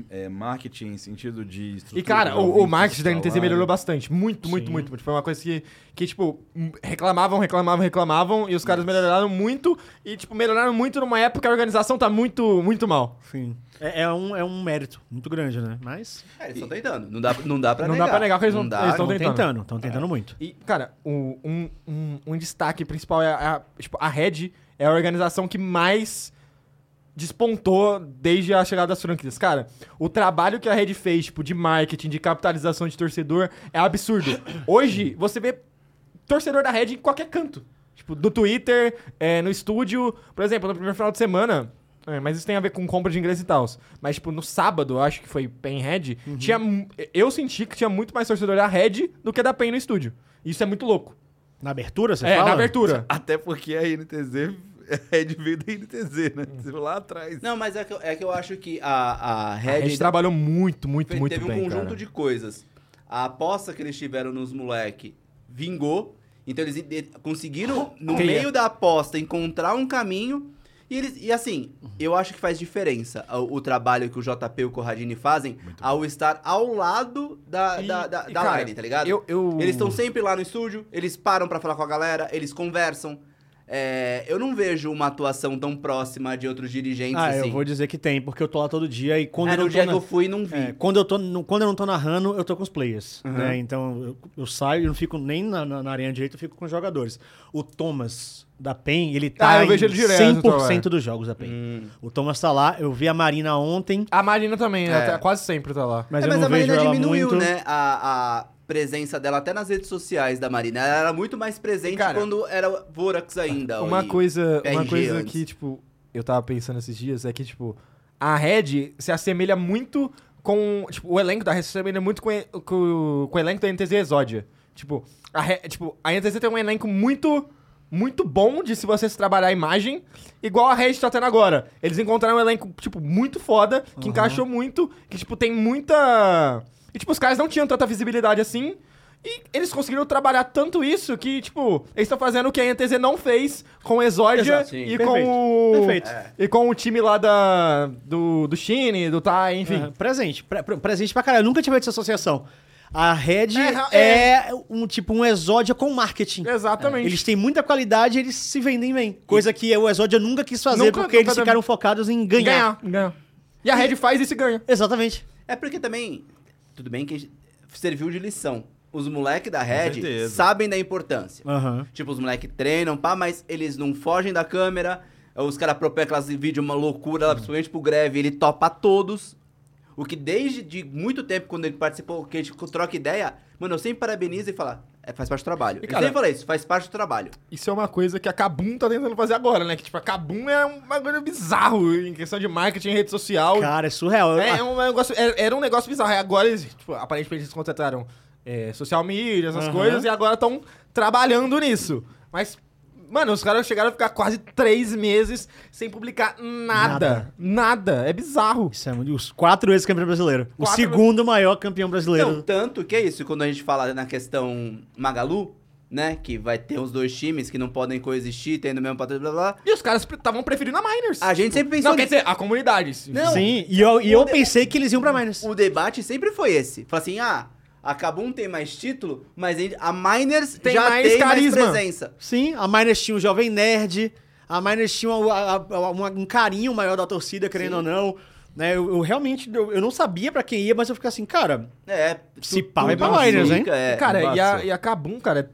Speaker 4: é, marketing, em sentido de estrutura.
Speaker 2: E, cara,
Speaker 4: de
Speaker 2: o, o
Speaker 4: né? ouvintes, é.
Speaker 2: marketing da NTZ
Speaker 4: salário.
Speaker 2: melhorou bastante. Muito, muito,
Speaker 1: Sim.
Speaker 2: muito, muito. Foi uma coisa que, que, tipo, hum, reclamavam, reclamavam, reclamavam. E os caras melhoraram muito. E, tipo, melhoraram muito numa época que a organização tá muito, muito mal.
Speaker 1: Sim. É, é um, é um mérito muito grande, né? Mas
Speaker 3: É, eles estão tentando. Não dá, não dá pra
Speaker 2: Não dá
Speaker 3: negar.
Speaker 2: pra negar que eles
Speaker 3: Não
Speaker 2: não-
Speaker 3: dá.
Speaker 2: eles tão
Speaker 1: estão
Speaker 2: tentando.
Speaker 1: tentando, estão
Speaker 3: É.
Speaker 1: tentando muito.
Speaker 2: E, cara, o- um, um, um destaque principal é a, a- tipo, a Red é a organização que mais despontou desde a chegada das franquias. Cara, o trabalho que a Red fez, tipo, de marketing, de capitalização de torcedor, é absurdo. Hoje, você vê torcedor da Red em qualquer canto. Tipo, do Twitter, é, no estúdio. Por exemplo, no primeiro final de semana. é, mas isso tem a ver com compra de ingresso e tal. Mas, tipo, no sábado, eu acho que foi Pen Red, tinha, mu- eu senti que tinha muito mais torcedor da Red do que da Pen no estúdio. Isso é muito louco.
Speaker 1: Na abertura, você
Speaker 2: é,
Speaker 1: fala?
Speaker 2: na abertura.
Speaker 4: Até porque a NTZ é de veio da NTZ, né? Você viu lá atrás.
Speaker 3: Não, mas é que, eu- é que eu acho que a, a
Speaker 2: A
Speaker 3: Red
Speaker 2: Red tá trabalhou muito, muito,
Speaker 3: Fe-
Speaker 2: muito
Speaker 3: teve
Speaker 2: bem,
Speaker 3: um conjunto
Speaker 2: cara.
Speaker 3: de coisas. A aposta que eles tiveram nos moleque vingou. Então eles ide- conseguiram, no
Speaker 2: Quem é?
Speaker 3: meio da aposta, encontrar um caminho. E, eles, e assim, eu acho que faz diferença o, o trabalho que o JP e o Corradini fazem ao estar ao lado da,
Speaker 2: E-
Speaker 3: da, da,
Speaker 2: e,
Speaker 3: da
Speaker 2: cara,
Speaker 3: Line, tá ligado?
Speaker 2: eu- eu-
Speaker 3: Eles estão sempre lá no estúdio, eles param pra falar com a galera, eles conversam. É, eu não vejo uma atuação tão próxima de outros dirigentes
Speaker 1: Ah,
Speaker 3: assim.
Speaker 1: eu vou dizer que tem, porque eu tô lá todo dia e quando
Speaker 3: Era
Speaker 1: eu não
Speaker 3: o
Speaker 1: tô
Speaker 3: dia
Speaker 1: na-
Speaker 3: que eu fui e não vi.
Speaker 1: É, quando, eu tô, no- quando eu não tô narrando, eu tô com os players. né? Então eu, eu saio, eu não fico nem na, na, na arena direita, eu fico com os jogadores. O Thomas da PEN, ele tá
Speaker 2: Ah, eu
Speaker 1: em
Speaker 2: vejo ele direto,
Speaker 1: 100%
Speaker 2: Thomas.
Speaker 1: dos jogos da PEN.
Speaker 3: Hum.
Speaker 1: O Thomas tá lá, eu vi a Marina ontem,
Speaker 2: A Marina também, né? Tá- quase sempre tá lá.
Speaker 1: mas
Speaker 3: é,
Speaker 1: eu
Speaker 3: mas
Speaker 1: não
Speaker 3: a
Speaker 1: vejo
Speaker 3: Marina
Speaker 1: ela
Speaker 3: diminuiu,
Speaker 1: muito.
Speaker 3: né? A, a presença dela até nas redes sociais da Marina. Ela era muito mais presente
Speaker 2: Cara,
Speaker 3: quando era Vorax ainda.
Speaker 2: Uma
Speaker 3: e-
Speaker 2: coisa,
Speaker 3: PRG
Speaker 2: uma coisa
Speaker 3: antes.
Speaker 2: que, tipo, eu tava pensando esses dias é que, tipo, a Red se assemelha muito com. Tipo, o elenco da Red se assemelha muito com, e- com, o- com o elenco da NTZ Exódia. Tipo, a Re- tipo, a NTZ tem um elenco muito. Muito bom de se você se trabalhar a imagem, igual a Red tá tendo agora. Eles encontraram um elenco, tipo, muito foda, que encaixou muito, que, tipo, tem muita. E, tipo, os caras não tinham tanta visibilidade assim. E eles conseguiram trabalhar tanto isso que, tipo, eles estão fazendo o que a NTZ não fez com o Exordia
Speaker 1: Exato, sim.
Speaker 2: e
Speaker 1: Perfeito, É.
Speaker 2: com o.
Speaker 1: perfeito.
Speaker 2: E com o time lá da. Do, do Chine, do Tai, enfim.
Speaker 1: Aham, presente, pre- pre- presente pra caralho. Eu nunca tive essa associação. A Red é, um tipo um Exódia com marketing.
Speaker 2: Exatamente.
Speaker 1: Eles têm muita qualidade, eles se vendem bem. Coisa que o Exódia nunca quis fazer
Speaker 2: Nunca-
Speaker 1: porque
Speaker 2: nunca
Speaker 1: eles
Speaker 2: deve-
Speaker 1: ficaram focados em ganhar.
Speaker 2: ganhar. E a Red faz isso e ganha.
Speaker 1: Exatamente.
Speaker 3: É porque também, tudo bem que serviu de lição. Os moleque da Red
Speaker 4: certeza.
Speaker 3: sabem da importância.
Speaker 1: Aham.
Speaker 3: Tipo, os moleque treinam, pá, mas eles não fogem da câmera. Os caras propõem aquelas vídeos, uma loucura,
Speaker 2: Uhum.
Speaker 3: lá, principalmente pro Greve, ele topa todos. O que desde de muito tempo, quando ele participou, que a gente troca ideia, mano, eu sempre parabenizo e falo, é, faz parte do trabalho.
Speaker 2: E,
Speaker 3: eu
Speaker 2: cara,
Speaker 3: sempre falei isso, faz parte do trabalho.
Speaker 2: Isso é uma coisa que a Kabum tá tentando fazer agora, né? Que, tipo, a Kabum é um bagulho bizarro em questão de marketing em rede social.
Speaker 1: Cara, é surreal.
Speaker 2: É, é um negócio, é- era um negócio bizarro. Aí agora, eles, tipo, aparentemente eles contrataram é, social media, essas
Speaker 1: Aham.
Speaker 2: coisas, e agora estão trabalhando nisso. Mas, mano, os caras chegaram a ficar quase três meses sem publicar nada. Nada. É bizarro.
Speaker 1: Isso é muito- os quatro vezes campeão brasileiro. O
Speaker 2: Quatro-
Speaker 1: segundo maior campeão brasileiro.
Speaker 3: Não, tanto que é isso, quando a gente fala na questão Magalu, né? Que vai ter os dois times que não podem coexistir, tendo o mesmo patrocínio, blá blá blá.
Speaker 2: E os caras estavam preferindo a Miners.
Speaker 3: A gente sempre pensou
Speaker 2: Não, quer
Speaker 3: nisso. É.
Speaker 2: dizer, a comunidade. sim.
Speaker 3: Não.
Speaker 1: Sim, e eu, e eu
Speaker 3: O
Speaker 2: é?
Speaker 3: de-
Speaker 1: pensei que eles iam pra Miners.
Speaker 3: O debate sempre foi esse. Fala assim, ah, a Kabum tem mais título, mas a Miners
Speaker 2: Tem
Speaker 3: já
Speaker 2: mais
Speaker 3: tem
Speaker 2: carisma.
Speaker 3: mais presença.
Speaker 1: Sim, a Miners tinha o Jovem Nerd, a Miners tinha uma- a- a- uma- um carinho maior da torcida, querendo ou não. Né, eu, eu realmente eu, eu não sabia pra quem ia, mas eu fiquei assim, cara,
Speaker 3: É.
Speaker 1: Se
Speaker 3: tu-
Speaker 1: pá, vai
Speaker 3: tudo
Speaker 1: pra Miners, hein?
Speaker 3: indica, é.
Speaker 2: cara, e a,
Speaker 4: embaçou.
Speaker 2: e a Kabum, cara,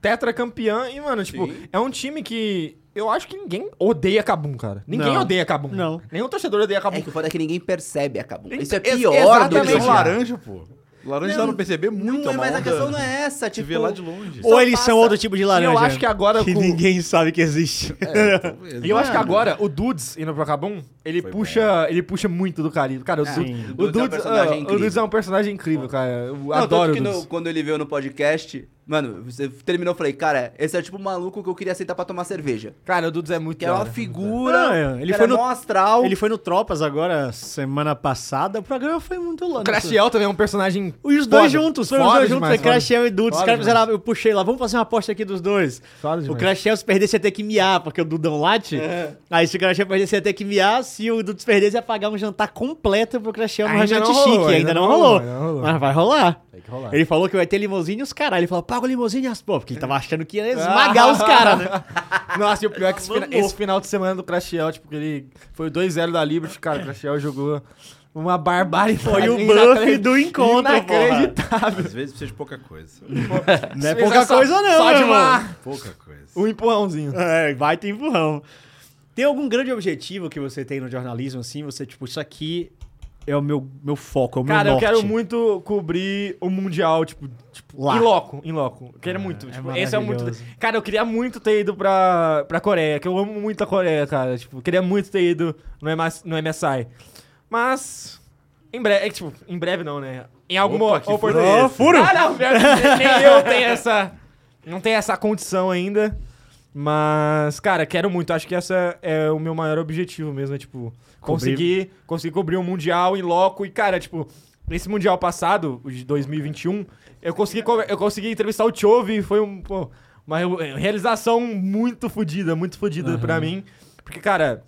Speaker 2: tetracampeã e, mano, tipo,
Speaker 3: Sim.
Speaker 2: é um time que eu acho que ninguém odeia Kabum, cara. Ninguém
Speaker 1: Não.
Speaker 2: odeia Kabum.
Speaker 1: Não.
Speaker 2: Nenhum torcedor odeia Kabum.
Speaker 3: É que o foda é que ninguém percebe a Kabum. Isso é
Speaker 2: Ex-
Speaker 3: pior do
Speaker 2: exatamente.
Speaker 3: que
Speaker 4: Eles são
Speaker 2: Não,
Speaker 4: laranja, pô. Laranja dá pra perceber muito,
Speaker 3: Não,
Speaker 4: é uma
Speaker 3: mas a
Speaker 4: onda-
Speaker 3: questão não é essa,
Speaker 4: Te
Speaker 3: tipo...
Speaker 4: vê lá de longe.
Speaker 1: ou eles são
Speaker 3: passa.
Speaker 1: outro tipo de laranja.
Speaker 3: né,
Speaker 2: eu acho que agora
Speaker 1: Que
Speaker 2: com- É,
Speaker 1: ninguém sabe que existe.
Speaker 2: E eu acho que agora o Dudes indo pro Kabum, ele
Speaker 4: Foi
Speaker 2: puxa, ele puxa muito do carinho. Cara, o
Speaker 1: É,
Speaker 2: Dudes,
Speaker 1: sim.
Speaker 2: o
Speaker 3: Dudes é um
Speaker 2: Dudes, ah,
Speaker 3: personagem
Speaker 2: o
Speaker 3: incrível.
Speaker 2: Dudes é um personagem incrível, cara. Eu
Speaker 3: Não,
Speaker 2: adoro
Speaker 3: tanto
Speaker 2: o
Speaker 3: que no-
Speaker 2: Dudes.
Speaker 3: quando ele veio no podcast, mano, você terminou, eu falei, cara, esse é tipo o maluco que eu queria aceitar pra tomar cerveja.
Speaker 2: Cara, o Dudes é muito
Speaker 3: Que é uma
Speaker 2: da hora.
Speaker 1: Não,
Speaker 3: figura,
Speaker 1: é, ele
Speaker 3: cara,
Speaker 1: foi no-
Speaker 3: mó astral.
Speaker 1: Ele foi no Tropas agora, semana passada. O programa foi muito
Speaker 2: O
Speaker 1: longo.
Speaker 2: Crashiel também é um personagem
Speaker 1: Os
Speaker 2: foda.
Speaker 1: dois juntos, foram os
Speaker 2: Foda
Speaker 1: dois juntos,
Speaker 2: demais,
Speaker 1: é Crashiel e Dudes. Os
Speaker 2: Foda
Speaker 1: caras fizeram, eu puxei lá, vamos fazer uma aposta aqui dos dois.
Speaker 2: Foda
Speaker 1: O
Speaker 2: demais. É.
Speaker 1: Crashiel se perdesse ia ter que miar, porque o Dudão late. Aí se o Crashiel perdesse ia ter que miar, se o Dudes perdesse ia pagar um jantar completo pro Crashiel no
Speaker 2: Ainda
Speaker 1: restaurante
Speaker 2: não rolou,
Speaker 1: chique. Ainda não rolou.
Speaker 2: ainda não rolou.
Speaker 1: Mas vai rolar.
Speaker 2: Tem que rolar.
Speaker 1: Ele falou que vai ter limousine e os caras. Ele falou, paga o limousine e as pô, porque ele tava achando que ia esmagar os caras, né?
Speaker 2: Nossa, e o pior é que esse, fina-
Speaker 1: Mamou.
Speaker 2: esse final de semana do Crashiel, tipo, que ele foi o 2-0 da Liberty, cara, o Crashiel jogou uma barbaridade.
Speaker 1: Foi o buff
Speaker 2: inacredi-
Speaker 1: do encontro, porra.
Speaker 2: Inacreditável.
Speaker 4: Às vezes precisa de pouca coisa.
Speaker 1: Não é
Speaker 2: Fez
Speaker 1: pouca
Speaker 2: essa-
Speaker 1: coisa não,
Speaker 2: Só de
Speaker 1: irmão.
Speaker 2: uma...
Speaker 4: Pouca coisa.
Speaker 2: Um empurrãozinho.
Speaker 1: É, vai ter empurrão. Tem algum grande objetivo que você tem no jornalismo, assim? Você, tipo, isso aqui é o meu, meu foco, é o meu
Speaker 2: Cara, eu
Speaker 1: norte.
Speaker 2: quero muito cobrir o Mundial, tipo, tipo
Speaker 1: Lá.
Speaker 2: em loco, em loco. Eu Quero muito.
Speaker 1: é
Speaker 2: tipo, esse é muito.
Speaker 1: maravilhoso.
Speaker 2: Cara, eu queria muito ter ido pra, pra Coreia, que eu amo muito a Coreia, cara. Tipo, eu queria muito ter ido no, MS no MSI. Mas. Em breve. É, que, tipo, em breve não, né? Em alguma
Speaker 4: Opa, que
Speaker 2: oportunidade.
Speaker 1: furo. Ô, furo!
Speaker 2: Ah, não, pior que nem eu tenho essa. Não tenho essa condição ainda. Mas, cara, quero muito. Acho que essa é o meu maior objetivo mesmo. É, tipo, conseguir, conseguir cobrir um Mundial em loco. E, cara, tipo, nesse Mundial passado, o de 2021, eu consegui, co- eu consegui entrevistar o Chove. Foi um, pô, uma re- realização muito fodida, muito fodida pra mim. Porque, cara,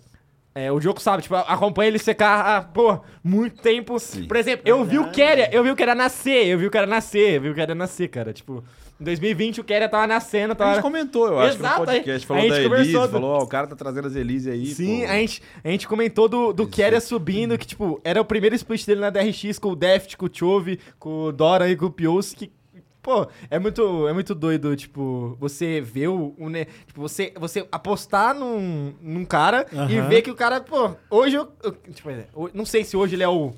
Speaker 2: é, o Diogo sabe, tipo, acompanha ele secar há, pô, muito tempo. Por exemplo, eu vi o Kéria, eu vi o Kéria nascer, eu vi o Kéria nascer, eu vi o Kéria nascer, cara. Tipo, em 2020 o Kéria tava nascendo,
Speaker 4: A gente
Speaker 2: tava...
Speaker 4: comentou, eu acho,
Speaker 2: Exato,
Speaker 4: no podcast.
Speaker 2: a
Speaker 4: Falou
Speaker 2: gente
Speaker 4: da Elise,
Speaker 2: conversou do-
Speaker 4: falou, ó, o cara tá trazendo as Elise aí.
Speaker 2: Sim, é um
Speaker 4: pô.
Speaker 2: a gente, a gente comentou do, do Kéria subindo, que, tipo, era o primeiro split dele na DRX com o Deft, com o Chove, com o Dora e com o Pios, que, pô, é muito, é muito doido, tipo, você ver o... o ne- tipo, você, você apostar num, num cara e
Speaker 1: Aham.
Speaker 2: ver que o cara, pô, hoje eu... eu- tipo, é, ho- não sei se hoje ele é o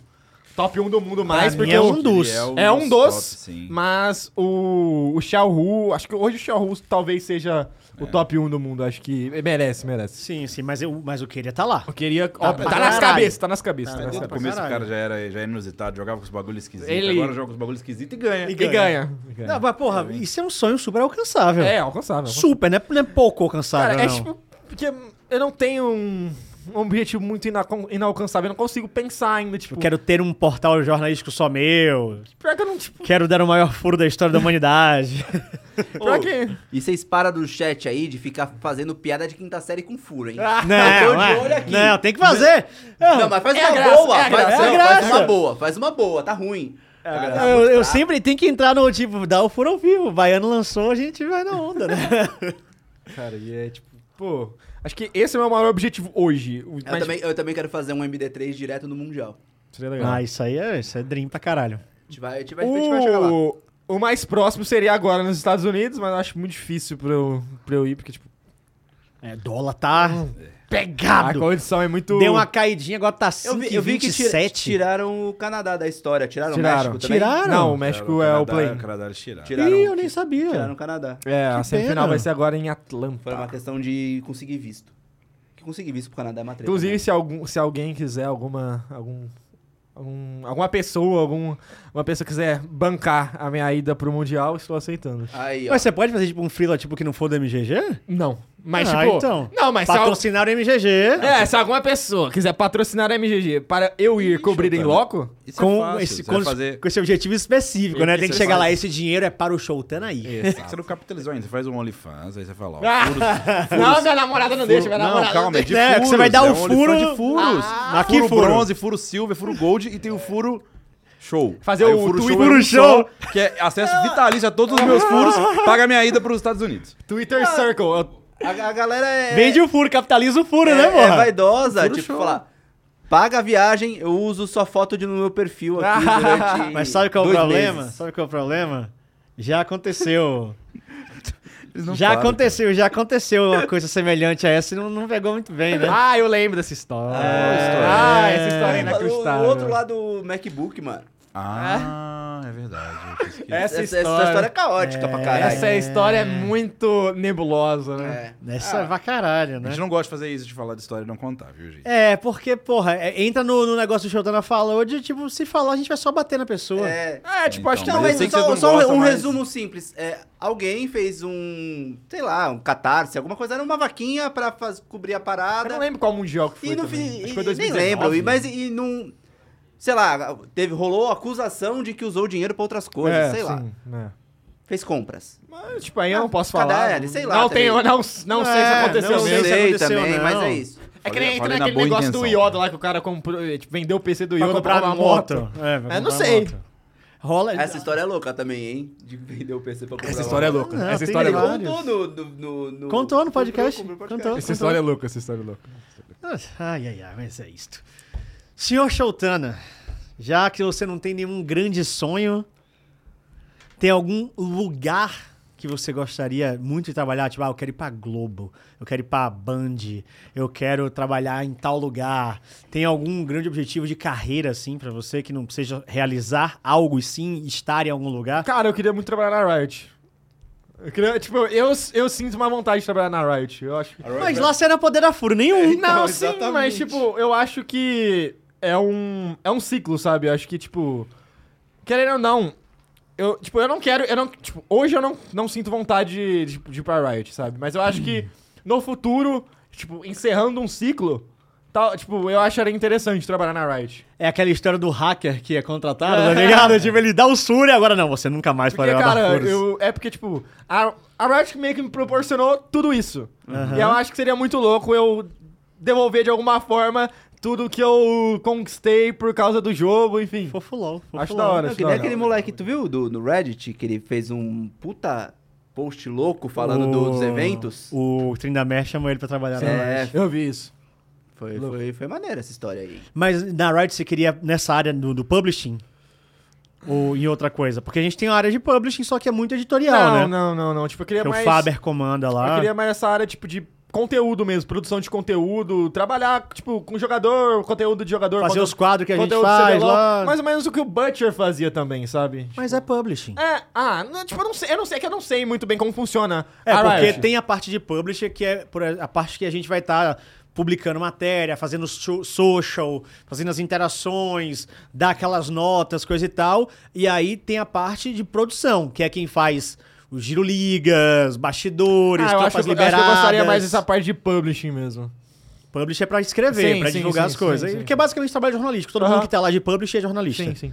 Speaker 2: top 1 do mundo
Speaker 1: Pra
Speaker 2: mais,
Speaker 1: mim
Speaker 2: porque
Speaker 1: é
Speaker 2: o-
Speaker 1: um dos.
Speaker 4: Ele o
Speaker 2: é um dos,
Speaker 4: top, sim.
Speaker 2: mas o, o Xiaohu, acho que hoje o Xiaohu talvez seja o top 1 do mundo, acho que merece, merece.
Speaker 1: Sim, sim, mas, eu, mas eu queria tá lá.
Speaker 2: Eu queria. Tá,
Speaker 1: pra
Speaker 2: tá nas
Speaker 1: caralho.
Speaker 2: cabeças, tá nas cabeças.
Speaker 1: Tá,
Speaker 2: tá nas
Speaker 1: tá
Speaker 4: No
Speaker 1: pra
Speaker 4: começo o
Speaker 1: caralho.
Speaker 4: cara já era, já era inusitado, jogava com os bagulhos esquisitos.
Speaker 2: Ele-
Speaker 4: Agora joga com os bagulhos esquisitos e ganha.
Speaker 2: cabeças. tá. E ganha.
Speaker 1: Não, mas, porra, isso é um sonho super alcançável.
Speaker 2: É, alcançável.
Speaker 1: Super, não é, não é pouco alcançável,
Speaker 2: Cara, é
Speaker 1: não.
Speaker 2: tipo. Porque eu não tenho um, um objetivo muito ina- inalcançável. Eu não consigo pensar ainda. Tipo,
Speaker 1: Eu quero ter um portal jornalístico só meu.
Speaker 2: Pior que eu não. Tipo,
Speaker 1: Quero dar o maior furo da história da humanidade.
Speaker 2: pior que.
Speaker 3: E vocês param do chat aí de ficar fazendo piada de quinta série com furo, hein?
Speaker 2: Ah,
Speaker 1: não,
Speaker 3: tô de
Speaker 1: é.
Speaker 3: olho aqui.
Speaker 1: Não, tem que fazer.
Speaker 3: Não, mas faz
Speaker 2: É a
Speaker 3: uma
Speaker 2: graça,
Speaker 3: boa,
Speaker 2: é a
Speaker 3: faz,
Speaker 2: graça,
Speaker 1: é
Speaker 2: É
Speaker 1: a
Speaker 3: não, faz
Speaker 1: graça.
Speaker 3: uma boa, faz uma boa, tá ruim.
Speaker 1: Ah, Eu, eu sempre tenho que entrar no tipo, dar o furo ao vivo. O Baiano lançou, a gente vai na onda, né?
Speaker 2: Cara, e é tipo, pô. Acho que esse é o meu maior objetivo hoje. O-
Speaker 3: Eu,
Speaker 2: mas
Speaker 3: também, eu também quero fazer um MD3 direto no Mundial.
Speaker 2: Seria legal.
Speaker 1: ah, isso aí é, isso é dream pra caralho.
Speaker 3: A gente vai, a gente vai, a gente vai chegar lá.
Speaker 2: O, o mais próximo seria agora nos Estados Unidos, mas eu acho muito difícil pra eu, pra eu ir, porque, tipo,
Speaker 1: É, dólar tá
Speaker 2: a
Speaker 1: pegado.
Speaker 2: condição é muito.
Speaker 1: Deu uma caidinha, agora tá
Speaker 3: Eu vi, eu vi que tira-
Speaker 1: 5,27.
Speaker 3: tiraram o Canadá da história. Tiraram,
Speaker 2: Tiraram.
Speaker 3: o México também?
Speaker 1: Tiraram?
Speaker 2: Não, o México é o play.
Speaker 4: O Canadá eles tiraram.
Speaker 3: Tiraram,
Speaker 1: Ih, eu nem sabia.
Speaker 3: Tiraram um o Canadá.
Speaker 2: É, a
Speaker 1: Que
Speaker 2: semifinal
Speaker 1: pena.
Speaker 2: vai ser agora em
Speaker 3: Foi uma
Speaker 1: Tá.
Speaker 2: Atlanta.
Speaker 3: questão de conseguir visto. Que conseguir visto pro Canadá é uma treta,
Speaker 2: Inclusive,
Speaker 3: né?
Speaker 2: se, algum, se alguém quiser alguma. Algum, algum- alguma pessoa, algum, uma pessoa quiser bancar a minha ida pro Mundial, estou aceitando.
Speaker 3: Aí, ó.
Speaker 1: Mas você pode fazer tipo um freela tipo que não for do MGG?
Speaker 2: Não. Mas,
Speaker 1: Ah,
Speaker 2: tipo.
Speaker 1: então.
Speaker 2: Não, mas se, al-
Speaker 1: Patrocinar o MGG.
Speaker 2: é, se alguma pessoa quiser patrocinar a MGG para eu ir cobrir em
Speaker 4: Chutando.
Speaker 2: loco,
Speaker 4: Isso
Speaker 1: Com,
Speaker 4: é fácil.
Speaker 1: esse,
Speaker 4: Você
Speaker 1: com,
Speaker 4: vai fazer...
Speaker 1: com esse objetivo específico, né?
Speaker 2: Isso
Speaker 1: Tem que
Speaker 2: é
Speaker 1: chegar lá,
Speaker 2: fácil.
Speaker 1: esse dinheiro é para o Showtana aí.
Speaker 4: Você não capitalizou ainda. Você faz um OnlyFans, aí você fala, ó,
Speaker 2: Ah!
Speaker 4: furos-
Speaker 2: Não, minha namorada não deixa, minha
Speaker 4: Não,
Speaker 2: namorada.
Speaker 4: calma, é de
Speaker 1: É,
Speaker 4: furos.
Speaker 1: que você vai dar
Speaker 4: é
Speaker 1: o
Speaker 4: um
Speaker 1: furo-
Speaker 4: OnlyFans de furos.
Speaker 1: Ah,
Speaker 4: furo,
Speaker 1: que furo?
Speaker 4: bronze, furo silver, furo gold e tem o furo show.
Speaker 2: Fazer
Speaker 4: Aí
Speaker 2: o
Speaker 4: furo
Speaker 2: tweet-
Speaker 4: show, é
Speaker 2: furo
Speaker 4: um
Speaker 2: show.
Speaker 4: só, que é acesso vitalício a todos os meus furos, paga minha ida para os Estados Unidos.
Speaker 2: Twitter Circle. eu-
Speaker 3: A, a galera é...
Speaker 1: Ah, Vende o furo, capitaliza o furo,
Speaker 3: é,
Speaker 1: né,
Speaker 3: é
Speaker 1: porra?
Speaker 3: vaidosa.
Speaker 4: Puro
Speaker 3: Tipo,
Speaker 4: show.
Speaker 3: falar... Paga a viagem, eu uso sua foto de, no meu perfil aqui durante
Speaker 1: Mas sabe qual é o
Speaker 3: dois
Speaker 1: problema?
Speaker 3: meses.
Speaker 1: Sabe qual é o problema? Já aconteceu.
Speaker 4: Eles não
Speaker 1: já
Speaker 4: param,
Speaker 1: aconteceu, já aconteceu uma coisa semelhante a essa e não, não pegou muito bem, né?
Speaker 2: Ah, eu lembro dessa história. Ah, essa história é
Speaker 3: O,
Speaker 2: inacreditável.
Speaker 3: o outro lado do MacBook, mano.
Speaker 4: cara. Ah, é verdade. eu esqueci.
Speaker 2: Essa,
Speaker 3: Essa, essa
Speaker 2: história,
Speaker 3: história é caótica pra caralho.
Speaker 2: essa história é muito nebulosa, né?
Speaker 3: É.
Speaker 1: Essa é pra caralho,
Speaker 4: A
Speaker 1: né?
Speaker 4: gente não gosta de fazer isso, de falar de história e não contar, viu, gente?
Speaker 1: É, porque, porra, é- entra no, no negócio que o Shotana falou de, tipo, se falar, a gente vai só bater na pessoa.
Speaker 3: É.
Speaker 2: É, tipo, acho que
Speaker 4: Então,
Speaker 3: Não,
Speaker 4: mas
Speaker 3: mas
Speaker 4: eu sei que
Speaker 3: só,
Speaker 4: vocês não
Speaker 3: só um-
Speaker 4: gostam,
Speaker 3: um
Speaker 4: mas-
Speaker 3: resumo simples. É, alguém fez um, sei lá, um catarse, alguma coisa, era uma vaquinha pra faz- cobrir a
Speaker 2: eu
Speaker 3: parada.
Speaker 2: não lembro qual mundial que foi.
Speaker 3: e no
Speaker 2: também.
Speaker 3: fim,
Speaker 2: acho que foi
Speaker 3: e nem
Speaker 2: 2019.
Speaker 3: lembro, e- mas e não. Sei lá, teve, rolou acusação de que usou dinheiro pra outras coisas,
Speaker 2: É,
Speaker 3: sei lá.
Speaker 2: sim, é.
Speaker 3: Fez compras.
Speaker 2: Mas, tipo, aí eu não posso
Speaker 3: cada
Speaker 2: falar.
Speaker 3: L, sei lá tá
Speaker 2: Não,
Speaker 3: também.
Speaker 2: tem, não, não sei se
Speaker 1: É,
Speaker 2: aconteceu
Speaker 1: não
Speaker 2: mesmo.
Speaker 1: sei se aconteceu,
Speaker 3: também,
Speaker 1: não.
Speaker 3: mas é isso.
Speaker 2: É que
Speaker 4: Falei-
Speaker 2: nem entra
Speaker 4: falei na
Speaker 2: naquele
Speaker 4: boa
Speaker 2: negócio do
Speaker 4: intenção,
Speaker 2: Yoda
Speaker 4: né?
Speaker 2: lá que o cara comprou, eh, tipo, vendeu o PC do
Speaker 1: Pra
Speaker 2: Yoda
Speaker 1: comprar uma moto. É, pra
Speaker 2: Eu não
Speaker 1: comprar
Speaker 2: sei.
Speaker 1: moto. Rola.
Speaker 3: Essa história é louca também, hein? De vender o PC pra comprar.
Speaker 2: Essa história é
Speaker 3: uma-
Speaker 2: louca.
Speaker 1: Não,
Speaker 2: essa
Speaker 1: tem
Speaker 2: história é
Speaker 1: vários.
Speaker 2: louca.
Speaker 1: louca.
Speaker 3: Contou no, no- no-
Speaker 1: Contou no podcast.
Speaker 3: Comprou, comprou
Speaker 1: Contou.
Speaker 2: Essa história é louca, essa história é louca.
Speaker 1: Ah, Ai, ai, ai, mas é isto. Senhor Shotana, já que você não tem nenhum grande sonho, tem algum lugar que você gostaria muito de trabalhar? Tipo, ah, eu quero ir pra Globo, eu quero ir pra Band, eu quero trabalhar em tal lugar. Tem algum grande objetivo de carreira, assim, pra você, que não seja realizar algo e sim estar em algum lugar?
Speaker 2: Cara, eu queria muito trabalhar na Riot. Eu queria- tipo, eu, eu sinto uma vontade de trabalhar na Riot. Eu acho.
Speaker 1: Mas lá você não poderá furo nenhum.
Speaker 2: Não,
Speaker 3: Então,
Speaker 2: sim, mas
Speaker 3: exatamente.
Speaker 2: tipo, eu acho que é um é um ciclo, sabe? Eu acho que tipo, querendo ou não, eu tipo, eu não quero, eu não, tipo, hoje eu não, não sinto vontade de, de, de ir pra Riot, sabe? Mas eu acho que no futuro, tipo, encerrando um ciclo, tal, tipo, eu acharia interessante trabalhar na Riot.
Speaker 1: É aquela história do hacker que é contratado, tá ligado? Tipo, ele dá o furo e agora não, você nunca mais
Speaker 2: Porque,
Speaker 1: pode levar
Speaker 2: cara,
Speaker 1: furos.
Speaker 2: eu, é porque, tipo, a, a Riot meio que me proporcionou tudo isso. E eu acho que seria muito louco eu devolver de alguma forma tudo que eu conquistei por causa do jogo, enfim.
Speaker 1: Fofulol, fofulol.
Speaker 2: Acho da hora,
Speaker 3: Não,
Speaker 2: acho
Speaker 3: que
Speaker 2: da
Speaker 3: nem
Speaker 2: hora.
Speaker 3: aquele moleque, tu viu do, no Reddit, que ele fez um puta post louco falando do- dos eventos?
Speaker 1: O Trindamer chamou ele pra trabalhar na
Speaker 3: É,
Speaker 1: Riot.
Speaker 2: Eu vi isso.
Speaker 3: foi, foi, foi maneiro essa história aí.
Speaker 1: Mas na Riot você queria nessa área do, do publishing? Ou em outra coisa? Porque a gente tem uma área de publishing, só que é muito editorial, né?
Speaker 2: Não, não, não, não. Tipo, eu queria
Speaker 1: Que
Speaker 2: mais.
Speaker 1: O Faber comanda
Speaker 2: Eu
Speaker 1: lá.
Speaker 2: queria mais essa área, tipo, de conteúdo mesmo, produção de conteúdo, trabalhar, tipo, com jogador, conteúdo de jogador.
Speaker 1: Fazer
Speaker 2: conteúdo-
Speaker 1: os quadros que a gente
Speaker 2: conteúdo
Speaker 1: faz
Speaker 2: CBLOL,
Speaker 1: lá.
Speaker 2: Mais ou menos o que o Butcher fazia também, sabe?
Speaker 1: Mas é publishing.
Speaker 2: É, ah, não, tipo, eu não sei, eu não sei, é que eu não sei muito bem como funciona.
Speaker 1: É,
Speaker 2: a
Speaker 1: porque
Speaker 2: Ah, Riot.
Speaker 1: tem a parte de publisher, que é por a a parte que a gente vai estar publicando matéria, fazendo so- social, fazendo as interações, dar aquelas notas, coisa e tal. E aí tem a parte de produção, que é quem faz o giro ligas, bastidores,
Speaker 2: Ah, eu
Speaker 1: tropas
Speaker 2: acho, que- eu acho
Speaker 1: liberadas.
Speaker 2: que eu gostaria mais dessa parte de publishing mesmo.
Speaker 1: Publisher é pra escrever,
Speaker 2: Sim,
Speaker 1: pra
Speaker 2: sim,
Speaker 1: divulgar
Speaker 2: sim,
Speaker 1: as coisas.
Speaker 2: sim, sim.
Speaker 1: Porque é basicamente trabalho jornalístico. Todo
Speaker 2: Aham.
Speaker 1: mundo que tá lá de publisher é jornalista.
Speaker 2: sim.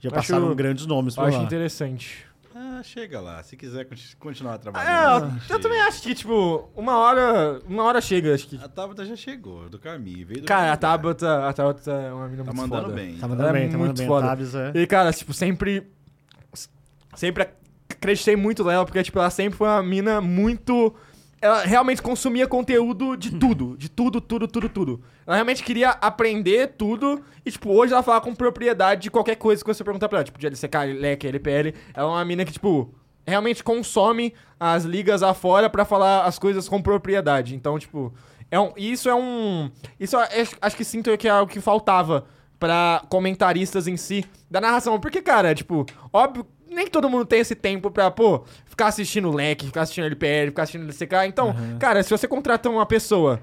Speaker 1: Já
Speaker 2: Acho-
Speaker 1: passaram grandes nomes por
Speaker 2: acho
Speaker 1: lá.
Speaker 2: interessante.
Speaker 4: Ah, Ah, chega lá. Se quiser conti- continuar
Speaker 2: Ah,
Speaker 4: trabalhando.
Speaker 2: eu, eu também acho que, tipo, uma hora. Uma hora chega, acho que.
Speaker 4: A Tabata já chegou do caminho. Veio do
Speaker 2: Cara, a
Speaker 4: caminho.
Speaker 2: Tabata, a Tabata é uma mina
Speaker 4: Tá
Speaker 2: muito
Speaker 4: mandando
Speaker 2: foda.
Speaker 4: bem.
Speaker 1: Tá
Speaker 2: Ela
Speaker 1: mandando
Speaker 2: é
Speaker 1: bem, tá mandando
Speaker 2: muito
Speaker 1: bem.
Speaker 2: foda.
Speaker 1: a Tabs, é.
Speaker 2: E, cara, tipo, sempre. Sempre acreditei muito nela, porque, tipo, ela sempre foi uma mina muito. Ela realmente consumia conteúdo de tudo. De tudo, tudo, tudo, tudo. Ela realmente queria aprender tudo. E, tipo, hoje ela fala com propriedade de qualquer coisa que você perguntar pra ela. Tipo, de LCK, LEC, LPL. Ela é uma mina que, tipo, realmente consome as ligas afora pra falar as coisas com propriedade. Então, tipo, é um, isso é um. Isso eu acho, acho que sinto que é algo que faltava pra comentaristas em si da narração. Porque, cara, tipo, óbvio, nem todo mundo tem esse tempo pra, pô, ficar assistindo leque, ficar assistindo LPL, ficar assistindo LCK. Então,
Speaker 1: Uhum.
Speaker 2: cara, se você contrata uma pessoa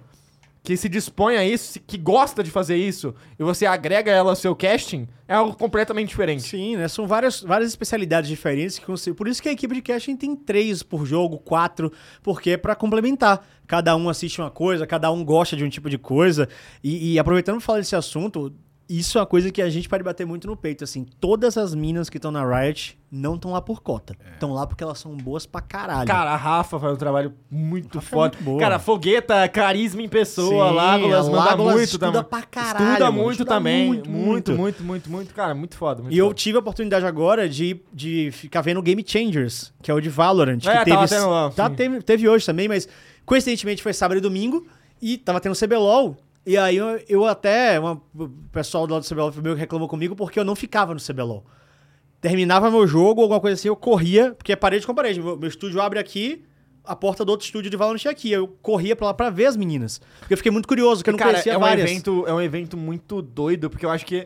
Speaker 2: que se dispõe a isso, se- que gosta de fazer isso, e você agrega ela ao seu casting, é algo completamente diferente.
Speaker 1: Sim, né? São várias, várias especialidades diferentes que consi- Por isso que a equipe de casting tem três por jogo, quatro, porque é pra complementar. Cada um assiste uma coisa, cada um gosta de um tipo de coisa. E, e aproveitando pra falar desse assunto, isso é uma coisa que a gente pode bater muito no peito. Assim, todas as minas que estão na Riot não estão lá por cota. Estão lá porque elas são boas pra caralho.
Speaker 2: É. Cara, a Rafa faz um trabalho muito
Speaker 1: Rafa é
Speaker 2: foda.
Speaker 1: muito boa.
Speaker 2: Cara, fogueta, carisma em pessoa,
Speaker 1: Sim,
Speaker 2: Lágolas
Speaker 1: a
Speaker 2: manda
Speaker 1: Legolas
Speaker 2: muito
Speaker 1: estuda
Speaker 2: também.
Speaker 1: pra caralho,
Speaker 2: estuda
Speaker 1: mano,
Speaker 2: muito
Speaker 1: estuda
Speaker 2: também.
Speaker 1: muito,
Speaker 2: Muito,
Speaker 1: muito.
Speaker 2: muito, muito, muito, cara, muito foda. Muito
Speaker 1: E eu
Speaker 2: foda.
Speaker 1: tive a oportunidade agora de, de ficar vendo o Game Changers, que é o de Valorant.
Speaker 2: É,
Speaker 1: que
Speaker 2: tava tendo lá,
Speaker 1: tá,
Speaker 2: sim.
Speaker 1: teve, teve hoje também, mas coincidentemente foi sábado e domingo e tava tendo CBLOL. E aí eu, eu até, uma- o pessoal do lado do CBLOL meio que reclamou comigo porque eu não ficava no CBLOL. Terminava meu jogo, alguma coisa assim, eu corria, porque é parede com parede. Meu, meu estúdio abre aqui, a porta do outro estúdio de Valorant é aqui. Eu corria pra lá pra ver as meninas. Porque eu fiquei muito curioso, porque eu não
Speaker 2: cara,
Speaker 1: conhecia
Speaker 2: é um
Speaker 1: várias.
Speaker 2: evento É um evento muito doido, porque eu acho que.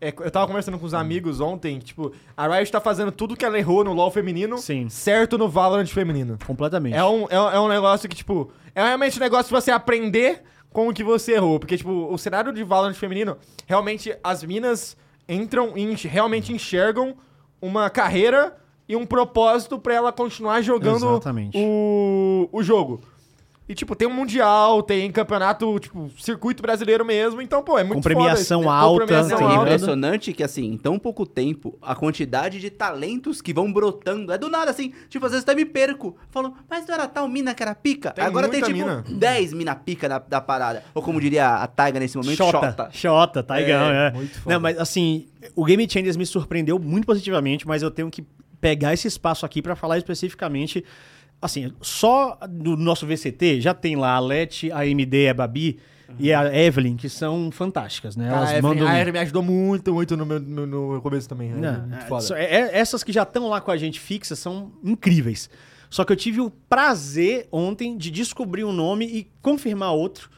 Speaker 2: é, eu tava conversando com os amigos ontem, que, tipo, a Riot tá fazendo tudo que ela errou no LoL feminino,
Speaker 1: Sim.
Speaker 2: certo no Valorant feminino.
Speaker 1: Completamente.
Speaker 2: É um, é, um- é um negócio que, tipo, é realmente um negócio pra você aprender com o que você errou. Porque, tipo, o cenário de Valorant feminino, realmente as minas entram e enx- realmente enxergam uma carreira e um propósito pra ela continuar jogando
Speaker 1: Exatamente.
Speaker 2: o, o jogo. E, tipo, tem um mundial, tem campeonato, tipo, circuito brasileiro mesmo. Então, pô, é
Speaker 1: Com
Speaker 2: muito foda
Speaker 1: premiação
Speaker 2: isso, né?
Speaker 1: alta, tem
Speaker 2: premiação
Speaker 3: E é
Speaker 1: Ronaldo.
Speaker 2: alta.
Speaker 3: impressionante que, assim, em tão pouco tempo, a quantidade de talentos que vão brotando. É do nada, assim. Tipo, às vezes até me perco. Falo, mas não era tal mina que era pica?
Speaker 2: Tem
Speaker 3: Agora tem,
Speaker 2: muita
Speaker 3: tipo,
Speaker 2: mina.
Speaker 3: 10 mina pica da, da parada. Ou como diria a Taiga nesse momento,
Speaker 1: Xota. Xota, Taigão, é.
Speaker 2: É, muito foda.
Speaker 1: Não, mas assim, o Game Changers me surpreendeu muito positivamente, mas eu tenho que pegar esse espaço aqui pra falar especificamente. Assim, só no nosso VCT já tem lá a Let, a MD, a Babi e a Evelyn, que são fantásticas, né?
Speaker 2: Cara,
Speaker 1: Elas
Speaker 2: a Evelyn-
Speaker 1: mandam.
Speaker 2: a Evelyn me ajudou muito, muito no, meu, no, no começo também. né?
Speaker 1: Não,
Speaker 2: muito
Speaker 1: é,
Speaker 2: foda.
Speaker 1: só- é- é- essas que já estão lá com a gente fixas são incríveis. Só que eu tive o prazer ontem de descobrir um nome e confirmar outro.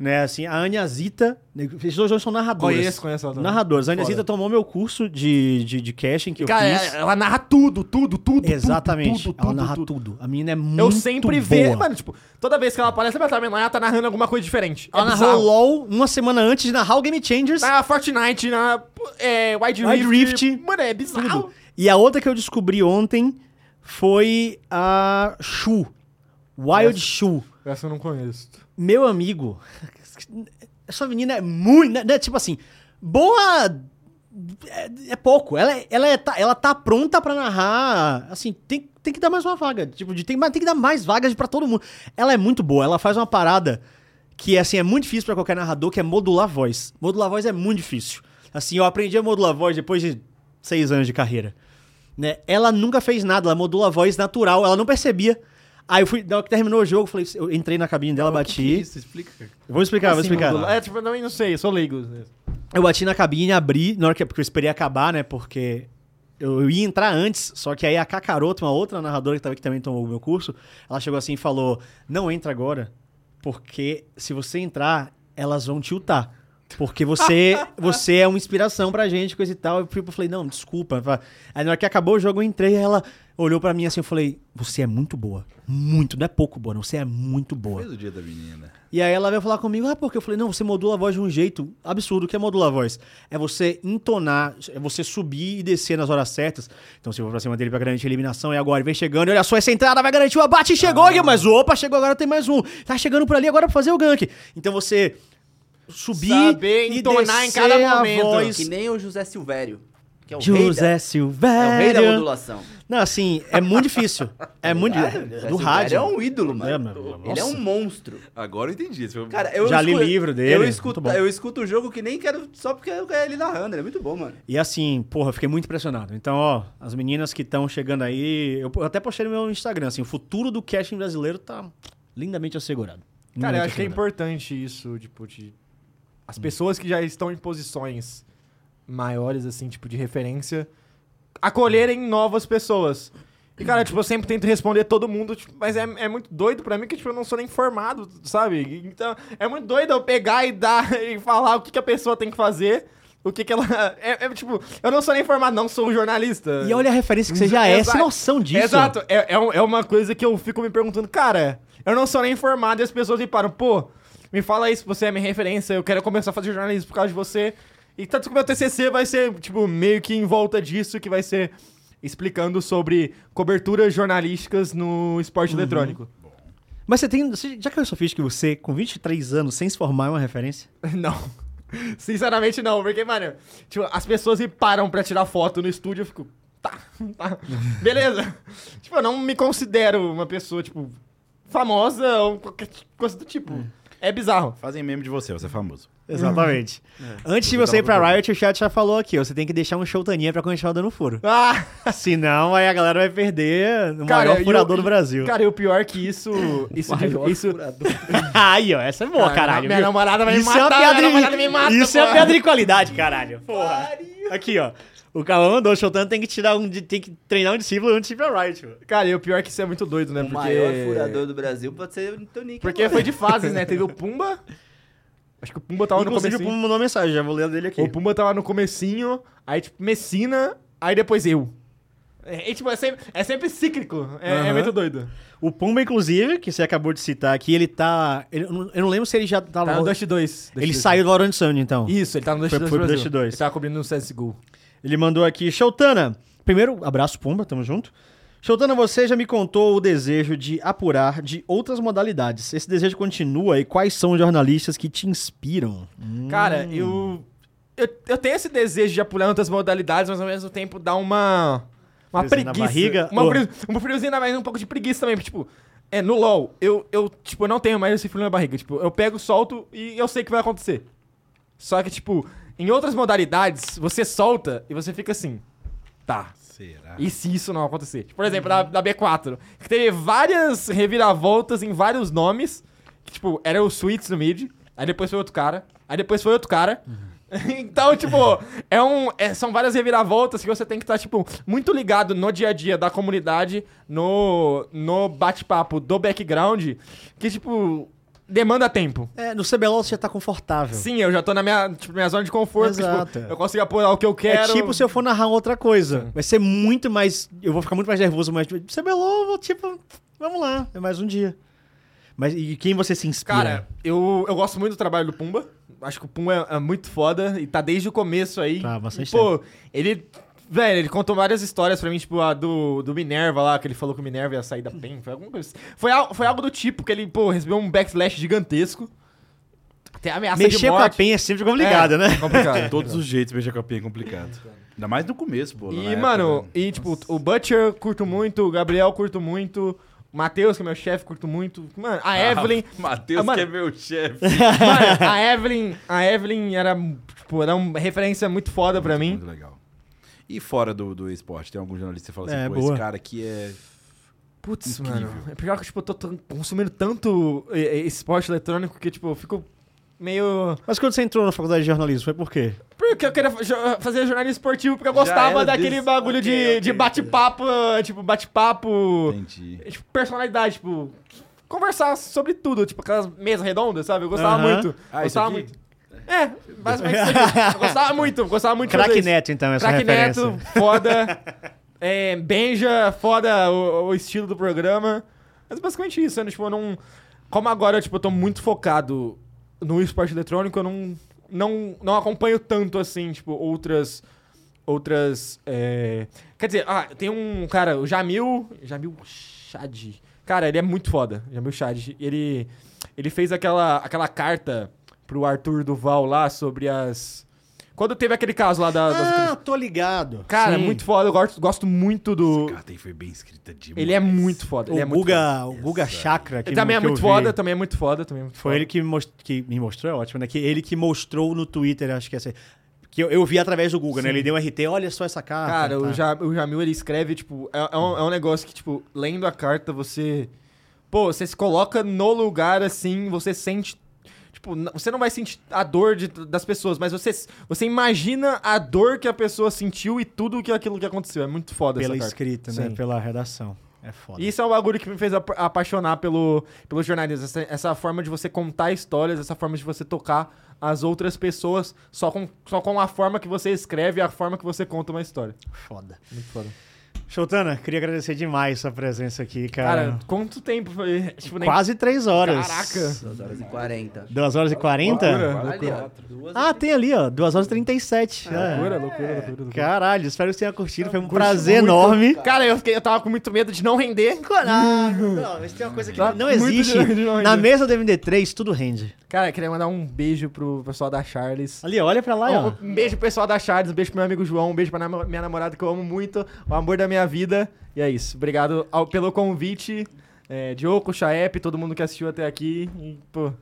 Speaker 1: Né, assim, a Aniazita, né, esses dois nomes são narradores.
Speaker 2: Conheço, conheço ela também.
Speaker 1: Narradores. A
Speaker 2: Foda.
Speaker 1: Aniazita tomou meu curso de, de, de casting que
Speaker 2: Cara,
Speaker 1: eu
Speaker 2: ela,
Speaker 1: fiz.
Speaker 2: ela narra tudo, tudo, tudo.
Speaker 1: Exatamente.
Speaker 2: Tudo, tudo,
Speaker 1: ela
Speaker 2: tudo,
Speaker 1: narra
Speaker 2: tudo.
Speaker 1: tudo. A menina é muito
Speaker 2: Eu
Speaker 1: boa.
Speaker 2: sempre vejo. Mano, tipo, toda vez que ela aparece na minha timeline, ela tá narrando alguma coisa diferente.
Speaker 1: Ela
Speaker 2: é
Speaker 1: narrou
Speaker 2: bizarro. Tá
Speaker 1: LOL uma semana antes de narrar o Game Changers.
Speaker 2: Na Fortnite, na é, Wide,
Speaker 1: Wide
Speaker 2: Rift.
Speaker 1: Rift.
Speaker 2: Mano, é bizarro.
Speaker 1: tudo. E a outra que eu descobri ontem foi a Shu. Wild Shu.
Speaker 2: Essa eu não conheço.
Speaker 1: Meu amigo, essa menina é muito. né, né, tipo assim, boa. É, é pouco. Ela, é- ela, é, tá, ela tá pronta pra narrar. Assim, tem, tem que dar mais uma vaga. Tipo, de, tem, mas tem que dar mais vagas pra todo mundo. Ela é muito boa. Ela faz uma parada que, assim, é muito difícil pra qualquer narrador, que é modular a voz. Modular a voz é muito difícil. Assim, eu aprendi a modular a voz depois de seis anos de carreira né? Ela nunca fez nada, ela modula a voz natural, ela não percebia. Aí eu fui, na hora que terminou o jogo, eu falei, eu entrei na cabine dela, bati.
Speaker 4: é Isso, explica.
Speaker 1: Eu Vou explicar, vou explicar.
Speaker 2: É, tipo, eu também não sei, eu sou leigo.
Speaker 1: Eu bati na cabine, abri, na hora que porque eu esperei acabar, né? Porque eu, eu ia entrar antes, só que aí a Kakaroto, uma outra narradora que, tava, que também tomou o meu curso, ela chegou assim e falou: Não entra agora, porque se você entrar, elas vão tiltar. Porque você, você é uma inspiração pra gente, coisa e tal. Eu fui- eu falei, não, desculpa. Aí na hora que acabou o jogo, eu entrei e ela olhou pra mim assim, eu falei, você é muito boa. Muito, não é pouco boa, não. Você é muito boa.
Speaker 4: Fez o dia da menina.
Speaker 1: E aí ela veio falar comigo, ah, porque eu falei, não, você modula a voz de um jeito absurdo. O que é modular a voz? É você entonar, é você subir e descer nas horas certas. Então se eu for pra cima dele pra garantir a eliminação, e agora vem chegando, e olha só essa entrada, vai garantir o abate, chegou
Speaker 3: Ah.
Speaker 1: aqui, mas opa, chegou agora, tem mais um. Tá chegando por ali agora pra fazer o gank. Então você subir
Speaker 2: Saber
Speaker 1: e
Speaker 2: entonar em
Speaker 1: descer
Speaker 2: cada
Speaker 1: a
Speaker 2: momento.
Speaker 3: xota.
Speaker 1: voz.
Speaker 3: Que nem o José Silvério. Que é o rei da,
Speaker 1: José
Speaker 3: é o rei da
Speaker 1: Silvério.
Speaker 3: modulação.
Speaker 1: Não, assim, é muito difícil. É muito difícil.
Speaker 3: José
Speaker 1: Do
Speaker 3: Silvério
Speaker 1: rádio.
Speaker 3: é um ídolo, mano.
Speaker 1: É, mano,
Speaker 3: Ele é
Speaker 1: nossa.
Speaker 3: um monstro.
Speaker 7: Agora eu entendi. Esse filme.
Speaker 3: Cara, eu
Speaker 1: Já li
Speaker 3: escu-
Speaker 1: livro dele,
Speaker 3: Eu
Speaker 1: muito
Speaker 3: escuto,
Speaker 1: bom.
Speaker 3: eu escuto o jogo que nem quero só porque eu quero ele narrando. Ele é muito bom, mano.
Speaker 1: E assim, porra, eu fiquei muito impressionado. Então, ó, as meninas que estão chegando aí, eu até postei no meu Instagram, assim, o futuro do casting brasileiro tá lindamente assegurado.
Speaker 2: Cara, eu
Speaker 1: Lindamente
Speaker 2: acho que é
Speaker 1: assegurado.
Speaker 2: importante isso, tipo, de... As
Speaker 1: Hum.
Speaker 2: pessoas que já estão em posições maiores, assim, tipo, de referência, acolherem novas pessoas. E, cara, tipo, eu sempre tento responder todo mundo, tipo, mas é, é muito doido pra mim que, tipo, eu não sou nem formado, sabe? Então, é muito doido eu pegar e dar e falar o que, que a pessoa tem que fazer, o que, que ela... É, é, tipo, eu não sou nem formado, não sou um jornalista.
Speaker 1: E olha a referência que você já é,
Speaker 2: Exato.
Speaker 1: sem noção disso.
Speaker 2: Exato. É, é, um- é uma coisa que eu fico me perguntando, cara, eu não sou nem informado e as pessoas me param, pô, me fala isso, você é minha referência, eu quero começar a fazer jornalismo por causa de você. E tanto que meu TCC vai ser, tipo, meio que em volta disso, que vai ser explicando sobre coberturas jornalísticas no esporte
Speaker 1: Uhum.
Speaker 2: eletrônico.
Speaker 1: Mas você tem. Você, já que eu sou que você, com 23 anos, sem se formar, é uma referência?
Speaker 2: Não. Sinceramente, não, porque, mano, tipo, as pessoas me param pra tirar foto no estúdio, eu fico, tá, tá, beleza. tipo, eu não me considero uma pessoa, tipo, famosa ou qualquer coisa do tipo. É bizarro.
Speaker 4: Fazem meme de você, você é famoso.
Speaker 1: Exatamente.
Speaker 2: Hum. É.
Speaker 1: Antes de você ir pra Riot, o chat já falou aqui, ó, você tem que deixar um showtaninha pra continuar dando furo.
Speaker 2: Ah,
Speaker 1: Senão, aí a galera vai perder o
Speaker 2: Cara,
Speaker 1: maior
Speaker 2: e
Speaker 1: furador
Speaker 2: eu-
Speaker 1: do Brasil.
Speaker 2: cara, e o pior que isso, isso, de- isso,
Speaker 1: Aí, ó, essa é boa,
Speaker 2: Cara,
Speaker 1: caralho.
Speaker 2: minha
Speaker 1: viu?
Speaker 2: namorada vai me
Speaker 1: Isso
Speaker 2: matar,
Speaker 1: é uma
Speaker 2: minha
Speaker 1: piada
Speaker 2: namorada me mata,
Speaker 1: Isso é uma
Speaker 2: porra.
Speaker 1: piada de qualidade, caralho. Porra. Aqui, ó. O Calma mandou, o Showtime tem que tirar um. de- Tem que treinar um discípulo antes de ir pra Riot, mano.
Speaker 2: cara, e o pior que isso é muito doido, né,
Speaker 3: O
Speaker 2: porque...
Speaker 3: maior furador do Brasil pode ser o Tonic.
Speaker 2: Porque foi de fases, né, teve o Pumba, acho que o Pumba tava
Speaker 1: Inclusive,
Speaker 2: Então,
Speaker 1: o
Speaker 2: no comecinho.
Speaker 1: Puma mandou mensagem, já vou ler a dele aqui.
Speaker 2: O Pumba tava no comecinho, aí tipo Messina, aí depois eu. É, é, tipo, é sempre, é sempre cíclico. É, é
Speaker 1: Aham.
Speaker 2: muito doido.
Speaker 1: O Pumba, inclusive, que você acabou de citar aqui, ele tá. ele- eu não- eu não lembro se ele já tá,
Speaker 2: Tá
Speaker 1: no-
Speaker 2: no Dust 2.
Speaker 1: Ele saiu do Orange Sun, então.
Speaker 2: Isso, ele tá no Dust
Speaker 1: Foi-
Speaker 2: 2
Speaker 1: foi pro
Speaker 2: Brasil.
Speaker 1: Dust 2.
Speaker 2: Ele tava cobrindo no CSGO.
Speaker 1: Ele mandou aqui, Showtana. Primeiro, abraço, Pumba, tamo junto. Showtana, você já me contou o desejo de apurar de outras modalidades. Esse desejo continua e quais são os jornalistas que te inspiram?
Speaker 2: Cara,
Speaker 1: Hum.
Speaker 2: eu, eu... Eu tenho esse desejo de apurar em outras modalidades, mas ao mesmo tempo dá uma... Uma
Speaker 1: Friozinho na
Speaker 2: preguiça.
Speaker 1: barriga?
Speaker 2: Uma
Speaker 1: Ou-
Speaker 2: frio- um friozinho na barriga, um pouco de preguiça também. porque, Tipo, é, no LoL, eu, eu, tipo, eu não tenho mais esse frio na barriga. Tipo, eu pego, solto e eu sei o que vai acontecer. Só que, tipo, em outras modalidades, você solta e você fica assim. Tá.
Speaker 4: Será?
Speaker 2: E se isso não acontecer? Tipo, Por exemplo, da, da B4, que teve várias reviravoltas em vários nomes. Que, tipo, era o Sweets no mid, aí depois foi outro cara, aí depois foi outro cara. então, tipo, é um, é- são várias reviravoltas que você tem que estar, tipo, muito ligado no dia a dia da comunidade, no, no bate-papo do background, que, tipo, demanda tempo.
Speaker 1: É, no CBLOL você já tá confortável.
Speaker 2: Sim, eu já tô na minha, tipo, minha zona de conforto, que,
Speaker 1: Exato.
Speaker 2: tipo, eu consigo apurar o que eu quero.
Speaker 1: É tipo se eu for narrar outra coisa. Vai ser muito mais. Eu vou ficar muito mais nervoso, mas tipo, CBLOL, eu vou tipo. Vamos lá, é mais um dia. Mas e quem você se inspira?
Speaker 2: Cara, eu, eu gosto muito do trabalho do Pumba. Acho que o Pumba é, é muito foda e tá desde o começo aí.
Speaker 1: Tá, bastante
Speaker 2: E, Pô, ele. Velho, ele contou várias histórias pra mim, tipo a do, do Minerva lá, que ele falou que o Minerva ia sair da PEN. Foi, alguma coisa assim. foi, al- foi algo do tipo que ele, pô, recebeu um backlash gigantesco. Tem ameaça de
Speaker 1: mexer com a
Speaker 2: morte.
Speaker 1: PEN é sempre complicado, né?
Speaker 4: De
Speaker 2: Complicado.
Speaker 4: todos os jeitos, mexer com a pia é complicado. Ainda mais no começo, pô. na
Speaker 2: E,
Speaker 4: época,
Speaker 2: mano,
Speaker 4: né?
Speaker 2: e tipo, o Butcher curto muito, o Gabriel curto muito, o Matheus, que é meu chefe, curto muito. Mano, a Evelyn.
Speaker 7: Matheus,
Speaker 2: Ah, mano.
Speaker 7: que é meu chefe.
Speaker 2: Mano, a Evelyn, a Evelyn era, tipo, era uma referência muito foda pra mim.
Speaker 4: Muito legal. E fora do, do esporte, tem algum jornalista que fala assim,
Speaker 1: É,
Speaker 4: pô,
Speaker 1: boa.
Speaker 4: esse cara aqui é...
Speaker 2: Putz,
Speaker 4: Incrível.
Speaker 2: mano. É pior que, tipo, eu tô tão- consumindo tanto eh, eh, esporte eletrônico que, tipo, eu fico meio.
Speaker 1: Mas quando você entrou na faculdade de jornalismo, foi por quê?
Speaker 2: Porque eu queria fa- jo- fazer jornalismo esportivo, porque eu
Speaker 7: Já
Speaker 2: gostava
Speaker 7: era
Speaker 2: daquele
Speaker 7: desse-
Speaker 2: bagulho
Speaker 7: ok,
Speaker 2: de,
Speaker 7: ok,
Speaker 2: de
Speaker 7: ok.
Speaker 2: bate-papo, eh, tipo, bate-papo.
Speaker 4: Entendi.
Speaker 2: eh, Tipo, personalidade, tipo. Conversar sobre tudo, tipo, aquelas mesas redondas, sabe? Eu gostava
Speaker 1: Aham.
Speaker 2: muito.
Speaker 4: Ah, isso
Speaker 2: gostava
Speaker 4: aqui?
Speaker 2: muito. É, basicamente isso aqui. Eu gostava muito, gostava muito de fazer
Speaker 1: Crack
Speaker 2: isso.
Speaker 1: Neto, então, essa
Speaker 2: Crack
Speaker 1: referência.
Speaker 2: Neto, foda. É, Benja, foda o, o estilo do programa. Mas basicamente isso, né? Tipo, eu não. Como agora, tipo, eu tô muito focado no esporte eletrônico, eu não, não, não acompanho tanto assim, tipo, outras. Outras. é, Quer dizer, ah, tem um cara, o Jamil. Jamil Chad. Cara, ele é muito foda. Jamil Chad. Ele. Ele fez aquela, aquela carta pro Arthur Duval lá sobre as Quando teve aquele caso lá da. das-
Speaker 1: Ah, tô ligado.
Speaker 2: Cara, é
Speaker 1: Sim.
Speaker 2: muito foda. Eu gosto, gosto muito do.
Speaker 4: Essa carta aí foi bem escrita demais.
Speaker 2: Ele é muito foda. Ele é
Speaker 1: O
Speaker 2: muito foda.
Speaker 1: Guga, o Guga Chakra. Que
Speaker 2: Ele também é
Speaker 1: que eu
Speaker 2: muito
Speaker 1: vi.
Speaker 2: foda, também é muito foda, também é muito
Speaker 1: Foi
Speaker 2: foda.
Speaker 1: ele que, mos- que me mostrou, é ótimo, né? Que ele que mostrou no Twitter, acho que é assim. Que eu, eu vi através do Guga, né? Ele deu um RT, olha só essa carta.
Speaker 2: Cara,
Speaker 1: tá.
Speaker 2: o, ja, o Jamil, ele escreve, tipo, é, é um, é um negócio que, tipo, lendo a carta, você. Pô, você se coloca no lugar assim, você sente. Tipo, n- você não vai sentir a dor de- das pessoas, mas você, você imagina a dor que a pessoa sentiu e tudo que aquilo que aconteceu. É muito foda
Speaker 1: Pela
Speaker 2: essa carta.
Speaker 1: escrita, né?
Speaker 2: Sim.
Speaker 1: Pela redação. É foda.
Speaker 2: E isso é um bagulho que me fez apa- apaixonar pelo, pelo jornalismo. Essa, essa forma de você contar histórias, essa forma de você tocar as outras pessoas só com, só com a forma que você escreve e a forma que você conta uma história.
Speaker 1: Foda.
Speaker 2: Muito foda.
Speaker 1: Chotana, queria agradecer demais sua presença aqui,
Speaker 2: Cara,
Speaker 1: cara.
Speaker 2: quanto tempo foi? Tipo, nem...
Speaker 1: Quase três horas.
Speaker 2: Caraca.
Speaker 3: 2 horas e 40.
Speaker 1: 2 horas e 40?
Speaker 3: Ali, ó. Duas
Speaker 1: Ah, tem ali, ó. 2 horas e 37.
Speaker 2: Loucura,
Speaker 1: É.
Speaker 2: loucura, loucura, loucura.
Speaker 1: Caralho, espero que você tenha curtido. Foi um prazer enorme.
Speaker 2: Cara, eu, fiquei, eu tava com muito medo de não render.
Speaker 1: Caralho, não, mas tem uma coisa que
Speaker 2: Tá
Speaker 1: não
Speaker 2: muito
Speaker 1: existe.
Speaker 2: de- de longe.
Speaker 1: Na mesa do MD3, tudo rende.
Speaker 2: Cara, eu queria mandar um beijo pro pessoal da Charles.
Speaker 1: Ali, ó, olha pra lá, ó.
Speaker 2: Um beijo pro pessoal da Charles, um beijo pro meu amigo João, um beijo pra nam- minha namorada que eu amo muito, o amor da minha vida. E é isso. Obrigado ao- pelo convite, é, Diogo, Chaep, todo mundo que assistiu até aqui. E, pô,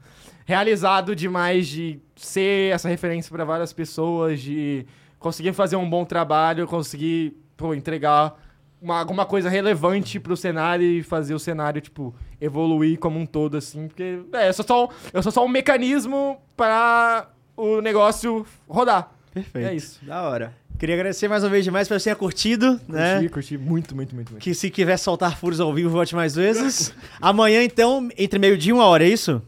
Speaker 2: realizado demais de ser essa referência pra várias pessoas, de conseguir fazer um bom trabalho, conseguir pô, entregar uma, alguma coisa relevante pro cenário e fazer o cenário, tipo, evoluir como um todo, assim, porque é, eu, sou só um, eu sou só um mecanismo para o negócio rodar.
Speaker 1: Perfeito.
Speaker 2: É isso.
Speaker 3: Da hora.
Speaker 1: Queria agradecer mais uma vez demais pra você ter curtido, né?
Speaker 2: Curti, curti muito, muito, muito, muito.
Speaker 1: Que se quiser soltar furos ao vivo, volte mais vezes. Amanhã, então, entre meio-dia e uma hora, é isso?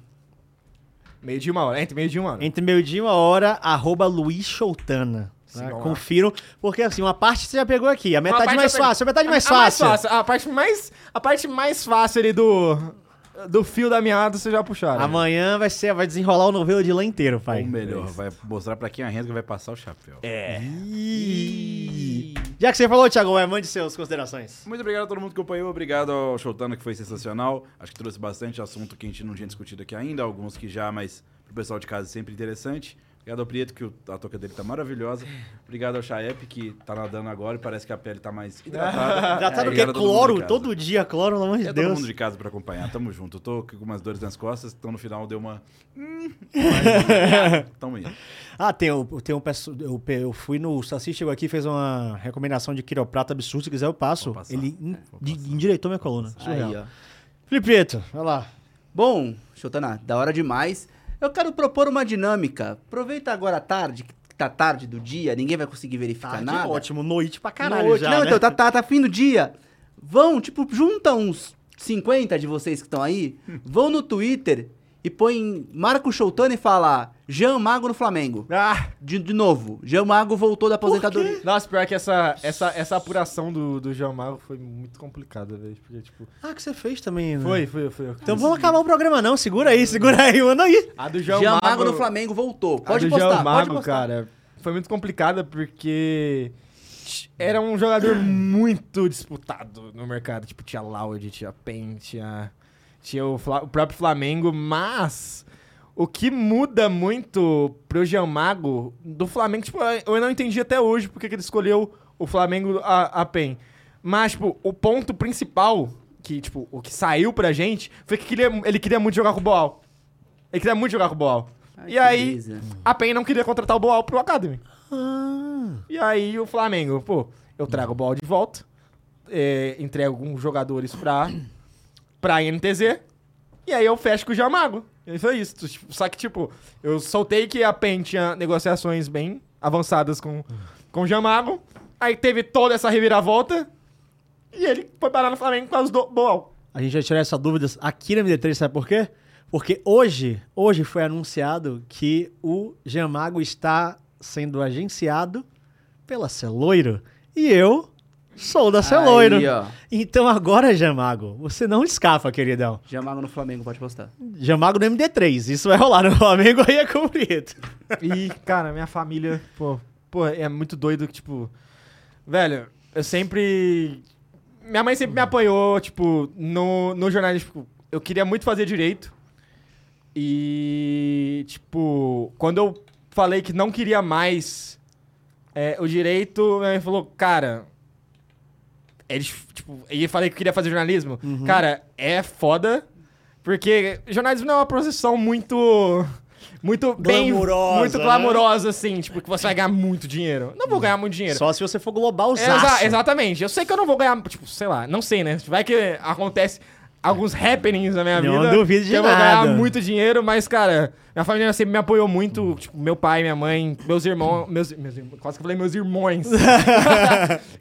Speaker 2: Meio de uma hora, entre meio de uma hora.
Speaker 1: Entre meio-dia e uma hora, arroba Luiz Choutana. tá?
Speaker 2: Sigam lá.
Speaker 1: Confiram, porque assim, uma parte você já pegou aqui, a metade
Speaker 2: parte
Speaker 1: mais
Speaker 2: eu peguei.
Speaker 1: fácil, a metade mais
Speaker 2: a,
Speaker 1: fácil.
Speaker 2: A, mais fácil. A parte mais, a parte mais fácil ali do, do fio da meada vocês já puxaram.
Speaker 1: Amanhã vai ser, vai desenrolar o novelo de lã inteiro, pai. É.
Speaker 4: Ou melhor, vai mostrar pra quem a Renga vai passar o chapéu.
Speaker 1: Ih. Já que você falou, Thiago, vai, mande suas considerações.
Speaker 4: Muito obrigado a todo mundo que acompanhou, obrigado ao Showtana que foi sensacional. Acho que trouxe bastante assunto que a gente não tinha discutido aqui ainda, alguns que já, mas pro pessoal de casa é sempre interessante. Obrigado ao Prieto, que o- a toca dele tá maravilhosa. Obrigado ao Chaep, que tá nadando agora e parece que a pele tá mais hidratada.
Speaker 1: Já tá no
Speaker 4: Obrigado
Speaker 1: que?
Speaker 4: a Ah, todo mundo de
Speaker 1: Cloro,
Speaker 4: casa.
Speaker 1: todo dia, cloro, pelo amor de
Speaker 4: É todo
Speaker 1: Deus.
Speaker 4: mundo de casa pra acompanhar, tamo junto. Eu tô com umas dores nas costas, então no final deu uma. Hum, mas- Tamo indo.
Speaker 1: Ah, tem, o- tem um pesso- eu, pe- eu fui no. O Saci chegou aqui e fez uma recomendação de quiroprata absurda. Se quiser, eu passo.
Speaker 4: Vou passar.
Speaker 1: Ele en- de- endireitou minha coluna. Surreal.
Speaker 3: Aí, ó.
Speaker 1: Felipe Prieto, vai lá.
Speaker 3: Bom, Chotana, da hora demais. Eu quero propor uma dinâmica. Aproveita agora a tarde, que tá tarde do dia, ninguém vai conseguir verificar
Speaker 1: Tarde,
Speaker 3: nada.
Speaker 1: ótimo, noite pra caralho.
Speaker 3: Noite.
Speaker 1: já,
Speaker 3: Não,
Speaker 1: né?
Speaker 3: então tá, tá, tá fim do dia. Vão, tipo, junta uns 50 de vocês que estão aí,
Speaker 1: Hum.
Speaker 3: vão no Twitter e põe Marco Choutana e fala Jean Mago no Flamengo.
Speaker 2: Ah,
Speaker 3: De, de novo, Jean Mago voltou da aposentadoria.
Speaker 2: nossa, pior que essa, essa, essa apuração do, do Jean Mago foi muito complicada, velho. Porque, tipo.
Speaker 1: Ah, que você fez também, né?
Speaker 2: Foi, foi, foi.
Speaker 1: Então vamos acabar o programa, não. Segura aí, segura aí, manda aí.
Speaker 2: A do
Speaker 3: Jean,
Speaker 2: Jean,
Speaker 3: Mago, no Flamengo voltou. Pode
Speaker 2: a do
Speaker 3: postar,
Speaker 2: Jean é Mago,
Speaker 3: pode postar.
Speaker 2: cara, foi muito complicada porque era um jogador muito disputado no mercado. Tipo, tinha Laude, tinha Pen, tinha, tinha o, Fla- o próprio Flamengo, mas o que muda muito pro Jean Mago do Flamengo, tipo, eu não entendi até hoje porque que ele escolheu o Flamengo a, a PEN. Mas, tipo, o ponto principal que, tipo, o que saiu pra gente foi que queria- ele queria muito jogar com o Boal. Ele queria muito jogar com o Boal.
Speaker 3: Ai,
Speaker 2: e
Speaker 3: que
Speaker 2: aí,
Speaker 3: beleza.
Speaker 2: a PEN não queria contratar o Boal pro Academy.
Speaker 1: Ah.
Speaker 2: E aí o Flamengo, pô, eu trago o Boal de volta, é, entrego alguns jogadores pra, pra NTZ, e aí eu fecho com o Jamago. E foi isso. Tipo, Só que, tipo, eu soltei que a PEN tinha negociações bem avançadas com, com o Jamago, aí teve toda essa reviravolta, e ele foi parar no Flamengo com causa do Boal.
Speaker 1: A gente vai tirar essa dúvida aqui na MD3, sabe por quê? Porque hoje, hoje foi anunciado que o Gemago está sendo agenciado pela Celoiro. E eu sou da Celoiro.
Speaker 3: Aí, ó.
Speaker 1: Então agora, Gemago, você não escapa, queridão.
Speaker 3: Jean Mago no Flamengo, pode postar.
Speaker 1: Gemago no MD3, isso vai rolar no Flamengo aí é com o Prieto.
Speaker 2: E, cara, minha família, pô, pô, é muito doido que, tipo. Velho, eu sempre. Minha mãe sempre me apoiou, tipo, no, no jornalismo. Tipo, eu queria muito fazer direito. E, tipo, quando eu falei que não queria mais É, o direito, minha mãe falou, cara. É, dif- tipo, e eu falei que eu queria fazer jornalismo. Cara, é foda, porque jornalismo não é uma profissão muito. Muito bem.
Speaker 1: Glamurosa,
Speaker 2: Muito
Speaker 1: né?
Speaker 2: glamourosa, assim, tipo, que você vai ganhar muito dinheiro. Não vou ganhar muito dinheiro.
Speaker 1: Só se você for global
Speaker 2: É, exa- exatamente. Eu sei que eu não vou ganhar, tipo, sei lá, não sei, né? Vai que acontece alguns happenings na minha
Speaker 1: Não
Speaker 2: vida.
Speaker 1: duvido de
Speaker 2: que Eu vou ganhar
Speaker 1: nada.
Speaker 2: muito dinheiro, mas, cara, minha família sempre me apoiou muito. Tipo, meu pai, minha mãe, meus irmãos. Meus, meus irmãos quase que eu falei meus irmãos.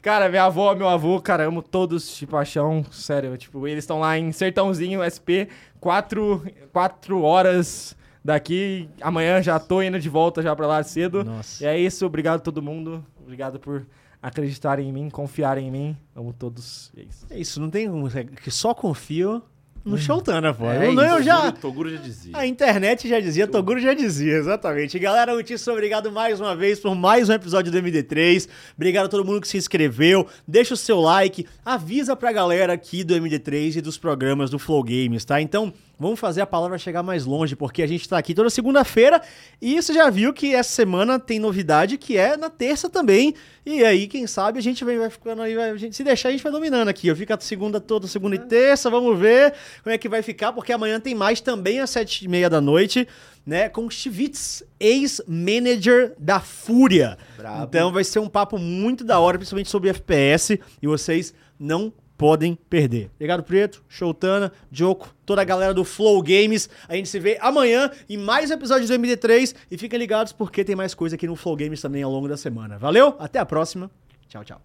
Speaker 2: cara, minha avó, meu avô, cara, amo todos de paixão. Sério, tipo, eles estão lá em Sertãozinho, SP, quatro, quatro horas. Daqui, amanhã já tô indo de volta já pra lá cedo.
Speaker 1: Nossa.
Speaker 2: E é isso, obrigado a todo mundo. Obrigado por acreditarem em mim, confiarem em mim. Amo todos. E é isso.
Speaker 1: É isso, não tem como. Que só confio no Showtana, pô.
Speaker 2: É
Speaker 1: Eu não, eu já.
Speaker 4: Toguro, Toguro já dizia.
Speaker 1: A internet já dizia, Toguro já dizia, exatamente. E, Galera, muitíssimo obrigado mais uma vez por mais um episódio do MD3. Obrigado a todo mundo que se inscreveu. Deixa o seu like, avisa pra galera aqui do MD3 e dos programas do Flow Games, tá? Então, vamos fazer a palavra chegar mais longe, porque a gente tá aqui toda segunda-feira e você já viu que essa semana tem novidade que é na terça também. E aí, quem sabe, a gente vem, vai ficando aí, vai- a gente, se deixar, a gente vai dominando aqui. Eu fico a segunda toda, segunda e terça, vamos ver como é que vai ficar, porque amanhã tem mais também às sete e meia da noite, né, com o Chivitz, ex-manager da Fúria.
Speaker 3: Brabo.
Speaker 1: Então vai ser um papo muito da hora, principalmente sobre FPS, e vocês não podem perder. Obrigado, Preto, Showtana, Joko, toda a galera do Flow Games. A gente se vê amanhã em mais um episódio do MD3 e fiquem ligados porque tem mais coisa aqui no Flow Games também ao longo da semana. Valeu, até a próxima. Tchau, tchau.